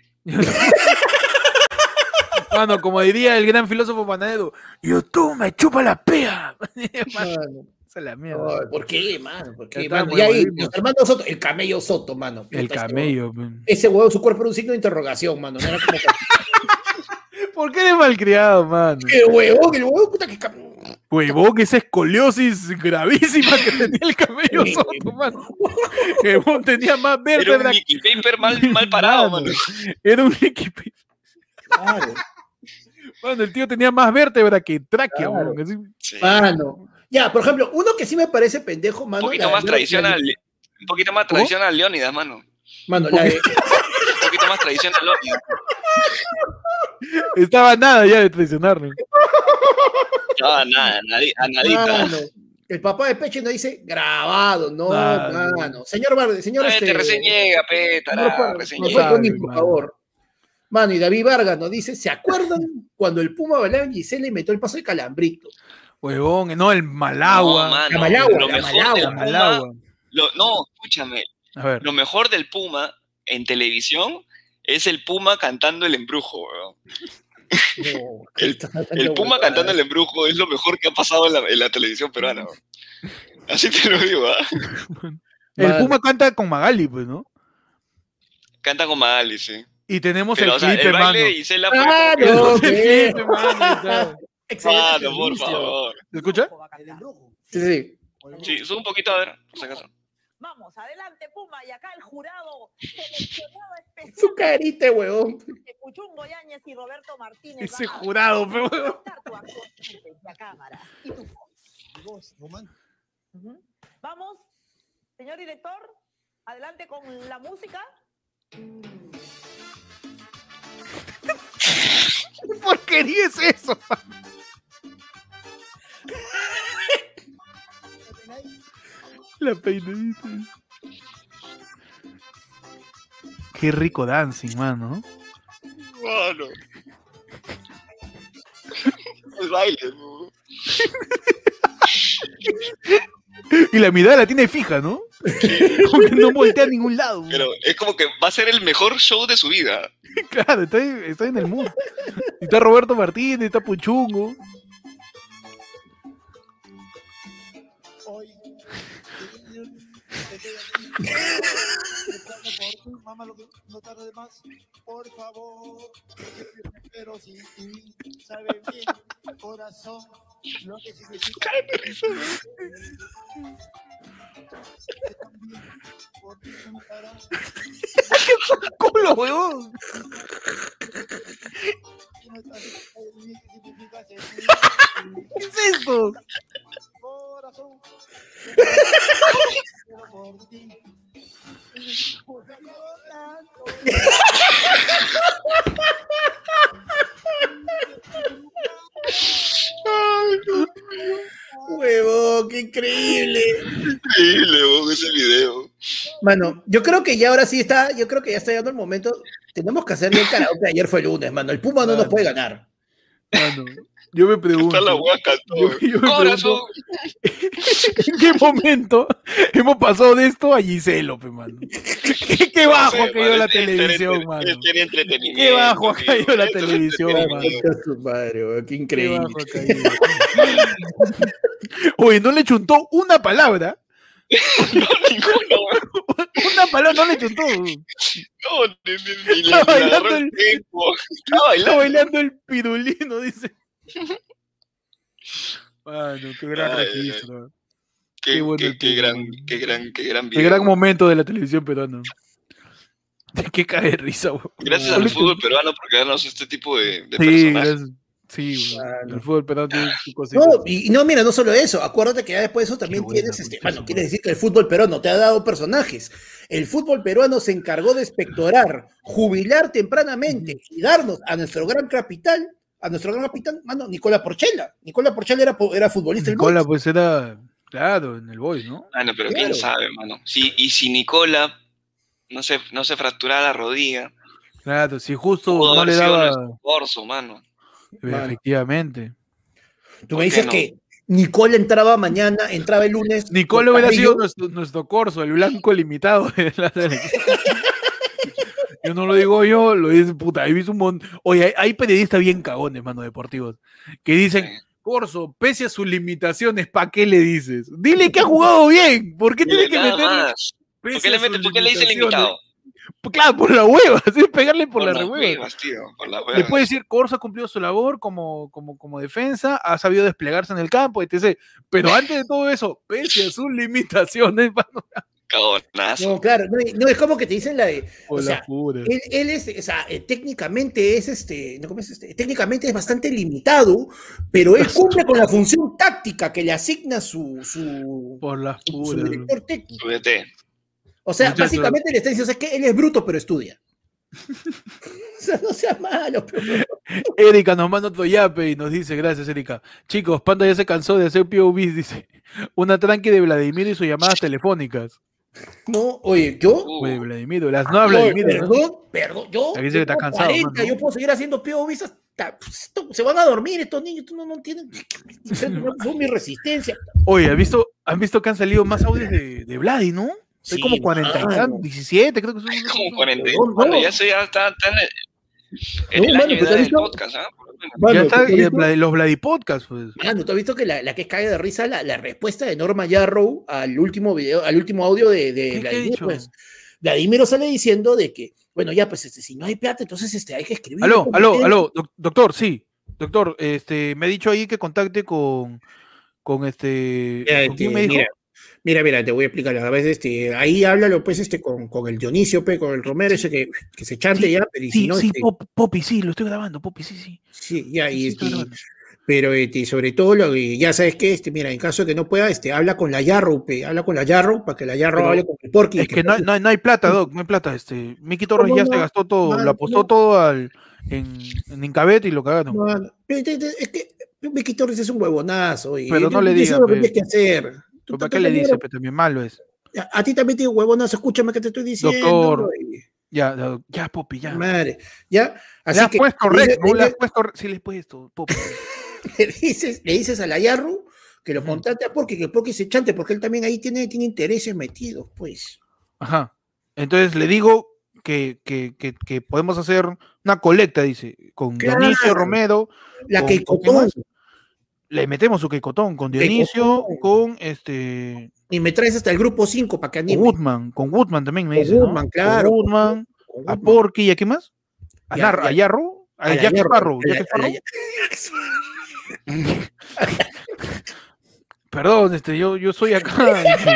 [SPEAKER 1] Mano, como diría el gran filósofo Panaedo, YouTube me chupa la pea. Mano,
[SPEAKER 2] Mano,
[SPEAKER 1] esa es la mierda.
[SPEAKER 2] ay, ¿Por qué, mano? ¿Por
[SPEAKER 1] Ya
[SPEAKER 2] qué,
[SPEAKER 1] está,
[SPEAKER 2] mano? Y
[SPEAKER 1] ya
[SPEAKER 2] ahí,
[SPEAKER 1] volvimos.
[SPEAKER 2] los hermanos Soto, el camello Soto, mano.
[SPEAKER 1] El
[SPEAKER 2] Puta, ese
[SPEAKER 1] camello.
[SPEAKER 2] huevón. Ese huevo, su cuerpo era un signo de interrogación, mano. No era como que-
[SPEAKER 1] ¿Por qué eres malcriado, mano?
[SPEAKER 2] ¡Qué huevón! El huevo, puta, que cam-
[SPEAKER 1] Huevón, esa escoliosis gravísima que tenía el camello
[SPEAKER 2] Sí.
[SPEAKER 1] soto, mano. Huevón tenía más
[SPEAKER 3] Era un
[SPEAKER 1] vértebra
[SPEAKER 3] Nicky Paper mal, mal parado, mano.
[SPEAKER 1] Era un equipo.
[SPEAKER 2] Claro,
[SPEAKER 1] Mano, el tío tenía más vértebra que tráquea,
[SPEAKER 2] Claro.
[SPEAKER 1] huevón, así.
[SPEAKER 3] Sí.
[SPEAKER 2] mano. Ya, por ejemplo, uno que sí me parece pendejo, mano.
[SPEAKER 3] Un poquito
[SPEAKER 2] la-
[SPEAKER 3] más
[SPEAKER 2] la-
[SPEAKER 3] tradicional. Un poquito más tradicional, Leónidas, mano. Un
[SPEAKER 2] Mano, la de-
[SPEAKER 3] poquito más tradicional, Leónidas.
[SPEAKER 1] Estaba nada ya de traicionarlo.
[SPEAKER 3] No, nada, nadi- a nadita.
[SPEAKER 2] Mano, el papá de Peche nos dice grabado, no,
[SPEAKER 1] Mano.
[SPEAKER 2] mano. Señor Vargas, señor
[SPEAKER 3] Este,
[SPEAKER 2] este.
[SPEAKER 3] recién llega, pétara,
[SPEAKER 2] señor Vargas,
[SPEAKER 3] recién
[SPEAKER 2] nos
[SPEAKER 1] llega.
[SPEAKER 2] puede poner, por
[SPEAKER 1] Mano.
[SPEAKER 2] favor. Mano, y David Vargas nos dice: ¿Se acuerdan cuando el Puma bailaba en Gisela y metió el paso de calambrito?
[SPEAKER 1] Huevón, no, el Malagua.
[SPEAKER 3] No, mano,
[SPEAKER 2] La Malagua,
[SPEAKER 3] lo
[SPEAKER 2] la
[SPEAKER 3] mejor
[SPEAKER 2] Malagua,
[SPEAKER 1] el
[SPEAKER 3] del
[SPEAKER 2] la
[SPEAKER 3] Puma,
[SPEAKER 1] Malagua.
[SPEAKER 3] lo- no, escúchame,
[SPEAKER 1] A ver.
[SPEAKER 3] lo mejor del Puma en televisión es el Puma cantando el embrujo, weón.
[SPEAKER 2] No,
[SPEAKER 3] El Puma
[SPEAKER 2] huevada.
[SPEAKER 3] cantando el embrujo es lo mejor que ha pasado en la, en la televisión peruana, weón. Así te lo digo, ¿ah?
[SPEAKER 1] El
[SPEAKER 2] Mano.
[SPEAKER 1] Puma canta con Magali, pues, ¿no?
[SPEAKER 3] Canta como Ali, sí.
[SPEAKER 1] Y tenemos
[SPEAKER 3] Pero,
[SPEAKER 1] el
[SPEAKER 3] o sea,
[SPEAKER 1] clip,
[SPEAKER 3] el
[SPEAKER 1] hermano.
[SPEAKER 3] baile de Gisela fue
[SPEAKER 2] Ah,
[SPEAKER 3] como que-
[SPEAKER 1] El clip,
[SPEAKER 2] no. Qué
[SPEAKER 1] hermano, ya.
[SPEAKER 2] Excelente
[SPEAKER 3] Mano, Ah, por
[SPEAKER 2] servicio.
[SPEAKER 3] favor.
[SPEAKER 1] ¿Se escucha?
[SPEAKER 2] Sí, sí.
[SPEAKER 3] Sí, sube un poquito, a ver, por si acaso.
[SPEAKER 8] Vamos, adelante, Puma. Y acá el jurado seleccionado
[SPEAKER 2] Su
[SPEAKER 8] especial
[SPEAKER 2] carita, huevón.
[SPEAKER 8] de Cuchungo Yáñez y Roberto Martínez.
[SPEAKER 1] Ese
[SPEAKER 8] van a
[SPEAKER 1] jurado, pe, huevón.
[SPEAKER 8] presentar tu actuación ante la cámara y tu voz. Ujú. Vamos, señor director, adelante con la música.
[SPEAKER 1] ¿Qué porquería es eso? La peinadita. Qué rico dancing, mano.
[SPEAKER 3] Mano. El baile, weón.
[SPEAKER 1] Y la mirada la tiene fija, ¿no? Porque no voltea a ningún lado.
[SPEAKER 3] Pero es como que va a ser el mejor show de su vida.
[SPEAKER 1] Claro, está, ahí- está ahí en el mundo. Y Está Roberto Martínez, está Puchungo. ¡Culo, huevón! ¿Qué es esto?
[SPEAKER 2] Huevón, qué increíble.
[SPEAKER 3] Increíble, weón, ese video.
[SPEAKER 2] Mano, yo creo que ya ahora sí está, yo creo que ya está llegando el momento. Tenemos que hacer bien karaoke. Ayer fue lunes, mano. El Puma no nos
[SPEAKER 1] Mano.
[SPEAKER 2] puede ganar.
[SPEAKER 1] Mano, yo me pregunto.
[SPEAKER 3] Está la huaca, todo.
[SPEAKER 1] Yo- yo me
[SPEAKER 3] Corazón.
[SPEAKER 1] pregunto, ¿En qué momento hemos pasado de esto a Giselo, pe, mano? ¿Qué, qué bajo
[SPEAKER 3] No
[SPEAKER 1] ha
[SPEAKER 3] sé,
[SPEAKER 1] caído
[SPEAKER 3] mano,
[SPEAKER 1] la
[SPEAKER 3] es- es-
[SPEAKER 1] televisión,
[SPEAKER 3] es-
[SPEAKER 1] mano?
[SPEAKER 3] es- tiene entretenimiento,
[SPEAKER 1] Qué bajo ha
[SPEAKER 3] tío.
[SPEAKER 1] caído la
[SPEAKER 3] Esto es
[SPEAKER 1] televisión, mano.
[SPEAKER 3] entretenimiento.
[SPEAKER 2] Concha su madre, huevón, qué
[SPEAKER 1] Qué
[SPEAKER 2] increíble.
[SPEAKER 1] bajo ha caído. Oye, no le chuntó una palabra.
[SPEAKER 3] No, ninguno, weón.
[SPEAKER 1] Una palabra no le chuntó.
[SPEAKER 3] No, ni,
[SPEAKER 1] Está
[SPEAKER 3] ni- ni le- le agarró
[SPEAKER 1] bailando
[SPEAKER 3] el
[SPEAKER 1] el-
[SPEAKER 3] tiempo. Está
[SPEAKER 1] Está
[SPEAKER 3] bailando.
[SPEAKER 1] bailando el pirulino, dice. Mano, qué gran
[SPEAKER 3] Ay, ay, ay.
[SPEAKER 1] registro.
[SPEAKER 3] Qué,
[SPEAKER 1] Qué bueno
[SPEAKER 3] qué-
[SPEAKER 1] el
[SPEAKER 3] qué
[SPEAKER 1] tubo,
[SPEAKER 3] gran,
[SPEAKER 1] mano.
[SPEAKER 3] qué gran, qué gran
[SPEAKER 1] Qué
[SPEAKER 3] video.
[SPEAKER 1] gran momento de la televisión peruana. Qué cae de risa, weón.
[SPEAKER 3] Gracias al fútbol peruano por darnos este tipo de,
[SPEAKER 1] Sí,
[SPEAKER 3] de personajes.
[SPEAKER 1] gracias- sí, weón.
[SPEAKER 2] Claro.
[SPEAKER 1] El fútbol peruano tiene su cosa.
[SPEAKER 2] No, y y no, mira, no solo eso, acuérdate que ya después de eso también
[SPEAKER 1] buena,
[SPEAKER 2] tienes, este,
[SPEAKER 1] muchacho,
[SPEAKER 2] bueno,
[SPEAKER 1] buena.
[SPEAKER 2] quiere decir que el fútbol peruano te ha dado personajes. El fútbol peruano se encargó de espectorar, jubilar tempranamente y darnos a nuestro gran capital, a nuestro gran capitán, mano, Nicola Porchela. Nicola Porchela era, po- era futbolista del
[SPEAKER 1] Nicola,
[SPEAKER 2] Boys.
[SPEAKER 1] pues era, claro, en el Boys, ¿no?
[SPEAKER 3] Mano, pero quién
[SPEAKER 2] Claro.
[SPEAKER 3] sabe, mano. Sí, y si Nicola no se, no se fracturara la rodilla,
[SPEAKER 1] Claro, si justo
[SPEAKER 3] pudo
[SPEAKER 1] no
[SPEAKER 3] haber
[SPEAKER 1] le
[SPEAKER 3] sido
[SPEAKER 1] daba.
[SPEAKER 3] nuestro corso, mano.
[SPEAKER 2] Mano.
[SPEAKER 1] Efectivamente.
[SPEAKER 2] Tú
[SPEAKER 3] ¿por
[SPEAKER 2] me
[SPEAKER 3] qué
[SPEAKER 2] dices
[SPEAKER 3] no?
[SPEAKER 2] que Nicola entraba mañana, entraba el lunes.
[SPEAKER 1] Nicola hubiera
[SPEAKER 2] Carrillo,
[SPEAKER 1] sido nuestro, nuestro corso, el blanco limitado de la selección. Yo no lo digo yo, lo dice puta. He visto un montón. Oye, hay, hay periodistas bien cagones, mano, deportivos, que dicen,
[SPEAKER 3] Sí.
[SPEAKER 1] Corso, pese a sus limitaciones, ¿para qué le dices? Dile que ha jugado bien. ¿Por qué tienes que
[SPEAKER 3] Nada
[SPEAKER 1] meterle?
[SPEAKER 3] más.
[SPEAKER 1] pese
[SPEAKER 3] ¿Por qué le,
[SPEAKER 1] a sus
[SPEAKER 3] mete, ¿Por qué le dice
[SPEAKER 1] limitaciones?
[SPEAKER 3] limitado?
[SPEAKER 1] Claro, por la hueva, sí, pegarle por, la
[SPEAKER 3] las
[SPEAKER 1] hueva.
[SPEAKER 3] huevas, tío, por las
[SPEAKER 1] Le
[SPEAKER 2] Pues.
[SPEAKER 3] huevas.
[SPEAKER 1] puede decir, Corso ha cumplido su labor como, como, como defensa, ha sabido desplegarse en el campo, etc. Pero antes de todo eso, pese a sus limitaciones, mano,
[SPEAKER 3] Cagonazo.
[SPEAKER 2] No, claro, no, y- no, es como que te dicen la de.
[SPEAKER 1] por
[SPEAKER 2] O
[SPEAKER 1] la
[SPEAKER 2] sea,
[SPEAKER 1] pura.
[SPEAKER 2] Él, él es, o sea, eh, técnicamente es este, ¿no? ¿Cómo es este? Técnicamente es bastante limitado, pero él cumple con la función táctica que le asigna su, su,
[SPEAKER 1] Por la
[SPEAKER 2] su
[SPEAKER 1] pura. bro.
[SPEAKER 2] director técnico.
[SPEAKER 3] Súbete.
[SPEAKER 2] O sea,
[SPEAKER 1] Muchacho.
[SPEAKER 2] básicamente le está diciendo, o sea, que él es bruto, pero estudia. o sea, no sea malo, pero
[SPEAKER 1] Erika nos manda otro yape y nos dice, gracias Erika. Chicos, Panda ya se cansó de hacer POVs, dice. Una tranqui de Vladimir y sus llamadas telefónicas.
[SPEAKER 2] no, oye, yo.
[SPEAKER 3] Uh,
[SPEAKER 1] Oye, Vladimir, las no habla
[SPEAKER 2] oye, eh.
[SPEAKER 1] Vladimir. ¿no?
[SPEAKER 2] perdón, perdón, yo.
[SPEAKER 1] Aquí dice que está
[SPEAKER 2] tengo
[SPEAKER 1] cansado, mano.
[SPEAKER 2] yo puedo seguir haciendo POVs hasta. pues, esto- Se van a dormir estos niños, tú no, no entienden. Son mi resistencia.
[SPEAKER 1] Oye, ¿has visto, ¿han visto que han salido más audios de, de Vladi, no? Hay como
[SPEAKER 2] Sí,
[SPEAKER 1] 40 y
[SPEAKER 2] mano.
[SPEAKER 1] tantos, 17, creo que son.
[SPEAKER 3] como 40.
[SPEAKER 2] No,
[SPEAKER 3] Bueno,
[SPEAKER 2] no.
[SPEAKER 3] ya se ya está, está en el, en
[SPEAKER 2] No,
[SPEAKER 3] el
[SPEAKER 2] mano,
[SPEAKER 3] año
[SPEAKER 2] pero
[SPEAKER 3] de edad del
[SPEAKER 2] ahorita-
[SPEAKER 3] podcast, ¿ah? Por lo menos.
[SPEAKER 1] Ya
[SPEAKER 2] Mano,
[SPEAKER 1] está,
[SPEAKER 2] ¿tú
[SPEAKER 1] y
[SPEAKER 2] has
[SPEAKER 1] el
[SPEAKER 2] visto?
[SPEAKER 1] Vladi- los Vladi Podcast, pues.
[SPEAKER 2] Mano, ¿tú has visto que la, la que cae de risa la, la respuesta de Norma Yarrow al último video, al último audio de, de
[SPEAKER 1] ¿Qué- qué ha
[SPEAKER 2] Vladimir?
[SPEAKER 1] dicho?
[SPEAKER 2] pues? Vladimiro sale diciendo de que, bueno, ya, pues este, si no hay plata, entonces este, hay que escribir.
[SPEAKER 1] Aló,
[SPEAKER 2] un
[SPEAKER 1] aló,
[SPEAKER 2] comité.
[SPEAKER 1] aló, doc- doctor, sí. Doctor, este, me ha dicho ahí que contacte con, con este.
[SPEAKER 2] Mira,
[SPEAKER 1] ¿con
[SPEAKER 2] este,
[SPEAKER 1] quién me dijo?
[SPEAKER 2] mira, mira, mira, te voy a explicar. A veces este, ahí háblalo pues este, con, con el Dionisio, pe, con el Romero, ese que, que se chante
[SPEAKER 1] Sí,
[SPEAKER 2] ya, pero y si
[SPEAKER 1] Sí,
[SPEAKER 2] no,
[SPEAKER 1] sí,
[SPEAKER 2] este,
[SPEAKER 1] Pop- Poppy, sí, lo estoy grabando, Poppy, sí, sí.
[SPEAKER 2] sí, ya,
[SPEAKER 1] sí,
[SPEAKER 2] y,
[SPEAKER 1] sí, estoy
[SPEAKER 2] este,
[SPEAKER 1] grabando.
[SPEAKER 2] Pero este, sobre todo, lo que- ya sabes que, este, mira, en caso de que no pueda, este, habla con la Yarrow, pe, habla con la Yarrow para que la Yarrow
[SPEAKER 1] Pero
[SPEAKER 2] hable con el Porky.
[SPEAKER 1] Es que no, hay- no hay- no hay plata, Doc, no hay plata. Este, Miki Torres
[SPEAKER 2] ¿Cómo
[SPEAKER 1] ya
[SPEAKER 2] no?
[SPEAKER 1] se gastó todo,
[SPEAKER 2] Mano,
[SPEAKER 1] lo apostó
[SPEAKER 2] no.
[SPEAKER 1] todo al, en, en Incabet y lo cagaron.
[SPEAKER 2] No, no. Pero te- te- Es que Vicky Torres es un huevonazo. Y,
[SPEAKER 1] Pero
[SPEAKER 2] y
[SPEAKER 1] no
[SPEAKER 2] tú-
[SPEAKER 1] le
[SPEAKER 2] tú
[SPEAKER 1] digas,
[SPEAKER 2] sabes lo que
[SPEAKER 1] pe.
[SPEAKER 2] tienes que hacer. Tú
[SPEAKER 1] Pero ¿Para
[SPEAKER 2] te-
[SPEAKER 1] qué le
[SPEAKER 2] te-
[SPEAKER 1] dice?
[SPEAKER 2] mira,
[SPEAKER 1] Pero también malo es.
[SPEAKER 2] A, a ti también te digo huevonazo, escúchame que te estoy diciendo.
[SPEAKER 1] Doctor,
[SPEAKER 2] y-
[SPEAKER 1] Ya, Doc, ya, Poppy, ya.
[SPEAKER 2] madre, ¿ya? Así
[SPEAKER 1] le has
[SPEAKER 2] que
[SPEAKER 1] puesto
[SPEAKER 2] le-
[SPEAKER 1] red, ¿no?
[SPEAKER 2] le-
[SPEAKER 1] Le has puesto red. Sí, le has puesto, Poppy.
[SPEAKER 2] le dices, le dices a la Yarru que lo
[SPEAKER 1] Ujú.
[SPEAKER 2] contate a Porky, que Porky se chante, porque él también ahí tiene, tiene intereses metidos, pues.
[SPEAKER 1] Ajá. Entonces le digo que, que, que, que podemos hacer una colecta, dice, con
[SPEAKER 2] Claro.
[SPEAKER 1] Dionisio Romero,
[SPEAKER 2] La
[SPEAKER 1] ¿Con-
[SPEAKER 2] que
[SPEAKER 1] con qué
[SPEAKER 2] cotó
[SPEAKER 1] más? le metemos su queicotón, con Dionisio,
[SPEAKER 2] Queicotón.
[SPEAKER 1] con este
[SPEAKER 2] y me traes hasta el grupo 5 para que
[SPEAKER 1] con
[SPEAKER 2] anime.
[SPEAKER 1] Woodman, con Woodman también me
[SPEAKER 2] Con
[SPEAKER 1] dice. ¿no?
[SPEAKER 2] Woodman, claro.
[SPEAKER 1] Con Woodman,
[SPEAKER 2] Con
[SPEAKER 1] a
[SPEAKER 2] Woodman,
[SPEAKER 1] Porky y a qué más? A,
[SPEAKER 2] Y a-
[SPEAKER 1] Nar-
[SPEAKER 2] y a-
[SPEAKER 1] a Yarro, a,
[SPEAKER 2] a la
[SPEAKER 1] Jack
[SPEAKER 2] Yarru,
[SPEAKER 1] Sparrow,
[SPEAKER 2] a la-
[SPEAKER 1] Jack
[SPEAKER 2] a la-
[SPEAKER 1] Sparrow. Perdón, este, yo, yo soy acá. este.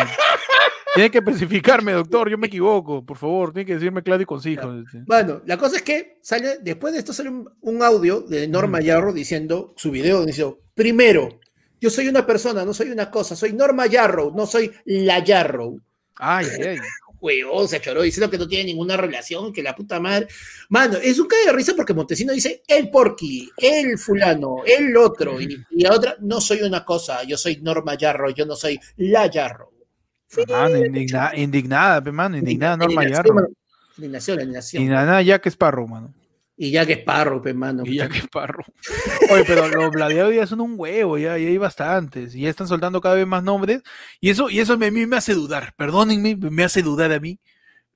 [SPEAKER 1] tiene que especificarme, doctor, yo me equivoco, por favor, tiene que decirme claro y conciso. este.
[SPEAKER 2] Bueno, la cosa es que sale, después de esto sale un, un audio de
[SPEAKER 1] Mm.
[SPEAKER 2] Norma Yarro diciendo su video, diciendo, primero, yo soy una persona, no soy una cosa, soy Norma Yarro, no soy la Yarro.
[SPEAKER 1] Ay, ay, ay.
[SPEAKER 2] Huevón, se choró diciendo que no tiene ninguna relación, que la puta madre. Mano, es un cae de risa porque Montesino dice el porqui, el fulano, el otro, y, y la otra, no soy una cosa, yo soy Norma Yarro, yo no soy la Yarro.
[SPEAKER 1] Mano, indigna- indignada, pe, mano, indignada, Norma
[SPEAKER 2] Indignación,
[SPEAKER 1] Yarro.
[SPEAKER 2] mano. Indignación, indignación.
[SPEAKER 1] Y nada, ya que es parro, mano.
[SPEAKER 2] Y ya que es parro, pe, mano.
[SPEAKER 1] Y ya que es parro. Oye, pero los gladiadores ya son un huevo, ya, ya hay bastantes. Y ya están soltando cada vez más nombres. Y eso, y eso me- a mí me hace dudar, perdónenme, me hace dudar a mí.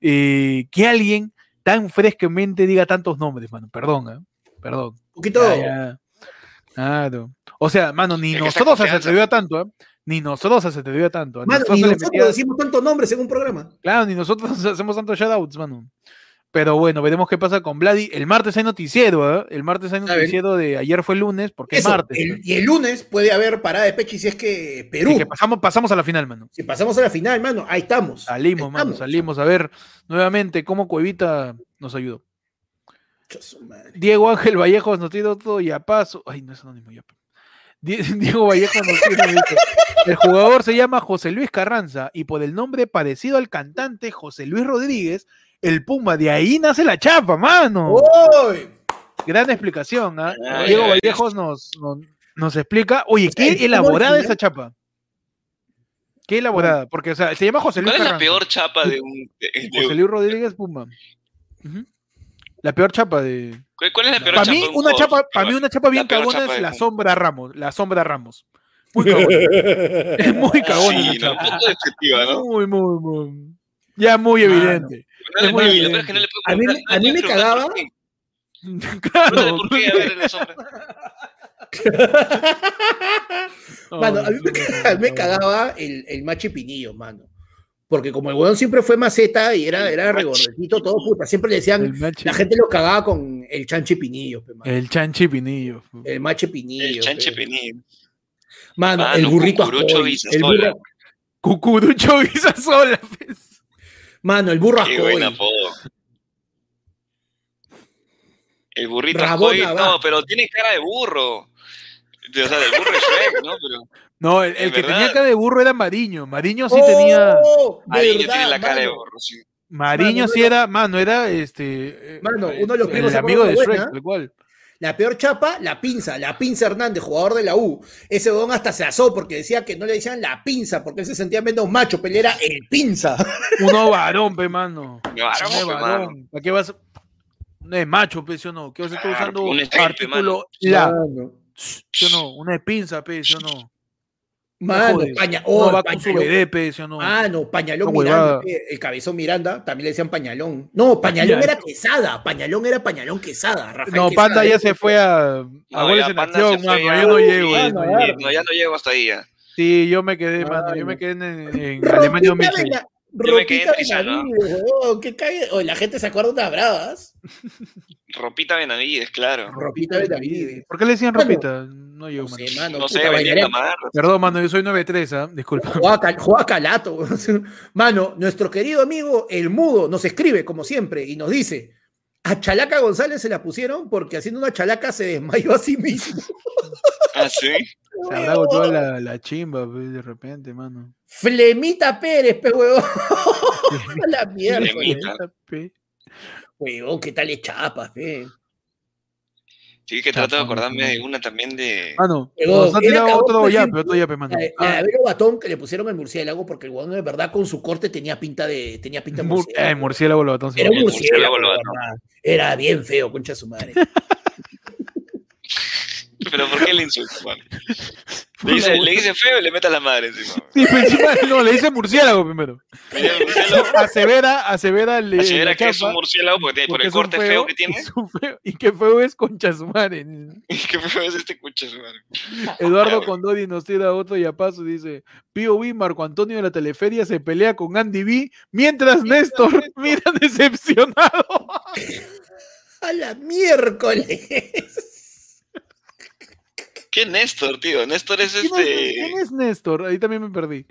[SPEAKER 1] eh, que alguien tan frescamente diga tantos nombres, mano. Perdón, ¿ah? perdón.
[SPEAKER 2] Un poquito.
[SPEAKER 1] Ya, ya. Claro. O sea, mano, ni
[SPEAKER 3] Es que esa
[SPEAKER 1] nosotros se
[SPEAKER 3] confianza,
[SPEAKER 1] atrevió a tanto, ¿ah? Ni nosotros se atrevió a tanto. A
[SPEAKER 2] Mano,
[SPEAKER 1] nosotros
[SPEAKER 2] ni
[SPEAKER 1] le
[SPEAKER 2] nosotros
[SPEAKER 1] metía-
[SPEAKER 2] decimos tantos nombres en un programa.
[SPEAKER 1] Claro, ni nosotros hacemos tantos shoutouts, mano. Pero bueno, veremos qué pasa con Vladi. El martes hay noticiero, ¿eh? El martes hay
[SPEAKER 2] ver.
[SPEAKER 1] noticiero de ayer fue lunes, porque
[SPEAKER 2] Eso,
[SPEAKER 1] es martes.
[SPEAKER 2] el-
[SPEAKER 1] ¿no?
[SPEAKER 2] y el lunes puede haber parada de Pechi si es que Perú.
[SPEAKER 1] Así que pasamos, pasamos a la final, mano.
[SPEAKER 2] Si pasamos a la final, mano, ahí estamos.
[SPEAKER 1] Salimos, mano,
[SPEAKER 2] Estamos.
[SPEAKER 1] salimos. A ver nuevamente cómo Cuevita nos ayudó.
[SPEAKER 2] Chucha, su madre.
[SPEAKER 1] Diego Ángel Vallejos nos tiró todo y a paso. Ay, no es anónimo ya. Die- Diego Vallejos nos tiró. dice, El jugador se llama José Luis Carranza y por el nombre parecido al cantante José Luis Rodríguez, el Puma. De ahí nace la chapa, mano.
[SPEAKER 2] Oh, ¡Uy!
[SPEAKER 1] Gran explicación. ¿ah?
[SPEAKER 3] Ay,
[SPEAKER 1] Diego
[SPEAKER 3] ay,
[SPEAKER 1] Vallejos nos, nos, nos explica. Oye,
[SPEAKER 2] sea, Pues el ¿eh?
[SPEAKER 1] qué
[SPEAKER 2] Puma
[SPEAKER 1] elaborada
[SPEAKER 2] original.
[SPEAKER 1] esa chapa. Qué elaborada. Porque, o sea, se llama José Luis
[SPEAKER 3] ¿Cuál es la
[SPEAKER 1] Carranza.
[SPEAKER 3] peor chapa de un... de- de-
[SPEAKER 1] José Luis Rodríguez, Puma. Ujú. La peor chapa de,
[SPEAKER 3] ¿Cuál- ¿Cuál es la peor
[SPEAKER 1] para
[SPEAKER 3] chapa?
[SPEAKER 1] mí,
[SPEAKER 3] de un
[SPEAKER 1] una
[SPEAKER 3] jugador?
[SPEAKER 1] chapa, para mí una chapa bien
[SPEAKER 3] La peor
[SPEAKER 1] cagona
[SPEAKER 3] chapa
[SPEAKER 1] es
[SPEAKER 3] de
[SPEAKER 1] la
[SPEAKER 3] Puma.
[SPEAKER 1] sombra Ramos, la sombra Ramos. Muy cagona. es muy cagona esa
[SPEAKER 3] Ah, Sí, no, un
[SPEAKER 1] chapa.
[SPEAKER 3] poco despectiva, ¿no? Ah,
[SPEAKER 1] Muy, muy, muy. Ya muy
[SPEAKER 2] Mano.
[SPEAKER 1] evidente.
[SPEAKER 3] No le
[SPEAKER 1] muy
[SPEAKER 3] puedo-
[SPEAKER 1] evidente.
[SPEAKER 3] lo peor es que no le puedo
[SPEAKER 2] A mí me-
[SPEAKER 3] preguntar-
[SPEAKER 2] a mí me
[SPEAKER 3] no le puedo preguntar
[SPEAKER 2] cagaba.
[SPEAKER 3] por qué. Pregúntale
[SPEAKER 1] claro.
[SPEAKER 3] por qué, a ver, en la sombra.
[SPEAKER 2] Mano, a mí me, ca- me cagaba el, el machi pinillo, mano. Porque como el weón siempre fue maceta y era, era regordetito, todo puta. Siempre le decían,
[SPEAKER 1] El, machi-
[SPEAKER 2] la gente lo cagaba con el chanchi pinillo, pe, mano.
[SPEAKER 1] el chanchi pinillo.
[SPEAKER 2] El machi pinillo.
[SPEAKER 3] El chanche
[SPEAKER 2] pe.
[SPEAKER 3] Penín.
[SPEAKER 2] Mano,
[SPEAKER 3] Mano,
[SPEAKER 2] el burrito
[SPEAKER 3] cucurucho
[SPEAKER 2] ascoy. El
[SPEAKER 3] Vizasola.
[SPEAKER 2] burro,
[SPEAKER 1] Cucurucho guisa sola. pues.
[SPEAKER 2] mano, el burro
[SPEAKER 3] Qué buen
[SPEAKER 2] ascoy.
[SPEAKER 3] apodo. El burrito
[SPEAKER 2] Rabona
[SPEAKER 3] Ascoy,
[SPEAKER 2] va.
[SPEAKER 3] no, pero tiene cara de burro. De- O sea, del burro de Shrek, ¿no? Pero
[SPEAKER 1] No, el, el que
[SPEAKER 3] ¿Verdad?
[SPEAKER 1] tenía cara de burro era Mariño. Mariño sí tenía.
[SPEAKER 2] ¡Oh!
[SPEAKER 3] ahí
[SPEAKER 2] ¿Verdad,
[SPEAKER 3] tiene la cara de
[SPEAKER 2] mano?
[SPEAKER 3] burro, sí.
[SPEAKER 1] Mariño
[SPEAKER 2] Mano,
[SPEAKER 1] sí
[SPEAKER 2] no
[SPEAKER 1] era. Mano, era este. eh,
[SPEAKER 2] Mano, uno de los primos
[SPEAKER 1] el
[SPEAKER 2] se
[SPEAKER 1] amigo de
[SPEAKER 2] acuerda buena.
[SPEAKER 1] Shrek, tal cual.
[SPEAKER 2] La peor chapa, la pinza, la pinza Hernández, jugador de la U. Ese don hasta se asó porque decía que no le decían la pinza porque él se sentía menos macho, pero él era el pinza.
[SPEAKER 1] Uno varón, pe, mano.
[SPEAKER 3] Me varón,
[SPEAKER 1] No es
[SPEAKER 3] pe,
[SPEAKER 1] varón.
[SPEAKER 3] mano.
[SPEAKER 1] ¿Para qué vas? No es macho, pe, ¿sí o no? ¿Qué vas a estar
[SPEAKER 3] Claro,
[SPEAKER 1] usando
[SPEAKER 3] un escape,
[SPEAKER 1] artículo
[SPEAKER 3] mano.
[SPEAKER 1] la?
[SPEAKER 2] Mano,
[SPEAKER 1] ¿Sí o no? Una espinza, pe, ¿sí o no?
[SPEAKER 2] Mano,
[SPEAKER 1] jodes.
[SPEAKER 2] paña, oh, Ah,
[SPEAKER 1] No va con su
[SPEAKER 2] pañalón.
[SPEAKER 1] bebé, pe, ¿sí o no?
[SPEAKER 2] Mano, pañalón
[SPEAKER 1] Una
[SPEAKER 2] Miranda,
[SPEAKER 1] huevada.
[SPEAKER 2] eh, el cabezón Miranda, también le decían pañalón. No, pañalón
[SPEAKER 1] Pañal.
[SPEAKER 2] era quesada, pañalón era pañalón quesada. Rafael
[SPEAKER 1] No, Panda ya
[SPEAKER 2] Quesada.
[SPEAKER 1] se fue a, a
[SPEAKER 3] No,
[SPEAKER 1] goles
[SPEAKER 3] ya
[SPEAKER 1] en
[SPEAKER 3] Panda
[SPEAKER 1] acción,
[SPEAKER 3] se fue
[SPEAKER 1] mano.
[SPEAKER 3] ya.
[SPEAKER 1] Yo no llego.
[SPEAKER 2] Ah,
[SPEAKER 3] Mano,
[SPEAKER 1] yo no llego.
[SPEAKER 3] No, ya no llego hasta ahí ya.
[SPEAKER 1] Sí, yo me quedé, mano. Yo
[SPEAKER 2] Mano.
[SPEAKER 1] me quedé en, en
[SPEAKER 2] Ropita
[SPEAKER 1] Alemania
[SPEAKER 2] de
[SPEAKER 1] 2006.
[SPEAKER 2] la-
[SPEAKER 3] Yo me quedé
[SPEAKER 2] ropita de la
[SPEAKER 3] frisado.
[SPEAKER 2] vida, huevón, qué cague- Oye, la gente se acuerda de unas bravas.
[SPEAKER 3] Ropita Benavides, claro.
[SPEAKER 2] Ropita de la vida.
[SPEAKER 1] ¿Por qué le decían
[SPEAKER 2] Mano.
[SPEAKER 1] ropita? No llego,
[SPEAKER 2] No
[SPEAKER 1] mano.
[SPEAKER 2] sé, mano,
[SPEAKER 3] No sé,
[SPEAKER 2] puta,
[SPEAKER 3] venía
[SPEAKER 2] bailarín.
[SPEAKER 3] a Camargo.
[SPEAKER 1] Perdón, mano, yo soy 9-3, ¿ah? Disculpa.
[SPEAKER 2] Juega cal- juega calato. Mano, nuestro querido amigo El Mudo nos escribe, como siempre, y nos dice: A Chalaca González se la pusieron porque haciendo una chalaca se desmayó a sí mismo.
[SPEAKER 3] Ah, sí.
[SPEAKER 1] Se habrá agotado la, la chimba, pe, de repente, mano.
[SPEAKER 2] Flemita Pérez, pe huevón. A la mierda,
[SPEAKER 3] Flemita.
[SPEAKER 2] Eh,
[SPEAKER 1] Pe.
[SPEAKER 2] huevón, qué tal es chapas, pe.
[SPEAKER 3] Sí, que
[SPEAKER 1] Chapa,
[SPEAKER 3] trato de acordarme
[SPEAKER 1] mano.
[SPEAKER 3] de una también de.
[SPEAKER 1] Mano, nos
[SPEAKER 2] Llegó,
[SPEAKER 1] ha
[SPEAKER 2] era pues,
[SPEAKER 1] tirado
[SPEAKER 2] cagón,
[SPEAKER 1] otro
[SPEAKER 2] por
[SPEAKER 1] yape,
[SPEAKER 2] ejemplo,
[SPEAKER 1] otro yape, mano.
[SPEAKER 2] La de- la de
[SPEAKER 1] Ah,
[SPEAKER 2] Avero eh, Batón que le pusieron el murciélago porque el huevón de verdad con su corte tenía pinta de. Tenía pinta de
[SPEAKER 1] mur- eh,
[SPEAKER 2] murciélago.
[SPEAKER 1] murciélago lo batón. sí.
[SPEAKER 2] Era un
[SPEAKER 3] El
[SPEAKER 2] murciélago,
[SPEAKER 3] murciélago lo
[SPEAKER 2] la
[SPEAKER 3] mató.
[SPEAKER 2] verdad. Era bien feo, concha de su madre.
[SPEAKER 3] Pero ¿por qué le insulto, mano? Le dice, le dice feo y le mete a la madre encima. mano.
[SPEAKER 1] Sí, pero pues encima, no, le dice murciélago primero.
[SPEAKER 3] Mira, el murciélago.
[SPEAKER 1] Asevera, asevera, le,
[SPEAKER 3] Asevera
[SPEAKER 1] la
[SPEAKER 3] que es
[SPEAKER 1] chapa,
[SPEAKER 3] un murciélago porque tiene- por
[SPEAKER 1] porque
[SPEAKER 3] el
[SPEAKER 1] es un
[SPEAKER 3] corte feo que
[SPEAKER 1] y
[SPEAKER 3] tiene.
[SPEAKER 1] es un feo- y que feo es concha su madre.
[SPEAKER 3] Qué feo es este cucho, mano.
[SPEAKER 1] Eduardo
[SPEAKER 3] Claro.
[SPEAKER 1] Condori nos tira otro y a paso dice: POV Marco Antonio de la Teleferia se pelea con Andy B, mientras Néstor mira decepcionado.
[SPEAKER 2] A la miércoles.
[SPEAKER 3] ¿Qué Néstor, tío? Néstor es
[SPEAKER 1] ¿Quién, es,
[SPEAKER 3] este.
[SPEAKER 1] quién es Néstor? Ahí también me perdí.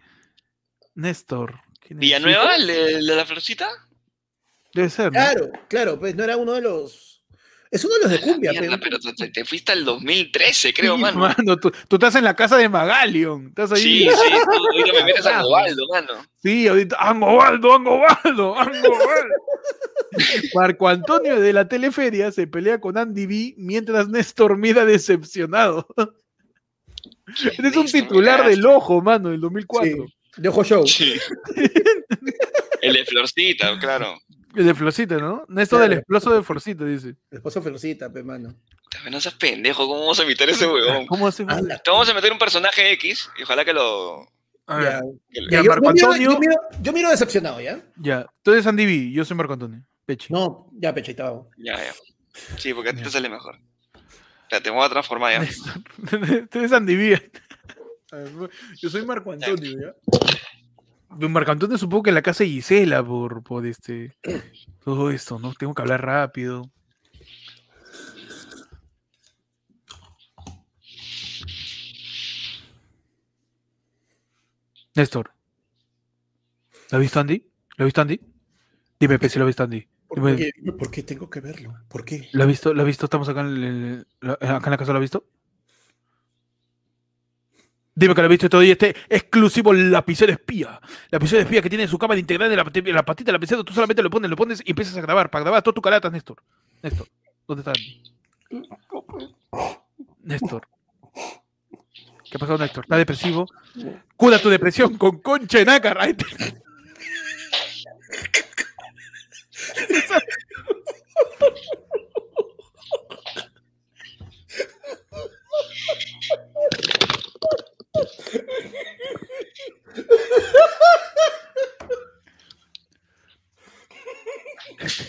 [SPEAKER 1] Néstor. ¿quién es?
[SPEAKER 3] Villanueva, Ah, el de el de la florcita.
[SPEAKER 1] Debe ser. ¿no?
[SPEAKER 2] Claro, claro, pues no era uno de los. Es uno de los de cumbia,
[SPEAKER 3] Mierda,
[SPEAKER 2] pero-
[SPEAKER 3] pero te, te- te fuiste al 2013, creo,
[SPEAKER 1] Sí,
[SPEAKER 3] mano.
[SPEAKER 1] mano, tú, tú estás en la casa de Magalion. Estás ahí.
[SPEAKER 3] Sí, sí, tú ahorita me metes a
[SPEAKER 1] Carajo.
[SPEAKER 3] Gobaldo, mano.
[SPEAKER 1] Sí, ahorita, Angobaldo, Angobaldo, Angobaldo. Marco Antonio de la teleferia se pelea con Andy B mientras Néstor mira decepcionado. Eres un
[SPEAKER 3] Néstor,
[SPEAKER 1] titular
[SPEAKER 3] cagaste.
[SPEAKER 1] del ojo, mano, del 2004.
[SPEAKER 2] Sí, de Ojo Show.
[SPEAKER 3] Sí. El de florcita, claro.
[SPEAKER 1] El de Flosita, ¿no? Néstor del
[SPEAKER 2] Claro.
[SPEAKER 1] exploso de Florcita, dice.
[SPEAKER 2] El esposo Ferocita, pe, mano.
[SPEAKER 3] También no seas pendejo, ¿cómo vamos a imitar a ese huevón?
[SPEAKER 1] ¿Cómo hace?
[SPEAKER 2] A la-
[SPEAKER 3] Te vamos a meter un personaje X y ojalá que lo.
[SPEAKER 1] A ver,
[SPEAKER 2] Ya,
[SPEAKER 3] que lo-
[SPEAKER 2] ya,
[SPEAKER 1] Ya,
[SPEAKER 2] yo,
[SPEAKER 1] Marco
[SPEAKER 2] yo miro,
[SPEAKER 1] Antonio.
[SPEAKER 2] yo miro- yo miro decepcionado, ¿ya?
[SPEAKER 1] ya. Tú eres Andy B, yo soy Marco Antonio. Pechi.
[SPEAKER 2] No, ya, pechita, vamos.
[SPEAKER 3] Ya, ya. Sí, porque a ti
[SPEAKER 1] Ya.
[SPEAKER 3] te sale mejor. Ya, te voy a transformar ya.
[SPEAKER 1] Néstor. Tú eres Andy B. A ver, Yo soy Marco Antonio, ¿ya? Don Marcantón supongo que en la casa de Gisela por, por este todo esto, ¿no? Tengo que hablar rápido. Néstor. ¿Lo ha visto Andy? ¿Lo ha visto Andy? Dime, Pe, si lo ha visto Andy.
[SPEAKER 5] ¿Por
[SPEAKER 1] Dime,
[SPEAKER 5] qué, ¿Por qué tengo que verlo? ¿Por qué?
[SPEAKER 1] ¿Lo ha visto? ¿Lo ha visto? ¿Estamos acá en, el- el- la- acá en la casa? ¿Lo ha visto? Dime que lo ha visto todo y este exclusivo lapicero espía. Lapicero espía que tiene en su cámara integrada en la, pat- en la patita del lapicero. Tú solamente lo pones, lo pones y empiezas a grabar. Para grabar todo tu calatas, Néstor. Néstor, ¿dónde está Andy? Néstor. ¿Qué ha pasado, Néstor? ¿Está depresivo? Cura tu depresión con concha de nácar. Ahí te-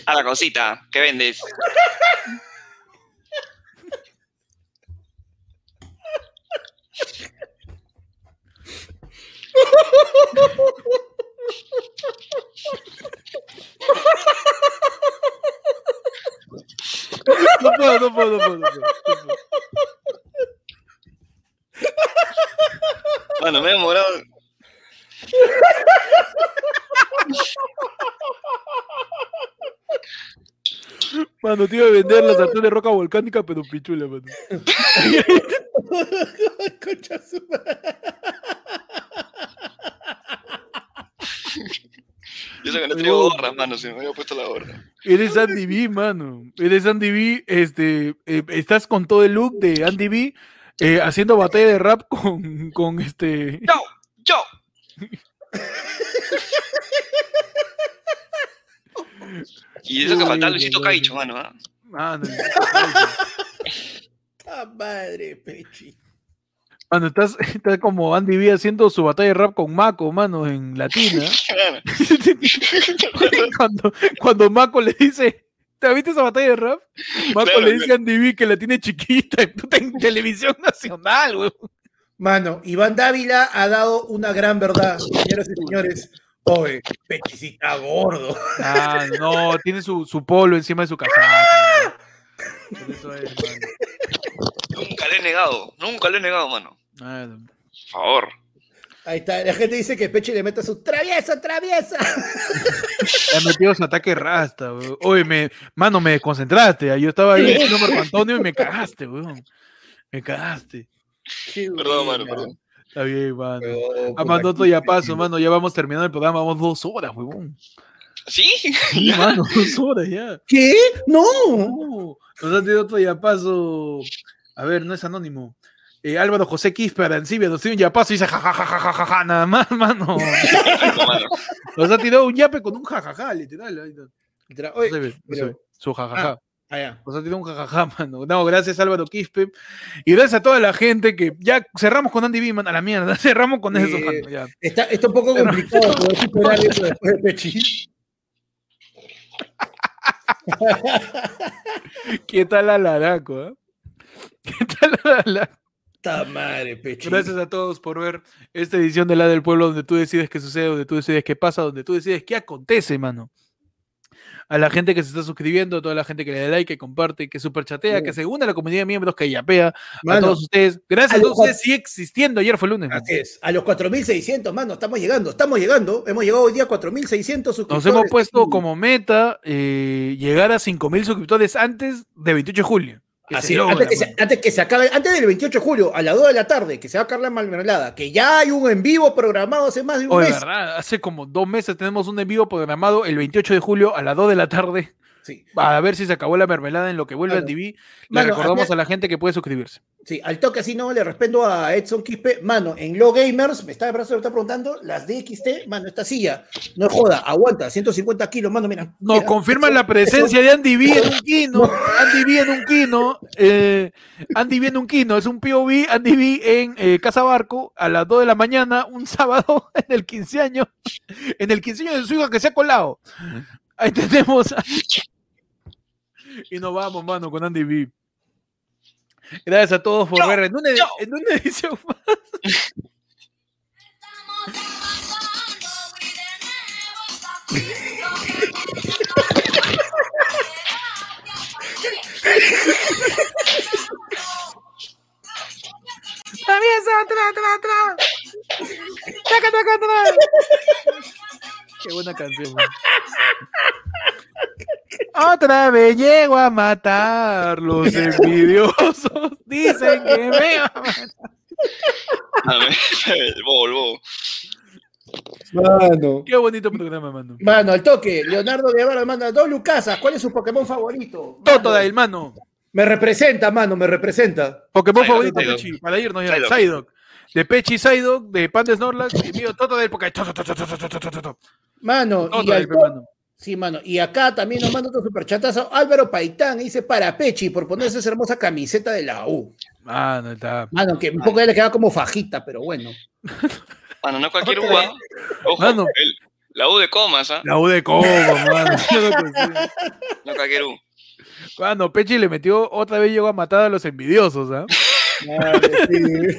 [SPEAKER 3] A la cosita, ¿qué vendes?
[SPEAKER 1] No puedo, no puedo, no puedo. no puedo.
[SPEAKER 3] Bueno, me he demorado.
[SPEAKER 1] Mano, te iba a vender la sartén de roca volcánica, pero pichula, mano.
[SPEAKER 2] Concha su madre.
[SPEAKER 3] Yo sé que no traigo gorra, mano, si me hubiera puesto la gorra.
[SPEAKER 1] Eres Andy B, mano. Eres Andy B, este, eh, estás con todo el look de Andy B eh, haciendo batalla de rap con, con este.
[SPEAKER 3] ¡Yo! ¡Yo! Y eso que
[SPEAKER 1] Uy,
[SPEAKER 3] faltaba Luisito
[SPEAKER 1] verdad.
[SPEAKER 3] Caicho, mano, ¿ah?
[SPEAKER 1] Mano,
[SPEAKER 2] Ah, madre, pechi.
[SPEAKER 1] mano, estás, estás como Andy B haciendo su batalla de rap con Mako, mano, en latina.
[SPEAKER 3] Claro.
[SPEAKER 1] cuando, cuando Mako le dice. ¿Te viste esa batalla de rap? Mako
[SPEAKER 3] Claro,
[SPEAKER 1] le dice a Andy B que la tiene chiquita en, puta, en televisión nacional, güey.
[SPEAKER 2] Mano, Iván Dávila ha dado una gran verdad, señoras y señores. Oye, pechicita gordo.
[SPEAKER 1] Ah, no, tiene su, su polo encima de su casaca. Por eso es,
[SPEAKER 3] Nunca le he negado, nunca le he negado, mano.
[SPEAKER 1] mano. Ah,
[SPEAKER 3] Por favor.
[SPEAKER 2] Ahí está, la gente dice que Pechi le meta su traviesa, traviesa.
[SPEAKER 1] Le han metido su ataque rasta, weón. Oye, me, mano, me desconcentraste. ah, Yo estaba ahí diciendo Marco Antonio y me cagaste, weón. Me cagaste.
[SPEAKER 3] Perdón, mano, perdón.
[SPEAKER 1] Está bien, mano. Ah, mano, otro ya paso, mano. Ya vamos terminando el programa. Vamos dos horas, weón.
[SPEAKER 3] ¿Sí?
[SPEAKER 1] Sí, mano, dos horas ya.
[SPEAKER 2] ¿Qué? No.
[SPEAKER 1] No, nos han dado otro yapazo. A ver, no es anónimo. Eh, Álvaro José Quispe Arancibia nos dio un yapazo y dice jajajajaja, nada más, mano.
[SPEAKER 3] Rico, mano.
[SPEAKER 1] Nos ha tirado un yape con un jajaja, literal. ahí está.
[SPEAKER 2] Tra-
[SPEAKER 1] No
[SPEAKER 2] Oye,
[SPEAKER 1] se ve, no se
[SPEAKER 2] pero- ah,
[SPEAKER 1] ve. Su jajaja.
[SPEAKER 2] allá.
[SPEAKER 1] Nos ha tirado un jajaja, mano. No, gracias Álvaro Quispe. Y gracias a toda la gente que ya cerramos con Andy Biman a la mierda. Cerramos con eso,
[SPEAKER 2] Sí.
[SPEAKER 1] mano, ya.
[SPEAKER 2] Está, está un poco complicado poder superar eso después de Pechi.
[SPEAKER 1] ¿Qué tal Alaraco? eh? ¿Qué tal Alaraco?
[SPEAKER 2] Está madre, Pechi.
[SPEAKER 1] Gracias a todos por ver esta edición de La del Pueblo, donde tú decides qué sucede, donde tú decides qué pasa, donde tú decides qué acontece, mano. A la gente que se está suscribiendo, a toda la gente que le da like, que comparte, que superchatea,
[SPEAKER 2] Sí.
[SPEAKER 1] que se une a la comunidad de miembros, que yapea. a
[SPEAKER 2] Mano,
[SPEAKER 1] todos ustedes. Gracias
[SPEAKER 2] a
[SPEAKER 1] a
[SPEAKER 2] los
[SPEAKER 1] todos ustedes. Sigue existiendo. Ayer fue lunes. mano.
[SPEAKER 2] así es. A los 4.600, mano, estamos llegando, estamos llegando. Hemos llegado hoy día a 4.600 suscriptores. Mm,
[SPEAKER 1] Nos hemos puesto como meta eh, llegar a 5.000 suscriptores antes de 28 de julio. Que se
[SPEAKER 2] Así es,
[SPEAKER 1] logra,
[SPEAKER 2] antes, que se,
[SPEAKER 1] mano.
[SPEAKER 2] antes que se acabe, antes del 28 de julio, a las 2 de la tarde, que se va a Carla Malmerlada, que ya hay un en vivo programado hace más de un
[SPEAKER 1] Oye,
[SPEAKER 2] mes.
[SPEAKER 1] ¿verdad? Hace como dos meses tenemos un envío programado el 28 de julio a las 2 de la tarde.
[SPEAKER 2] Sí.
[SPEAKER 1] A ver si se acabó la mermelada en lo que vuelve
[SPEAKER 2] Claro.
[SPEAKER 1] al TV. Le
[SPEAKER 2] Mano,
[SPEAKER 1] recordamos
[SPEAKER 2] había-
[SPEAKER 1] a la gente que puede suscribirse.
[SPEAKER 2] Sí, al toque así no le respondo a Edson Quispe. Mano, en Low Gamers, me está, me está preguntando, las DXT, mano, esta silla, no joda, aguanta, 150 kilos, mano, mira.
[SPEAKER 1] Nos
[SPEAKER 2] mira.
[SPEAKER 1] confirman la presencia de Andy B en un kino. Andy B en un kino. eh, Andy B en un kino. Es un POV. Andy B en eh, Casa Barco a las 2 de la mañana, un sábado en el 15 años. En el 15 años de su hija que se ha colado. Ahí tenemos. a- Y nos vamos, mano, con Andy B. Gracias a todos por
[SPEAKER 3] Yo,
[SPEAKER 1] ver en una,
[SPEAKER 3] yo.
[SPEAKER 1] en una edición más.
[SPEAKER 9] Estamos trabajando
[SPEAKER 1] Taca, taca, taca. Qué buena canción. man. Otra vez llego a matar los envidiosos. Dicen que me aman.
[SPEAKER 3] A ver, el bobo, el bobo.
[SPEAKER 2] Mano.
[SPEAKER 1] Qué bonito programa, mano.
[SPEAKER 2] Mano, al toque. Leonardo Guevara manda dos Lucasas. ¿Cuál es su Pokémon favorito? Mano,
[SPEAKER 1] Toto el mano.
[SPEAKER 2] Me representa, mano, me representa.
[SPEAKER 1] Pokémon
[SPEAKER 3] Psyduck,
[SPEAKER 1] favorito,
[SPEAKER 3] Psyduck.
[SPEAKER 1] Pechi. Para irnos ya.
[SPEAKER 3] Psyduck.
[SPEAKER 1] Psyduck. De Pechi Psyduck, de Pan de Snorlax, y mío Toto del Poké. Toto, toto, toto, toto, toto, toto.
[SPEAKER 2] Mano, y
[SPEAKER 1] Toto
[SPEAKER 2] al
[SPEAKER 1] del
[SPEAKER 2] to-
[SPEAKER 1] mano.
[SPEAKER 2] Sí, mano. Y acá también nos manda otro superchatazo. Álvaro Paitán dice para Pechi por ponerse esa hermosa camiseta de la U.
[SPEAKER 1] Mano, Ah, está.
[SPEAKER 2] Mano, que un poco ya le queda como fajita, pero bueno.
[SPEAKER 3] Mano, no cualquier UA. Ojo,
[SPEAKER 1] Mano.
[SPEAKER 3] el- la U de comas, ¿ah?
[SPEAKER 1] La U de Cobo, mano. Yo no consigo.
[SPEAKER 3] No cualquier U.
[SPEAKER 1] Cuando Pechi le metió, otra vez llegó a matar a los envidiosos, ¿ah?
[SPEAKER 2] Este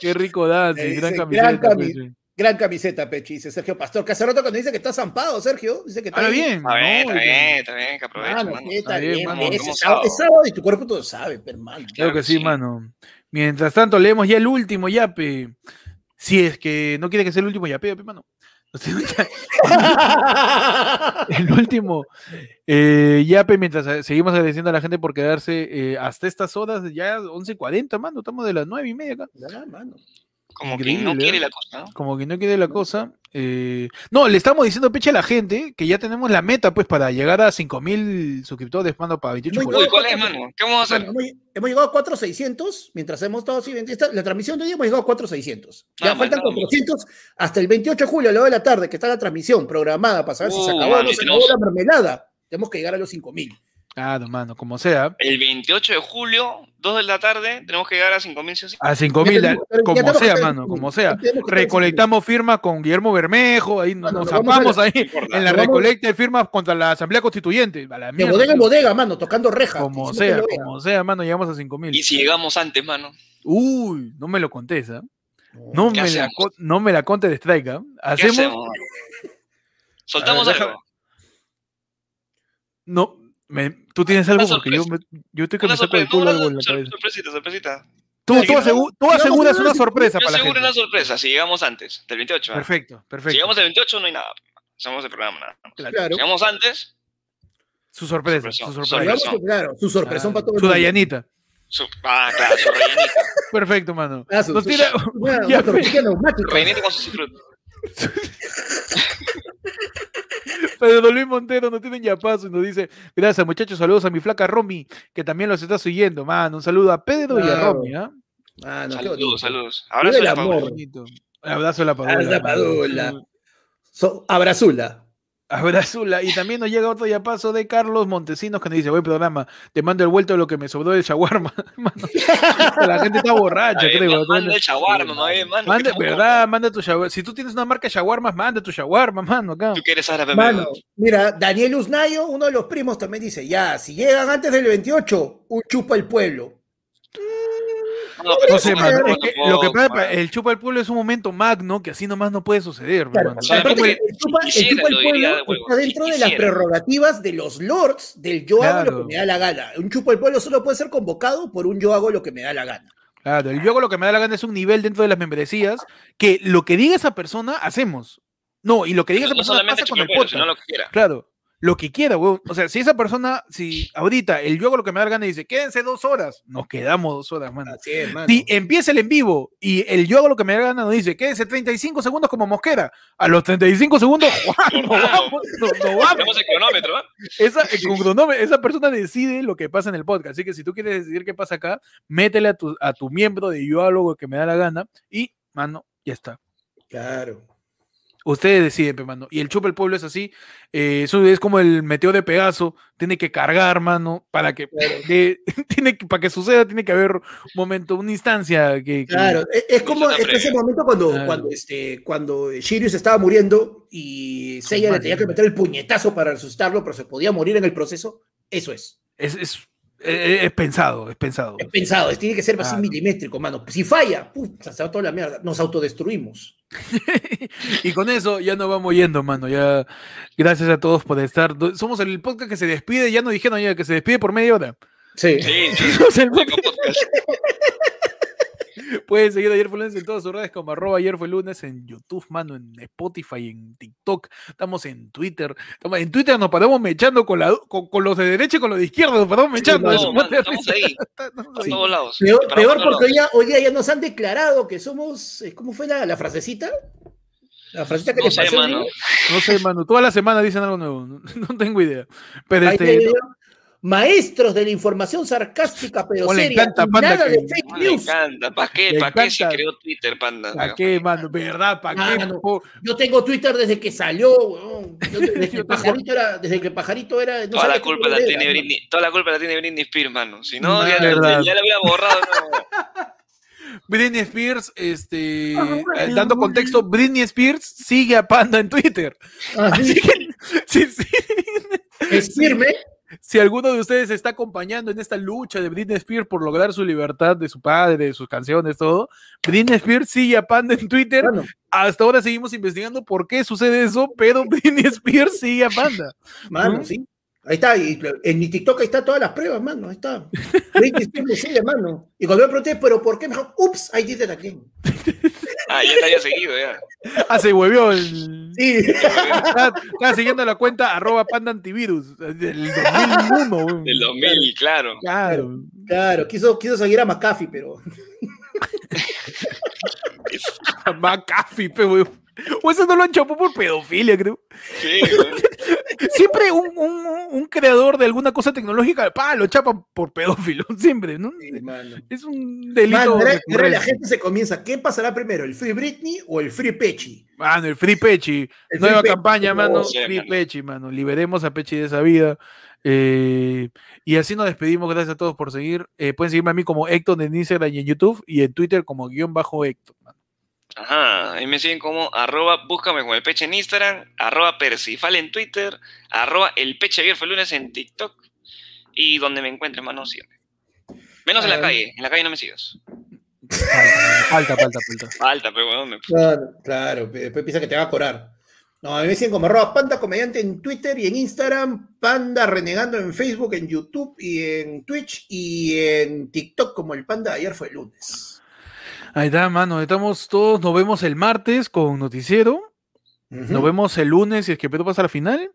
[SPEAKER 1] Qué rico
[SPEAKER 2] Le
[SPEAKER 1] dance, gran
[SPEAKER 2] dice,
[SPEAKER 1] camiseta.
[SPEAKER 2] gran cami-
[SPEAKER 1] Pechi.
[SPEAKER 2] Gran camiseta, Pechi, dice Sergio Pastor. Que hace rato cuando dice que está zampado, Sergio. Dice que está
[SPEAKER 1] Ahora
[SPEAKER 2] ahí.
[SPEAKER 1] bien,
[SPEAKER 3] Está bien,
[SPEAKER 1] ¿no?
[SPEAKER 3] está bien, está bien, que aproveche,
[SPEAKER 2] Mano,
[SPEAKER 3] mano.
[SPEAKER 2] sí, está
[SPEAKER 1] Está bien,
[SPEAKER 2] bien,
[SPEAKER 1] mano,
[SPEAKER 2] es,
[SPEAKER 3] ¿cómo
[SPEAKER 2] es sábado,
[SPEAKER 3] sábado?
[SPEAKER 2] es sábado y tu cuerpo todo sabe, pero, hermano.
[SPEAKER 1] Claro que sí,
[SPEAKER 3] sí.
[SPEAKER 1] mano. Mientras tanto, leemos ya el último yape. Si es que no quiere que sea el último yape, pe, mano. O sea, ya- el último eh, yape, mientras eh, seguimos agradeciendo a la gente por quedarse eh, hasta estas horas, ya 11.40, mano. Estamos de las 9 y media acá.
[SPEAKER 2] Ah, mano.
[SPEAKER 3] Como que no
[SPEAKER 1] Increíble,
[SPEAKER 3] quiere
[SPEAKER 1] ¿eh?
[SPEAKER 3] la cosa, ¿no?
[SPEAKER 1] Como que no quiere la cosa. eh, no, le estamos diciendo, peche, a la gente que ya tenemos la meta, pues, para llegar a 5.000 suscriptores, mano, para 28
[SPEAKER 2] Muy
[SPEAKER 1] por
[SPEAKER 3] Uy,
[SPEAKER 1] hora.
[SPEAKER 2] bien.
[SPEAKER 3] ¿cuál es, mano? ¿Qué vamos a hacer?
[SPEAKER 2] Bueno, hemos, hemos llegado a 4600 mientras hemos estado así. esta- la transmisión de hoy hemos llegado a 4600. Ya
[SPEAKER 3] Ah,
[SPEAKER 2] faltan
[SPEAKER 3] bueno.
[SPEAKER 2] 400 hasta el 28 de julio, a la hora de la tarde, que está la transmisión programada para saber si se
[SPEAKER 3] Uh,
[SPEAKER 2] acabó o no
[SPEAKER 3] mami,
[SPEAKER 2] se
[SPEAKER 3] tenemos-
[SPEAKER 2] acabó la mermelada. Tenemos que llegar a los 5000.
[SPEAKER 1] Claro, Ah, mano, como sea.
[SPEAKER 3] El 28 de julio, 2 de la tarde, tenemos que llegar a 5.000 sí o sí.
[SPEAKER 1] A
[SPEAKER 2] Ya
[SPEAKER 1] 5.000,
[SPEAKER 2] tenemos que
[SPEAKER 1] la-
[SPEAKER 2] estar- ya
[SPEAKER 1] como
[SPEAKER 2] tenemos que
[SPEAKER 1] sea,
[SPEAKER 2] estar-
[SPEAKER 1] mano, como sea.
[SPEAKER 2] ya tenemos que estar-
[SPEAKER 1] Recolectamos firmas con Guillermo Bermejo, ahí nos,
[SPEAKER 2] Mano,
[SPEAKER 1] nos
[SPEAKER 2] lo vamos a
[SPEAKER 1] zapamos ahí
[SPEAKER 3] importa.
[SPEAKER 1] en la
[SPEAKER 2] Lo vamos-
[SPEAKER 1] recolecta de firmas contra la Asamblea Constituyente. A la
[SPEAKER 2] De
[SPEAKER 1] mierda,
[SPEAKER 2] bodega en
[SPEAKER 1] tío.
[SPEAKER 2] bodega, mano, tocando rejas.
[SPEAKER 1] como
[SPEAKER 2] Hicimos que
[SPEAKER 1] sea,
[SPEAKER 2] lo vea.
[SPEAKER 1] como sea, mano, llegamos a
[SPEAKER 3] Y
[SPEAKER 1] 5.000.
[SPEAKER 3] si llegamos antes, mano.
[SPEAKER 1] Uy, no me lo contesta. No
[SPEAKER 3] ¿Qué
[SPEAKER 1] me, la,
[SPEAKER 3] hacemos?
[SPEAKER 1] co- no me la contes de strike, ¿ah?
[SPEAKER 3] ¿Qué
[SPEAKER 1] Hacemos, Ah,
[SPEAKER 3] hacemos? Soltamos
[SPEAKER 1] A ver,
[SPEAKER 3] algo.
[SPEAKER 1] No, me- tú tienes algo
[SPEAKER 3] Una
[SPEAKER 1] porque yo,
[SPEAKER 3] sorpresa.
[SPEAKER 1] me- yo estoy que
[SPEAKER 3] Una
[SPEAKER 1] me saco el
[SPEAKER 3] sorpresa, no,
[SPEAKER 1] culo
[SPEAKER 3] una
[SPEAKER 1] algo en la
[SPEAKER 3] sor-
[SPEAKER 1] cabeza.
[SPEAKER 3] sorpresita, sorpresita.
[SPEAKER 1] Tú,
[SPEAKER 2] sorpresa.
[SPEAKER 1] tú asegu- tú
[SPEAKER 2] Digamos,
[SPEAKER 1] aseguras
[SPEAKER 2] digamos,
[SPEAKER 1] una sorpresa
[SPEAKER 3] Yo
[SPEAKER 1] para la
[SPEAKER 3] seguro
[SPEAKER 1] gente.
[SPEAKER 3] una sorpresa, si llegamos antes del 28. ¿ah?
[SPEAKER 1] Perfecto,
[SPEAKER 3] Si
[SPEAKER 1] perfecto.
[SPEAKER 3] llegamos al 28 no hay nada. Hacemos el programa nada. más.
[SPEAKER 2] Claro.
[SPEAKER 3] Llegamos antes,
[SPEAKER 1] Su sorpresa, su
[SPEAKER 3] Sorpresa,
[SPEAKER 1] sorpresa.
[SPEAKER 2] Digamos
[SPEAKER 3] sorpresa.
[SPEAKER 2] que, claro, su sorpresón para todo el
[SPEAKER 1] Su
[SPEAKER 2] mundo.
[SPEAKER 1] Dayanita.
[SPEAKER 3] su- ah, claro, su rellenito.
[SPEAKER 1] Perfecto, mano.
[SPEAKER 2] Ah, su-
[SPEAKER 1] Nos
[SPEAKER 2] su-
[SPEAKER 1] tira-
[SPEAKER 2] Bueno,
[SPEAKER 1] Ya,
[SPEAKER 2] una tortilla neumática.
[SPEAKER 3] Rellenito con su cifrut.
[SPEAKER 1] Pedro Luis Montero nos tiene ya paso y nos dice, gracias muchachos, saludos a mi flaca Romy, que también los está siguiendo, mano. Un saludo a Pedro y a
[SPEAKER 2] Claro.
[SPEAKER 1] Romy, ¿ah?
[SPEAKER 2] Mano, qué bonito.
[SPEAKER 3] Saludos, saludos.
[SPEAKER 2] Vive
[SPEAKER 3] Abrazo
[SPEAKER 2] el
[SPEAKER 3] de Paula.
[SPEAKER 2] amor.
[SPEAKER 1] Bonito. Un abrazo a la Paola.
[SPEAKER 2] Abrazo a Paola. So- abrazula.
[SPEAKER 1] Abrazula. Y también nos llega otro ya paso de Carlos Montesinos que nos dice, buen programa, te mando el vuelto de lo que me sobró del shawarma. Mano, la gente está borracha,
[SPEAKER 3] Ahí,
[SPEAKER 1] creo.
[SPEAKER 3] ma- Manda el shawarma, mamá, eh, mano.
[SPEAKER 1] Manda-
[SPEAKER 3] que estamos-
[SPEAKER 1] ¿verdad? Manda tu shawarma. Si tú tienes una marca de shawarma, manda tu shawarma, mano, acá.
[SPEAKER 3] Tú que eres árabe,
[SPEAKER 2] Mano,
[SPEAKER 3] mano.
[SPEAKER 2] mira, Daniel Usnayo, uno de los primos, también dice: Ya, si llegan antes del 28, un chupa el pueblo.
[SPEAKER 3] No, pero
[SPEAKER 1] No
[SPEAKER 3] eso
[SPEAKER 1] sé,
[SPEAKER 3] no
[SPEAKER 1] mano,
[SPEAKER 3] me
[SPEAKER 1] es que
[SPEAKER 3] acuerdo,
[SPEAKER 1] lo que pasa,
[SPEAKER 3] mano.
[SPEAKER 1] el chupa del pueblo es un momento magno que así nomás no puede suceder.
[SPEAKER 2] Claro,
[SPEAKER 1] mano.
[SPEAKER 2] o
[SPEAKER 1] O
[SPEAKER 2] sea,
[SPEAKER 1] sea,
[SPEAKER 2] aparte
[SPEAKER 1] como
[SPEAKER 2] que
[SPEAKER 1] el-
[SPEAKER 2] el chupa, el
[SPEAKER 3] quisiera,
[SPEAKER 2] chupa el
[SPEAKER 3] lo diría de
[SPEAKER 2] pueblo
[SPEAKER 3] huevos,
[SPEAKER 2] está dentro
[SPEAKER 3] si
[SPEAKER 2] de las
[SPEAKER 3] quisiera.
[SPEAKER 2] prerrogativas de los lords del yo hago lo
[SPEAKER 1] Claro.
[SPEAKER 2] que me da la gana. Un chupa el pueblo solo puede ser convocado por un yo hago lo que me da la gana.
[SPEAKER 1] claro, el yoga lo que me da la gana es un nivel dentro de las membresías que lo que diga esa persona, hacemos. No, y lo que diga esa
[SPEAKER 3] No
[SPEAKER 1] persona
[SPEAKER 3] solamente
[SPEAKER 1] pasa con el
[SPEAKER 3] chupapuelo, sino
[SPEAKER 1] podcast.
[SPEAKER 3] lo que quiera.
[SPEAKER 1] Claro, lo que quiera, weón. O sea, si esa persona, si ahorita el yoga lo que me da la gana dice, quédense dos horas, nos quedamos dos horas, mano.
[SPEAKER 2] Así es, mano.
[SPEAKER 1] Si empieza el en vivo y el yo hago lo que me da la gana, nos dice, quédense 35 segundos como mosquera. A los 35 segundos, ¡guau! nos vamos, nos- nos vamos.
[SPEAKER 3] Tenemos el cronómetro, ¿ah?
[SPEAKER 1] Esa, eh, con cronómetro, esa persona decide lo que pasa en el podcast. Así que si tú quieres decidir qué pasa acá, métele a tu, a tu miembro de yo hago lo que me da la gana y, mano, ya está.
[SPEAKER 2] Claro.
[SPEAKER 1] Ustedes deciden, pe, mano. Y el chupa el pueblo es así. eh, eso es como el meteo de Pegaso. Tiene que cargar, mano, para que, de- tiene que- para que suceda, tiene que haber un momento, una instancia que, que-
[SPEAKER 2] Claro, es, es como
[SPEAKER 3] Mucho
[SPEAKER 2] es ese
[SPEAKER 3] previa.
[SPEAKER 2] momento cuando,
[SPEAKER 1] Claro.
[SPEAKER 2] cuando, este, cuando Sirius estaba muriendo y Seiya le
[SPEAKER 1] madre.
[SPEAKER 2] tenía que meter el puñetazo para resucitarlo, pero se podía morir en el proceso. Eso es.
[SPEAKER 1] es, es, eh, es pensado, es pensado.
[SPEAKER 2] Es pensado, es- tiene que ser así
[SPEAKER 1] Claro.
[SPEAKER 2] milimétrico, mano. Si falla, puta, se va toda la mierda. Nos autodestruimos.
[SPEAKER 1] Y con eso ya nos vamos yendo, mano. Ya, gracias a todos por estar. Do- Somos el podcast que se despide. Ya nos dijeron ya que se despide por media hora.
[SPEAKER 2] Sí.
[SPEAKER 3] Sí, sí.
[SPEAKER 1] Somos el
[SPEAKER 3] Tengo podcast.
[SPEAKER 1] Pueden seguir Ayer Fue Lunes en todas sus redes como arroba Ayer Fue Lunes en YouTube, mano, en Spotify, en TikTok. Estamos en Twitter. Estamos- en Twitter nos paramos mechando con, la, con, con los de derecha y con los de izquierda. Nos paramos mechando.
[SPEAKER 3] No,
[SPEAKER 1] Eso
[SPEAKER 3] mano,
[SPEAKER 1] mate de
[SPEAKER 3] estamos
[SPEAKER 1] risa.
[SPEAKER 3] ahí,
[SPEAKER 1] Estamos
[SPEAKER 3] por
[SPEAKER 1] ahí.
[SPEAKER 3] todos lados.
[SPEAKER 2] Peor,
[SPEAKER 3] Pero
[SPEAKER 2] peor
[SPEAKER 3] por todos
[SPEAKER 2] porque hoy
[SPEAKER 3] lados.
[SPEAKER 2] día, hoy día ya nos han declarado que somos. eh, ¿Cómo fue la, la frasecita? La frasecita que
[SPEAKER 3] No
[SPEAKER 2] les
[SPEAKER 3] sé,
[SPEAKER 2] pasé.
[SPEAKER 3] mano.
[SPEAKER 2] ¿no?
[SPEAKER 1] No sé, mano. Todas las semanas dicen algo nuevo. No, no tengo idea. Pero
[SPEAKER 2] Ahí
[SPEAKER 1] este.
[SPEAKER 2] te digo, Maestros de la información sarcástica, pero
[SPEAKER 1] Oh, le
[SPEAKER 2] seria.
[SPEAKER 1] encanta,
[SPEAKER 2] y
[SPEAKER 1] Panda,
[SPEAKER 2] nada
[SPEAKER 1] que-
[SPEAKER 2] de fake
[SPEAKER 3] Ah, le
[SPEAKER 2] news.
[SPEAKER 3] encanta. ¿Para qué?
[SPEAKER 1] Le
[SPEAKER 3] ¿Para qué si
[SPEAKER 1] encanta.
[SPEAKER 3] creó Twitter, panda?
[SPEAKER 1] ¿Para qué, mano? ¿Verdad? ¿Para qué?
[SPEAKER 2] Mano.
[SPEAKER 1] po?
[SPEAKER 2] Yo tengo Twitter desde que salió, weón. Yo te- desde, que
[SPEAKER 1] Yo
[SPEAKER 2] pajarito era, desde que pajarito era. no
[SPEAKER 3] Toda
[SPEAKER 2] sabía
[SPEAKER 3] la,
[SPEAKER 2] cómo
[SPEAKER 3] culpa la
[SPEAKER 2] era,
[SPEAKER 3] tiene
[SPEAKER 2] mano.
[SPEAKER 3] Britney, toda la culpa la tiene Britney Spears, mano. Si no, ya,
[SPEAKER 1] Verdad.
[SPEAKER 3] ya la hubiera borrado. no.
[SPEAKER 1] Britney Spears, este,
[SPEAKER 2] Ah,
[SPEAKER 1] eh, dando contexto, Britney Spears sigue a Panda en Twitter. Así
[SPEAKER 2] Así
[SPEAKER 1] que si, si-
[SPEAKER 2] Ah, es firme.
[SPEAKER 1] si alguno de ustedes está acompañando en esta lucha de Britney Spears por lograr su libertad de su padre, de sus canciones, todo, Britney Spears sigue a Panda en Twitter.
[SPEAKER 2] Mano,
[SPEAKER 1] Hasta ahora seguimos investigando por qué sucede eso, pero Britney Spears sigue a Panda.
[SPEAKER 2] mano,
[SPEAKER 1] Ujú.
[SPEAKER 2] sí. Ahí está, y en mi TikTok ahí está todas las pruebas, mano, ahí está. Britney Spears me sigue, mano. Y cuando me pregunté, ¿pero por qué? Me dijo, ups, I did it again.
[SPEAKER 3] Ah, ya te había seguido, ya.
[SPEAKER 1] Ah, se huevió. el-
[SPEAKER 2] Sí,
[SPEAKER 1] Estaba, estaba siguiendo la cuenta arroba panda antivirus eh, del 2001.
[SPEAKER 3] Del 2000, claro.
[SPEAKER 1] Claro.
[SPEAKER 2] claro, quiso, quiso seguir a McAfee, pero.
[SPEAKER 1] McAfee, pe, weón. O eso no lo han chapado por pedofilia, creo.
[SPEAKER 3] Sí, güey.
[SPEAKER 1] Siempre un, un- un creador de alguna cosa tecnológica, pa, lo chapan por pedófilo, siempre, ¿no?
[SPEAKER 2] mano.
[SPEAKER 1] Es un delito.
[SPEAKER 2] Mano, ahora- ahora
[SPEAKER 1] recurrente.
[SPEAKER 2] la gente se comienza. ¿Qué pasará primero, el Free Britney o el Free Pechi?
[SPEAKER 1] Mano, el Free Pechi.
[SPEAKER 2] El
[SPEAKER 1] Nueva
[SPEAKER 2] Free Pechi,
[SPEAKER 1] campaña,
[SPEAKER 2] por
[SPEAKER 1] mano.
[SPEAKER 2] favor.
[SPEAKER 3] Sí,
[SPEAKER 1] Free
[SPEAKER 3] mano.
[SPEAKER 1] Pechi, mano. Liberemos a Pechi de esa vida. Eh, y así nos despedimos. Gracias a todos por seguir. Eh, pueden seguirme a mí como Hector en Instagram y en YouTube y en Twitter como guión bajo Hector. mano.
[SPEAKER 3] Ajá, ahí me siguen como arroba, búscame con el peche en Instagram, arroba Percifal en Twitter, arroba el peche ayer fue lunes en TikTok y donde me encuentre, mano, siempre. Menos en la
[SPEAKER 2] Ah.
[SPEAKER 3] calle, en la calle no me sigas.
[SPEAKER 1] Falta, falta, falta. falta.
[SPEAKER 3] Falta, pero bueno, me...
[SPEAKER 2] Claro, claro, pe- después piensa que te va a corar. No, a mí me dicen como arroba panda comediante en Twitter y en Instagram, panda renegando en Facebook, en YouTube y en Twitch y en TikTok como el panda de ayer fue el lunes.
[SPEAKER 1] Ahí está, mano. Estamos todos. Nos vemos el martes con Noticiero. Nos
[SPEAKER 2] Ujú.
[SPEAKER 1] vemos el lunes si es que Perú pasa a la final.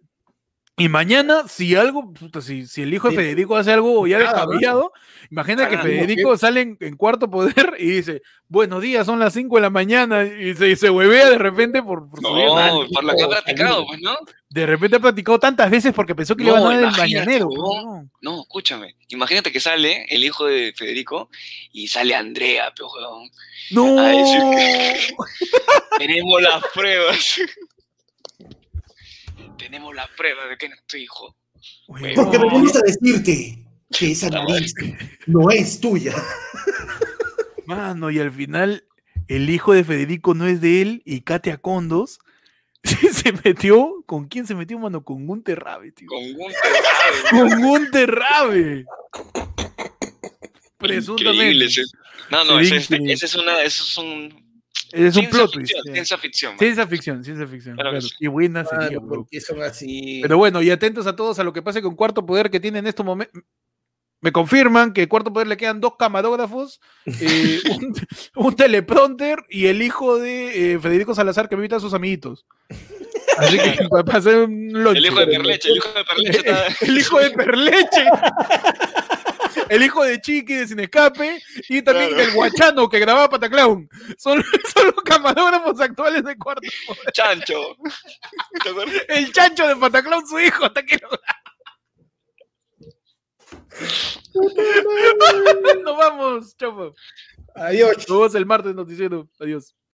[SPEAKER 1] Y mañana, si algo, puta, si, si el hijo de
[SPEAKER 2] Sí.
[SPEAKER 1] Federico hace algo ya
[SPEAKER 2] Nada,
[SPEAKER 1] descabellado, imagina que
[SPEAKER 3] Ah,
[SPEAKER 1] Federico sale en, en cuarto poder y dice, buenos días, son las 5 de la mañana, y se, y se huevea de repente por, por su vida.
[SPEAKER 3] No, por lo que ha practicado, pues, ¿no?
[SPEAKER 1] De repente ha practicado tantas veces porque pensó que le
[SPEAKER 3] No,
[SPEAKER 1] iban a dar el
[SPEAKER 3] imagínate,
[SPEAKER 1] mañanero.
[SPEAKER 3] huevón.
[SPEAKER 1] huevón.
[SPEAKER 3] No, escúchame. Imagínate que sale el hijo de Federico y sale Andrea, pero weón.
[SPEAKER 1] No.
[SPEAKER 3] Ay, sí. Tenemos las pruebas. Tenemos las pruebas de que no es tu hijo.
[SPEAKER 1] Huevón.
[SPEAKER 2] Porque me gusta decirte que esa nariz
[SPEAKER 3] este,
[SPEAKER 2] no es tuya.
[SPEAKER 1] Mano, y al final el hijo de Federico no es de él y Katia Condos se metió. ¿Con quién se metió, mano? Con Gunter Rabe, tío.
[SPEAKER 3] Con un
[SPEAKER 1] Con Gunter Rabe. Presuntamente.
[SPEAKER 3] Increíble. ese. No, no,
[SPEAKER 1] Sería
[SPEAKER 3] ese, este-
[SPEAKER 1] increíble.
[SPEAKER 3] ese es una, eso es un
[SPEAKER 1] Es un
[SPEAKER 3] ciencia
[SPEAKER 1] plot twist.
[SPEAKER 3] ficción,
[SPEAKER 1] sí.
[SPEAKER 3] ciencia ficción. man.
[SPEAKER 1] Ciencia ficción, ciencia ficción.
[SPEAKER 3] Claro que
[SPEAKER 1] claro.
[SPEAKER 3] sí.
[SPEAKER 1] Qué buena sería,
[SPEAKER 2] Mano,
[SPEAKER 1] bro.
[SPEAKER 2] porque son así.
[SPEAKER 1] Pero bueno, y atentos a todos a lo que pase con Cuarto Poder que tiene en estos momentos. Me confirman que Cuarto Poder le quedan dos camarógrafos, eh, un, un teleprompter y el hijo de eh, Federico Salazar que invita a sus amiguitos. Así que va a pasar un
[SPEAKER 3] El
[SPEAKER 1] lonche.
[SPEAKER 3] hijo de Perleche, el hijo de Perleche está.
[SPEAKER 1] El hijo de Perleche. El hijo de Chiqui de Sin Escape y también
[SPEAKER 3] Claro.
[SPEAKER 1] del Guachano que grababa Pataclown. Son, son los camarógrafos actuales de Cuarto Poder.
[SPEAKER 3] Chancho. ¿Te acuerdas?
[SPEAKER 1] El chancho de Pataclown, su hijo, hasta que lo Nos vamos, chapo.
[SPEAKER 2] Adiós.
[SPEAKER 1] Nos vemos el martes noticiero. Adiós.